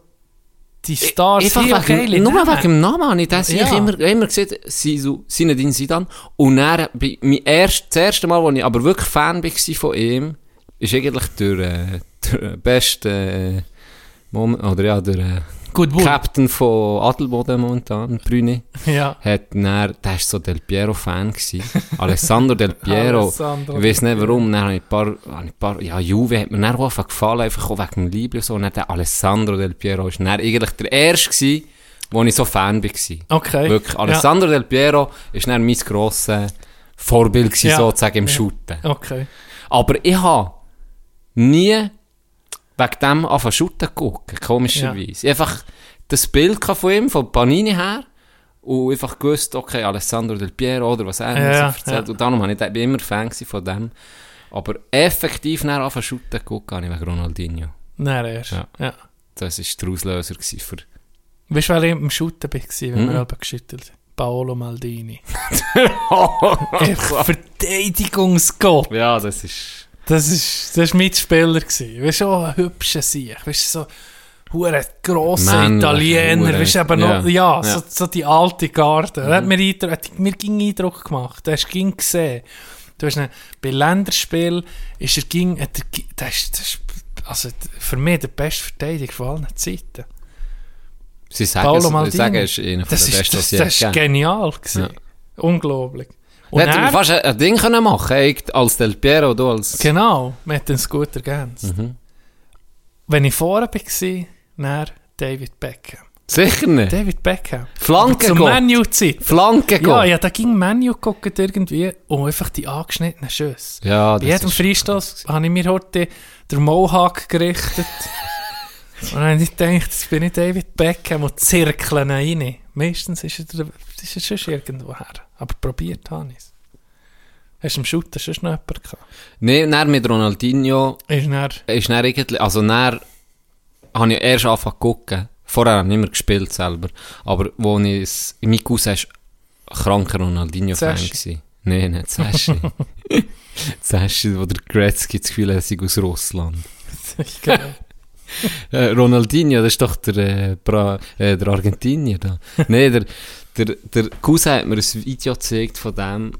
D: Die Stars
C: E-, Einfach
D: sind ja geile
C: wegen, nur
D: Namen.
C: wegen dem Namen habe ich das
D: Ja.
C: ich immer, immer gesehen, Sisu, Sinedin Sidan. Und dann, bei, mein erst, das erste Mal, als ich aber wirklich ah, Fan war von ihm, ist eigentlich der, äh, der beste äh, Moment, oder ja, der äh,
D: Good Bull.
C: Captain von Adelboden momentan, Brüni,
D: Ja.
C: hat dann, der war so Del Piero-Fan, gewesen. Alessandro Del Piero.
D: Alessandro.
C: Ich weiß nicht warum, dann habe ich ein paar, habe ich ein paar ja, Juve hat mir dann auch angefangen gefallen, einfach auch wegen dem Liebling und so, und dann der Alessandro Del Piero war dann eigentlich der erste gewesen, wo ich so Fan war.
D: Okay.
C: Wirklich,
D: ja.
C: Alessandro Del Piero war dann mein grosses Vorbild gewesen,
D: Ja.
C: sozusagen im Shooten.
D: Okay.
C: Aber ich habe nie wegen dem angefangen Shooten gucken, komischerweise. Einfach das Bild gehabt von ihm, von Panini her, und einfach gewusst, okay, Alessandro Del Piero oder was er mir
D: Ja,
C: so erzählt.
D: ja.
C: Und darum war ich, ich bin immer Fan gewesen von dem. Aber effektiv nach anfangen Shooten gucken, habe ich wegen Ronaldinho.
D: Nein, erst.
C: Ja.
D: Ja.
C: Das war der Auslöser gewesen für...
D: Weißt du, wer ich im Shooten war, wenn
C: Mhm.
D: wir Alben geschüttelt haben? Paolo
C: [laughs]
D: Maldini.
C: Oh,
D: Ey, Verteidigungsgott.
C: ja, das ist...
D: Das ist, das ist mein Spieler gewesen. Weißt du, oh, ein hübscher Sieg. Weißt du, so, hure grosser
C: Männlich,
D: Italiener.
C: hure-
D: Weißt du, aber noch,
C: ja.
D: ja,
C: Ja. Mhm.
D: So, so die alte Garde. Er hat mir, Eindruck, hat mir ging Eindruck gemacht. Du hast ging gesehen. Du hast ihn- bei Länderspiel ist er ging, hat er, gi- das ist, das ist, also, für mich der beste Verteidiger von allen Zeiten.
C: Sie
D: Paolo
C: sagen, es-
D: Maldini.
C: sie sagen, er ist einer von
D: Das
C: den
D: ist,
C: Besten,
D: das,
C: die es
D: das
C: je
D: ist
C: gegeben
D: genial gewesen. Unglaublich. Und
C: hat.
D: er,
C: Hätte fast ein, ein Ding können machen können, als Del Piero, du als...
D: genau, man hat ihn gut ergänzt.
C: Mhm.
D: Wenn ich vorher war, dann David Beckham.
C: Sicher nicht.
D: David Beckham.
C: Flanke
D: Zum
C: gehen.
D: Menu-Zeit.
C: Flanke
D: Ja,
C: gehen.
D: ja, da ging Menu gucken irgendwie und einfach die angeschnittenen Schüsse.
C: Ja,
D: Bei
C: das
D: jedem
C: ist...
D: Freistoß habe ich mir heute den Mohawk gerichtet. und dann habe ich gedacht, jetzt bin ich David Beckham und zirkeln ihn rein. Meistens ist er, ist er sonst irgendwoher. Aber probiert habe ich es. Hast du im Shooter sonst noch jemanden gehabt?
C: Nein, dann mit Ronaldinho
D: Ist dann,
C: ist dann irgendwie... Also dann habe ich erst angefangen zu gucken. Vorher habe ich nicht mehr gespielt selber. Aber wo ich... es- Mein Cousin war kranker Ronaldinho-Fan.
D: Zeschi.
C: gewesen. Nein, nicht Zeschi. Zeschi, wo der Gretzky das Gefühl hat, er sei aus Russland.
D: ich glaube,
C: Äh, Ronaldinho, das ist doch der, äh, Bra äh, der Argentinier
D: [laughs]
C: da. Nein, der, der, der Cousin hat mir ein Video gezeigt von dem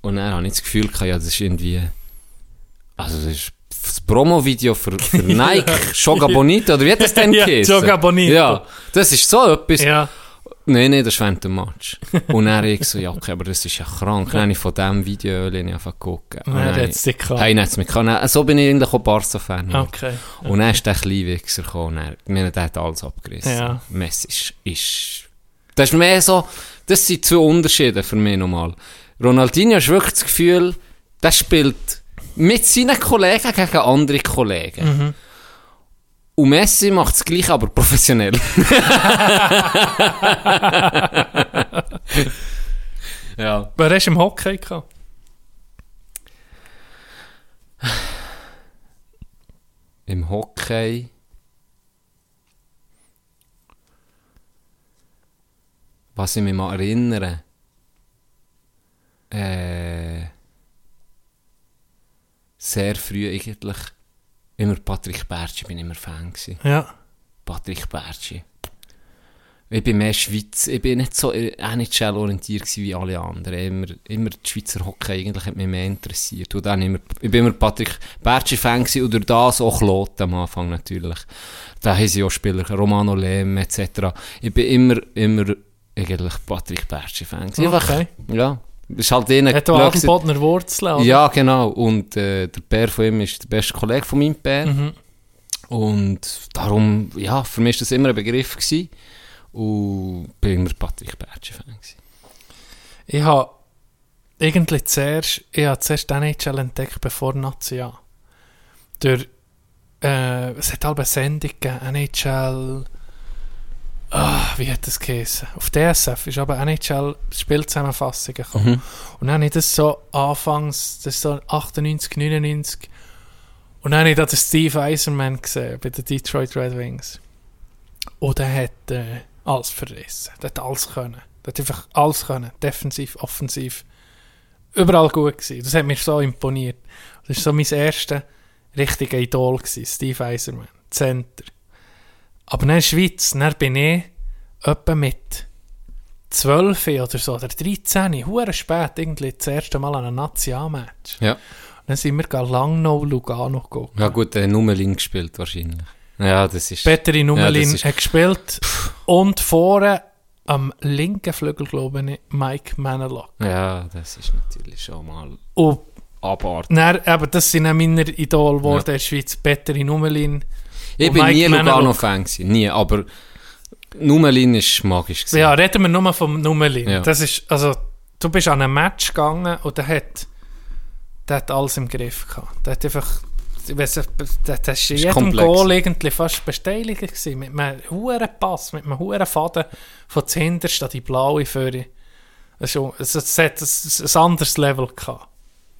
C: und dann habe ich das Gefühl gehabt, ja, das ist irgendwie... Also das ist das Promo-Video
D: [laughs]
C: für, für Nike, Joga Bonito, oder wie hat das denn
D: Ja,
C: geheißen?
D: Joga Bonito.
C: Ja, das ist so etwas.
D: ja,
C: Nein, nein, das ist während dem
D: [laughs]
C: Match. Und dann ich so, ja okay, aber das ist ja krank. Dann habe ich von diesem Video angefangen zu gucken. Und
D: dann
C: dann
D: hat es dich
C: ich-
D: gehabt.
C: Hey, dann hat's mich gehabt. Dann- So bin ich eigentlich auch Barca-Fan. geworden.
D: Okay.
C: Und dann ist der kleine Wichser gekommen. und Er, ich meine, der hat alles abgerissen.
D: Ja.
C: Messi ist, ist... Das ist mehr so... Das sind zwei Unterschiede für mich nochmal. Ronaldinho ist wirklich das Gefühl, der spielt mit seinen Kollegen gegen andere Kollegen. Und Messi macht das Gleiche, aber professionell. [laughs] ja.
D: Wer hast du im Hockey gehabt?
C: Im Hockey... was ich mich mal erinnere. Äh, sehr früh eigentlich. Immer Patrick Bertschi bin ich immer Fan gewesen.
D: Ja.
C: Patrick Bertschi. Ich bin mehr Schweiz, ich bin nicht so NHL orientiert ah, gewesen wie alle anderen. Immer, immer die Schweizer Hockey eigentlich hat mich mehr interessiert. Und dann immer, ich bin immer Patrick Bertschi Fan gewesen und durch das auch Kloten am Anfang natürlich. Da haben sie auch Spieler, Romano Lem etc. Ich bin immer, immer eigentlich Patrick Bertschi Fan gewesen.
D: Okay.
C: Einfach, ja. Ist halt denen
D: Hat
C: Glück
D: auch
C: gewesen.
D: Adelbodner Wurzeln? oder?
C: Ja, genau. Und äh, der Bär von ihm ist der beste Kollege von meinem Bär.
D: Mhm.
C: Und darum, ja, für mich war das immer ein Begriff. Gewesen. Und bin immer Patrick Bertschi-Fan. gewesen.
D: Ich habe irgendwie zuerst, ich habe zuerst den NHL entdeckt, bevor Nazi ja. Durch, äh, es hat halbe Sendung gegeben, NHL, ah, wie hat das geheißen? Auf DSF ist aber NHL Spielzusammenfassung gekommen. Und dann habe ich das so anfangs, das ist so 98, 99, und dann habe ich da den Steve Eiserman gesehen, bei den Detroit Red Wings. Und der hat äh, alles verrissen. Der hat alles können. Der hat einfach alles können. Defensiv, offensiv. Überall gut gewesen. Das hat mich so imponiert. Das war so mein erster richtiger Idol, gewesen, Steve Eiserman. Center. Aber dann in der Schweiz, dann bin ich etwa mit 12 oder so, oder 13, hure spät, irgendwie das erste Mal an einem Nazi-A-Match.
C: Ja.
D: Dann sind wir gar Langnau-Lugano gegangen.
C: ja, gut, der Nummelin gespielt wahrscheinlich. Ja, das ist.
D: Petteri
C: Ja,
D: Nummelin
C: das ist-
D: hat gespielt und vorne am linken Flügel, glaube ich, Mike Manelock.
C: ja, das ist natürlich schon mal
D: Und
C: abartig.
D: dann, aber das sind auch meine Idol geworden in der Schweiz. Petteri Nummelin.
C: Ich
D: Und
C: bin
D: Mike
C: nie
D: Manalock.
C: Lugano-Fan. gewesen, Nie, aber Nummelin war magisch. Gewesen.
D: Ja, reden wir nur vom Nummelin.
C: Ja.
D: Das ist, also, du bist an ein Match gegangen und der hat, der hat alles im Griff gehabt. Der hat einfach, ich weiss nicht, der, der ist in
C: Ist
D: jedem
C: komplex.
D: Goal irgendwie fast besteiligt gewesen. Mit einem hohen Pass, mit einem hohen Faden von zuhinterst an die blaue Führe. Es ist- es- es hat ein, ein anderes Level gehabt.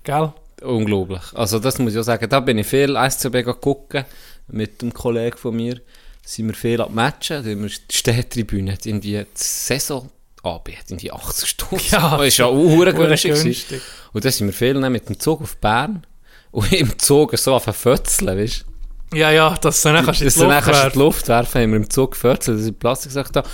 D: Gell?
C: Unglaublich. Also das muss ich auch sagen, da bin ich viel SCB gucken mit einem Kollegen von mir. Sind wir viel am Matchen, da haben wir die Städtribüne, hat irgendwie die Saison AB, hat irgendwie 80 Stunden.
D: Ja,
C: das Oh, ist ja auch verdammt
D: verdammt
C: günstig.
D: günstig.
C: günstig. Und da sind wir viel dann mit dem Zug auf Bern und im Zug so auf Fötzeln, weißt du.
D: Ja, ja, dass du dann kannst in
C: Dass
D: die
C: du dann
D: Luft
C: kannst in die
D: werfen.
C: Luft werfen, haben wir im Zug geförzelt, dass ich Plastik gesagt habe.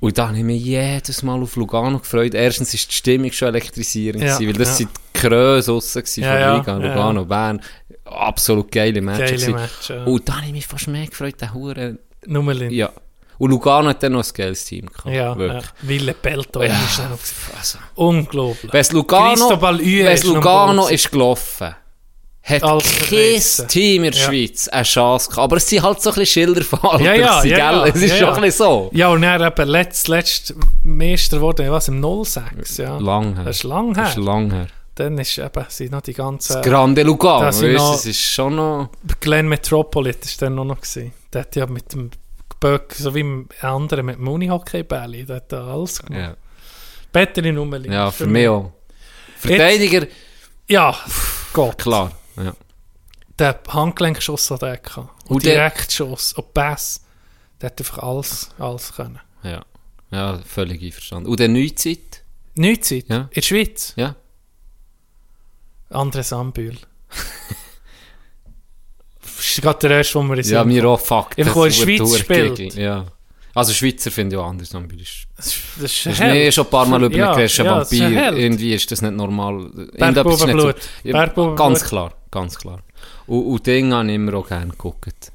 C: Und da habe ich mich jedes Mal auf Lugano gefreut. Erstens war die Stimmung schon elektrisierend,
D: Ja,
C: gewesen, weil das
D: ja.
C: sind die Kröse aussen gewesen
D: Ja,
C: von der
D: ja,
C: Liga.
D: ja,
C: Lugano, Bern. Absolut geile Matches.
D: Geile
C: gewesen.
D: Match, ja.
C: Und da habe ich mich fast mehr gefreut, der Hure.
D: Nummerlin.
C: Oh. Ja. Und Lugano hat dann noch ein geiles Team gehabt.
D: Ja, ja.
C: wirklich.
D: Ville Pelto
C: Ja.
D: ist dann noch gewesen.
C: Also,
D: Unglaublich.
C: wenn es Lugano,
D: Cristobal Ué
C: wenn es
D: ist noch am
C: Lugano
D: Ball
C: ist gelaufen, hat
D: Als
C: kein
D: Verletzte.
C: Team in der
D: Ja.
C: Schweiz eine Chance gehabt. Aber es sind halt so ein bisschen Schilder von Alter.
D: Ja, ja, ja,
C: gewesen, gell?
D: ja,
C: Es ist
D: ja,
C: schon
D: ja.
C: ein bisschen so.
D: Ja, und er eben letzt, letzt Meister wurde, was, im 06, ja.
C: Lang her.
D: Das ist lang
C: Das ist
D: her.
C: lang her.
D: Dann ist eben, sind noch die ganzen...
C: Das Grande Lugano,
D: dass
C: weißt
D: ich
C: du,
D: noch-
C: es ist schon noch...
D: Glenn Metropolit ist dann auch noch gewesen. Der hat ja mit dem Böck, so wie im anderen mit dem Unihockey-Bälle, der hat da alles gemacht.
C: Ja,
D: Bessere Nummer.
C: ja für mich auch. Verteidiger,
D: Ja, Gott.
C: klar. Ja.
D: Der Handgelenkschuss, den er hatte. Und,
C: Und der-
D: Direktschuss und Pass. Der hat einfach alles, alles können.
C: Ja. ja, völlig einverstanden. Und der Neuzeit?
D: Neuzeit.
C: Ja.
D: In der Schweiz.
C: Ja.
D: Andres Ambühl. das ist gerade der erste, den wir in
C: Ja,
D: Sinn
C: mir auch fuck.
D: Einfach,
C: das
D: weil er
C: wird
D: Schweiz
C: durchgegangen.
D: spielt.
C: Ja. Also Schweizer finde ich auch anders. Vampir ist...
D: Das ist- das ist
C: Das ist
D: hell.
C: mir schon ein paar Mal über
D: Ja,
C: den Crash ein
D: ja, das ist ein
C: Vampir.
D: Held.
C: Irgendwie ist das nicht normal. Irgendetwas ist nicht so.
D: Bergbubenblut.
C: Ja,
D: Bergbubenblut.
C: ganz klar, ganz klar. Und, und Dinge habe ich immer auch gerne geguckt.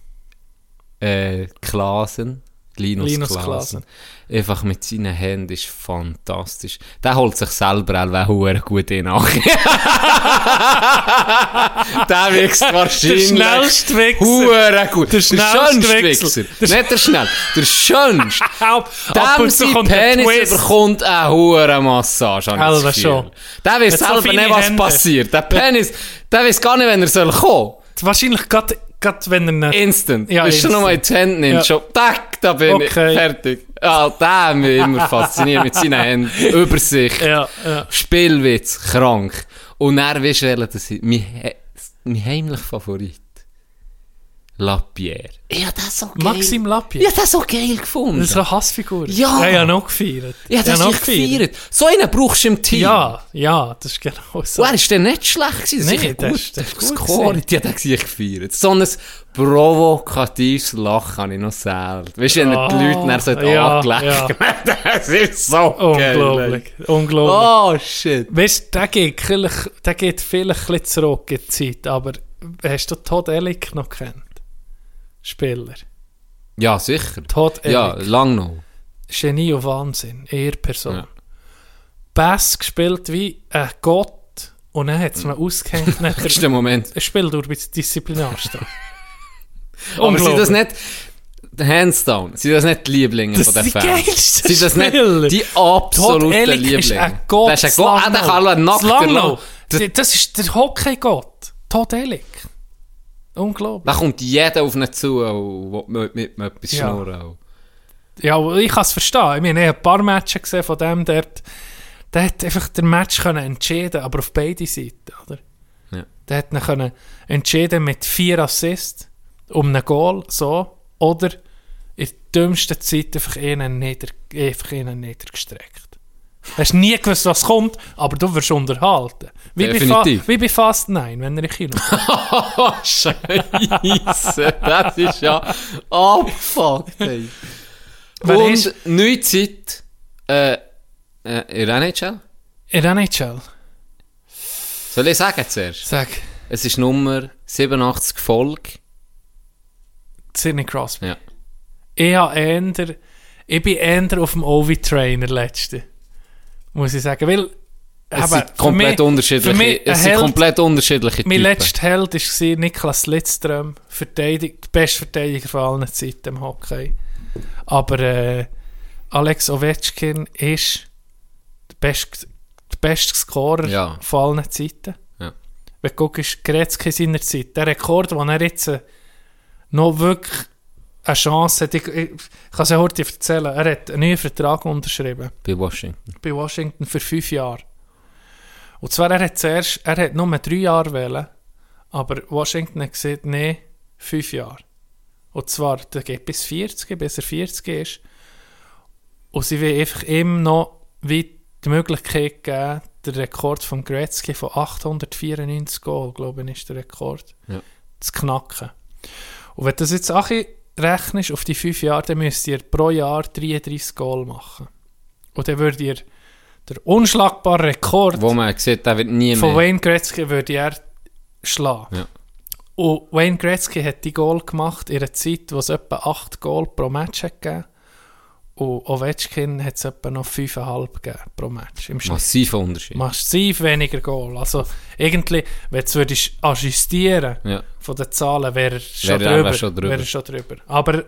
C: Äh, Klasen. Linus,
D: Linus
C: Klasen. Einfach mit seinen Händen ist fantastisch. Der holt sich selber alle huere gut in nach. [laughs]
D: [laughs]
C: der wächst
D: Der
C: wahrscheinlich.
D: schnellste Wichser.
C: Hure gut. Der
D: schnellste
C: schönste Wichser.
D: Wechsel.
C: Nicht der schnell, der schönste.
D: Ab, ab
C: Dem
D: und zu
C: sein
D: kommt der
C: Penis
D: Twist.
C: bekommt eine hure ah, Massage. habe ich
D: Also
C: das Gefühl.
D: schon.
C: Der weiß
D: Hat so
C: selber
D: feine
C: nicht, was
D: Hände.
C: passiert. Der Penis, der weiß gar nicht, wenn er soll kommen.
D: Wahrscheinlich gerade, gerade wenn er nicht...
C: Instant. Dus
D: Ja,
C: ist schon
D: instant.
C: nochmal in die Hände nimmt,
D: Ja.
C: schon, tack, da bin ich,
D: Okay.
C: fertig. Ah, der hat mich immer fasziniert mit seinen Händen. Übersicht.
D: Ja, ja.
C: Spielwitz, krank. Und er weisst du, welcher das ist? Mein, He- mein heimlicher Favorit. Lapierre. Ich hab das so geil.
D: Maxim Lapien.
C: Ich hab das so geil gefunden.
D: Das ist eine Hassfigur.
C: Ja.
D: Ja, ja, noch gefeiert.
C: ja, das
D: noch
C: ist gefeiert. So einen brauchst du im Team.
D: Ja, ja, das ist genau so.
C: Und er ist dann nicht schlecht gewesen. Das
D: Nee,
C: ist sicher
D: der
C: gut.
D: ist- der ist
C: Das
D: gut
C: Quality, ja, den hab ich gefeiert. So ein provokatives Lachen habe ich noch selten. Weißt du, wenn er die
D: Ah,
C: Leute dann so
D: ja,
C: angelegt [laughs] Das ist so geil.
D: Unglaublich. Unglaublich.
C: Oh, shit.
D: Weißt du, der geht, vielleicht- der geht vielleicht ein bisschen zurück in die Zeit, aber hast du Todd Ellick noch kennt? Spieler.
C: Ja, sicher.
D: Todd
C: Ja,
D: Ellick.
C: lang noch.
D: Genie und Wahnsinn. Er Person.
C: Ja.
D: Bass gespielt wie ein Gott und dann hat es
C: Mhm.
D: mir
C: [laughs]
D: ausgehängt. nachher-
C: Das ist der Moment.
D: Ein Spiel durch bis Disziplinarstrafe.
C: [laughs] Aber sind
D: Unglaublich.
C: das nicht, hands down, sind das nicht die Lieblinge
D: Das
C: von den
D: sind die
C: Fans?
D: geilsten
C: Sind das nicht
D: Spieler.
C: die absoluten
D: Todd Ehrlich
C: Lieblinge?
D: ist ein Gott.
C: Das ist ein Gott. Ah, der kann alle nackt
D: Slanglo.
C: Der-
D: Das ist der Hockey-Gott. Todd Ehrlich. Unglaublich.
C: Da kommt jeder auf ihn zu und will mit, mit mir etwas
D: Ja.
C: schnurren. auch.
D: Ja, aber ich kann es verstehen. Ich meine, ich habe ein paar Matches gesehen von dem dort. Der hat einfach den Match können entscheiden aber auf beide Seiten, oder?
C: Ja.
D: Der hat ihn können entscheiden mit vier Assists um einen Goal, so. Oder in der dümmsten Zeit einfach einen, nieder, einfach einen niedergestreckt. Hast nie gewusst, was kommt, aber du wirst unterhalten. Wie bei, Fa
C: Definitiv.
D: wie bei Fast Nein, wenn er in Kino
C: [laughs]
D: kommt.
C: Oh, [laughs] Scheiße. das ist ja Oh, abgefuckt, ey.
D: Wer
C: Und
D: ist-
C: neue Zeit, äh, äh, in der NHL?
D: In der NHL,
C: Soll ich sagen zuerst?
D: sag,
C: Es ist Nummer 87 Folge.
D: Sidney Crosby.
C: Ja.
D: Ich, hab eher, ich bin eher auf dem Ovi-Trainer letzte. Muss ich sagen. Weil,
C: Es
D: eben,
C: sind komplett
D: für mich-
C: unterschiedliche,
D: für mich ein
C: es sind
D: Held-
C: komplett unterschiedliche
D: Mein
C: Typen.
D: letzter Held war Niklas Lidström, Verteidig beste Verteidiger von allen Zeiten im Hockey. Aber äh, Alex Ovechkin ist der beste, der beste Scorer
C: Ja.
D: von allen Zeiten.
C: Ja.
D: Wenn du guckst, Gretzky seiner Zeit, der Rekord, den er jetzt äh, noch wirklich eine Chance hat, ich, ich ich kann es ja heute erzählen, er hat einen neuen Vertrag unterschrieben
C: Bei Washington.
D: bei Washington für fünf Jahre. Und zwar, er hat zuerst, er hat nur drei Jahre wählen, aber Washington hat gesagt, nee, fünf Jahre. Und zwar, der geht bis 40, bis er 40 ist. Und sie will einfach ihm noch wie die Möglichkeit geben, den Rekord von Gretzky von 894 Goal, glaube ich, ist der Rekord,
C: Ja.
D: zu knacken. Und wenn du das jetzt auch rechnest auf die fünf Jahre, dann müsst ihr pro Jahr 33 Goal machen. Und dann würdet ihr den unschlagbaren Rekord
C: Wo man sieht, der wird nie
D: von
C: mehr.
D: Wayne Gretzky würde er schlagen.
C: Ja.
D: Und Wayne Gretzky hat die Goal gemacht in einer Zeit, wo es etwa 8 Goal pro Match hat gegeben Und Ovechkin hat es etwa noch 5,5 gegeben pro Match im Schnitt.
C: Massiver Unterschied.
D: Massiv weniger Goal. Also irgendwie, wenn du es ajustieren
C: ja.
D: von den Zahlen, wäre er schon,
C: Wäre er
D: drüber,
C: schon drüber.
D: Wäre er schon drüber. Aber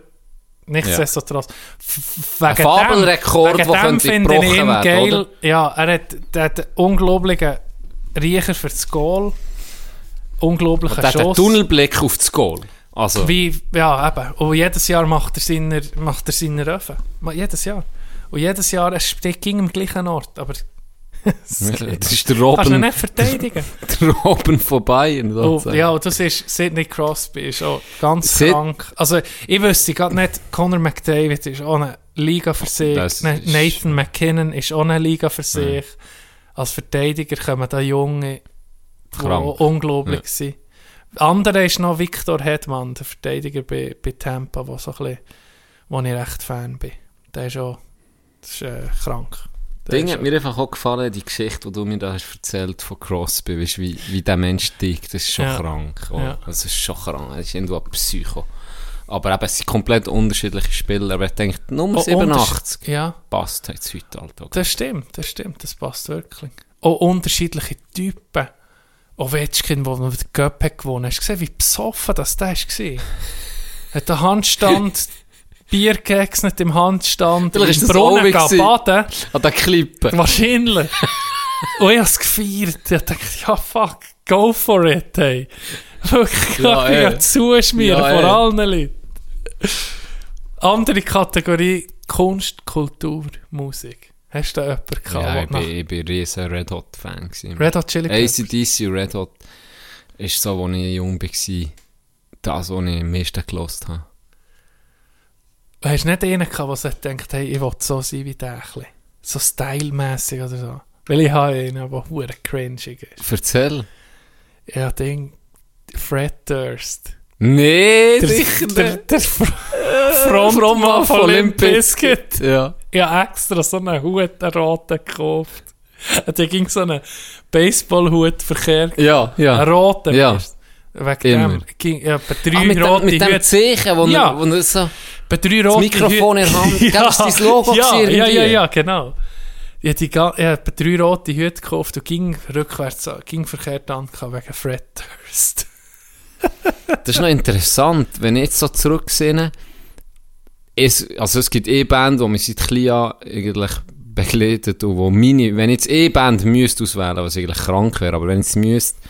D: nichtsdestotrotz. f- f-
C: Ein
D: wegen
C: Fabelrekord,
D: dem-
C: der
D: wegen dem
C: könnte
D: finde ich
C: gebrochen
D: ihn
C: werden,
D: geil.
C: oder?
D: Ja, er hat, der hat einen unglaublichen Riecher für das Goal. Unglaublichen
C: Der hat einen
D: Schuss.
C: Tunnelblick auf das Goal. Also, [laughs]
D: Wie, ja, eben. Und jedes Jahr macht er seine, macht er seine Röfen. Ma- Jedes Jahr. Und jedes Jahr, es steht ging am gleichen Ort, aber es
C: das
D: geht.
C: ist
D: Kannst du
C: der
D: ihn
C: [laughs] Robben,
D: nicht verteidigen.
C: der Robben von Bayern.
D: Und,
C: sozusagen.
D: Oh, ja, und das ist, Sidney Crosby ist auch ganz
C: uh, Sid-
D: krank. Also, ich wüsste gerade nicht, Conor McDavid ist auch eine Liga für sich.
C: Das
D: Na-
C: ist-
D: Nathan McKinnon ist auch eine Liga für sich. Als Verteidiger kommen da Junge, die
C: Krank.
D: auch unglaublich sind. Andere ist noch Victor Hedman, der Verteidiger bei, bei Tampa, wo, so ein bisschen, wo ich recht Fan bin. Der ist auch das ist, äh, krank. Der
C: Ding
D: ist
C: hat mir einfach auch gefallen, die Geschichte, die du mir da hast erzählt von Crosby, weißt, wie, wie der Mensch tickt, das ist schon
D: Ja.
C: krank. Oh,
D: Ja.
C: Das ist schon krank, das ist irgendwo ein Psycho. Aber eben, es sind komplett unterschiedliche Spieler, aber ich denke, Nummer
D: auch-
C: 87
D: Oh, Ja.
C: passt jetzt heute halt auch.
D: Das stimmt, das stimmt, das passt wirklich. Auch unterschiedliche Typen. Ovechkin, der den Cup hat gewonnen hast du gesehen, wie besoffen das der
C: [laughs]
D: war? Hat den Handstand, Bier gegessen im Handstand,
C: Vielleicht ist
D: im
C: das auch
D: Brunnen
C: wie
D: gehen
C: gewesen.
D: baden.
C: [laughs] An den Klippen.
D: Wahrscheinlich. Und ich habe es gefeiert. Ich dachte, ja fuck, go for it, hey. Wirklich,
C: Ja,
D: ja, ich
C: ey.
D: habe zuschmieren
C: Ja, eh.
D: vor
C: ey.
D: allen Leuten. Andere Kategorie, Kunst, Kultur, Musik. Hast du da jemanden gehabt?
C: Ja, ich
D: der nach-
C: bin, ich bin riesen Red Hot Fan gewesen.
D: Red Hot Chili Peppers.
C: ACDC und Red Hot ist so, als ich jung war, das, was ich am meisten gelost habe.
D: Hast du nicht einen gehabt, der denkt, hey, ich will so sein wie der? ein bisschen? So stylmäßig oder so. Weil ich habe einen, der hure cringy ist.
C: Erzähl.
D: Ich habe den Fred Durst.
C: Nee,
D: Der,
C: sicher
D: der,
C: nicht.
D: der Fr- Frontmann von Limp Bizkit.
C: Ja.
D: Ich habe extra so einen Hut, einen roten gekauft. Und Da ging so einen Baseballhut verkehrt.
C: Ja, ja.
D: Einen roten.
C: Ja.
D: weißt du? Wegen
C: Immer.
D: dem ging ja, etwa drei
C: Ah, mit,
D: rote
C: dem, mit dem
D: Hüte.
C: Zeichen, wo,
D: Ja.
C: er, wo er so...
D: Bei drei roten
C: Mikrofon in der
D: [laughs]
C: Hand. Gell, das ist dein Logo
D: ja,
C: gewesen
D: ja, ja,
C: irgendwie.
D: ja, genau. Ich habe die ga- ich habe drei rote Hüte gekauft und ging rückwärts an, ging verkehrt an, gehabt wegen Fred Durst. [laughs]
C: Das ist noch interessant, wenn ich jetzt so zurücksehe. Es, also es gibt E-Band, die mich seit klein an eigentlich begleitet und wo meine... Wenn ich jetzt E-Band müsste auswählen, was eigentlich krank wäre, aber wenn ich es müsste,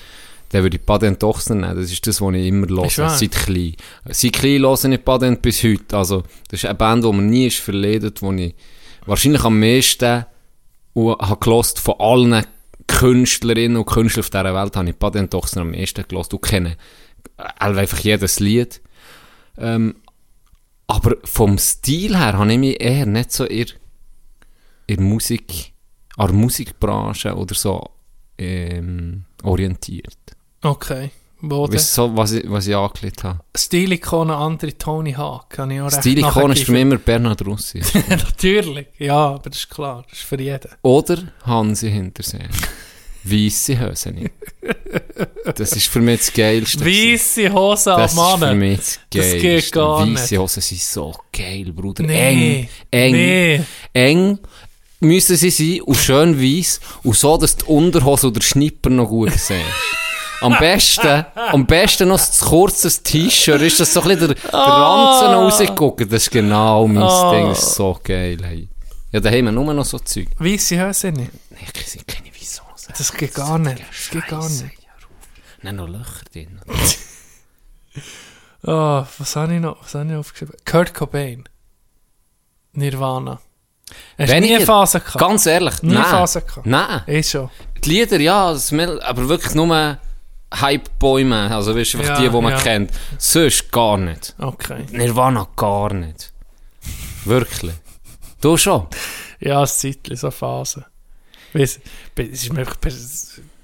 C: dann würde ich Patent Ochsen nehmen. Das ist das, was ich immer höre,
D: Ist wahr.
C: seit klein. Seit klein höre ich Patent bis heute. Also das ist eine Band, die mir nie ist verledet, die ich wahrscheinlich am meisten... und habe gelost von allen Künstlerinnen und Künstlern auf dieser Welt habe ich Patent Ochsner am meisten gelost und kenne äh, einfach jedes Lied. Ähm, aber vom Stil her habe ich mich eher nicht so in, in Musik, an der Musikbranche oder so ähm, orientiert.
D: Okay. Wo denn?
C: Weißt du, so, was ich, was ich angelegt habe?
D: Stilikone, andere Tony Hawk. Kann ich auch recht
C: Stilikon ist für mich
D: nachgeben.
C: immer Bernhard Russi.
D: Natürlich. Ja, aber das ist klar. Das ist für jeden.
C: Oder Hansi Hintersee. Weisse Hosen. Das ist für mich das Geilste. gewesen.
D: Weisse Hose
C: Das
D: am
C: ist für
D: Mann.
C: mich das
D: Das geht
C: Geilste.
D: gar nicht.
C: Weisse Hosen sind so geil, Bruder.
D: Nee.
C: Eng, eng,
D: Nee.
C: eng müssen sie sein und schön weiss und so, dass die Unterhose oder Schnipper noch gut sehen. Am besten, am besten noch ein kurzes T-Shirt, ist das so ein bisschen der, der
D: Ah.
C: Ranzen noch rausgucken. Das ist genau mein Ding, das ist so geil. Hey. Ja, da haben wir nur noch so Zeug.
D: Weisse Hose nicht.
C: Nein, ich sehe keine weiße Hose.
D: Das geht gar nicht. Das geht gar
C: Scheisse,
D: nicht.
C: ja, ruf. Nein, noch Löcher drin.
D: Ah, was habe ich noch? Was habe ich aufgeschrieben? Kurt Cobain. Nirvana. Hast du nie
C: Weniger.
D: eine Phase gehabt?
C: Ganz ehrlich,
D: Nie
C: nein.
D: Phase gehabt.
C: Nein.
D: Ich schon.
C: Die Lieder, ja, das Mel- aber wirklich nur Hype-Bäume. Also, weißt du, einfach
D: Ja,
C: die, die man
D: ja.
C: kennt. Sonst gar nicht.
D: Okay.
C: Nirvana gar nicht. Wirklich. Du schon?
D: Ja, es Zeitli, so Phasen. Weiss, bei- Es ist mir einfach per,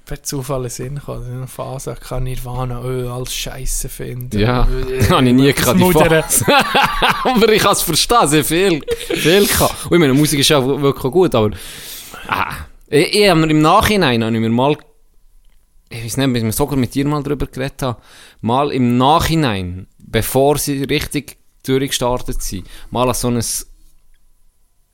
D: per Zufall in den Sinn gekommen. dass ich Eine Phase kann Nirvana öh, alles Scheiße finden. [laughs]
C: Ja. [laughs] Habe ich nie gehabt, die
D: Mutter.
C: [laughs] aber ich kann es verstehen, sehr viel. viel gehabt. Und ich meine, Musik ist auch wirklich auch gut, aber. Ah, ich, ich habe mir im Nachhinein, habe ich mir mal. Ich weiß nicht, ob ich sogar mit dir mal drüber geredet habe. Mal im Nachhinein, bevor sie richtig durchgestartet sind, mal an so ein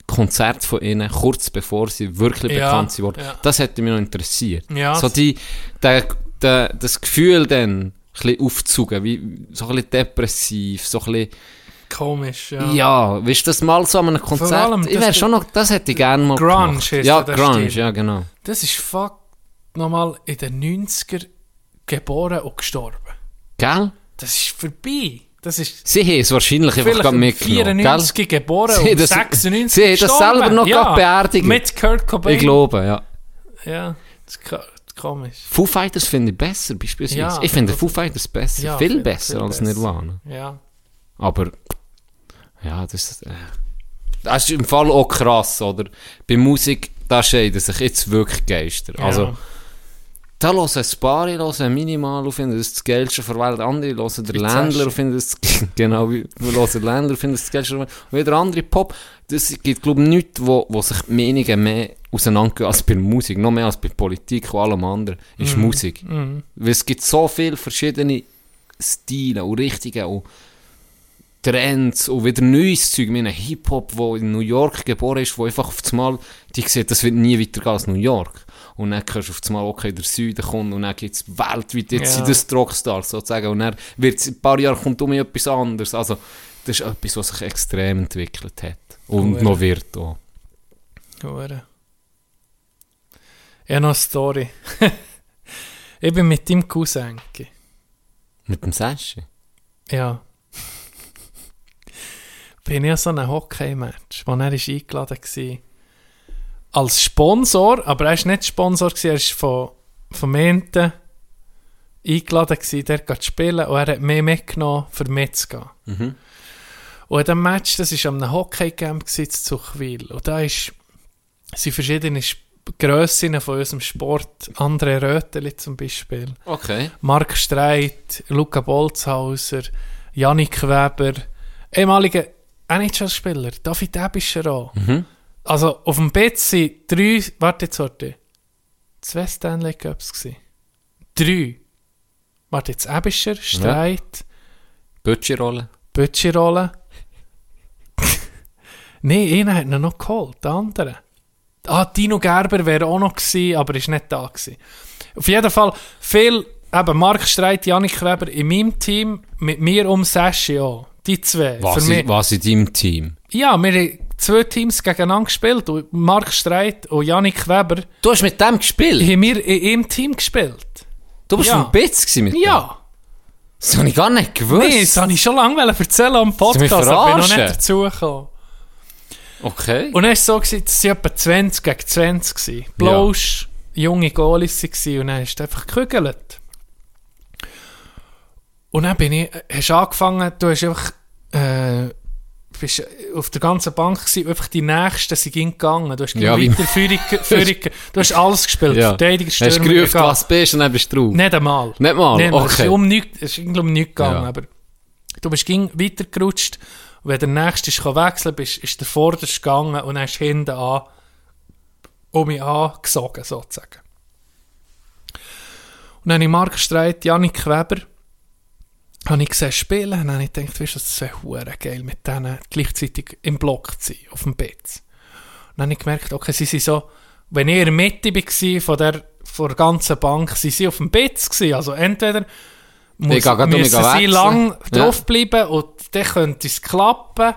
C: Konzerte von ihnen, kurz bevor sie wirklich
D: Ja,
C: bekannt sind worden.
D: ja.
C: Das hätte mich noch interessiert.
D: Ja.
C: So die, der, der, das Gefühl dann, ein bisschen aufzugen, wie, so ein bisschen depressiv, so ein bisschen,
D: Komisch, ja.
C: ja, weißt du, das mal so an einem Konzert,
D: allem,
C: ich
D: das
C: wäre
D: die-
C: schon noch, das hätte ich gerne mal
D: Grunge
C: gemacht.
D: ist
C: Ja,
D: ja der
C: Grunge,
D: Stil.
C: ja, genau.
D: Das ist fuck nochmal in den 90er geboren und gestorben.
C: Gell?
D: Das ist vorbei. Das ist
C: Sie haben es wahrscheinlich einfach
D: vielleicht
C: gerade
D: im
C: mitgenommen, gell?
D: 94 geboren
C: Sie haben
D: und
C: das-
D: 96
C: Sie haben das
D: gestorben.
C: selber noch gerade beerdigt.
D: Mit Kurt Cobain.
C: Ich glaube, ja.
D: Ja, das ist ka- das ist komisch.
C: Foo Fighters finde ich besser, beispielsweise.
D: Ja,
C: ich finde
D: das-
C: Foo Fighters besser,
D: Ja,
C: viel,
D: viel-
C: besser
D: viel
C: als
D: besser.
C: Nirvana.
D: Ja.
C: Aber, ja, das ist, äh, das ist im Fall auch krass, oder? Bei Musik, da scheiden sich jetzt wirklich Geister. Also, da hören ein paar, ich höre minimal und finde das das Geilste von der Welt. Andere hören den Ländler und finden das, [laughs] genau, wie, wir hören den Ländler und finden das das Geilste von der Welt. Und wieder andere Pop, das gibt, glaube ich, nichts, wo, wo sich die Meinungen mehr auseinandergehen als bei Musik, noch mehr als bei Politik und allem anderen, ist Musik.
D: Mhm.
C: Weil es gibt so viele verschiedene Stile und Richtungen und Trends und wieder neues Zeug. Ich meine, Hip-Hop, der in New York geboren ist, wo einfach auf einmal, die sieht, das wird nie weitergehen als New York. Und dann kannst du auf einmal, okay, der Süden kommt und dann gibt es weltweit, jetzt
D: Ja.
C: sind das die Rockstars sozusagen. Und dann wird es, ein paar Jahre kommt um etwas anderes. Also, das ist etwas, was sich extrem entwickelt hat. Und
D: Cool.
C: noch wird auch.
D: Hure. Ich habe noch eine Story. [laughs] ich bin mit deinem Cousin. gewesen.
C: Mit dem Sashi.
D: Ja. bin ich an so einem Hockey-Match, wo er war eingeladen war. Als Sponsor, aber er war nicht Sponsor, gewesen, er war von, von Menten eingeladen, gewesen, dort zu spielen und er hat mich mitgenommen, für mitzugehen.
C: Mhm.
D: Und in diesem Match, das war am Hockey-Camp gewesen in Zuchwil. Und da ist, sind verschiedene Sp- Grössen von unserem Sport, André Röteli zum Beispiel,
C: Okay.
D: Mark Streit, Luca Bolzhauser, Yannick Weber, ehemaliger NHL-Spieler, David Ebischer auch.
C: Mhm.
D: Also auf dem Bett sind drei, warte jetzt, warte, zwei Stanley Cups gewesen. Drei. Warte jetzt, Ebischer, Streit,
C: Bötschirrolle.
D: [laughs] Bötschirrolle. Nein, einer hat ihn noch geholt, der andere. Ah, Dino Gerber wäre auch noch gewesen, aber ist nicht da gewesen. Auf jeden Fall viel, eben Mark Streit, Janik Weber in meinem Team, mit mir um Sashi auch. Die zwei.
C: Was,
D: Für mich-
C: in- was in deinem Team?
D: Ja, wir haben zwei Teams gegeneinander gespielt und Mark Streit und Janik Weber
C: Du hast mit dem gespielt?
D: haben wir in ihrem Team gespielt.
C: Du bist
D: Ja.
C: ein Bitz gewesen mit dem?
D: Ja.
C: Das habe ich gar nicht gewusst.
D: Nee, das wollte ich schon lange erzählen am Podcast,
C: mich
D: aber ich bin noch
C: verarschen?
D: nicht dazugekommen.
C: Okay.
D: Und dann war es so, gewesen, dass sie etwa 20 gegen 20 waren. Blausch, junge Goalies waren und dann hast du einfach gekügelt. Und dann bin ich, äh, hast angefangen, du hast einfach, äh, bist auf der ganzen Bank gewesen, einfach die Nächsten sind gegangen. Du hast
C: Ja,
D: ja,
C: wie-
D: weiter Führung,
C: [laughs]
D: Führung, du hast alles gespielt,
C: Ja.
D: Verteidiger, Stürmer,
C: Hast du gerufen,
D: egal.
C: was bist und dann bist du drauf?
D: Nicht einmal.
C: Nicht mal?
D: Nein, es
C: okay.
D: ist um nichts, es ist irgendwie um nichts gegangen,
C: Ja.
D: aber du bist ging weitergerutscht und wenn der Nächste ist wechseln bist, ist der Vorderste gegangen und dann hast du hinten an, um mich angesogen, sozusagen. Und dann habe ich Mark Streit, Janik Weber, habe ich gesehen spielen und dann habe ich gedacht, weißt du, das wäre hure geil, mit denen gleichzeitig im Block zu sein, auf dem Bett. Und dann habe ich gemerkt, okay, sie sind so, wenn ich in der Mitte war von der, von der ganzen Bank, sie sind auf dem Bett gewesen. Also entweder muss,
C: Ich gehe gerade um, ich
D: müssen
C: gehe
D: sie
C: wechseln.
D: lang
C: Ja.
D: draufbleiben und dann könnte es klappen.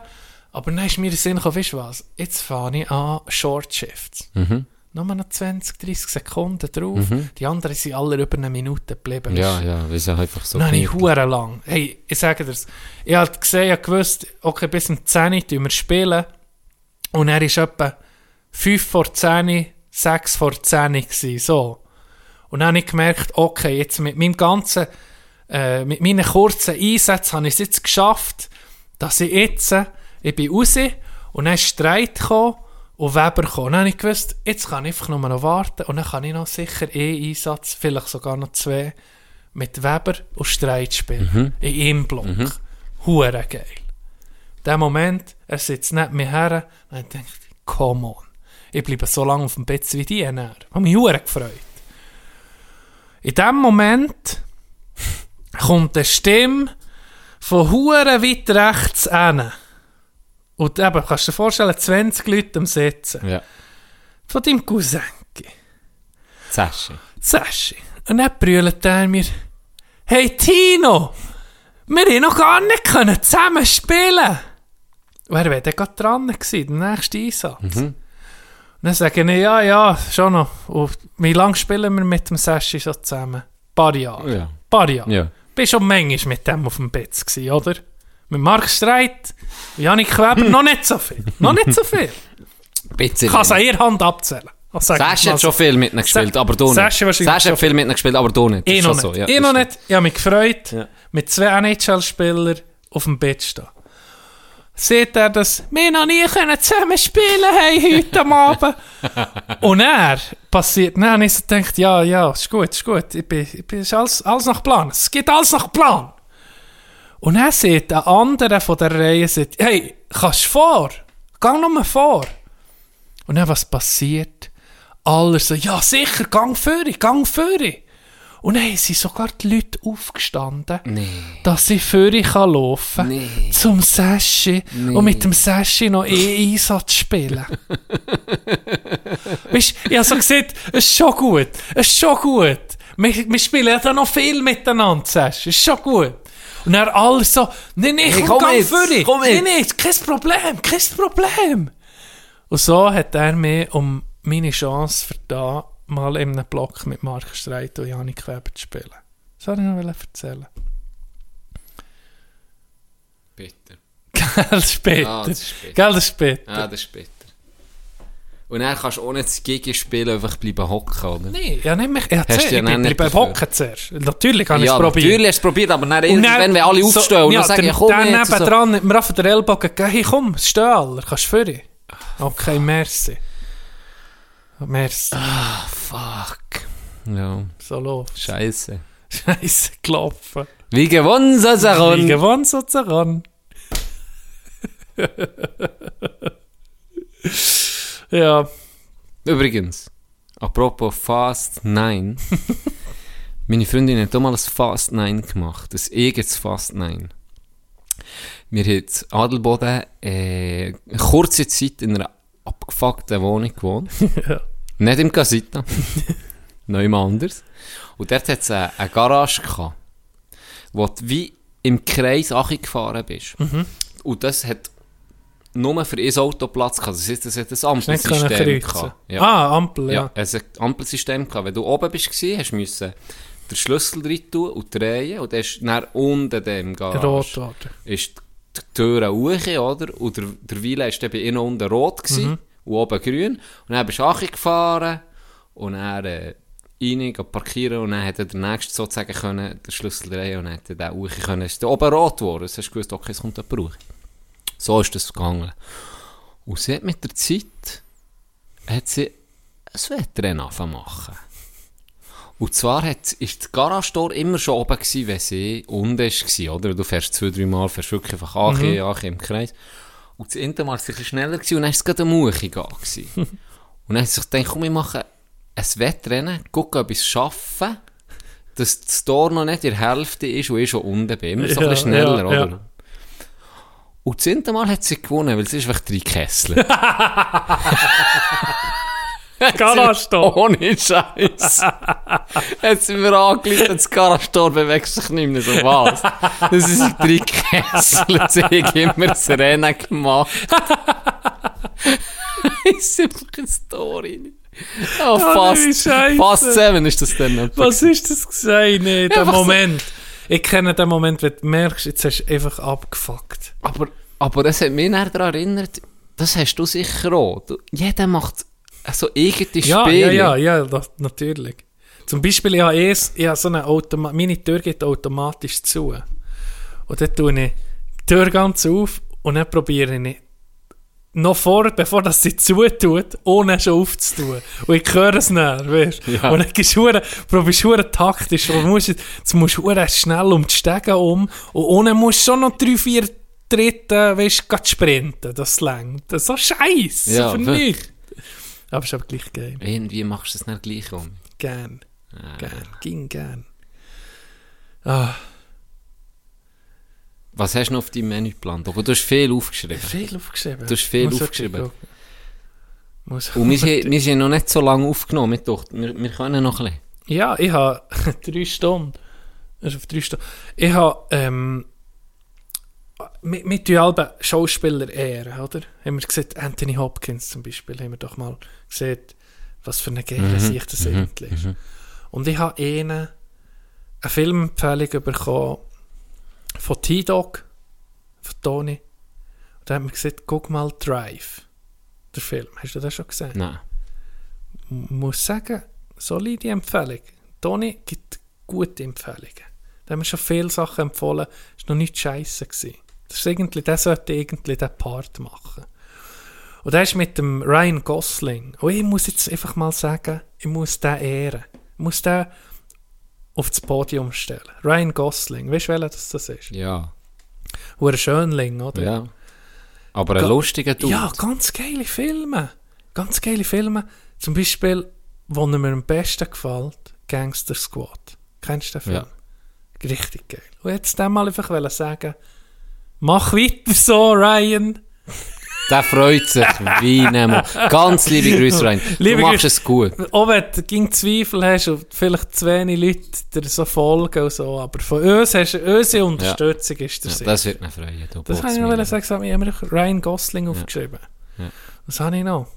D: Aber dann ist mir in den Sinn gekommen, weißt du was, jetzt fange ich an Short Shifts.
C: Mhm.
D: Nur noch 20, 30 Sekunden drauf. Die anderen sind alle über eine Minute geblieben.
C: Ja, ja, wir sind einfach so.
D: Nein, ich
C: gemütlich.
D: hure lang. Hey, ich sage dir's. Ich hab gesehen, ich hab gewusst, okay, bis um 10 Uhr tun wir spielen. Und er ist etwa 5 vor 10, Uhr, 6 vor 10 Uhr gewesen, so. Und dann habe ich gemerkt, okay, jetzt mit meinem ganzen, äh, mit meinen kurzen Einsätzen habe ich es jetzt geschafft, dass ich jetzt, äh, ich bin raus und dann ist Streit gekommen und Weber gekommen. Und dann habe ich gewusst, jetzt kann ich einfach nur noch warten und dann kann ich noch sicher einen Einsatz, vielleicht sogar noch zwei, mit Weber und Streit spielen. In einem Block. Hure geil. In dem Moment, er sitzt nicht mehr her und ich denke, come on. Ich bleibe so lange auf dem Bett wie die. Dann. Ich habe mich hure gefreut. In dem Moment [laughs] kommt eine Stimme von hure weit rechts hin. Und eben, kannst du dir vorstellen, 20 Leute am Sitzen.
C: Ja.
D: Von deinem Cousin.
C: Zeschi.
D: Saschi. Und dann brüllt er mir, e «Hey Tino, wir haben noch gar nicht können zusammen spielen!» Und er wäre dann gerade dran gewesen, der nächste Einsatz.
C: Mhm.
D: Und dann sage ich, «Ja, ja, schon noch. Und wie lange spielen wir mit dem Saschi so zusammen?» «Ein paar Jahre.»
C: Ja.
D: paar Jahre.»
C: Ja.
D: Bist schon manchmal mit dem auf dem Bett gewesen, oder? Mit Marc Streit und Janik Weber noch nicht so viel. Noch nicht so viel.
C: Bitte.
D: Ich kann es an ihrer Hand abzählen. Das sag ich
C: Sascha
D: mal
C: hat
D: so.
C: schon viel mit ihnen gespielt, aber du nicht.
D: Sascha wahrscheinlich
C: Sascha hat viel mit ihnen gespielt, aber du nicht. Das
D: Ich
C: ist
D: noch nicht.
C: schon so, ja,
D: ich
C: das
D: noch
C: stimmt.
D: nicht. Ich habe mich gefreut,
C: Ja.
D: mit zwei NHL-Spielern auf dem Bett stehen. Seht ihr das? Wir noch nie können zusammen spielen hey, heute am Abend. Und er nou, passiert, nein, ich so denkt, ja, ja, ist gut, ist gut. Ich bin, ich bin ist alles, alles nach Plan. Es geht alles nach Plan. Und er sieht, ein anderer von der Reihe sagt, hey, kannst vor? Gang nur vor. Und dann, was passiert? Alle so, ja, sicher, gang vor, gang vor. Und dann sind sogar die Leute aufgestanden, dass ich für ich laufen kann, zum Sashi und mit dem Sashi noch eh Einsatz spielen. weißt du, ich habe so gesagt, es ist schon gut, es ist schon gut. Wir, wir spielen ja dann noch viel miteinander, Sashi, es ist schon gut. Und dann alle so, nein, nein, komm,
C: komm
D: komm
C: jetzt,
D: für
C: komm
D: Nein,
C: jetzt.
D: nein, kein Problem, kein Problem. Und so hat er mir um meine Chance für da mal in einem Block mit Mark Streit und Janik Weber zu spielen. Das wollte ich noch erzählen.
C: Bitter.
D: Gell, das ist bitter.
C: Ah, das ist bitter.
D: Gell, das ist bitter.
C: Ah, das ist bitter. Und dann kannst du ohne das Gigi spielen einfach bleiben hocken, oder?
D: Nein, ja, nicht mich. Ich habe
C: Hast
D: zuerst-
C: du ja
D: ich bin
C: nicht
D: beim
C: dafür.
D: Hocken zuerst. Natürlich habe ich
C: nou ja,
D: es probiert.
C: natürlich hast du es probiert, aber dann
D: Nou,
C: irgendwann, wenn alle aufstehen und dann sagen, ja, komm
D: dann
C: jetzt. und so.
D: nebendran nimmt mir einfach den Ellbogen gegeben, hey komm, steh alle, kannst du führen. Okay, merci. Merci.
C: Fuck. Ja,
D: So läuft's.
C: scheiße.
D: Scheiße, gelaufen.
C: Wie gewonnen,
D: Ich
C: Sasaron?
D: gewonnen sozusagen. ja,
C: Übrigens, apropos
D: [laughs]
C: Fast 9. Meine Freundin hat auch mal ein Fast 9 gemacht. Ein eigenes Fast 9. Wir haben in Adelboden äh, eine kurze Zeit in einer abgefuckten
D: [laughs]
C: Wohnung gewohnt. Nicht im Casita. Noch immer anders. Und dort hat es eine, eine Garage gehabt, wo du wie im Kreis Achi gefahren bist.
D: Mhm.
C: Und das hat nur für ein Auto Platz gehabt. Das ist das hat ein
D: nicht können kreuzen.
C: Ampelsystem gehabt. Ja.
D: Ah, Ampel, ja.
C: Ja, es hat ein Ampelsystem gehabt. Wenn du oben bist, gewesen, hast du müssen den Schlüssel rein tun und drehen und dann ist dann unten dem Garage
D: Rot worden.
C: ist die Tür hoch, oder? Und der, der Weiler war dann bei ihnen unten rot
D: Mhm.
C: gewesen, und oben grün. Und dann bist du Achi gefahren und dann äh, rein, gehen parkieren und dann hätte der Nächste sozusagen können, den Schlüssel drehen und dann hätte der hoch können. Es ist dann oben rot geworden. Sonst hast du gewusst, okay, es kommt jemand hoch. So ist das gegangen. Und sie hat mit der Zeit hat sie ein Wettrennen angefangen zu machen. Und zwar hat, ist das Garagentor immer schon oben gewesen, wenn sie unten war, oder? Du fährst zwei, drei Mal, fährst wirklich einfach Ache,
D: Mhm.
C: Ache im Kreis. Und das Ende war es sicher schneller gewesen, und dann war es gerade eine
D: [laughs]
C: Muche gewesen. und dann hat sie sich gedacht, komm, ich mache ein Wettrennen, gucke, ob ich es schaffe, dass das Tor noch nicht in der Hälfte ist, und ich schon unten bin. Immer so ein
D: Ja,
C: bisschen schneller,
D: ja,
C: oder?
D: ja.
C: Und das zehnte Mal hat sie gewonnen, weil sie ist einfach drei Kessel.
D: Garage-Tor.
C: Ohne Scheiß. Jetzt sind wir angelegt, das Garastor bewegt sich nicht mehr so was. Das sind drei Kessel. Sie haben immer das Rennen gemacht. [laughs] ist einfach eine Story. Oh,
D: wie
C: fast,
D: scheisse.
C: fast seven ist das dann.
D: Was ist das gesehen? Nee, der
C: Einfach so-
D: Moment. Ich kenne den Moment, wenn du merkst, jetzt hast du einfach abgefuckt.
C: Aber, aber das hat mich dann daran erinnert, das hast du sicher auch. Du- Jeder macht so eigene Spiele.
D: Ja, ja, ja, ja, das, natürlich. Zum Beispiel, ich habe, es, ich habe so eine Automa meine Tür geht automatisch zu. Und dann tue ich die Tür ganz auf und dann probiere ich noch vor, bevor das sie zutut, ohne schon aufzutun. Und ich höre es näher, weißt du? Und dann gehst du hure- probierst du hure taktisch, du musst, jetzt musst du hure schnell um die Stege um und ohne musst du schon noch drei, vier Tritte, weißt du, grad sprinten, das längt. Das ist so scheiße
C: Ja,
D: für
C: wirklich.
D: mich. Aber es ist aber gleich geil.
C: Irgendwie machst du es dann gleich um.
D: Gern. Gern. Ging gern. Ah,
C: Was hast du noch auf deinem Menüplan? Dogo? Du hast viel aufgeschrieben.
D: Viel aufgeschrieben.
C: Du hast viel
D: Muss ich
C: aufgeschrieben.
D: gucken. Muss
C: Und wir sind, wir sind noch nicht so lange aufgenommen. Ich dachte, wir, wir können noch ein bisschen.
D: Ja, ich [laughs] habe drei Stunden. Das ist auf drei Stunden. Ich habe, ähm, mit, mit die alben Schauspieler ehren, oder? Haben wir gesehen, Anthony Hopkins zum Beispiel, haben wir doch mal gesehen, was für eine geile Sicht das eigentlich ist. Und ich habe ihnen eine Filmempfehlung bekommen von T-Dog, von Tony. Und da haben wir gesagt, guck mal Drive, der Film. Hast du das schon gesehen?
C: Nein.
D: M- muss sagen, solide Empfehlung. Toni gibt gute Empfehlungen. Da haben wir schon viele Sachen empfohlen. Es war noch nicht scheiße. gewesen. Das ist irgendwie, der sollte irgendwie den Part machen. Und der ist mit dem Ryan Gosling. Und ich muss jetzt einfach mal sagen, ich muss den ehren. Ich muss den auf das Podium stellen. Ryan Gosling, weißt du, welcher das, das ist?
C: Ja.
D: Ein Schönling, oder?
C: ja. Aber ein
D: Ga-
C: lustiger Dude.
D: Ja, ganz geile Filme. Ganz geile Filme. Zum Beispiel, wo mir am besten gefällt, Gangster Squad. Kennst du den Film?
C: Ja.
D: Richtig geil. Und jetzt dem mal einfach wollen sagen, mach weiter so, Ryan.
C: Der freut sich wie Nemo. Ganz liebe
D: [laughs]
C: Grüße rein. Du
D: Liebe
C: machst
D: Grüße.
C: es gut.
D: Auch wenn du gegen Zweifel hast und vielleicht zu wenig Leute dir so folgen und so, aber von uns hast du, unsere Unterstützung ist dir
C: Ja,
D: sicher.
C: das wird mich freuen. Du
D: Das habe ich noch
C: Boxmeier.
D: sagen, das hat mir immer Ryan Gosling aufgeschrieben.
C: Ja.
D: Was habe ich noch?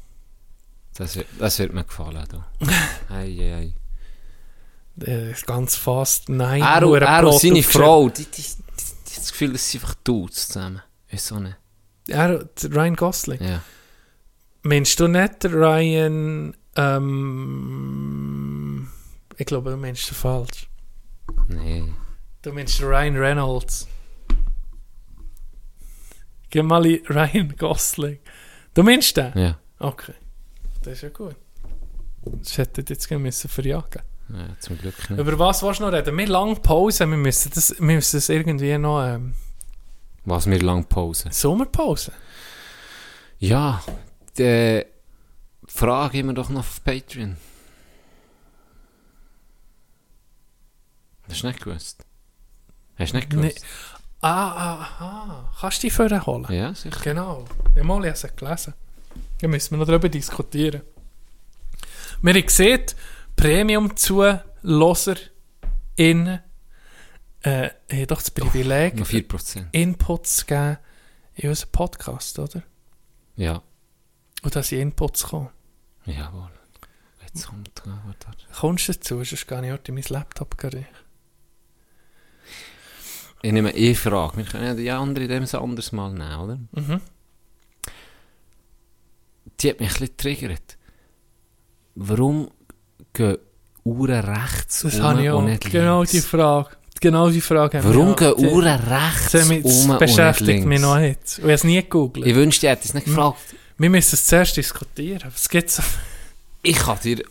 C: das, wird, das wird mir gefallen. Du.
D: [laughs]
C: Ei, ei, ei.
D: Äh, ganz fast, nein.
C: Er, und-
D: nur ein
C: er und
D: Plot
C: seine
D: aufgeschrieben.
C: Frau, die, die, die, die das Gefühl, dass sie einfach Dudes zusammen. Ist so nicht.
D: Er, Ryan Gosling.
C: Ja.
D: Meinst du nicht den Ryan? Ähm, ich glaube, du meinst den falsch.
C: Nee.
D: Du meinst den Ryan Reynolds. Gib mal in Ryan Gosling. Du meinst den?
C: Ja.
D: Okay. Das ist ja gut. Das hätte ich jetzt gerne müssen verjagen
C: ja zum Glück nicht.
D: Über was willst du noch reden? Wir lange Pause. Wir müssen das, wir müssen das irgendwie noch. Ähm,
C: Was wir lang pausen.
D: Sommerpause.
C: Ja, die Frage immer doch noch auf Patreon. Hast du nicht gewusst? Hast du nicht
D: Nee.
C: gewusst?
D: Ah, ah, ah. Kannst du die vorher holen?
C: Ja, sicher.
D: Genau. Ja, mal, ich habe es gelesen. Da müssen wir noch darüber diskutieren. Wir haben gesehen, premium zuhörer in äh, haben doch das Privileg,
C: Nur 4%.
D: Inputs zu geben in unseren Podcast, oder?
C: Ja,
D: Und dass sie Inputs kommen.
C: jawohl. Jetzt kommt er. warte.
D: Kommst du dazu? Sonst gehe ich heute in mein Laptop rein.
C: Ich nehme eh Frage. Wir können ja die andere dem so anders mal nehmen, oder?
D: Mhm.
C: Die hat mich ein bisschen getriggert. Warum gehen Uhren rechts
D: Das
C: rum
D: habe ich
C: und
D: auch.
C: nicht
D: Genau
C: links?
D: die Frage. Genau die Frage haben
C: Warum
D: wir
C: gehen
D: auch. Die-
C: Uhren rechts
D: Das,
C: um
D: das
C: und nicht
D: beschäftigt
C: links?
D: mich noch jetzt. Und ich habe es nie gegoogelt.
C: Ich wünschte, ich hätte
D: Hm.
C: es nicht gefragt.
D: Wir müssen es zuerst diskutieren. Was gibt's?
C: Ich kann dir... äh,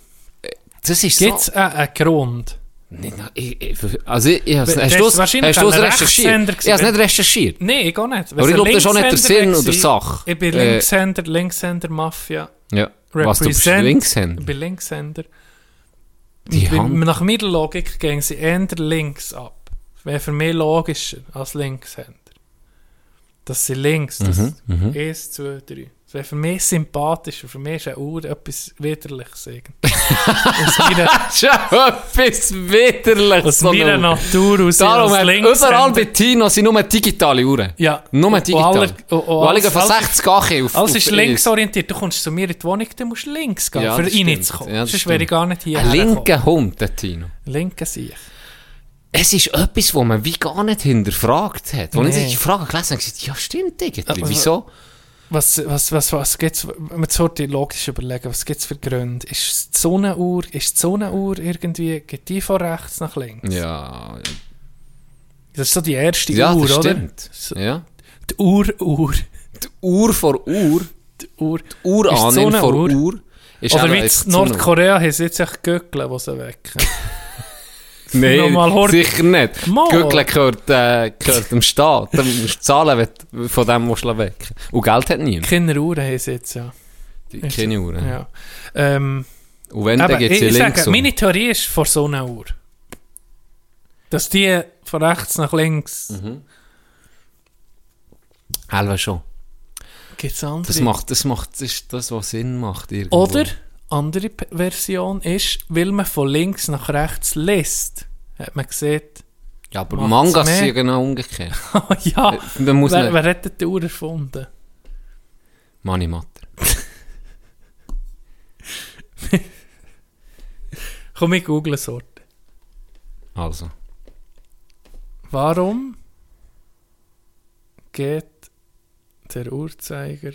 C: Das ist
D: Gibt's
C: so...
D: einen, einen Grund?
C: Nein, nein, ich, ich, also, ich, ich,
D: Das
C: hast du
D: ist
C: es hast
D: wahrscheinlich
C: du es
D: ein
C: recherchiert?
D: Rechtshänder
C: Ich habe es nicht recherchiert.
D: Nein, ich auch nicht.
C: Aber ich
D: Wenn
C: glaube, das ist
D: ein
C: auch nicht der
D: Linkshänder
C: Sinn
D: war,
C: und der Sache.
D: Ich bin
C: Äh,
D: Linkshänder, Linkshänder, Mafia.
C: Ja. Was, du bist
D: Represent-
C: Linkshänder?
D: Ich bin Linkshänder.
C: Die
D: Weil
C: Hand...
D: Nach meiner Logik gehen sie eher links ab. Wäre für mich logischer als Linkshänder. Dass sie links, das
C: mhm.
D: eins, zwei, drei. Das wäre für mich sympathischer. Für mich ist eine Uhr etwas Widerliches.
C: [laughs]
D: irgendwie. aus meiner,
C: Schon
D: [laughs]
C: etwas widerlich.
D: aus
C: so
D: meiner
C: eine-
D: Natur, aus
C: Darum,
D: als
C: hat
D: Linkshänder.
C: überall bei Tino sind nur digitale Uhren.
D: Ja.
C: Nur
D: Und alle-
C: digital.
D: und- und
C: Weil ich
D: alles-
C: von
D: alles-
C: 60 ankomme auf...
D: Alles ist
C: auf-
D: linksorientiert. Du kommst zu mir in die Wohnung, dann musst du links gehen,
C: Ja,
D: für
C: das stimmt.
D: reinzukommen.
C: Ja, das
D: Sonst wäre ich
C: stimmt.
D: gar nicht hier.
C: Ein linker Hund, der Tino.
D: Linke sich.
C: Es ist etwas, wo man wie gar nicht hinterfragt hat. Als
D: Nee.
C: ich die Frage gelesen habe, habe ich gesagt, ja stimmt, Digitli,
D: Aber-
C: wieso?
D: Was, was, was, was gibt's, man sollte logisch überlegen, was gibt's für Gründe? Ist es die Sonnenuhr, ist die Sonnenuhr irgendwie, geht die von rechts nach links?
C: Ja,
D: Das ist so die erste
C: ja
D: Uhr,
C: das
D: oder?
C: stimmt.
D: So-
C: Ja.
D: Die Uhr, Uhr,
C: Die Uhr vor Uhr,
D: die Uhr.
C: die Uhr
D: Ist so
C: an
D: eine
C: vor
D: Uhr?
C: Uhr. Ist
D: Oder
C: eben
D: wie in
C: einfach so eine-
D: Nordkorea haben sie jetzt echt Göckel, die sie wecken.
C: [laughs]
D: Nochmal
C: Nein,
D: Hort-
C: sicher nicht.
D: Mal.
C: Göckle gehört, äh, gehört dem Staat. Du musst zahlen, wenn du von dem musst du weg. Und Geld hat niemand.
D: Keine Uhren haben sie jetzt, ja. Ist-
C: Keine Uhren.
D: ja. Ähm,
C: Und wenn,
D: Aber
C: dann geht
D: ich,
C: sie
D: ich
C: links
D: sage,
C: um.
D: meine Theorie ist vor so einer eh, Uhr. Dass die von rechts nach links
C: Elva schon.
D: Gibt's andere?
C: Das macht, das macht, das ist das, was Sinn macht irgendwo.
D: Oder, andere P- Version ist, weil man von links nach rechts liest, hat man gesehen,
C: Ja, aber
D: macht's
C: Mangas
D: mehr?
C: sind ja genau umgekehrt.
D: [laughs] oh [laughs] ja,
C: Man muss
D: wer,
C: nicht...
D: wer hat denn die Uhr erfunden?
C: Money Matter.
D: Komm, ich google es Wort.
C: Also.
D: Warum geht der Uhrzeiger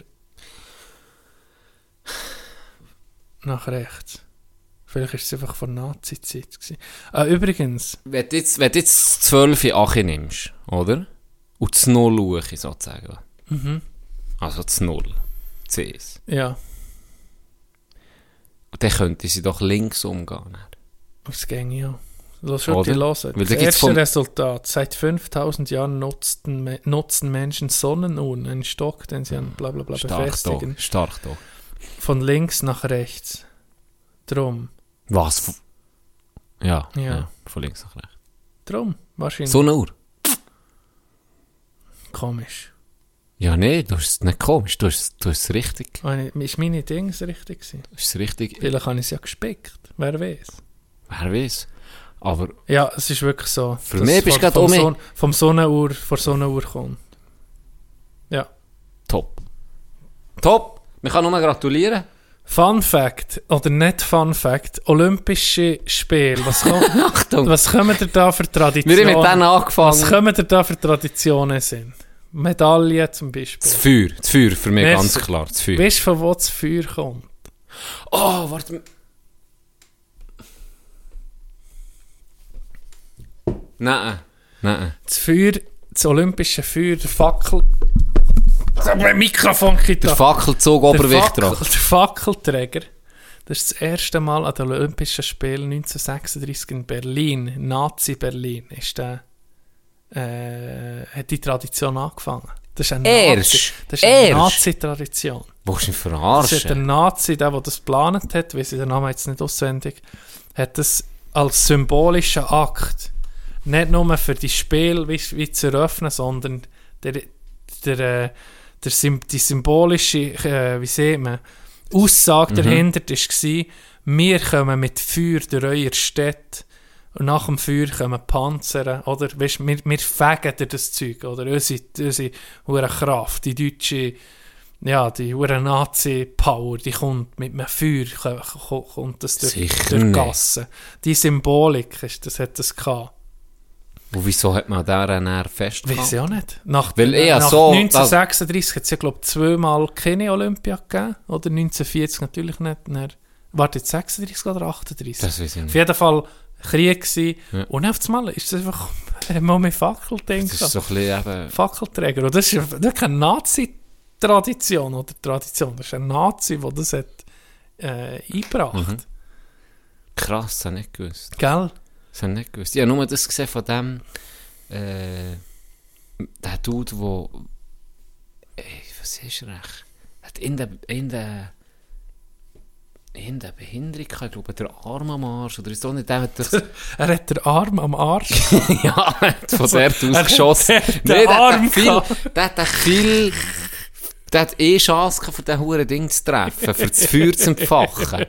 D: nach rechts? Vielleicht ist es einfach von Nazi-Zeit. gewesen. Ah, übrigens,
C: Wenn du jetzt, wenn du jetzt das 12 in Ache nimmst, oder? Und das 0 Uhr sozusagen.
D: Mhm.
C: Also das 0. CS.
D: ja,
C: Und dann könnte sie doch links umgehen. dann.
D: Oh, es ging ja. Lass schon die
C: Oder?
D: hören.
C: Weil da
D: Das
C: gibt's
D: erste
C: vom-
D: Resultat. Seit 5000 Jahren nutzten, Me- nutzen Menschen Sonnenuhren, einen Stock, den sie an bla bla bla
C: Hm. Stark doch.
D: befestigen.
C: Stark doch.
D: Von links nach rechts. Drum.
C: Was? Von- Ja,
D: Ja.
C: ja. Von links nach rechts.
D: Drum. Wahrscheinlich.
C: So eine Uhr?
D: Komisch.
C: Ja, nee, du hast es nicht komisch. Du hast, es- du hast es richtig.
D: Ah, nee, Ist meine Dings richtig gewesen?
C: Du hast es richtig.
D: Vielleicht habe ich es ja gespickt. Wer weiß.
C: Wer weiß. Aber
D: Ja, es ist wirklich so.
C: Für
D: dass
C: mich
D: es
C: bist
D: von-
C: grad
D: vom
C: um mich.
D: Son- Vom Sonnenuhr, vor Sonnenuhr kommt.
C: top. Top! Wir können nur gratulieren.
D: Fun Fact, oder nicht Fun Fact, Olympische Spiele. Was, kommt,
C: [laughs] Achtung!
D: was kommen ihr da für
C: Wir
D: Traditionen?
C: haben mit denen
D: was
C: angefangen.
D: kommen ihr da für Traditionen sind? Medaillen zum Beispiel.
C: Das Feuer. Das Feuer für mich
D: Merci.
C: ganz klar. Das Feuer.
D: Weißt du, von wo das Feuer kommt?
C: Oh, warte. Nein, nein.
D: Das Feuer, das olympische Feuer, der Fackel. Mein Mikrofon geht
C: Der
D: ab.
C: Fackelzug
D: Der, [laughs]
C: Oberwichtrach.
D: Fackel, der Fackelträger, das ist das erste Mal an den Olympischen Spielen 1936 in Berlin, Nazi-Berlin, ist der, äh, hat die Tradition angefangen. Das ist eine
C: Erst?
D: Nazi- das ist eine
C: Erst?
D: Nazi-Tradition.
C: Willst du
D: Das
C: mich
D: hat der
C: verarschen?
D: Nazi, der, der das geplant hat, weiß ich den Namen jetzt nicht auswendig, hat das als symbolischen Akt nicht nur für die Spiel wie, wie zu eröffnen, sondern der, der, äh, der, Sym- die symbolische, äh, wie sieht man, Aussage dahinter war, wir kommen mit Feuer durch eure Städte und nach dem Feuer kommen Panzer, oder? Weißt, wir, wir fegen dir das Zeug, oder? Unsere, unsere hure Kraft, die deutsche ja, die hure Nazi-Power, die kommt mit einem Feuer, ko- ko- kommt das durch,
C: Sicher
D: durch die
C: nicht.
D: Gassen. Die Symbolik, ist, das hat das gehabt.
C: Und wieso hat man daran eher
D: Weiß
C: festgehalten?
D: ich auch nicht. Nach,
C: Weil ich ja
D: nach
C: so-
D: 1936 hat es ja, glaube ich, zweimal keine Olympia gegeben. Oder 1940 natürlich nicht. Dann, warte, jetzt 36 oder 38?
C: Das weiß ich
D: Auf
C: nicht.
D: jeden Fall Krieg gewesen.
C: Ja.
D: Und auf einmal ist es einfach äh, mal mit Fackelding
C: Das ist so ein bisschen eben...
D: Fackelträger. Und das ist wirklich eine Nazi-Tradition. Oder Tradition. Das ist ein Nazi, der das hat äh, eingebracht.
C: Mhm. Krass, das habe ich nicht gewusst.
D: Gell?
C: Das habe ich nicht gewusst. Ich habe nur das gesehen von dem... Äh, der Dude, der... Ey, was ist er echt? Hat in der... In der in der Behinderung, gehabt, ich glaube, der Arm am Arsch, oder ist auch nicht, der hat das...
D: Er hat den Arm am
C: [laughs]
D: Arsch.
C: Ja, er hat von
D: [laughs]
C: dort aus geschossen.
D: Er hat den
C: Nein, der hat
D: Arm
C: den viel,
D: gehabt.
C: der hat den viel, der hat eh Chance gehabt, für diesen huren Ding zu treffen, für das Feuer zu entfachen.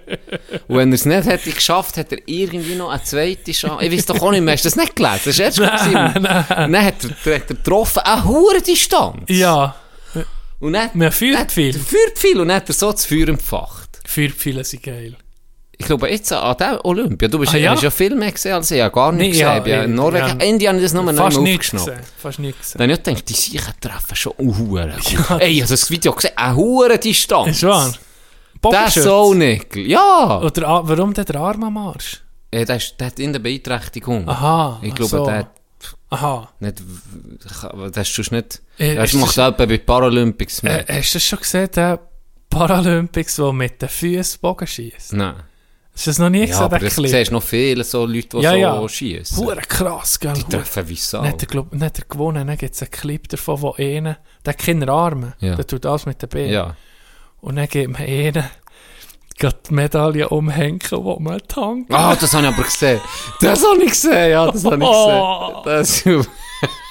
C: Und wenn er es nicht hätte geschafft, hätte er irgendwie noch eine zweite Chance. Ich weiß doch auch nicht mehr, hast du das nicht gelesen? Das ist erst nein, nein. Dann hat er, der hat er getroffen, eine hure Distanz.
D: ja.
C: Und dann,
D: Man führt viel.
C: der führt viel und dann hat er so das Feuer entfacht.
D: Führt viele sind geil.
C: Ich glaube, jetzt an diesem Olympia, du bist,
D: Ah, ja?
C: hast ja viel mehr gesehen als ich, ja gar nicht
D: Nee,
C: gesehen.
D: ja,
C: ich bin ja,
D: ich-
C: in Norwegen,
D: ja.
C: Indien habe ich das nur noch
D: Fast
C: einmal
D: nichts
C: aufgeschnappt.
D: gesehen. Fast nichts gesehen.
C: Dann hab ich gedacht, die Sicher treffen schon
D: [laughs]
C: Uhren. Ey, ich habe das Video gesehen, eine hure Distanz.
D: Ist wahr?
C: Der
D: Bogenschütz.
C: Soulnickel, ja!
D: Oder ah, warum denn der Arm am Arsch?
C: Äh, der, ist, der hat in der Beeinträchtigung.
D: Aha.
C: Ich
D: ach
C: glaube,
D: so.
C: der hat
D: Aha.
C: nicht, w- w- das ist sonst nicht,
D: Äh,
C: das
D: ist
C: macht
D: das-
C: jemand bei Paralympics
D: Äh,
C: mit.
D: hast du das schon gesehen, der Paralympics, der mit den Füßen Bogen schießt?
C: Nein.
D: Hast du das noch nie
C: Nou, Ja,
D: gesehen,
C: aber
D: der
C: das
D: Clip?
C: siehst noch viele so Leute, die
D: Ja,
C: so
D: ja.
C: schiessen.
D: Hure krass, gell?
C: Die
D: Hure-
C: treffen wie Sau.
D: Nicht der, glaub, nicht der gewonnen, dann gibt es einen Clip davon, wo einer, der hat keine Arme,
C: Ja.
D: der tut alles mit den Beinen.
C: Ja.
D: Und dann geht man einen, gerade die Medaille umhängen, die man tankt.
C: Ah, das habe ich aber gesehen. Das habe ich gesehen, ja, das habe ich gesehen.
D: Oh.
C: Das, [laughs]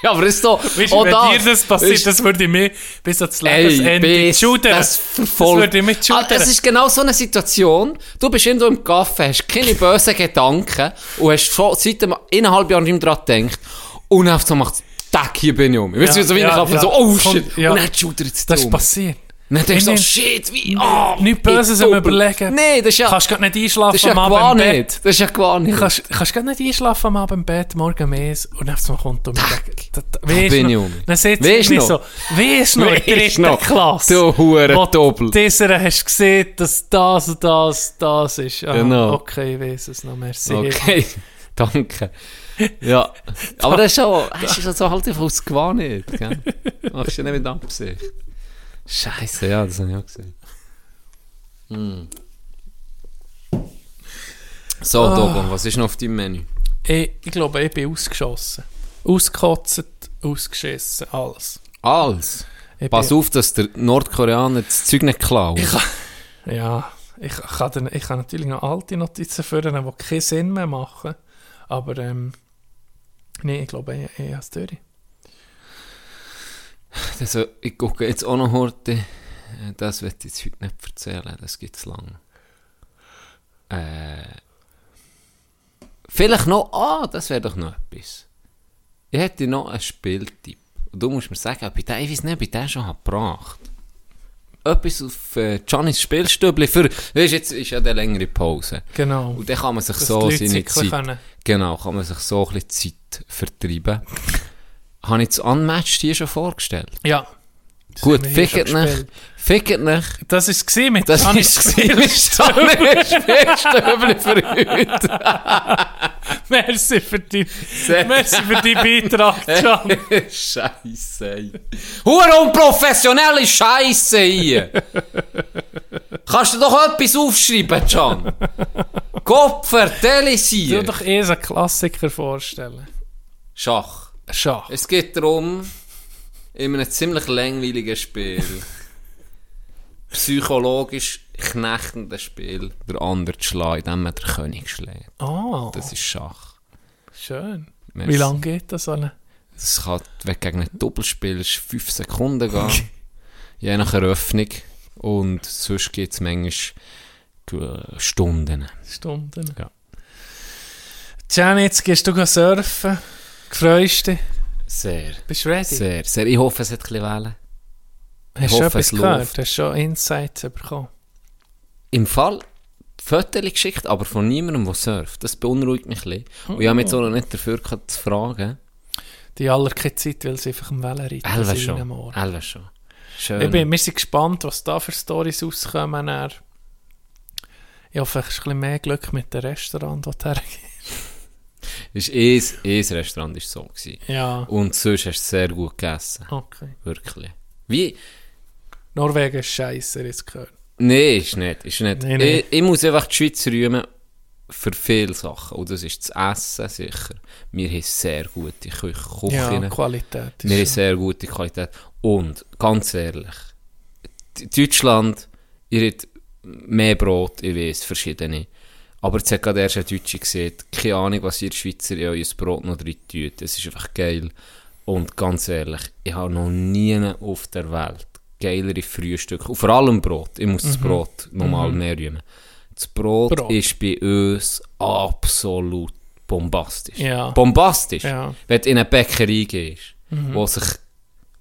C: ja, aber ist doch,
D: Weißt
C: auch
D: wenn
C: oh, das,
D: dir das passiert,
C: ist-
D: das würde mich bis ans
C: Ey,
D: Lebensende
C: bis,
D: schudern.
C: das verfolgt.
D: Das würde mich schudern.
C: Ah, es ist genau so eine Situation. Du bist irgendwo im Kaffee, hast keine bösen Gedanken und hast schon seit einem eineinhalb Jahren nicht mehr dran gedacht. Und auf so macht Tack, hier bin ich um. Weißt du,
D: Ja,
C: so wie
D: ja,
C: ich Kaffee
D: ja.
C: so, oh
D: Es kommt-
C: shit,
D: ja.
C: und dann schudert es
D: das
C: um.
D: ist passiert.
C: Und dann denkst du so,
D: Nein,
C: shit, wie, oh,
D: Nichts Böses am
C: dumm.
D: Überlegen.
C: Nein, das ist ja,
D: Kannst gar nicht einschlafen
C: das ist ja
D: am
C: gar
D: Abend im Bett.
C: nicht. Das ist ja gar nicht.
D: Kannst, kannst gar nicht einschlafen am Abend im Bett, morgen mehr und dann kommt um die Gegend. Da- da- weisst
C: bin
D: noch?
C: ich um.
D: Dann sitzt
C: Weisst
D: du nicht
C: noch?
D: so. Weisst noch, in der
C: Weisst
D: dritten
C: noch?
D: Klasse.
C: Du Hure
D: wo du
C: Doppel.
D: Dieser hast gesehen, dass das und das das ist. Ah,
C: Genau.
D: Okay, ich weiss es noch, merci.
C: Okay, danke. Ja, aber das ist schon, das ist so halt einfach aus Gewahn nicht, gell? Machst du ja nicht mit Absicht. Scheiße, ja, das habe ich auch gesehen. Hm. So, Dogon, was ist noch auf deinem Menü?
D: Ich, ich glaube, ich bin ausgeschossen. Ausgekotzt, ausgeschissen, alles.
C: Alles.
D: Ich
C: Also, Pass
D: bin-
C: auf, dass der Nordkoreaner das Zeug nicht klaut.
D: Ja, ich kann, dann, ich kann natürlich noch alte Notizen führen, die keinen Sinn mehr machen. Aber, ähm, nee, ich glaube, ich, ich habe es durch.
C: Also, ich gucke jetzt auch noch heute. Das wird ich jetzt heute nicht erzählen, das gibt es lang. Äh, vielleicht noch, ah, das wäre doch noch etwas. Ich hätte noch einen Spieltipp. Und du musst mir sagen, ob ich den, ich weiss nicht, ob ich den schon habe gebracht Etwas auf äh, Giannis Spielstübli für, weißt, jetzt ist ja eine längere Pause.
D: Genau.
C: Und dann kann man sich
D: Dass
C: so
D: die Leute
C: seine
D: zickeln
C: Zeit,
D: können.
C: genau, kann man sich so ein bisschen Zeit vertreiben. habe ich das Unmatched hier schon vorgestellt?
D: Ja.
C: Gut,
D: haben wir hier
C: fickt
D: schon
C: nicht.
D: gespielt.
C: Fickt nicht.
D: Das war es gewesen mit
C: Das
D: Janis
C: ist [laughs]
D: [laughs]
C: das Anspielstöbli für heute.
D: Merci für die,
C: Sehr
D: merci für die
C: [laughs]
D: Beitrag, Can.
C: Scheiße. Hure unprofessionelle Scheiße hier. Kannst du doch etwas aufschreiben, Can? Gott vertelle
D: Du
C: sie.
D: doch eh so einen Klassiker vorstellen.
C: Schach.
D: Schach.
C: Es geht darum, in einem ziemlich langweiligen Spiel, psychologisch knechtendes Spiel, der andere zu schlagen, indem man den König schlägt.
D: Ah,
C: Das ist Schach.
D: schön.
C: Merci.
D: Wie lange geht das an?
C: Es kann, wenn du gegen einen Doppel spielst, 5 Sekunden gehen. je nach Eröffnung. Und sonst gibt es manchmal äh, Stunden.
D: Stunden?
C: Ja.
D: Can, jetzt gehst du gehen surfen. Freust dich.
C: Sehr,
D: Bist du ready?
C: sehr, sehr. Ich hoffe, es hat ein bisschen Wellen.
D: Hast
C: Ich
D: du
C: hoffe,
D: etwas
C: es
D: gehört?
C: läuft.
D: Hast du schon Insights bekommen?
C: Im Fall Fotos geschickt, aber von niemandem, der surft. Das beunruhigt mich ein bisschen. Und ich habe
D: Oh.
C: mich jetzt auch noch nicht dafür gehabt, zu fragen.
D: Die aller keine Zeit, weil sie einfach im Wellenreiten
C: Elwe
D: sind am
C: schon.
D: Ohr.
C: Elwe schon.
D: Ich
C: Schön.
D: bin, wir sind gespannt, was da für Stories rauskommen. Dann. Ich hoffe, ich ein bisschen mehr Glück mit dem Restaurant, das du hergibst.
C: ist eins, eins Restaurant war so. Gewesen.
D: Ja,
C: Und sonst hast du sehr gut gegessen.
D: okay.
C: Wirklich. Wie?
D: Norwegen ist scheiße, jetzt gehört.
C: Nein, ist nicht. Ist nicht.
D: Nee, nee.
C: Ich, ich muss einfach die Schweiz rühmen für viele Sachen. Und das ist das Essen sicher. Wir haben sehr gute Kü- Küchen.
D: Ja, Qualität
C: wir haben
D: ist
C: sehr gute Qualität. Und ganz ehrlich, D- Deutschland, ihr habt mehr Brot, ich weiß, verschiedene. Aber jetzt hat gerade erst ein Deutscher gesehen, keine Ahnung, was ihr Schweizer in euer Brot noch drin tut. Es ist einfach geil. Und ganz ehrlich, ich habe noch nie auf der Welt geilere Frühstücke. Und vor allem Brot. Ich muss das Brot nochmal mehr rühmen. Das Brot,
D: Mhm. Brot.
C: ist bei uns absolut bombastisch.
D: Ja.
C: Bombastisch.
D: Ja.
C: Wenn du in eine Bäckerei gehst, wo sich,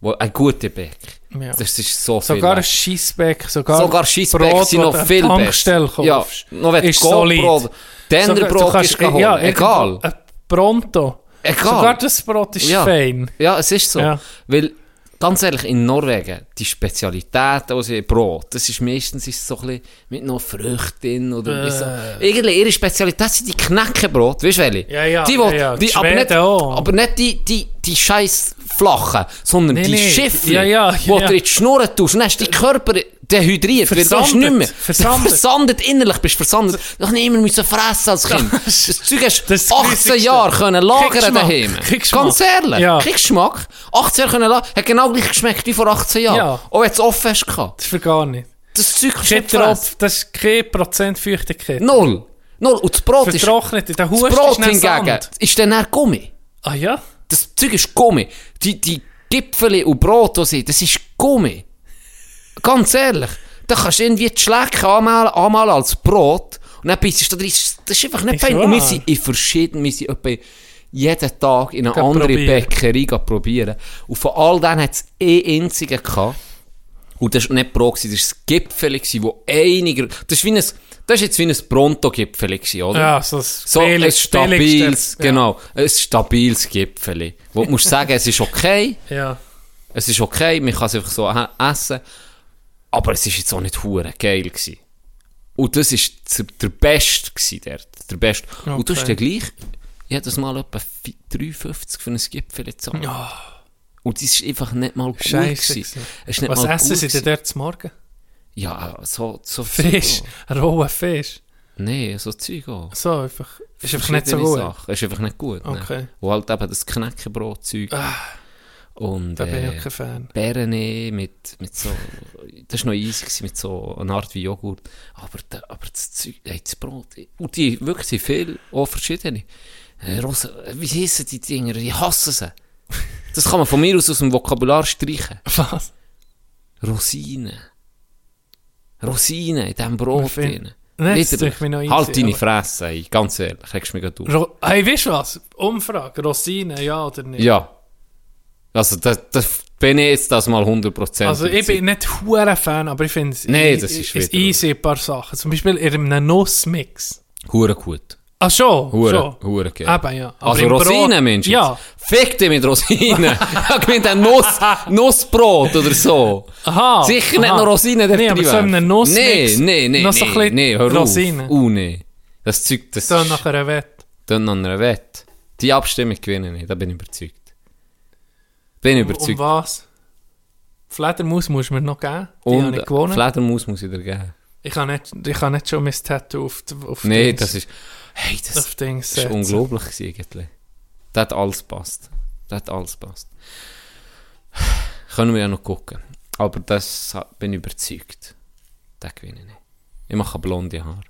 C: wo ein guter Bäck,
D: Mhm. Ja.
C: das ist so viel.
D: Sogar ein
C: wert.
D: Scheissbeck, sogar,
C: Sogar Scheissbäck sind noch viel
D: Tankstelle
C: besser. Ja,
D: kaufst,
C: noch wenn
D: ist
C: du
D: solid.
C: Goldbrot,
D: Sogar- du
C: Dennerbrot
D: kannst-
C: ist geholt.
D: ja,
C: egal.
D: Ein Pronto.
C: Egal.
D: Sogar das Brot ist
C: Ja.
D: fein.
C: Ja, es ist so.
D: Ja.
C: Weil, ganz ehrlich, in Norwegen, die Spezialität, also ihr Brot, das ist meistens ist so ein bisschen mit noch Früchten oder
D: Äh.
C: so. Irgendwie, ihre Spezialität sind die Knäckebrot, weißt du welche?
D: Ja, ja,
C: die,
D: ja, ja,
C: die,
D: die
C: aber, nicht,
D: Schweden auch.
C: aber nicht die, die, die scheiß flachen, sondern
D: Nee,
C: die
D: nee.
C: Schiffe,
D: Ja, ja,
C: wo
D: ja.
C: du in die Schnur tust und dann hast du die Körper dehydriert, weil du hast
D: Versandet,
C: nicht mehr.
D: versandet.
C: versandet innerlich bist du versandet. Du hast nicht immer müssen fressen als Kind. Das Zeug hast
D: Das ist
C: du
D: das
C: 18
D: Grüssigste.
C: Jahre können lagern
D: Geschmack,
C: daheim.
D: kein Geschmack.
C: Ganz ehrlich.
D: Ja.
C: Kein Geschmack. 18 Jahre können lassen, hat genau gleich geschmeckt wie vor 18 Jahren.
D: Ja.
C: Auch wenn du es offen hast gehabt.
D: Das ist für gar nicht.
C: das Zeug kannst du nicht fressen.
D: Shit-Tropf, das ist keine Prozentfeuchtigkeit.
C: Null. Null. Und das Brot ist...
D: Vertrocknet, der
C: Das
D: Hust
C: Brot
D: ist nicht
C: hingegen
D: Sand.
C: ist dann eher Gummi.
D: Ah ja?
C: Das Zeug ist Gummi. Die, die Gipfeli und Brot, die sind, das ist Gummi. Ganz ehrlich. Da kannst du irgendwie die Schlecke anmalen, anmalen als Brot und dann bist du da drin. Das ist einfach nicht
D: Ist
C: fein. Und wir
D: wahr.
C: sind in verschiedenen, wir sind etwa jeden Tag in eine
D: Gehen
C: andere
D: probieren.
C: Bäckerei gehen probieren. Und von all denen hat es eh einzigen gehabt. Und das war nicht Brot, gewesen, das war das Gipfeli, gewesen, wo einiger... Das ist, wie ein, das ist jetzt wie ein Pronto-Gipfeli, gewesen, oder?
D: Ja, so ein
C: So ein
D: billig- billigstes-
C: stabiles, genau, ein stabiles Gipfeli. Wo du musst sagen, es ist okay,
D: Ja.
C: es ist okay, man kann es einfach so hä- essen, aber es ist jetzt auch nicht hure geil gewesen. Und das ist z- der Beste gewesen dort, der Beste. Und du hast dann gleich jedes Mal etwa vi- 3,50 für ein Gipfeli gezahlt. Und das ist einfach nicht mal gut
D: Scheisse
C: gewesen.
D: gewesen.
C: Es ist nicht
D: Was
C: mal
D: essen
C: gut
D: sie denn
C: gewesen.
D: dort zum
C: [laughs]
D: Morgen?
C: Ja, so, so
D: Fisch.
C: Zeug
D: Rohen Fisch.
C: auch. Nee, so Zeug auch.
D: So einfach. Ist einfach nicht so gut.
C: Verschiedene Sachen. Ist einfach nicht gut.
D: Okay. Ah,
C: Ne? Und halt eben das Knäckebrotzeug. Und
D: Da bin ich
C: äh,
D: auch kein Fan.
C: Bärene mit, mit so. Das war noch easy gewesen, mit so einer Art wie Joghurt. Aber, da, aber das Zeug, ey, das Brot. Und die wirklich sind viel, auch verschiedene. Äh, Rosa, wie heissen die Dinger? Ich hasse sie. Das kann man von mir aus aus dem Vokabular streichen.
D: Was?
C: Rosinen. Rosinen in diesem Brot
D: find-
C: drin.
D: Nein, das
C: Widerlich.
D: darf mich noch
C: Halt
D: einziehen,
C: deine
D: aber-
C: Fresse, ey. ganz ehrlich, kriegst du mich gerade auf.
D: Ro hey, weißt du was? Umfrage. Rosinen, ja oder nicht?
C: Ja. Also, das, das bin ich jetzt das mal 100%.
D: Also ich bin
C: überzeugt.
D: nicht hure Fan, aber ich finde es
C: Nee, das ist wieder-
D: easy ein paar Sachen. Zum Beispiel in einem Nussmix.
C: Hure gut.
D: Ah schon,
C: Hure,
D: schon.
C: hure geil.
D: Eben, ja. Aber
C: Also
D: im Brot-
C: Rosinen, Mensch.
D: Ja.
C: Fick dich mit
D: [laughs]
C: Rosinen. ich gemeint, ein Nuss, Nussbrot oder so.
D: Aha.
C: Sicher nicht
D: Ah, aha.
C: noch Rosinen
D: Nee, aber so in einem Nussmix.
C: Nee, nee, nee.
D: Noch so
C: nee,
D: ein bisschen
C: nee, hör
D: Rosinen.
C: Auf. Uh, nee. Das Zeug, das
D: So
C: ist
D: nach einer Wette.
C: dann noch einer Wette. Die Abstimmung gewinnen nicht, da bin ich überzeugt. Bin ich
D: Um, um
C: überzeugt.
D: was? Fledermaus musst du mir noch geben. Die habe ich gewonnen.
C: Fledermaus muss ich dir geben.
D: ich, kann nicht, ich kann nicht schon mein Tattoo auf, die- auf
C: Nee,
D: Dings-
C: das ist... Hey, das...
D: auf Dings
C: Das war
D: setzen.
C: unglaublich gewesen, eigentlich. Das hat alles passt. Das hat alles passt. Können wir ja noch gucken. Aber das ha- bin ich überzeugt. Das gewinne ich nicht. Ich mache blonde Haare.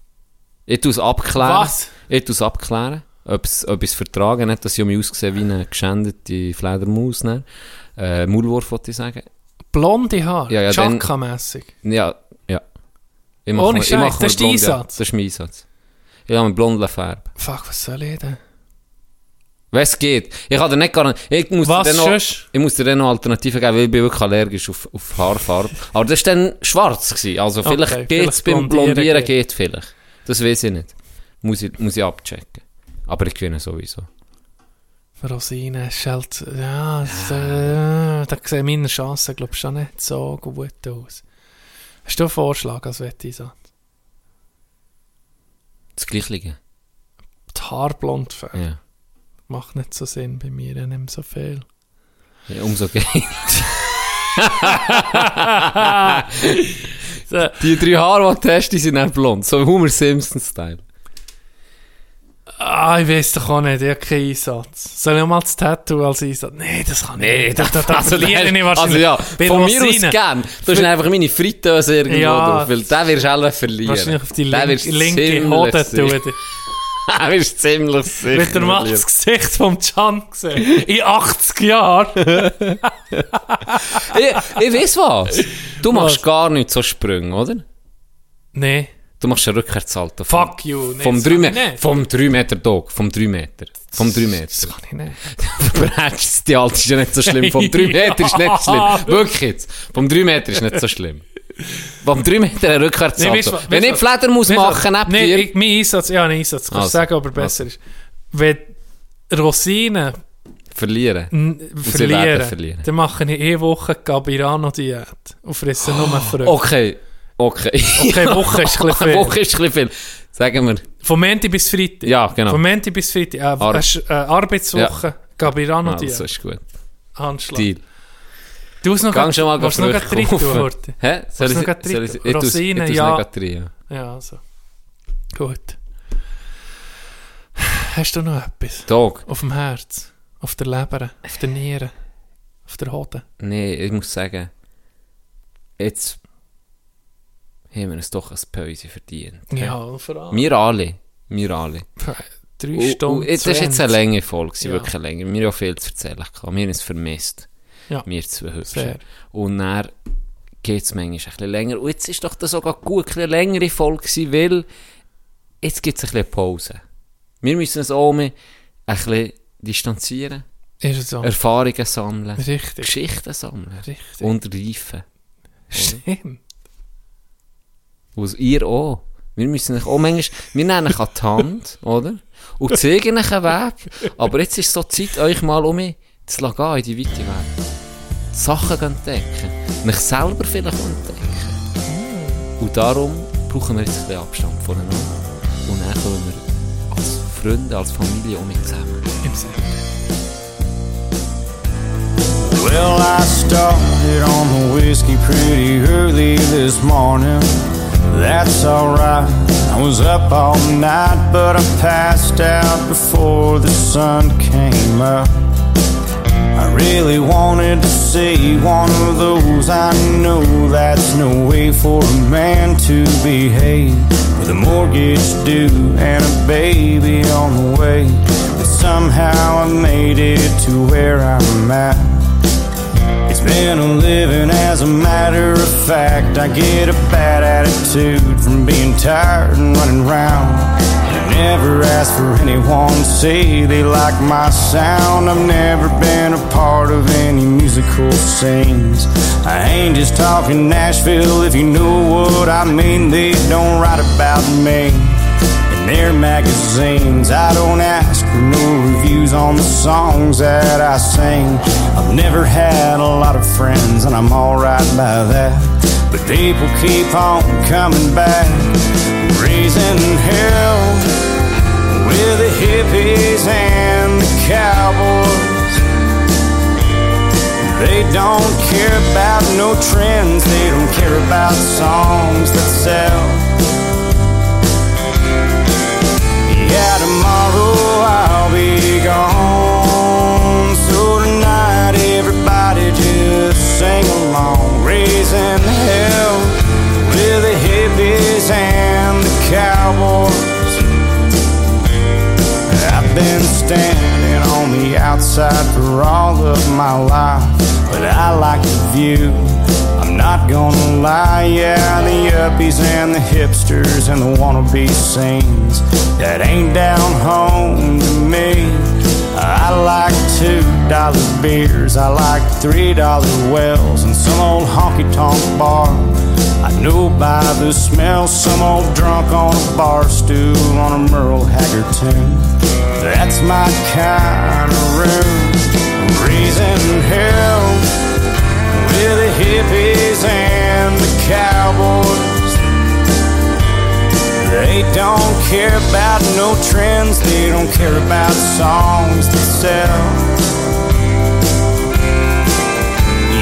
C: Ich tue es abklären.
D: Was?
C: Ich tue es abklären. Ob es vertragen nicht, dass ich mich aussehe wie eine geschändete Fledermaus. Ne? Äh, Maulwurf, wollte ich sagen.
D: Blonde Haare.
C: Ja, ja, dann-
D: Chaka-mässig.
C: Ja, ja. Ich
D: Ohne
C: mir- ich
D: Scheiß,
C: mache
D: das
C: mir
D: ist dein
C: blonde Haare.
D: Einsatz?
C: Das ist mein Einsatz. Ich habe eine blonde Farbe.
D: Fuck, was soll ich denn?
C: Was geht? Ich kann dir nicht garantieren. Ich muss
D: Was
C: dir dann noch,
D: sonst?
C: ich muss dir dann noch Alternativen geben, weil ich bin wirklich allergisch auf, auf Haarfarbe. Aber das war dann schwarz. Gewesen. Also
D: Okay,
C: vielleicht
D: vielleicht
C: geht es beim
D: blondieren
C: Blondieren,
D: geht.
C: geht vielleicht. Das weiß ich nicht. Muss ich, muss ich abchecken. Aber ich gewinne sowieso.
D: Rosinen, Schalt. Ja, da, da sehen meine Chancen, glaube ich, schon nicht so gut aus. Hast du einen Vorschlag als Wettisatz?
C: Das Gleiche.
D: Die Haarblond färben.
C: Ja.
D: Macht nicht so Sinn bei mir, ich nehme so viel.
C: ja. Umso geil.
D: [laughs]
C: [laughs] die drei Haare, die du hast, die sind dann blond. So Homer Simpson-Style.
D: Ah, ich weiß doch auch nicht, ich habe keinen Einsatz. Soll ich auch mal das Tattoo als Einsatz? Nee, das kann ich
C: Nee,
D: nicht. Da, da,
C: [laughs]
D: da
C: also,
D: verliere
C: das-
D: ich wahrscheinlich.
C: Also
D: Bei
C: ja, von mir aus
D: Rosinen.
C: gern. Du hast einfach meine Fritteuse irgendwo
D: Ja,
C: drauf, weil den wirst du alle verlieren.
D: Wahrscheinlich auf die
C: Den
D: link,
C: wirst du
D: linke
C: ziemlich
D: Hoden
C: sicher-
D: tun.
C: [laughs] Den wirst du ziemlich sicher
D: Wird der mal
C: verlieren.
D: das Gesicht vom Can gesehen? In 80 Jahren?
C: Ich, ich weiss was.
D: [laughs]
C: Du machst
D: Was?
C: gar nicht so Sprünge, oder?
D: [laughs] nee.
C: Du machst einen Rückwärtssalto. vom-
D: Fuck you. Nee,
C: Vom
D: das
C: 3
D: kann ich
C: Meter,
D: nicht.
C: vom 3 Meter Dog, vom 3 Meter. Vom 3 Meter.
D: Das kann ich nicht.
C: [laughs] Verbrätst die Alte ist ja nicht so schlimm.
D: [laughs]
C: Vom 3 Meter ist nicht schlimm. Wirklich jetzt. Vom 3 Meter ist nicht so schlimm. Vom 3 Meter ein Rückwärtssalto.
D: Nee, weißt du was-
C: Wenn
D: weißt
C: ich
D: du
C: die Fledermaus
D: Weißt du,
C: machen, neben
D: nee,
C: dir...
D: Ich, mein Einsatz, ja, ein Einsatz. Kannst
C: Also,
D: du sagen, ob er
C: also.
D: besser ist. Wenn Rosinen
C: verlieren.
D: n-
C: sie werden
D: verlieren,
C: verlieren.
D: dann mache ich eh Woche Gabirano-Diät und fresse nur
C: Oh.
D: Früchte.
C: Okay, okay.
D: Okay, Woche ist
C: [laughs]
D: ein bisschen viel.
C: Woche ist ein bisschen viel. Sagen wir,
D: Vom Montag bis Freitag.
C: ja, genau.
D: Vom Montag bis Freitag. Äh,
C: Ar-
D: Ar äh, Arbeitswoche.
C: Ah,
D: Gabirano-Diät.
C: das ist gut.
D: Handschlag.
C: Deal.
D: Du hast noch
C: Geh schon mal
D: willst du noch
C: Früchte
D: gleich rein tun,
C: kaufen.
D: Horti?
C: [laughs] Hä? Soll
D: Willst du
C: ich,
D: noch gleich
C: soll
D: rein
C: ich,
D: tun?
C: ich tu's- ich
D: Rosinen,
C: tu's
D: ja.
C: nicht gleich rein, ja.
D: Ja, also. Gut. Hast du noch etwas?
C: Dog.
D: Auf dem Herz, auf der Leber, auf der Niere, auf der Hoden.
C: Nee, ich muss sagen, jetzt haben wir uns doch ein Päuschen verdient.
F: Ja, vor allem.
C: Wir alle. Wir alle.
F: Drei
C: Und-
F: Stunden.
C: und Das war Oh, jetzt
F: 20.
C: eine längere Folge, ja.
F: Ja.
C: wirklich länger. Wir haben auch viel zu erzählen. gehabt. Wir haben es vermisst.
F: Ja.
C: Wir zwei Hübschen.
F: Sehr.
C: Und dann geht es manchmal ein bisschen länger. Und jetzt ist doch das sogar gut, ein bisschen längere Folge gewesen, weil jetzt gibt es ein bisschen Pause. Wir müssen uns auch mehr ein bisschen distanzieren,
F: Ist es so?
C: Erfahrungen sammeln,
F: Richtig.
C: Geschichten sammeln
F: Richtig.
C: und reifen.
F: Stimmt.
C: Und ihr auch. Wir müssen euch auch manchmal, wir nehmen euch an die Hand, [laughs] oder? Und zeigen euch einen Weg. Aber jetzt ist so die Zeit, euch mal um zu lassen gehen in die weite Welt. Sachen gehen entdecken. Mich selber vielleicht auch entdecken. Und darum brauchen wir jetzt ein bisschen Abstand voneinander. Und dann kommen wir als Freunde, als Familie um zusammen.
F: Im Sinn.
G: Well, I started on the whiskey pretty early this morning. That's alright. I was up all night, but I passed out before the sun came up. I really wanted to see one of those. I know that's no way for a man to behave. With a mortgage due and a baby on the way. But somehow I made it to where I'm at. It's been a living as a matter of fact. I get a bad attitude from being tired and running round. I never asked for anyone to say they like my sound. I've never been a part of any musical scenes. I ain't just talking Nashville if you know what I mean. They don't write about me in their magazines. I don't ask for no reviews on the songs that I sing. I've never had a lot of friends, and I'm alright by that. But people keep on coming back, raising hell with the hippies and the cowboys. They don't care about no trends, they don't care about songs that sell. Yeah, tomorrow I'll be gone. So tonight, everybody just sing along, raising hell with the hippies and the cowboys. I've been standing on the outside for all of my life, but I like the view. I'm not gonna lie, yeah, the yuppies and the hipsters and the wannabe scenes that ain't down home to me. I like two dollar beers, I like three dollar wells, and some old honky tonk bar. I know by the smell some old drunk on a bar stool on a Merle Haggard tune. That's my kind of room. Raising hell with the hippies and the cowboys. They don't care about no trends, they don't care about songs that sell.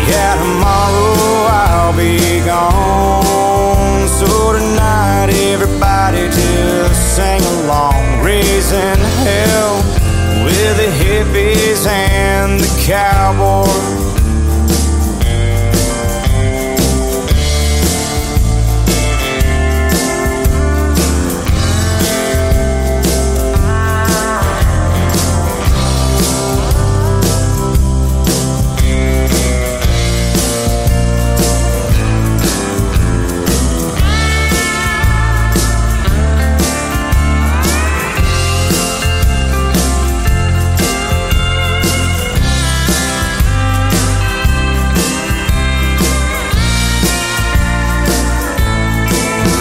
G: Yeah, tomorrow I'll be gone. So tonight, everybody just sing along, raising hell with the hippies and the cowboys.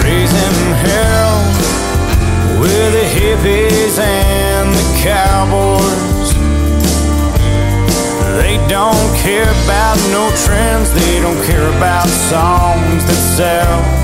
G: raising hell with the hippies and the cowboys. They don't care about no trends, they don't care about songs that sell.